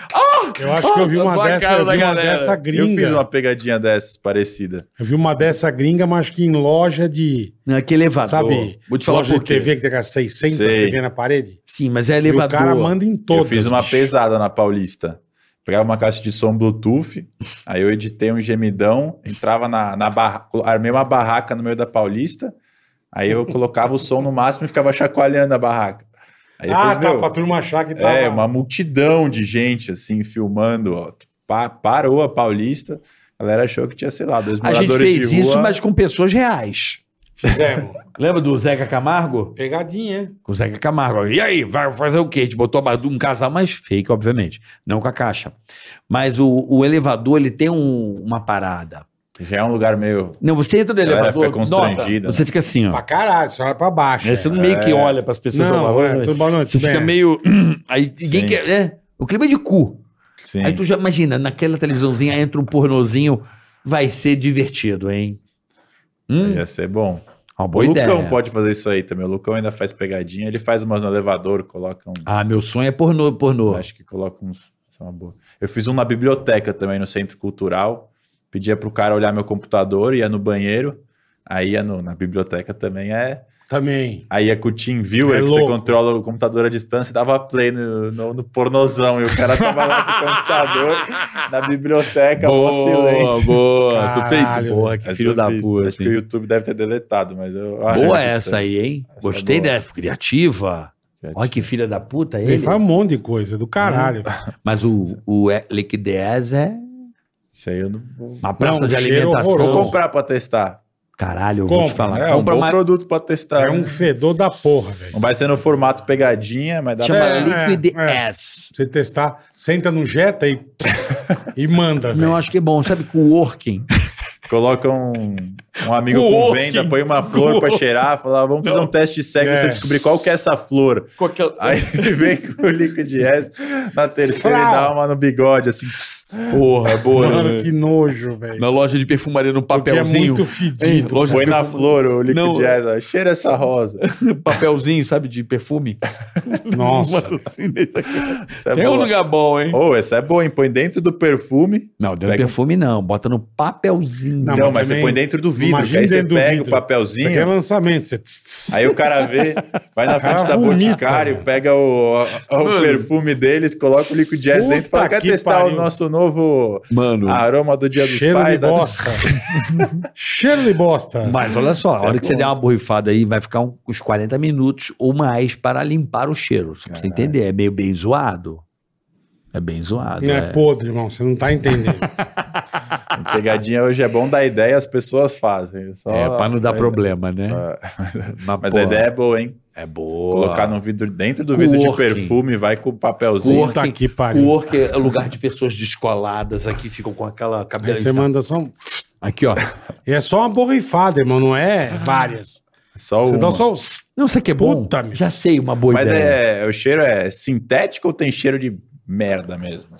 [SPEAKER 3] eu acho que eu vi
[SPEAKER 5] Ah!
[SPEAKER 3] uma
[SPEAKER 5] Só a
[SPEAKER 3] dessa,
[SPEAKER 5] cara
[SPEAKER 3] eu
[SPEAKER 5] da
[SPEAKER 3] vi uma
[SPEAKER 5] galera.
[SPEAKER 3] dessa
[SPEAKER 6] Eu
[SPEAKER 3] gringa.
[SPEAKER 6] fiz
[SPEAKER 3] Eu,
[SPEAKER 6] uma pegadinha dessas, parecida.
[SPEAKER 3] vi uma dessa gringa, mas que em loja de.
[SPEAKER 5] Não, aquele elevador.
[SPEAKER 3] Sabe?
[SPEAKER 5] Tá Vou te falar
[SPEAKER 3] loja
[SPEAKER 5] por
[SPEAKER 3] de
[SPEAKER 5] quê.
[SPEAKER 3] TV que tem aquelas 600
[SPEAKER 6] Sei.
[SPEAKER 3] TV na parede.
[SPEAKER 5] Sim, mas é
[SPEAKER 3] E o
[SPEAKER 5] elevador.
[SPEAKER 3] cara manda em todas.
[SPEAKER 6] eu fiz uma
[SPEAKER 3] bicho.
[SPEAKER 6] pesada na Paulista. Pegava uma caixa de som Bluetooth, aí eu editei um gemidão, entrava na, na barraca, armei uma barraca no meio da Paulista, aí eu colocava o som no máximo e ficava chacoalhando a barraca. Aí
[SPEAKER 3] Ah,
[SPEAKER 6] depois,
[SPEAKER 3] tá,
[SPEAKER 6] meu,
[SPEAKER 3] pra turma achar que tá.
[SPEAKER 6] é, uma multidão de gente, assim, filmando, ó. pa- parou a Paulista. A galera achou que tinha, sei lá, dois
[SPEAKER 5] A gente
[SPEAKER 6] moradores
[SPEAKER 5] fez
[SPEAKER 6] de rua.
[SPEAKER 5] isso, mas com pessoas reais.
[SPEAKER 3] Fizemos.
[SPEAKER 5] Lembra do Zeca Camargo?
[SPEAKER 3] Pegadinha.
[SPEAKER 5] Com o Zeca Camargo. E aí, vai fazer o quê? A gente botou a bardu- um casal mais fake, obviamente. Não com a caixa. Mas o, o elevador, ele tem um- uma parada.
[SPEAKER 6] Já é um lugar meio.
[SPEAKER 5] Não, você entra no
[SPEAKER 6] A galera
[SPEAKER 5] elevador,
[SPEAKER 6] fica
[SPEAKER 5] nota,
[SPEAKER 6] constrangida, né?
[SPEAKER 5] você fica assim, ó.
[SPEAKER 3] Pra caralho, você olha pra baixo.
[SPEAKER 5] Né? Você não meio que
[SPEAKER 6] É.
[SPEAKER 5] olha pras pessoas.
[SPEAKER 3] Não,
[SPEAKER 5] ó, ó, ó,
[SPEAKER 3] é, tudo boa noite.
[SPEAKER 5] você fica
[SPEAKER 3] bem.
[SPEAKER 5] meio... Aí ninguém
[SPEAKER 6] Sim.
[SPEAKER 5] quer... É, o clima é de cu.
[SPEAKER 6] Sim.
[SPEAKER 5] Aí tu já imagina, naquela televisãozinha entra um pornozinho, vai ser divertido, hein? Hum,
[SPEAKER 6] Ia ser bom.
[SPEAKER 5] uma boa
[SPEAKER 6] é o
[SPEAKER 5] ideia.
[SPEAKER 6] Lucão pode fazer isso aí também. O Lucão ainda faz pegadinha. Ele faz umas no elevador, coloca um.
[SPEAKER 5] Ah, meu sonho é pornô, pornô.
[SPEAKER 6] Acho que coloca uns. Isso é uma boa. Eu fiz um na biblioteca também, no centro cultural. Pedia pro cara olhar meu computador, ia no banheiro. Aí ia no- na biblioteca também é.
[SPEAKER 3] Também.
[SPEAKER 6] Aí ia com o TeamViewer,
[SPEAKER 3] É
[SPEAKER 6] que você
[SPEAKER 3] louco.
[SPEAKER 6] controla o computador à distância, e dava play no, no, no pornozão. E o cara tava lá com o computador, na biblioteca, mó silêncio.
[SPEAKER 5] boa.
[SPEAKER 3] Caralho,
[SPEAKER 5] Tu fez, porra, que
[SPEAKER 6] Essa
[SPEAKER 5] filho
[SPEAKER 6] eu
[SPEAKER 5] da
[SPEAKER 6] fiz.
[SPEAKER 5] puta.
[SPEAKER 6] Acho que
[SPEAKER 5] hein?
[SPEAKER 6] o YouTube deve ter deletado, mas eu.
[SPEAKER 5] Boa essa aí, hein?
[SPEAKER 6] Essa é
[SPEAKER 5] Gostei
[SPEAKER 6] boa.
[SPEAKER 5] dessa, criativa.
[SPEAKER 6] Criativa.
[SPEAKER 5] Olha que filha da puta
[SPEAKER 3] Ele
[SPEAKER 5] ele.
[SPEAKER 3] faz um monte de coisa, do caralho.
[SPEAKER 5] Mas o, o é- Liquidez é
[SPEAKER 6] Isso aí eu não vou.
[SPEAKER 5] uma praça
[SPEAKER 3] Não,
[SPEAKER 5] de
[SPEAKER 3] cheiro
[SPEAKER 5] alimentação.
[SPEAKER 6] Vou
[SPEAKER 3] horroroso.
[SPEAKER 6] comprar pra testar.
[SPEAKER 5] Caralho, eu vou
[SPEAKER 3] Compra,
[SPEAKER 5] te falar.
[SPEAKER 6] É um
[SPEAKER 5] Compra
[SPEAKER 6] bom
[SPEAKER 5] mais.
[SPEAKER 6] produto pra testar. né?
[SPEAKER 3] É um fedor da porra, velho.
[SPEAKER 6] Não vai ser no formato pegadinha, mas dá
[SPEAKER 5] Chama
[SPEAKER 6] pra.
[SPEAKER 3] É,
[SPEAKER 5] Liquidez.
[SPEAKER 3] é, Você testar, senta no Jetta e, e manda, velho.
[SPEAKER 5] Não, acho que é bom. Sabe, com working.
[SPEAKER 6] Coloca um, um amigo
[SPEAKER 5] Com
[SPEAKER 6] com
[SPEAKER 5] working.
[SPEAKER 6] venda, põe uma flor pra cheirar, fala, vamos fazer um teste cego pra
[SPEAKER 3] É.
[SPEAKER 6] você descobrir qual que é essa flor. Aí ele vem com o líquido de S, na terceira ele
[SPEAKER 3] Frau.
[SPEAKER 6] dá uma no bigode, assim. pss. é
[SPEAKER 5] Porra, boa.
[SPEAKER 3] Mano, que nojo, velho.
[SPEAKER 5] Na loja de perfumaria no
[SPEAKER 3] Porque é muito fedido.
[SPEAKER 5] loja
[SPEAKER 6] Põe na flor o líquido
[SPEAKER 5] Não.
[SPEAKER 6] de
[SPEAKER 3] é.
[SPEAKER 6] S, ó, cheira essa rosa.
[SPEAKER 3] um
[SPEAKER 5] papelzinho, sabe, de perfume.
[SPEAKER 3] Nossa.
[SPEAKER 6] Isso é
[SPEAKER 5] Tem um
[SPEAKER 6] boa.
[SPEAKER 5] lugar bom, hein?
[SPEAKER 6] Ô, essa é boa, hein? Põe dentro do perfume.
[SPEAKER 5] Não, dentro do
[SPEAKER 6] Pega-
[SPEAKER 5] perfume não. Bota no papelzinho.
[SPEAKER 3] Não,
[SPEAKER 6] Não,
[SPEAKER 3] mas
[SPEAKER 6] mas, você
[SPEAKER 3] também-
[SPEAKER 6] põe dentro do vidro,
[SPEAKER 3] imagina
[SPEAKER 6] que aí você
[SPEAKER 3] dentro do vidro.
[SPEAKER 6] pega o
[SPEAKER 3] Isso aqui é
[SPEAKER 6] papelzinho,
[SPEAKER 3] lançamento. Você tss, tss.
[SPEAKER 6] aí o cara vê, vai na
[SPEAKER 3] cara
[SPEAKER 6] frente da
[SPEAKER 3] vomita,
[SPEAKER 6] Boticário,
[SPEAKER 3] mano.
[SPEAKER 6] pega o, o- o
[SPEAKER 5] Mano.
[SPEAKER 6] perfume deles, coloca o líquido jazz
[SPEAKER 3] Puta
[SPEAKER 6] dentro e fala, quer
[SPEAKER 3] que
[SPEAKER 6] testar
[SPEAKER 3] pariu."
[SPEAKER 6] o nosso novo
[SPEAKER 5] Mano.
[SPEAKER 6] aroma do Dia dos
[SPEAKER 3] Cheiro
[SPEAKER 6] Pais? né?
[SPEAKER 3] de
[SPEAKER 6] da-
[SPEAKER 3] bosta. Cheiro de bosta.
[SPEAKER 5] Mas olha só, a
[SPEAKER 6] Isso é
[SPEAKER 5] hora que você
[SPEAKER 6] bom.
[SPEAKER 5] der uma borrifada aí, vai ficar um- uns 40 minutos ou mais para limpar o cheiro. Só pra você entender, é meio bem zoado. É bem zoado.
[SPEAKER 3] Não
[SPEAKER 5] é.
[SPEAKER 3] é podre, irmão. Você não tá entendendo.
[SPEAKER 6] Pegadinha hoje é bom dar ideia, as pessoas fazem. Só-
[SPEAKER 5] É, pra não dar problema, né? Mas,
[SPEAKER 6] Mas
[SPEAKER 5] pô,
[SPEAKER 6] a ideia é boa, hein?
[SPEAKER 5] é boa.
[SPEAKER 6] Colocar no vidro, dentro do vidro de
[SPEAKER 5] Coworking.
[SPEAKER 6] perfume, vai com o papelzinho.
[SPEAKER 5] Cor-
[SPEAKER 3] Puta que pariu.
[SPEAKER 5] Cor, que é lugar de pessoas descoladas aqui, ficam com aquela
[SPEAKER 3] Aí
[SPEAKER 5] cabela.
[SPEAKER 3] você manda só. um-
[SPEAKER 5] Aqui, ó.
[SPEAKER 3] E é só uma borrifada, irmão. Não é várias.
[SPEAKER 6] é Só
[SPEAKER 3] Você dá
[SPEAKER 6] uma.
[SPEAKER 3] só. um os-
[SPEAKER 5] Não, isso aqui é bom.
[SPEAKER 3] Puta, meu.
[SPEAKER 5] Já sei, uma boa
[SPEAKER 6] Mas
[SPEAKER 5] ideia.
[SPEAKER 6] é, o cheiro é sintético ou tem cheiro de merda mesmo?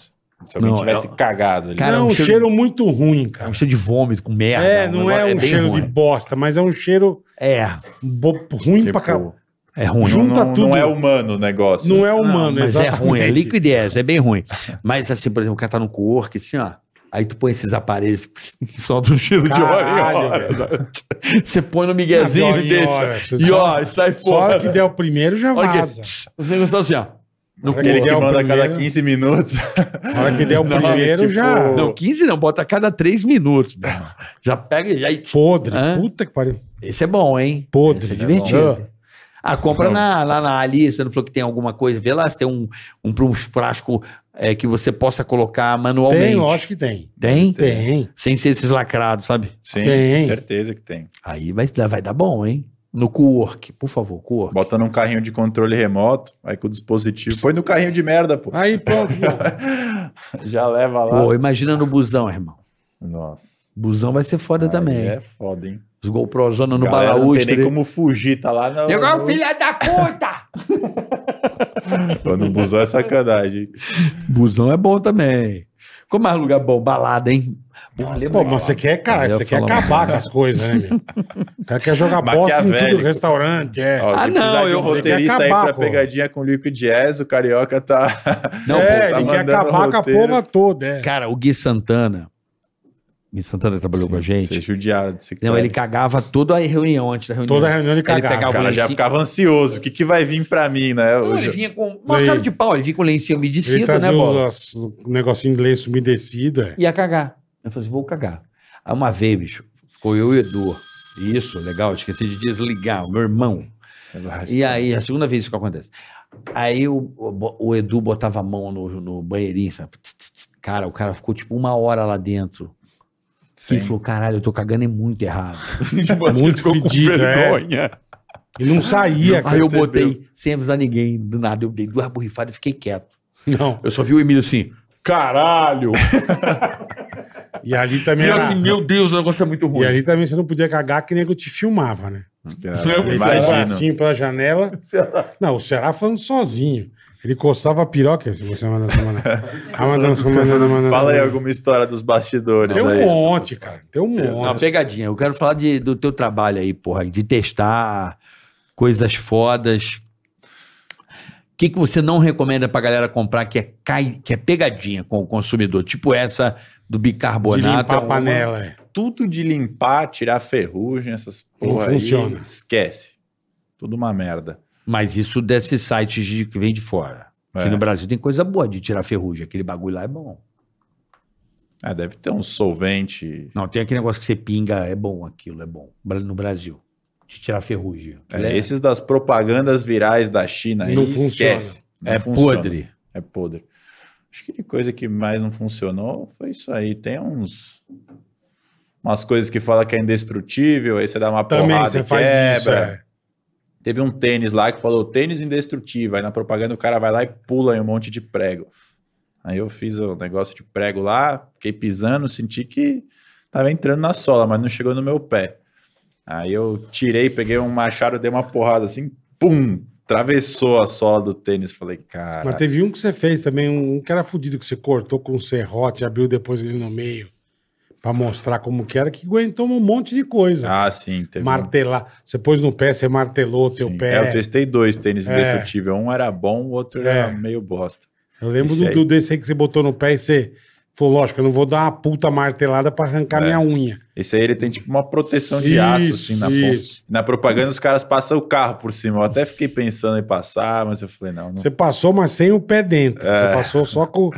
[SPEAKER 6] Se alguém
[SPEAKER 5] Não,
[SPEAKER 6] tivesse
[SPEAKER 5] eu-
[SPEAKER 6] cagado ali.
[SPEAKER 5] Cara,
[SPEAKER 3] não,
[SPEAKER 5] é
[SPEAKER 3] é
[SPEAKER 5] um
[SPEAKER 3] um
[SPEAKER 5] cheiro-
[SPEAKER 3] cheiro... muito ruim,
[SPEAKER 5] É um
[SPEAKER 3] cara.
[SPEAKER 5] cheiro de vômito com merda.
[SPEAKER 3] É, não é um
[SPEAKER 5] negócio- bem
[SPEAKER 3] cheiro de
[SPEAKER 5] ruim.
[SPEAKER 3] bosta, mas é um cheiro
[SPEAKER 5] É,
[SPEAKER 3] bo- ruim pra caralho.
[SPEAKER 5] é ruim.
[SPEAKER 3] Ju- Junta
[SPEAKER 6] Tipo, não, não
[SPEAKER 3] tudo.
[SPEAKER 6] é humano o negócio.
[SPEAKER 3] Não é
[SPEAKER 5] Não,
[SPEAKER 3] humano,
[SPEAKER 5] mas é
[SPEAKER 3] exatamente.
[SPEAKER 5] ruim, é liquidez, é bem ruim. Mas assim, por exemplo, o cara tá no co-work, assim, ó. Aí tu põe esses aparelhos que soltam um cheiro
[SPEAKER 3] Caralho,
[SPEAKER 5] de hora em hora. Você põe no miguezinho
[SPEAKER 3] Não,
[SPEAKER 5] e
[SPEAKER 3] de hora em
[SPEAKER 5] deixa.
[SPEAKER 3] hora, você
[SPEAKER 5] e
[SPEAKER 3] só-
[SPEAKER 5] ó, e sai
[SPEAKER 3] Só a hora
[SPEAKER 5] fora.
[SPEAKER 3] que der o primeiro já
[SPEAKER 5] Olha aqui,
[SPEAKER 3] vaza.
[SPEAKER 5] tss, Você gostou assim, ó.
[SPEAKER 3] Na hora
[SPEAKER 6] Aquele
[SPEAKER 3] der
[SPEAKER 6] que
[SPEAKER 3] o
[SPEAKER 6] manda a
[SPEAKER 3] primeiro-
[SPEAKER 6] cada 15 minutos.
[SPEAKER 3] Na hora que der o
[SPEAKER 5] Não, mas
[SPEAKER 3] primeiro
[SPEAKER 6] tipo-
[SPEAKER 3] já.
[SPEAKER 6] Pô.
[SPEAKER 5] Não, 15 não, bota a cada 3 minutos. meu irmão. Já pega e já. e tss.
[SPEAKER 3] Podre.
[SPEAKER 5] Hã?
[SPEAKER 3] Puta que pariu.
[SPEAKER 5] Esse é bom, hein?
[SPEAKER 3] Podre.
[SPEAKER 5] Esse é
[SPEAKER 3] Ah.
[SPEAKER 5] divertido. Ah, compra na, lá na Ali, você não falou que tem alguma coisa. Vê lá se tem um, um, um frasco é, que você possa colocar manualmente.
[SPEAKER 3] Tem, lógico que tem.
[SPEAKER 5] Tem?
[SPEAKER 3] Tem.
[SPEAKER 5] Sem ser esses lacrados, sabe?
[SPEAKER 6] Sim,
[SPEAKER 3] Tem.
[SPEAKER 6] certeza que tem.
[SPEAKER 5] Aí vai, dar- vai dar bom, hein? No co-work, por favor, co-work.
[SPEAKER 6] Bota num um carrinho de controle remoto, aí com o dispositivo. Põe no carrinho de merda, pô.
[SPEAKER 3] Aí pronto. pô.
[SPEAKER 6] Já leva lá.
[SPEAKER 5] Pô, imagina no busão, irmão.
[SPEAKER 6] Nossa.
[SPEAKER 5] Busão vai ser foda
[SPEAKER 6] Aí
[SPEAKER 5] também.
[SPEAKER 6] É foda, hein?
[SPEAKER 5] Os GoProzona no né?
[SPEAKER 6] Galera, Não
[SPEAKER 5] Balaús.
[SPEAKER 6] tem nem como fugir, tá lá no,
[SPEAKER 1] Eu
[SPEAKER 6] no-
[SPEAKER 1] gosto, filha da puta!
[SPEAKER 6] Pô, no busão é sacanagem.
[SPEAKER 5] Busão é bom também. Ficou mais lugar bom, balada, hein?
[SPEAKER 3] Pô, mas você quer, cara,
[SPEAKER 5] Eu ia
[SPEAKER 3] você quer
[SPEAKER 5] falar
[SPEAKER 3] acabar com as coisas, né, meu? O cara quer jogar bosta em tudo,
[SPEAKER 6] Maquiavélico.
[SPEAKER 3] restaurante, é.
[SPEAKER 6] Ó,
[SPEAKER 5] Ah,
[SPEAKER 6] se
[SPEAKER 5] não,
[SPEAKER 6] precisar de
[SPEAKER 5] eu-
[SPEAKER 6] um
[SPEAKER 3] Tem
[SPEAKER 6] roteirista
[SPEAKER 3] que
[SPEAKER 6] aí
[SPEAKER 3] acabar,
[SPEAKER 6] pra
[SPEAKER 3] pô.
[SPEAKER 6] pegadinha com Liquid Jazz, o Carioca tá.
[SPEAKER 5] Não,
[SPEAKER 3] é,
[SPEAKER 5] pô,
[SPEAKER 6] tá
[SPEAKER 3] ele quer
[SPEAKER 6] mandando
[SPEAKER 3] acabar com a
[SPEAKER 6] roteiro.
[SPEAKER 3] porra toda, é.
[SPEAKER 5] Cara, o Gui Santana. Gui Santana trabalhou com a
[SPEAKER 6] Você é
[SPEAKER 5] gente.
[SPEAKER 6] judiado desse
[SPEAKER 5] Não,
[SPEAKER 6] cara.
[SPEAKER 5] ele cagava toda a reunião antes da reunião.
[SPEAKER 3] Toda reunião ele cagava.
[SPEAKER 5] pegava
[SPEAKER 6] O cara já
[SPEAKER 5] lencinho.
[SPEAKER 6] ficava ansioso. O que, que vai vir pra mim, né?
[SPEAKER 5] Não,
[SPEAKER 6] Hoje-
[SPEAKER 5] ele vinha com uma cara de pau, ele vinha com lencinho
[SPEAKER 3] Ele
[SPEAKER 5] umedecido,
[SPEAKER 3] trazia
[SPEAKER 5] né, bola?
[SPEAKER 3] os, os negocinho de lenço umedecido, é.
[SPEAKER 5] ia cagar. Eu falei assim, vou cagar. Aí uma vez, bicho, ficou eu e o Edu. Isso, legal, esqueci de desligar, o meu irmão. E aí, a segunda vez que isso acontece. Aí o, o- o Edu botava a mão no, no banheirinho, sabe? Tss, tss, tss, Cara, o cara ficou tipo uma hora lá dentro.
[SPEAKER 6] Sim.
[SPEAKER 5] E falou, caralho, eu tô cagando é muito errado.
[SPEAKER 6] Tipo, acho que
[SPEAKER 3] Muito
[SPEAKER 6] ficou com
[SPEAKER 3] fedido, é.
[SPEAKER 6] vergonha.
[SPEAKER 3] E não saía,
[SPEAKER 5] Aí
[SPEAKER 3] cara.
[SPEAKER 5] eu
[SPEAKER 6] percebeu.
[SPEAKER 5] botei, sem avisar ninguém, do nada, eu dei duas borrifadas e fiquei quieto.
[SPEAKER 3] Não.
[SPEAKER 5] Eu só vi o Emílio assim, caralho!
[SPEAKER 3] E ali também
[SPEAKER 5] E eu
[SPEAKER 3] era-
[SPEAKER 5] assim, meu Deus, o negócio é muito ruim.
[SPEAKER 3] E ali também você não podia cagar que nem eu te filmava, né? Ele
[SPEAKER 6] Imagina.
[SPEAKER 5] tá
[SPEAKER 3] tava assim pela janela. Não, o Ceará falando sozinho. Ele coçava a piroca assim, você manda semana. Ah, mandando, semana, mandando,
[SPEAKER 6] Fala aí
[SPEAKER 5] né?
[SPEAKER 3] semana.
[SPEAKER 6] alguma história dos bastidores
[SPEAKER 3] Tem um
[SPEAKER 6] aí.
[SPEAKER 3] monte, cara. Tem um
[SPEAKER 5] É Uma
[SPEAKER 3] monte.
[SPEAKER 5] pegadinha. Eu quero falar de- do teu trabalho aí, porra, de testar coisas fodas. O que, que você não recomenda pra galera comprar que é, cai, que é pegadinha com o consumidor? Tipo essa do
[SPEAKER 3] De
[SPEAKER 5] bicarbonato.
[SPEAKER 3] limpar
[SPEAKER 5] é
[SPEAKER 3] a
[SPEAKER 5] uma-
[SPEAKER 3] panela. é.
[SPEAKER 6] Tudo de limpar, tirar ferrugem, essas porra aí,
[SPEAKER 3] funciona.
[SPEAKER 6] esquece. Tudo uma merda.
[SPEAKER 5] Mas isso desses sites de- que vem de fora. Aqui
[SPEAKER 6] É.
[SPEAKER 5] no Brasil tem coisa boa de tirar ferrugem. Aquele bagulho lá é bom.
[SPEAKER 6] Ah, deve ter um solvente.
[SPEAKER 5] Não, tem aquele negócio que você pinga, é bom aquilo, é bom. Bra- No Brasil. De tirar ferrugem.
[SPEAKER 6] É,
[SPEAKER 5] Aquilo é-
[SPEAKER 6] Esses das propagandas virais da China aí,
[SPEAKER 3] Não funciona.
[SPEAKER 6] né? esquece. Não
[SPEAKER 5] é
[SPEAKER 6] funciona.
[SPEAKER 5] podre.
[SPEAKER 6] É podre. Acho que de coisa que mais não funcionou foi isso aí. Tem uns. Umas coisas que fala que é indestrutível, aí você dá uma
[SPEAKER 3] Também
[SPEAKER 6] porrada
[SPEAKER 3] você
[SPEAKER 6] e
[SPEAKER 3] faz
[SPEAKER 6] quebra.
[SPEAKER 3] isso. É.
[SPEAKER 6] Teve um tênis lá que falou tênis indestrutível. Aí na propaganda o cara vai lá e pula em um monte de prego. Aí eu fiz o negócio de prego lá, fiquei pisando, senti que tava entrando na sola, mas não chegou no meu pé. Aí eu tirei, peguei um machado, dei uma porrada assim, pum! Atravessou a sola do tênis. Falei, cara.
[SPEAKER 3] Mas teve um que você fez também, um que era fudido, que você cortou com um serrote, abriu depois ele no meio, pra mostrar como que era, que aguentou um monte de coisa.
[SPEAKER 6] Ah, sim, teve. um-
[SPEAKER 3] Martelar. Você pôs no pé, você martelou o teu
[SPEAKER 6] sim. É, eu
[SPEAKER 3] pé.
[SPEAKER 6] testei dois tênis
[SPEAKER 3] É.
[SPEAKER 6] indestrutíveis. Um era bom, o outro
[SPEAKER 3] É.
[SPEAKER 6] era meio bosta.
[SPEAKER 3] Eu lembro
[SPEAKER 6] Esse
[SPEAKER 3] do,
[SPEAKER 6] aí.
[SPEAKER 3] do desse aí que você botou no pé e você falou, lógico, eu não vou dar uma puta martelada pra arrancar
[SPEAKER 6] É.
[SPEAKER 3] minha unha.
[SPEAKER 6] Esse aí ele tem tipo uma proteção de aço, assim, na ponta.
[SPEAKER 3] isso.
[SPEAKER 6] Na propaganda, os caras passam o carro por cima. Eu até fiquei pensando em passar, mas eu falei, não, não,
[SPEAKER 3] Você passou, mas sem o pé dentro.
[SPEAKER 6] É.
[SPEAKER 3] Você passou só com,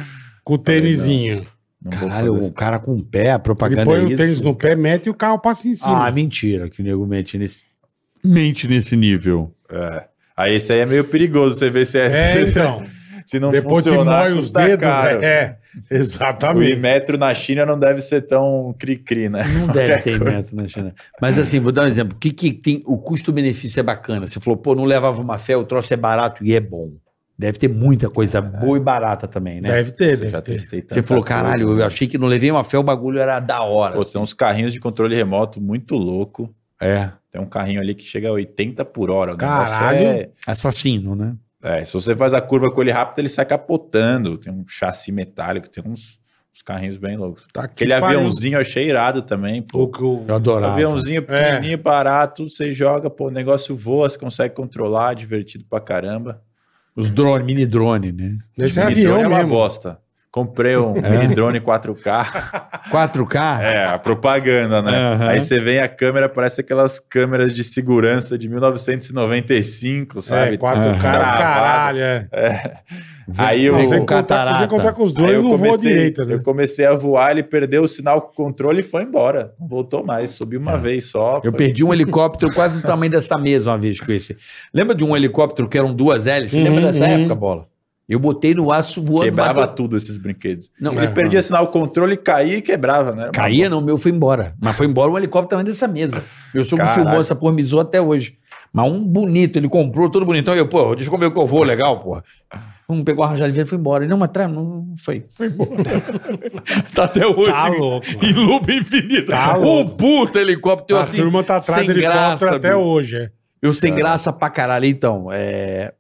[SPEAKER 3] com o tênisinho.
[SPEAKER 6] não vou
[SPEAKER 5] Caralho,
[SPEAKER 6] fazer
[SPEAKER 5] o cara com o pé, a propaganda
[SPEAKER 3] Ele põe
[SPEAKER 5] é
[SPEAKER 3] o
[SPEAKER 5] isso.
[SPEAKER 3] tênis no pé, mete e o carro passa em
[SPEAKER 5] Ah,
[SPEAKER 3] cima.
[SPEAKER 5] mentira, que o nego mente nesse.
[SPEAKER 4] Mente nesse nível.
[SPEAKER 6] isso. É. Aí esse aí é meio perigoso, você vê se, é,
[SPEAKER 3] é, então.
[SPEAKER 6] se não
[SPEAKER 3] Depois que
[SPEAKER 6] funcionar,
[SPEAKER 3] mói os
[SPEAKER 6] custa
[SPEAKER 3] dedos,
[SPEAKER 6] caro.
[SPEAKER 3] é.
[SPEAKER 6] O
[SPEAKER 3] Exatamente.
[SPEAKER 6] metro na China não deve ser tão cri-cri, né?
[SPEAKER 5] Não deve ter meta na China. Mas assim, vou dar um exemplo. O que, que tem. O custo-benefício é bacana. Você falou, pô, não levava uma fé, o troço é barato e é bom. Deve ter muita coisa boa e barata também, né?
[SPEAKER 3] Deve ter,
[SPEAKER 6] Eu
[SPEAKER 3] deve ter.
[SPEAKER 6] testei
[SPEAKER 5] Você
[SPEAKER 6] tanta
[SPEAKER 5] falou,
[SPEAKER 6] coisa,
[SPEAKER 5] caralho,
[SPEAKER 6] né?
[SPEAKER 5] eu achei que não levei uma fé, o bagulho era da hora.
[SPEAKER 6] Pô, tem uns carrinhos de controle remoto muito louco.
[SPEAKER 5] É.
[SPEAKER 6] Tem um carrinho ali que chega a 80 por hora. O negócio
[SPEAKER 3] Caralho.
[SPEAKER 6] é-
[SPEAKER 5] Assassino, né?
[SPEAKER 6] É, se você faz a curva com ele rápido, ele sai capotando. Tem um chassi metálico, tem uns, uns carrinhos bem loucos.
[SPEAKER 3] Tá que
[SPEAKER 6] Aquele
[SPEAKER 3] pariu.
[SPEAKER 6] aviãozinho eu achei irado também,
[SPEAKER 3] O
[SPEAKER 6] pô.
[SPEAKER 3] que o-
[SPEAKER 5] Eu adorava.
[SPEAKER 6] Aviãozinho pequenininho, barato, você joga, pô, o negócio voa, você consegue controlar, divertido pra caramba.
[SPEAKER 5] Os drone, mini drone, né?
[SPEAKER 3] Esse é
[SPEAKER 6] Mini drone
[SPEAKER 3] avião
[SPEAKER 6] é uma
[SPEAKER 3] mesmo.
[SPEAKER 6] bosta. Comprei um mini drone 4K.
[SPEAKER 5] 4K?
[SPEAKER 6] É, a propaganda, né?
[SPEAKER 4] Aham.
[SPEAKER 6] Aí você vem a câmera, parece aquelas câmeras de segurança de 1995, sabe?
[SPEAKER 3] É, quatro
[SPEAKER 6] Tudo
[SPEAKER 3] caras,
[SPEAKER 6] travado.
[SPEAKER 3] caralho. É.
[SPEAKER 6] Aí eu...
[SPEAKER 5] Vem
[SPEAKER 3] Você
[SPEAKER 5] com
[SPEAKER 3] encontrar,
[SPEAKER 5] catarata.
[SPEAKER 3] podia encontrar com os
[SPEAKER 6] Aí
[SPEAKER 3] dois,
[SPEAKER 6] eu,
[SPEAKER 3] não voa
[SPEAKER 6] comecei,
[SPEAKER 3] direito, né?
[SPEAKER 6] eu comecei a voar, ele perdeu o sinal com o controle e foi embora. Não voltou mais, subiu uma vez só.
[SPEAKER 5] Eu
[SPEAKER 6] foi-
[SPEAKER 5] perdi um helicóptero quase do tamanho dessa mesa uma vez com esse. Lembra de um helicóptero que eram duas hélices? Você lembra
[SPEAKER 3] Uhum,
[SPEAKER 5] dessa
[SPEAKER 3] uhum.
[SPEAKER 5] época, bola? Eu botei no aço voando.
[SPEAKER 6] Quebrava
[SPEAKER 5] bateu-
[SPEAKER 6] tudo esses brinquedos.
[SPEAKER 5] Não,
[SPEAKER 6] Ele
[SPEAKER 3] Aham.
[SPEAKER 6] perdia sinal o controle, caía e quebrava,
[SPEAKER 3] Tá
[SPEAKER 6] né? Era uma
[SPEAKER 5] Caía, não, o meu foi embora. Mas foi embora o helicóptero também dessa mesa. Meu sogro
[SPEAKER 6] Caralho.
[SPEAKER 5] filmou essa porra, misou até hoje. Mas um bonito, ele comprou, todo bonitão. Eu, pô, deixa eu comer o que eu vou, legal, porra. Um pegou a rajada de vento e foi embora. Ele, não, mas tra- não foi. Foi embora. tá até hoje.
[SPEAKER 3] Tá louco.
[SPEAKER 5] Em loop infinito.
[SPEAKER 3] Tá
[SPEAKER 5] um
[SPEAKER 3] louco.
[SPEAKER 5] puta helicóptero
[SPEAKER 3] a
[SPEAKER 5] assim.
[SPEAKER 3] turma tá atrás
[SPEAKER 5] sem
[SPEAKER 3] do helicóptero
[SPEAKER 5] graça,
[SPEAKER 3] até
[SPEAKER 5] bicho.
[SPEAKER 3] hoje. é.
[SPEAKER 5] Eu sem graça pra caralho. Então, é.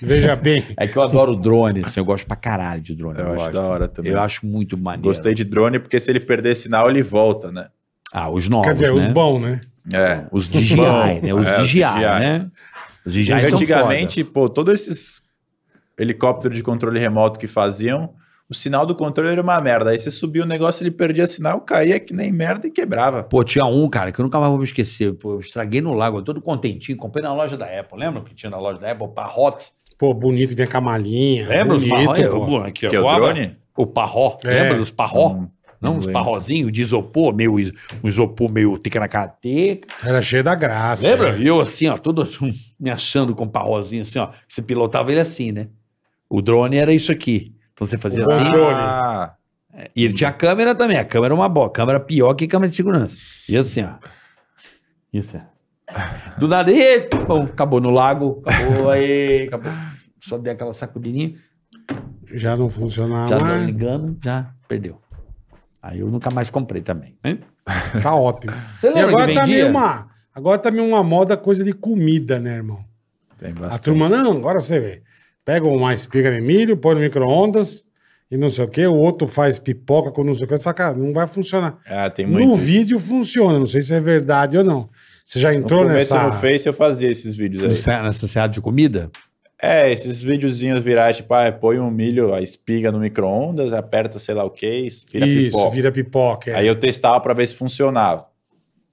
[SPEAKER 3] Veja bem.
[SPEAKER 5] É que eu adoro drone, assim, eu gosto pra caralho de drone.
[SPEAKER 6] Eu acho
[SPEAKER 5] gosto.
[SPEAKER 6] da hora também.
[SPEAKER 5] Eu acho muito maneiro.
[SPEAKER 6] Gostei de drone, porque se ele perder sinal, ele volta, né?
[SPEAKER 5] Ah, os novos,
[SPEAKER 3] Quer dizer,
[SPEAKER 5] né?
[SPEAKER 3] os bons, né?
[SPEAKER 6] É.
[SPEAKER 5] Os DJI, né? Os
[SPEAKER 6] É, os
[SPEAKER 5] DJI,
[SPEAKER 6] DJI.
[SPEAKER 5] né? Os DJI são
[SPEAKER 6] antigamente, pô, todos esses helicópteros de controle remoto que faziam, o sinal do controle era uma merda. Aí você subia o negócio, ele perdia sinal, caía que nem merda e quebrava.
[SPEAKER 5] Pô, tinha um, cara, que eu nunca mais vou me esquecer. Pô, eu estraguei no lago, eu todo contentinho. Comprei na loja da Apple. Lembra que tinha na loja da Apple? O Parrot.
[SPEAKER 3] Pô, bonito, vem com a malinha.
[SPEAKER 5] Lembra os
[SPEAKER 3] bonito,
[SPEAKER 5] Parrot?
[SPEAKER 3] pô.
[SPEAKER 5] Pô, aqui,
[SPEAKER 6] Que é
[SPEAKER 5] ó,
[SPEAKER 6] o
[SPEAKER 5] o abra-
[SPEAKER 6] drone? Hum.
[SPEAKER 5] O Parrot.
[SPEAKER 3] É.
[SPEAKER 5] Lembra dos
[SPEAKER 6] Não-
[SPEAKER 5] Parrot? Não,
[SPEAKER 6] não
[SPEAKER 5] uns
[SPEAKER 6] lembro.
[SPEAKER 5] Parrozinhos de isopor, meio is- um isopor meio ticanacateca.
[SPEAKER 3] Era cheio da graça.
[SPEAKER 5] Lembra?
[SPEAKER 3] né?
[SPEAKER 5] E eu assim, ó, todo me achando com o Parrozinho assim, ó. Você pilotava ele assim, né? O drone era isso aqui. Então você fazia
[SPEAKER 3] O
[SPEAKER 5] assim.
[SPEAKER 3] controle.
[SPEAKER 6] Ah,
[SPEAKER 5] E ele tinha câmera também. A câmera é uma boa. Câmera pior que câmera de segurança. E assim, ó. Isso, ó. Do nada, e, pum, acabou no lago. Acabou, aí, acabou. Só dei aquela sacudidinha.
[SPEAKER 3] Já não funcionava
[SPEAKER 5] Já não
[SPEAKER 3] mais.
[SPEAKER 5] ligando, já perdeu. Aí eu nunca mais comprei também. Hein?
[SPEAKER 3] Tá ótimo.
[SPEAKER 5] Você
[SPEAKER 3] E
[SPEAKER 5] lembra
[SPEAKER 3] agora
[SPEAKER 5] que
[SPEAKER 3] tá
[SPEAKER 5] vendia?
[SPEAKER 3] meio uma. Agora tá meio uma moda coisa de comida, né, irmão?
[SPEAKER 6] Tem
[SPEAKER 3] A
[SPEAKER 6] bastante.
[SPEAKER 3] turma, não, agora você vê. Pega uma espiga de milho, põe no micro-ondas e não sei o quê. O outro faz pipoca com não sei o quê. Você fala, cara, não vai funcionar.
[SPEAKER 6] Ah, tem
[SPEAKER 3] No
[SPEAKER 6] muito.
[SPEAKER 3] vídeo funciona, não sei se é verdade ou não. Você já
[SPEAKER 6] No
[SPEAKER 3] entrou
[SPEAKER 6] começo
[SPEAKER 3] nessa.
[SPEAKER 6] no Face eu fazia esses vídeos aí.
[SPEAKER 5] Nessa seada de comida?
[SPEAKER 6] É, esses videozinhos virar, tipo, ah, põe um milho, a espiga no micro-ondas, aperta sei lá o que, vira
[SPEAKER 3] Isso,
[SPEAKER 6] pipoca.
[SPEAKER 3] vira pipoca. é.
[SPEAKER 6] Aí eu testava pra ver se funcionava.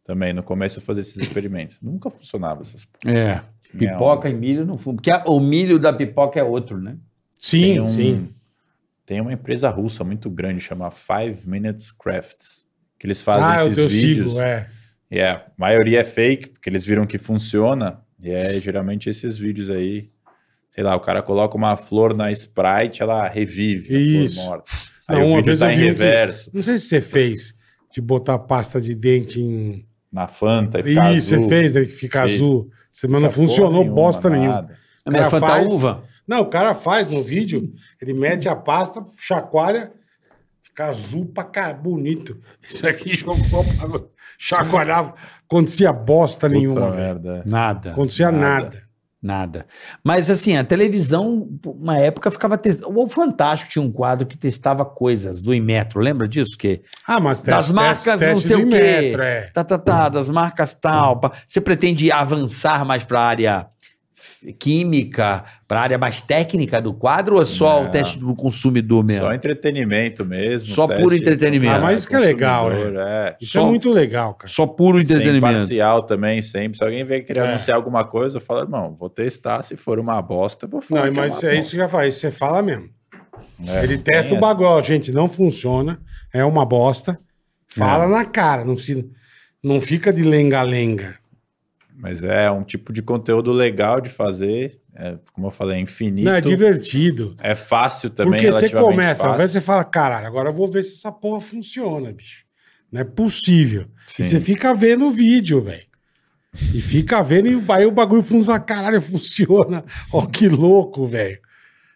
[SPEAKER 6] Também, no começo eu fazia esses experimentos. Nunca funcionava essas
[SPEAKER 5] É. Pipoca e milho não fumo. Porque a- o milho da pipoca é outro, né?
[SPEAKER 3] Sim,
[SPEAKER 6] tem um-
[SPEAKER 3] sim.
[SPEAKER 6] Tem uma empresa russa muito grande, chama Five Minutes Crafts. Que eles fazem
[SPEAKER 3] ah, eu,
[SPEAKER 6] esses
[SPEAKER 3] eu
[SPEAKER 6] vídeos.
[SPEAKER 3] sigo, é.
[SPEAKER 6] E a maioria é fake, porque eles viram que funciona. E é geralmente esses vídeos aí. Sei lá, o cara coloca uma flor na Sprite, ela revive. a
[SPEAKER 3] Isso.
[SPEAKER 6] Flor morta. Aí
[SPEAKER 3] Não,
[SPEAKER 6] o
[SPEAKER 3] uma
[SPEAKER 6] vídeo
[SPEAKER 3] vez
[SPEAKER 6] tá
[SPEAKER 3] eu
[SPEAKER 6] em
[SPEAKER 3] vi um que-
[SPEAKER 6] reverso,
[SPEAKER 3] Não sei se você fez de botar pasta de dente em.
[SPEAKER 6] na Fanta. E fica
[SPEAKER 3] Isso,
[SPEAKER 6] azul,
[SPEAKER 3] você fez, aí que fica
[SPEAKER 6] Fez.
[SPEAKER 3] azul. Você, mas
[SPEAKER 6] fica
[SPEAKER 3] não funcionou
[SPEAKER 6] porra nenhuma,
[SPEAKER 3] bosta nenhuma.
[SPEAKER 6] nada.
[SPEAKER 5] É minha
[SPEAKER 3] Cara,
[SPEAKER 5] fanta
[SPEAKER 3] faz-
[SPEAKER 5] uva.
[SPEAKER 3] Não, o cara faz no vídeo, ele mete a pasta, chacoalha, fica azul pra cá, bonito. Isso aqui jogou pra... chacoalhava, acontecia bosta
[SPEAKER 6] Puta
[SPEAKER 3] nenhuma, velho.
[SPEAKER 6] merda.
[SPEAKER 5] Nada.
[SPEAKER 3] Acontecia
[SPEAKER 6] Nada.
[SPEAKER 3] nada.
[SPEAKER 5] Nada. Mas assim, a televisão, uma época ficava testando. O Fantástico tinha um quadro que testava coisas do Inmetro, lembra disso? Que
[SPEAKER 3] Ah, mas
[SPEAKER 5] Das marcas, não sei
[SPEAKER 3] do
[SPEAKER 5] o quê.
[SPEAKER 3] Inmetro, é.
[SPEAKER 5] tá, tá, tá, das marcas tal. pá. Você pretende avançar mais para a área f- química, para a área mais técnica do quadro ou é só o
[SPEAKER 6] Não.
[SPEAKER 5] teste do consumidor mesmo?
[SPEAKER 6] Só entretenimento mesmo.
[SPEAKER 5] Só puro entretenimento.
[SPEAKER 3] Ah, mas isso que é legal,
[SPEAKER 6] é. é.
[SPEAKER 3] Isso
[SPEAKER 5] Só-
[SPEAKER 3] é muito legal, cara.
[SPEAKER 5] Só puro
[SPEAKER 6] Sem
[SPEAKER 5] entretenimento.
[SPEAKER 6] parcial também, sempre. Se alguém vier querer
[SPEAKER 3] É.
[SPEAKER 6] anunciar alguma coisa, eu falo, irmão, vou testar. Se for uma bosta, eu vou falar.
[SPEAKER 3] Não,
[SPEAKER 6] que
[SPEAKER 3] mas
[SPEAKER 6] é, uma
[SPEAKER 3] é isso que eu já falei, isso você fala mesmo.
[SPEAKER 6] bosta. É,
[SPEAKER 3] Ele
[SPEAKER 6] tem
[SPEAKER 3] testa o
[SPEAKER 6] essa.
[SPEAKER 3] bagulho, ó, gente, não funciona, é uma bosta.
[SPEAKER 6] É.
[SPEAKER 3] Fala na cara, não, se, não fica de lenga-lenga.
[SPEAKER 6] Mas é um tipo de conteúdo legal de fazer. é, como eu falei, é infinito.
[SPEAKER 3] Não,
[SPEAKER 6] é,
[SPEAKER 3] é divertido.
[SPEAKER 6] fácil também.
[SPEAKER 3] Porque você
[SPEAKER 6] relativamente
[SPEAKER 3] começa, às
[SPEAKER 6] fácil.
[SPEAKER 3] vezes você fala, caralho, agora eu vou ver se essa porra funciona, bicho. Não é possível.
[SPEAKER 6] Sim.
[SPEAKER 3] E você fica vendo o vídeo, velho. E fica vendo e aí o bagulho funciona, caralho, funciona. Ó, que louco, velho.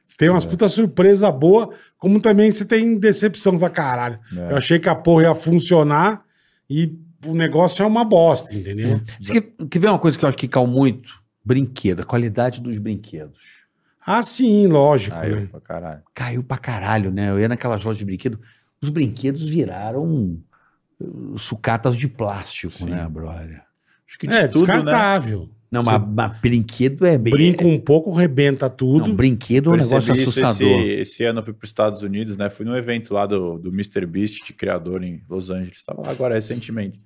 [SPEAKER 3] Você tem umas
[SPEAKER 6] É.
[SPEAKER 3] puta surpresa boa, como também você tem decepção, vai caralho.
[SPEAKER 6] É.
[SPEAKER 3] Eu achei que a porra ia funcionar e o negócio é uma bosta, entendeu?
[SPEAKER 6] Hum.
[SPEAKER 5] Você que- Quer ver uma coisa que eu acho que caiu muito? Brinquedo, a qualidade dos brinquedos.
[SPEAKER 3] Ah, sim, lógico.
[SPEAKER 6] Aí,
[SPEAKER 3] né?
[SPEAKER 6] eu, pô, caralho.
[SPEAKER 5] caiu pra caralho, né? Eu ia naquelas lojas de brinquedo, os brinquedos viraram uh, sucatas de plástico,
[SPEAKER 6] Sim.
[SPEAKER 5] né, brother?
[SPEAKER 6] Acho que de
[SPEAKER 3] É,
[SPEAKER 6] tudo, né?
[SPEAKER 3] descartável.
[SPEAKER 5] Não, mas, mas brinquedo é bem.
[SPEAKER 3] Brinca um pouco, rebenta tudo.
[SPEAKER 5] Não, brinquedo é um negócio
[SPEAKER 6] Percebi isso esse,
[SPEAKER 5] assustador.
[SPEAKER 6] esse ano eu fui para os Estados Unidos, né? Fui num evento lá do, do Mr. Beast, de criador em Los Angeles. Estava lá agora recentemente.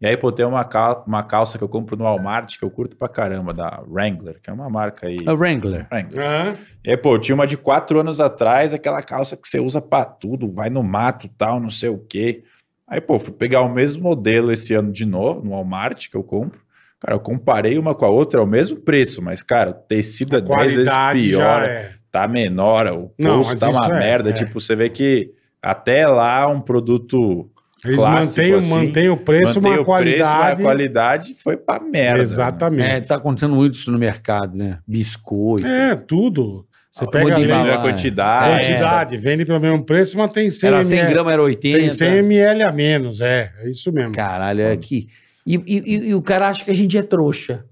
[SPEAKER 6] E aí, pô, tem uma, cal- uma calça que eu compro no Walmart, que eu curto pra caramba, da Wrangler, que é uma marca aí.
[SPEAKER 5] É o Wrangler.
[SPEAKER 6] Wrangler.
[SPEAKER 3] Hã?
[SPEAKER 6] E aí, pô, eu tinha uma de quatro anos atrás, aquela calça que você usa pra tudo, vai no mato, tal, não sei o quê. Aí, pô, fui pegar o mesmo modelo esse ano de novo, no Walmart, que eu compro. Cara, eu comparei uma com a outra, é o mesmo preço, mas, cara, o tecido é 10 vezes
[SPEAKER 3] Qualidade
[SPEAKER 6] pior,
[SPEAKER 3] já é.
[SPEAKER 6] tá menor, o
[SPEAKER 3] Não,
[SPEAKER 6] preço
[SPEAKER 3] mas
[SPEAKER 6] tá uma
[SPEAKER 3] isso é,
[SPEAKER 6] merda.
[SPEAKER 3] é.
[SPEAKER 6] Tipo, você vê que até lá um produto
[SPEAKER 3] Eles
[SPEAKER 6] clássico,
[SPEAKER 3] mantêm, o-
[SPEAKER 6] assim,
[SPEAKER 3] mantêm o preço,
[SPEAKER 6] mantém
[SPEAKER 3] uma
[SPEAKER 6] o preço, mas
[SPEAKER 3] qualidade.
[SPEAKER 6] a qualidade foi pra merda. né?
[SPEAKER 5] É,
[SPEAKER 3] Exatamente.
[SPEAKER 5] tá acontecendo muito isso no mercado, né? Biscoito.
[SPEAKER 3] É, tudo. Você
[SPEAKER 5] Ah,
[SPEAKER 3] pega
[SPEAKER 5] muito
[SPEAKER 3] a
[SPEAKER 5] de
[SPEAKER 6] Né?
[SPEAKER 3] lei-
[SPEAKER 5] bala-
[SPEAKER 6] Diminui a quantidade.
[SPEAKER 3] É, quantidade, vende pelo mesmo preço, mas tem 100
[SPEAKER 5] Era 100
[SPEAKER 3] ml.
[SPEAKER 5] gramas, era 80.
[SPEAKER 3] Tem 100 ml a menos, é. É isso mesmo.
[SPEAKER 5] Caralho, é aqui. E, e- e- e o cara acha que a gente é trouxa.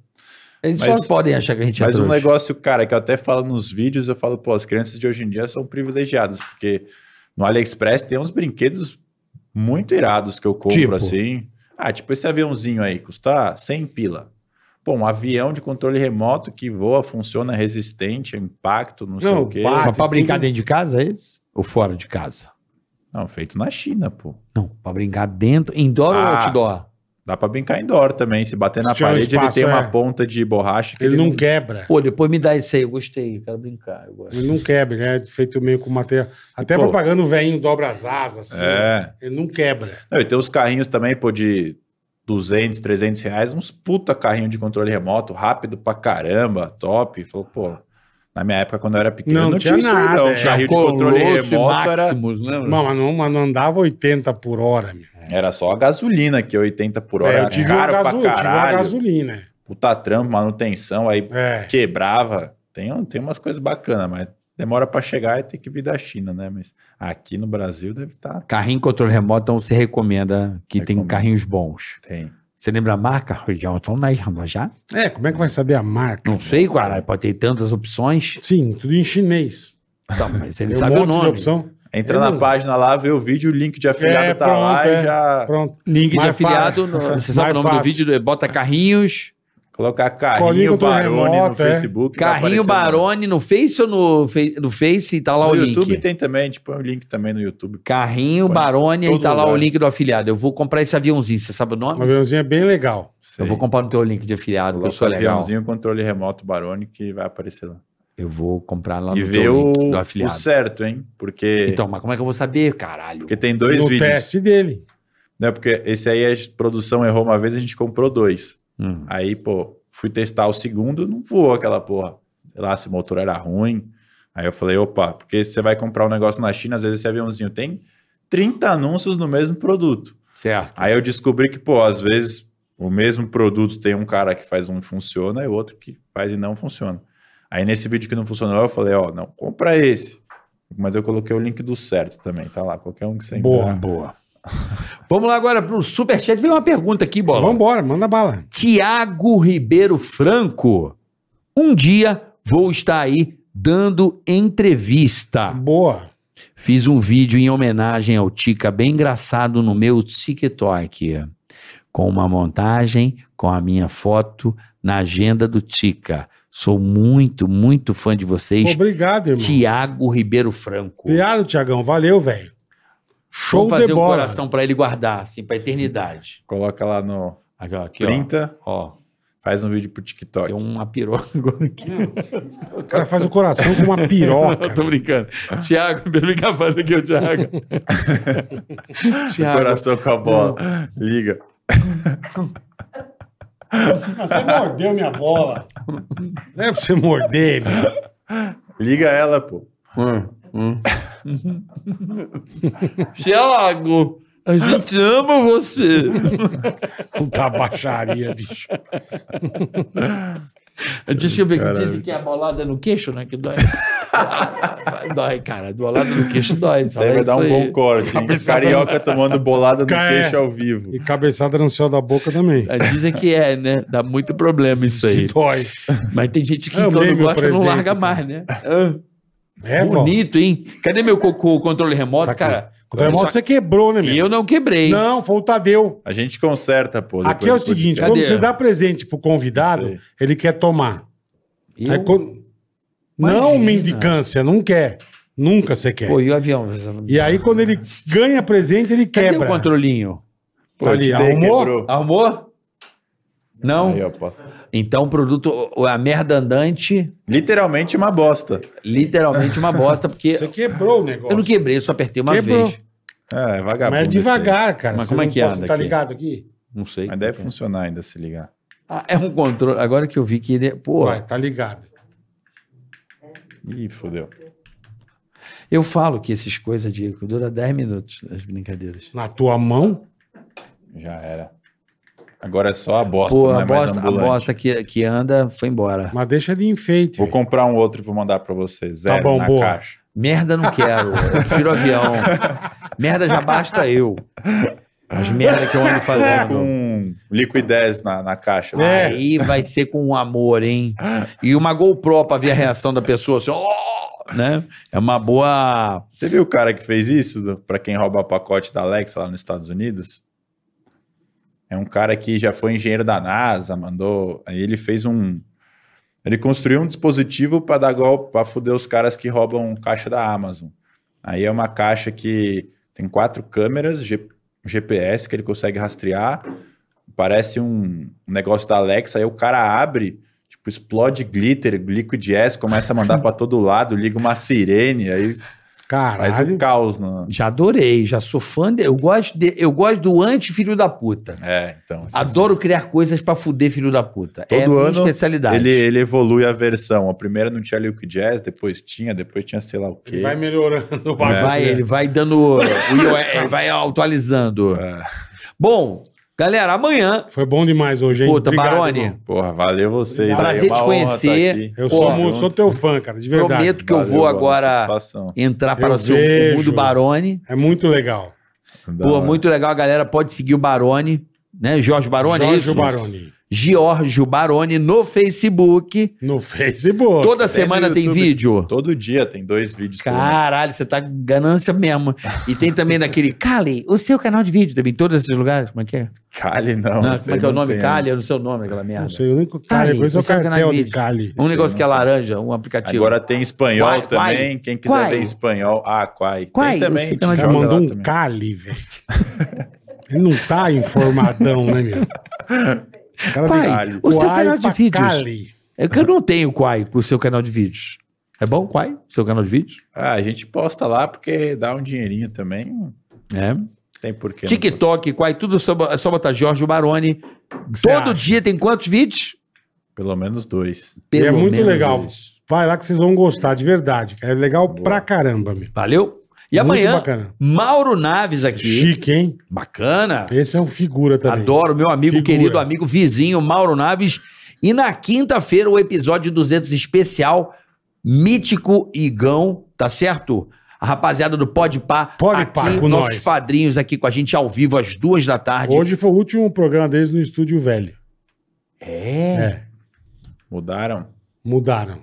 [SPEAKER 5] Eles
[SPEAKER 6] Mas-
[SPEAKER 5] só podem achar que a gente é
[SPEAKER 6] Mas um
[SPEAKER 5] trouxa.
[SPEAKER 6] negócio, cara, que eu até falo nos vídeos, eu falo, pô, as crianças de hoje em dia são privilegiadas, porque no AliExpress tem uns brinquedos muito irados que eu compro,
[SPEAKER 5] Tipo?
[SPEAKER 6] assim. Ah, tipo esse aviãozinho aí, custa 100 pila. Pô, um avião de controle remoto que voa, funciona resistente, a impacto, não, sei
[SPEAKER 3] Não,
[SPEAKER 6] o quê.
[SPEAKER 3] bate,
[SPEAKER 5] Mas pra brincar
[SPEAKER 3] tudo-
[SPEAKER 5] dentro de casa, é isso? Ah, Ou fora de casa?
[SPEAKER 6] Não, feito na China, pô.
[SPEAKER 5] Não, pra brincar dentro, indoor ou
[SPEAKER 6] Ah.
[SPEAKER 5] outdoor?
[SPEAKER 6] Dá pra brincar indoor também. Se bater na
[SPEAKER 3] Se tiver um
[SPEAKER 6] parede,
[SPEAKER 3] espaço,
[SPEAKER 6] ele tem
[SPEAKER 3] é.
[SPEAKER 6] uma ponta de borracha que
[SPEAKER 3] Ele não quebra.
[SPEAKER 5] Pô, depois me dá isso aí, eu gostei, eu quero brincar, eu gosto.
[SPEAKER 3] Ele não quebra, ele é feito meio com material. Até
[SPEAKER 6] Pô.
[SPEAKER 3] propaganda o velhinho dobra as asas, assim.
[SPEAKER 6] É.
[SPEAKER 3] Ele não quebra.
[SPEAKER 6] Não, e tem uns carrinhos também, pô, de 200, 300 reais, uns puta carrinho de controle remoto, rápido pra caramba, top. Falou, pô, Na minha época, quando eu era pequeno,
[SPEAKER 3] Não
[SPEAKER 6] não,
[SPEAKER 3] tinha
[SPEAKER 6] tinha, isso aí,
[SPEAKER 3] nada,
[SPEAKER 6] não.
[SPEAKER 3] é.
[SPEAKER 6] Tinha rio de controle
[SPEAKER 5] Colosso e
[SPEAKER 6] remoto, era,
[SPEAKER 5] Maximus, lembra?
[SPEAKER 3] Mano, mas não, mas não andava 80 por hora, meu.
[SPEAKER 6] era só a gasolina, que 80 por hora
[SPEAKER 3] É, eu
[SPEAKER 6] era
[SPEAKER 3] tive, uma,
[SPEAKER 6] caro
[SPEAKER 3] gaso- eu
[SPEAKER 6] pra
[SPEAKER 3] tive uma
[SPEAKER 6] caralho.
[SPEAKER 3] gasolina.
[SPEAKER 6] Puta trampo, manutenção, aí
[SPEAKER 3] É.
[SPEAKER 6] quebrava. Tem, um- tem umas coisas bacanas, mas demora pra chegar e tem que vir da China, né? Mas aqui no Brasil deve tá, estar.
[SPEAKER 5] Carrinho controle remoto, então você recomenda que tem
[SPEAKER 6] Recomendo.
[SPEAKER 5] carrinhos bons.
[SPEAKER 6] Tem.
[SPEAKER 5] Você lembra a marca? Região, então nós já?
[SPEAKER 3] É, como é que vai saber a marca?
[SPEAKER 5] Não sei, caralho, pode ter tantas opções.
[SPEAKER 3] Sim, tudo em chinês.
[SPEAKER 5] Tá, mas ele
[SPEAKER 3] Tem
[SPEAKER 6] um
[SPEAKER 3] um
[SPEAKER 5] sabe o nome.
[SPEAKER 3] opção.
[SPEAKER 6] Entra
[SPEAKER 3] Eu
[SPEAKER 6] na
[SPEAKER 3] não-
[SPEAKER 6] página lá, vê o vídeo, o link de afiliado
[SPEAKER 3] É,
[SPEAKER 6] tá
[SPEAKER 3] pronto,
[SPEAKER 6] lá
[SPEAKER 3] é.
[SPEAKER 6] e já.
[SPEAKER 3] Pronto.
[SPEAKER 5] Link de
[SPEAKER 3] Mais
[SPEAKER 5] afiliado,
[SPEAKER 3] fácil.
[SPEAKER 5] no- você sabe
[SPEAKER 3] Mais
[SPEAKER 5] o nome do
[SPEAKER 3] fácil.
[SPEAKER 5] vídeo, bota carrinhos,
[SPEAKER 6] Colocar
[SPEAKER 3] Colinho
[SPEAKER 6] carrinho
[SPEAKER 3] controle
[SPEAKER 6] Barone no
[SPEAKER 3] remoto, é.
[SPEAKER 6] Facebook. vai
[SPEAKER 5] carrinho
[SPEAKER 6] aparecer,
[SPEAKER 5] Barone no Face ou no, fe, no Face e tá lá
[SPEAKER 6] No
[SPEAKER 5] o link.
[SPEAKER 6] YouTube tem também, tipo, o link também no YouTube.
[SPEAKER 5] Carrinho
[SPEAKER 6] Pode-
[SPEAKER 5] Barone e
[SPEAKER 6] todo
[SPEAKER 5] tá lá
[SPEAKER 6] lugar.
[SPEAKER 5] o link do afiliado. Eu vou comprar esse aviãozinho, você sabe o
[SPEAKER 3] Um
[SPEAKER 5] nome?
[SPEAKER 3] aviãozinho é bem legal.
[SPEAKER 5] Eu vou comprar no teu link de afiliado, que eu
[SPEAKER 6] Coloca
[SPEAKER 5] sou
[SPEAKER 6] o
[SPEAKER 5] legal.
[SPEAKER 6] aviãozinho, controle remoto Barone que vai aparecer lá.
[SPEAKER 5] Eu vou comprar lá
[SPEAKER 6] e
[SPEAKER 5] no
[SPEAKER 6] vê
[SPEAKER 5] teu
[SPEAKER 6] o,
[SPEAKER 5] link do
[SPEAKER 6] o
[SPEAKER 5] afiliado.
[SPEAKER 6] certo, hein? Porque,
[SPEAKER 5] Então, mas como é que eu vou saber, caralho?
[SPEAKER 6] porque tem dois
[SPEAKER 3] no
[SPEAKER 6] vídeos.
[SPEAKER 3] teste dele.
[SPEAKER 6] Né? Porque esse aí a produção errou uma vez, a gente comprou dois.
[SPEAKER 5] Hum.
[SPEAKER 6] Aí, pô, fui testar o segundo, não voou aquela porra. Sei lá, se o motor era ruim. Aí eu falei, opa, porque você vai comprar um negócio na China, às vezes esse aviãozinho tem 30 anúncios no mesmo produto.
[SPEAKER 5] Certo.
[SPEAKER 6] Aí eu descobri que, pô, às vezes o mesmo produto tem um cara que faz um e funciona e outro que faz e não funciona. Aí nesse vídeo que não funcionou, eu falei, ó, não, compra esse. Mas eu coloquei o link do certo também, tá lá, qualquer um que você
[SPEAKER 3] Boa,
[SPEAKER 6] entrar.
[SPEAKER 3] boa.
[SPEAKER 5] Vamos lá agora pro Superchat. Veio uma pergunta aqui, Bola.
[SPEAKER 3] Vamos embora, Então, manda bala.
[SPEAKER 5] Tiago Ribeiro Franco. Um dia vou estar aí dando entrevista.
[SPEAKER 3] Boa.
[SPEAKER 5] Fiz um vídeo em homenagem ao Tica, bem engraçado, no meu TikTok. Com uma montagem com a minha foto na agenda do Tica. Sou muito, muito fã de vocês.
[SPEAKER 3] Obrigado, irmão.
[SPEAKER 5] Tiago Ribeiro Franco.
[SPEAKER 3] Obrigado, Tiagão. Valeu, velho. Show
[SPEAKER 5] Vamos fazer
[SPEAKER 3] de
[SPEAKER 5] um
[SPEAKER 3] bola.
[SPEAKER 5] coração pra ele guardar, assim, pra eternidade.
[SPEAKER 6] Coloca lá no
[SPEAKER 5] Aqui, ó. Aqui, ó.
[SPEAKER 6] 30,
[SPEAKER 5] Ó,
[SPEAKER 6] faz um vídeo pro TikTok.
[SPEAKER 5] Tem uma piroca agora aqui.
[SPEAKER 3] O cara faz o coração com uma piroca.
[SPEAKER 5] Eu tô brincando. Tiago, fica fazendo aqui o Tiago.
[SPEAKER 6] O
[SPEAKER 5] Tiago.
[SPEAKER 6] coração com a bola. Liga.
[SPEAKER 3] Ah, Você mordeu minha bola. Não é pra você morder, meu.
[SPEAKER 6] Liga ela, pô.
[SPEAKER 5] Tiago, a gente ama você.
[SPEAKER 3] Puta baixaria, bicho.
[SPEAKER 5] Deixa eu ver que
[SPEAKER 6] Caralho.
[SPEAKER 5] dizem que é a bolada no queixo, né? Que dói. dói, cara. Bolada no queixo dói.
[SPEAKER 6] Isso aí vai dar um bom corte, hein? Carioca tomando bolada no
[SPEAKER 3] Cara,
[SPEAKER 6] queixo
[SPEAKER 3] é.
[SPEAKER 6] ao vivo.
[SPEAKER 3] E cabeçada no céu da boca também.
[SPEAKER 5] Dizem que é, né? Dá muito problema É isso aí.
[SPEAKER 3] Que dói.
[SPEAKER 5] Mas tem gente que
[SPEAKER 3] Eu amei
[SPEAKER 5] quando
[SPEAKER 3] meu
[SPEAKER 5] gosta não
[SPEAKER 3] presente,
[SPEAKER 5] larga
[SPEAKER 3] cara.
[SPEAKER 5] mais, né?
[SPEAKER 3] É, vó.
[SPEAKER 5] Bonito, hein? Cadê meu cocô, controle remoto,
[SPEAKER 3] Tá aqui.
[SPEAKER 5] cara?
[SPEAKER 3] O terremoto você quebrou, né,
[SPEAKER 5] E
[SPEAKER 3] meu?
[SPEAKER 5] eu não quebrei.
[SPEAKER 3] Não, foi o Tadeu.
[SPEAKER 6] A gente conserta, pô.
[SPEAKER 3] Aqui é o seguinte,
[SPEAKER 5] Cadê?
[SPEAKER 3] quando você dá presente pro convidado,
[SPEAKER 6] Sei.
[SPEAKER 3] ele quer tomar.
[SPEAKER 5] Eu-
[SPEAKER 3] Aí quando- Não
[SPEAKER 5] Imagina.
[SPEAKER 3] mendicância, não quer. Nunca você
[SPEAKER 6] É.
[SPEAKER 3] quer.
[SPEAKER 5] Pô, e o avião?
[SPEAKER 3] E aí, quando ele ganha presente, ele
[SPEAKER 5] Cadê
[SPEAKER 3] quebra. Tá
[SPEAKER 5] o controlinho?
[SPEAKER 6] Pô, eu
[SPEAKER 3] ali,
[SPEAKER 6] te dei,
[SPEAKER 3] arrumou?
[SPEAKER 6] quebrou.
[SPEAKER 5] Arrumou? Não.
[SPEAKER 6] Aí, ó, posso-
[SPEAKER 5] Então o produto, a merda andante,
[SPEAKER 6] Literalmente uma bosta.
[SPEAKER 5] literalmente uma bosta, porque
[SPEAKER 3] Você quebrou o
[SPEAKER 5] eu
[SPEAKER 3] negócio.
[SPEAKER 5] não quebrei, eu só apertei uma
[SPEAKER 3] Quebrou.
[SPEAKER 5] vez.
[SPEAKER 6] É, é vagabundo.
[SPEAKER 3] Mas é
[SPEAKER 6] esse aí.
[SPEAKER 3] devagar, cara.
[SPEAKER 5] Mas
[SPEAKER 3] Você
[SPEAKER 5] como é
[SPEAKER 3] não
[SPEAKER 5] que
[SPEAKER 3] pode-
[SPEAKER 5] anda
[SPEAKER 3] Tá
[SPEAKER 5] aqui?
[SPEAKER 3] ligado aqui?
[SPEAKER 5] Não sei.
[SPEAKER 6] Mas deve funcionar ainda se ligar.
[SPEAKER 5] Ah, é um controle. Agora que eu vi que ele é. Pô,
[SPEAKER 3] Vai, tá ligado.
[SPEAKER 6] Ih, fodeu.
[SPEAKER 5] eu falo que essas coisas, Diego, dura 10 minutos as brincadeiras.
[SPEAKER 3] Na tua mão,
[SPEAKER 6] Já era. Agora é só a bosta,
[SPEAKER 5] Pô,
[SPEAKER 6] não
[SPEAKER 5] a
[SPEAKER 6] é mais
[SPEAKER 5] bosta, a
[SPEAKER 6] ambulante.
[SPEAKER 5] bosta que, que anda foi embora.
[SPEAKER 3] mas deixa de enfeite.
[SPEAKER 6] Vou
[SPEAKER 3] velho.
[SPEAKER 6] comprar um outro e vou mandar pra você. Zero
[SPEAKER 3] bom,
[SPEAKER 6] na
[SPEAKER 3] boa.
[SPEAKER 6] caixa.
[SPEAKER 5] Merda não quero, eu prefiro avião. Merda já basta eu. As merda que eu ando
[SPEAKER 6] Fazer
[SPEAKER 5] fazendo.
[SPEAKER 6] É, com um liquidez na, na caixa.
[SPEAKER 3] É.
[SPEAKER 5] Aí vai ser com um amor, hein? E uma GoPro pra ver a reação da pessoa, assim, ó, né? É uma boa.
[SPEAKER 6] Você viu o cara que fez isso do- Pra quem rouba pacote da Alexa lá nos Estados Unidos? É um cara que já foi engenheiro da NASA, mandou. Aí ele fez um. Ele construiu um dispositivo pra dar golpe, para foder os caras que roubam caixa da Amazon. Aí é uma caixa que tem quatro câmeras, G- GPS que ele consegue rastrear. Parece um negócio da Alexa. Aí o cara abre, tipo, explode glitter, liquid jazz, começa a mandar pra todo lado, liga uma sirene. Aí Faz
[SPEAKER 3] Caralho.
[SPEAKER 6] um caos na.
[SPEAKER 5] Já adorei, já sou fã dele. Eu gosto, de, eu gosto do anti-filho da puta.
[SPEAKER 6] É, então. esses-
[SPEAKER 5] Adoro criar coisas pra fuder filho da puta. é a
[SPEAKER 6] Todo
[SPEAKER 5] minha
[SPEAKER 6] ano
[SPEAKER 5] especialidade.
[SPEAKER 6] assim, Ele, ele evolui a versão. A primeira não tinha Liquid Jazz, depois tinha, depois tinha sei lá o quê.
[SPEAKER 3] Ele vai melhorando o bagulho.
[SPEAKER 5] Vai, ele vai dando. o iOS, ele vai atualizando.
[SPEAKER 6] É,
[SPEAKER 5] Bom, galera, amanhã.
[SPEAKER 3] Foi bom demais hoje, hein?
[SPEAKER 5] Puta, Baroni.
[SPEAKER 3] irmão.
[SPEAKER 6] porra, valeu vocês.
[SPEAKER 3] Obrigado.
[SPEAKER 6] aí,
[SPEAKER 5] Prazer
[SPEAKER 6] uma
[SPEAKER 5] te
[SPEAKER 6] honra
[SPEAKER 5] conhecer.
[SPEAKER 6] tá aqui.
[SPEAKER 3] Eu
[SPEAKER 5] Porra,
[SPEAKER 3] sou, mu- sou teu fã, cara, de verdade.
[SPEAKER 5] Prometo que eu
[SPEAKER 6] Valeu,
[SPEAKER 5] vou
[SPEAKER 6] Bola,
[SPEAKER 5] agora
[SPEAKER 6] Satisfação.
[SPEAKER 5] entrar para
[SPEAKER 3] Eu
[SPEAKER 5] o seu
[SPEAKER 3] vejo.
[SPEAKER 5] mundo Barone.
[SPEAKER 3] É muito legal.
[SPEAKER 6] Da
[SPEAKER 5] Pô,
[SPEAKER 6] hora.
[SPEAKER 5] muito legal, a galera pode seguir o Barone, né? Jorge Barone, é
[SPEAKER 3] Jorge
[SPEAKER 5] isso?
[SPEAKER 3] Baroni.
[SPEAKER 5] Giorgio Barone no Facebook.
[SPEAKER 3] No Facebook.
[SPEAKER 5] Toda
[SPEAKER 6] tem no
[SPEAKER 5] semana tem
[SPEAKER 6] YouTube.
[SPEAKER 5] vídeo.
[SPEAKER 6] Todo dia tem dois vídeos. por mês.
[SPEAKER 5] Caralho, você tá com ganância mesmo. E tem também naquele. Cali, o seu canal de vídeo também, em todos esses lugares? Como é que é?
[SPEAKER 6] Cali não.
[SPEAKER 5] Não,
[SPEAKER 6] esse
[SPEAKER 5] como é que é
[SPEAKER 6] aí
[SPEAKER 5] o nome?
[SPEAKER 6] tem.
[SPEAKER 5] Cali? Eu não sei o nome daquela
[SPEAKER 3] Não
[SPEAKER 5] merda.
[SPEAKER 3] sei, o único Cali,
[SPEAKER 5] Cali,
[SPEAKER 3] coisa é o
[SPEAKER 5] você é um canal
[SPEAKER 3] cartel
[SPEAKER 5] de
[SPEAKER 3] de
[SPEAKER 5] vídeos.
[SPEAKER 3] Cali.
[SPEAKER 5] Um negócio que é laranja, um aplicativo.
[SPEAKER 6] Agora tem espanhol
[SPEAKER 5] Quai, quai.
[SPEAKER 6] também. Quem quiser
[SPEAKER 5] Quai.
[SPEAKER 6] ver espanhol, ah, quai.
[SPEAKER 5] Quai,
[SPEAKER 6] Tem também.
[SPEAKER 5] você
[SPEAKER 6] gente,
[SPEAKER 5] tem uma
[SPEAKER 3] O
[SPEAKER 5] de
[SPEAKER 6] joga
[SPEAKER 3] cara
[SPEAKER 6] lá
[SPEAKER 3] mandou um
[SPEAKER 6] também.
[SPEAKER 3] Cali, velho. Ele não tá informadão, né, meu? O cara
[SPEAKER 5] Pai,
[SPEAKER 3] Cali.
[SPEAKER 5] o seu
[SPEAKER 3] Uai
[SPEAKER 5] canal de
[SPEAKER 3] pra
[SPEAKER 5] vídeos.
[SPEAKER 3] Cali.
[SPEAKER 5] É que eu não tenho Quai com o seu canal de vídeos. É bom, Quai? Seu canal de vídeos?
[SPEAKER 6] Ah, a gente posta lá porque dá um dinheirinho também. não
[SPEAKER 5] É.
[SPEAKER 6] Tem porquê. não
[SPEAKER 5] TikTok, Quai, tudo só, bo- é só botar Jorge Baroni.
[SPEAKER 3] Cê
[SPEAKER 5] Todo
[SPEAKER 3] acha?
[SPEAKER 5] dia tem quantos vídeos?
[SPEAKER 6] Pelo menos dois.
[SPEAKER 3] E é muito
[SPEAKER 5] menos
[SPEAKER 3] legal.
[SPEAKER 5] dois.
[SPEAKER 3] Vai lá que vocês vão gostar, de verdade. cara. É legal
[SPEAKER 6] Boa.
[SPEAKER 3] pra caramba, meu.
[SPEAKER 5] Valeu. E
[SPEAKER 3] Muito
[SPEAKER 5] amanhã,
[SPEAKER 3] bacana.
[SPEAKER 5] Mauro Naves aqui.
[SPEAKER 3] Chique, hein?
[SPEAKER 5] Bacana.
[SPEAKER 3] Esse é um figura também.
[SPEAKER 5] Adoro, meu amigo,
[SPEAKER 3] Figura.
[SPEAKER 5] querido amigo, vizinho, Mauro Naves. E na quinta-feira, o episódio 200 especial, Mítico Igão, tá certo? A rapaziada do Pode Pá,
[SPEAKER 3] Pode
[SPEAKER 5] aqui,
[SPEAKER 3] Pá, com
[SPEAKER 5] nossos
[SPEAKER 3] nós.
[SPEAKER 5] padrinhos aqui com a gente ao vivo às duas da tarde.
[SPEAKER 3] Hoje foi o último programa deles no Estúdio Velho.
[SPEAKER 5] É.
[SPEAKER 3] É,
[SPEAKER 6] Mudaram?
[SPEAKER 3] mudaram.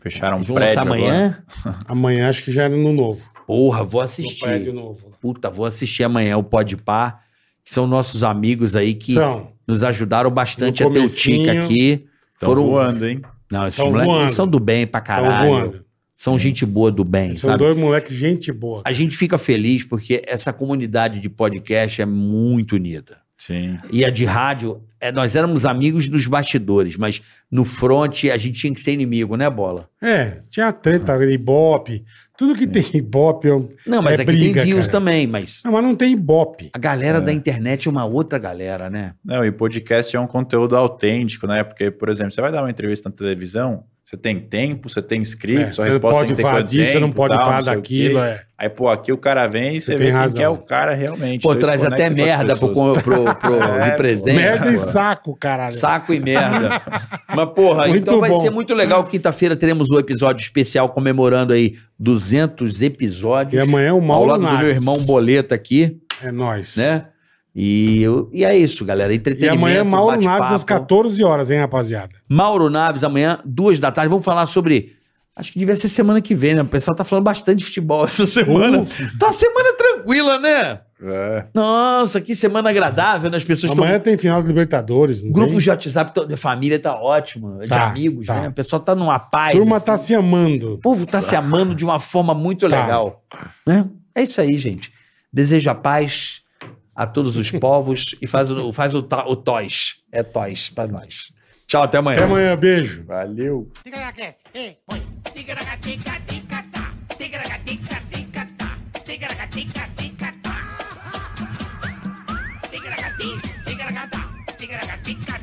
[SPEAKER 6] Fecharam um
[SPEAKER 5] Vão
[SPEAKER 6] prédio
[SPEAKER 5] lançar
[SPEAKER 6] agora.
[SPEAKER 5] amanhã?
[SPEAKER 3] Amanhã acho que já era no novo.
[SPEAKER 5] Porra, vou
[SPEAKER 3] No
[SPEAKER 5] assistir.
[SPEAKER 3] um prédio novo.
[SPEAKER 5] Puta, vou assistir amanhã o Pode Pá, que são nossos amigos aí que
[SPEAKER 3] São.
[SPEAKER 5] nos ajudaram bastante
[SPEAKER 3] No
[SPEAKER 5] a ter o
[SPEAKER 3] comecinho.
[SPEAKER 5] Tica aqui.
[SPEAKER 6] Tão
[SPEAKER 5] Foram.
[SPEAKER 6] voando, hein?
[SPEAKER 5] Não, esses
[SPEAKER 3] Tão
[SPEAKER 5] moleques
[SPEAKER 3] voando.
[SPEAKER 5] são do bem pra
[SPEAKER 3] Estão
[SPEAKER 5] caralho.
[SPEAKER 3] voando.
[SPEAKER 5] São gente boa do bem,
[SPEAKER 3] São
[SPEAKER 5] sabe?
[SPEAKER 3] dois moleques, gente boa.
[SPEAKER 5] A gente fica feliz porque essa comunidade de podcast é muito unida.
[SPEAKER 6] Sim.
[SPEAKER 5] E a de rádio, é, nós éramos amigos nos bastidores, mas no front a gente tinha que ser inimigo, né, Bola?
[SPEAKER 3] É, tinha treta,
[SPEAKER 5] Ah.
[SPEAKER 3] ibope. Tudo que tem ibope. eu-
[SPEAKER 5] Não, mas
[SPEAKER 3] É
[SPEAKER 5] aqui
[SPEAKER 3] briga,
[SPEAKER 5] tem views
[SPEAKER 3] cara.
[SPEAKER 5] também, mas
[SPEAKER 3] Não, mas não tem ibope.
[SPEAKER 5] a galera da internet é uma outra galera, né?
[SPEAKER 6] Não, e podcast é um conteúdo autêntico, né? Porque, por exemplo, você vai dar uma entrevista na televisão, você tem tempo, você tem
[SPEAKER 3] É,
[SPEAKER 6] script, sua
[SPEAKER 3] você não
[SPEAKER 6] resposta
[SPEAKER 3] pode
[SPEAKER 6] tem que ter
[SPEAKER 3] falar
[SPEAKER 6] quanto
[SPEAKER 3] disso, você não
[SPEAKER 6] tempo,
[SPEAKER 3] pode
[SPEAKER 6] tal,
[SPEAKER 3] falar
[SPEAKER 6] não sei o
[SPEAKER 3] daquilo.
[SPEAKER 6] quê.
[SPEAKER 3] É.
[SPEAKER 6] Aí, pô, aqui o cara vem e
[SPEAKER 3] Você
[SPEAKER 6] você, vê
[SPEAKER 3] tem
[SPEAKER 6] quem
[SPEAKER 3] razão.
[SPEAKER 6] que é o cara realmente.
[SPEAKER 5] Pô,
[SPEAKER 6] Então,
[SPEAKER 5] traz
[SPEAKER 6] isso
[SPEAKER 5] até
[SPEAKER 6] conecta com as
[SPEAKER 5] merda pro,
[SPEAKER 6] pessoas.
[SPEAKER 5] pro, pro, pro
[SPEAKER 6] É,
[SPEAKER 5] de
[SPEAKER 6] pô.
[SPEAKER 5] presente.
[SPEAKER 3] Merda
[SPEAKER 6] agora.
[SPEAKER 3] e saco, caralho.
[SPEAKER 5] Saco e merda. Mas, porra,
[SPEAKER 3] Muito
[SPEAKER 5] então vai
[SPEAKER 3] bom.
[SPEAKER 5] ser muito legal. Quinta-feira teremos um episódio especial comemorando aí 200 episódios.
[SPEAKER 3] E amanhã é o
[SPEAKER 5] ao
[SPEAKER 3] Mauro
[SPEAKER 5] lado do meu
[SPEAKER 3] Naves.
[SPEAKER 5] irmão Boleta aqui,
[SPEAKER 3] É nóis.
[SPEAKER 5] né? E, eu- e é isso, galera.
[SPEAKER 3] E
[SPEAKER 5] Entretenimento,
[SPEAKER 3] amanhã é Mauro
[SPEAKER 5] bate-papo.
[SPEAKER 3] Naves às 14 horas, hein, rapaziada?
[SPEAKER 5] Mauro Naves, amanhã, duas da tarde. Vamos falar sobre... Acho que devia ser semana que vem, né? O pessoal tá falando bastante de futebol essa semana. Tá uma semana tranquila, né?
[SPEAKER 6] É.
[SPEAKER 5] Nossa, que semana agradável, né? As pessoas estão...
[SPEAKER 3] Amanhã tem final de Libertadores. Não
[SPEAKER 5] Grupos
[SPEAKER 3] tem?
[SPEAKER 5] de WhatsApp, to- de família tá ótimo, de
[SPEAKER 3] Tá,
[SPEAKER 5] amigos,
[SPEAKER 3] tá.
[SPEAKER 5] né? O pessoal tá numa paz.
[SPEAKER 3] Turma
[SPEAKER 5] assim.
[SPEAKER 3] tá se amando.
[SPEAKER 5] O povo tá se amando de uma forma muito
[SPEAKER 3] Tá.
[SPEAKER 5] legal. Né? É isso aí, gente. Desejo a paz a todos os povos e faz o, faz o, to- o tos. É tos pra nós. Tchau, até amanhã.
[SPEAKER 3] Até amanhã, beijo.
[SPEAKER 6] Valeu.
[SPEAKER 2] Ticaracast, ei, põe. Ticaracatica, ticatá. Ticaracatica, ticatá. Ticaracatica, ticatá. Ticaracati, ticaracatá. Ticaracatica,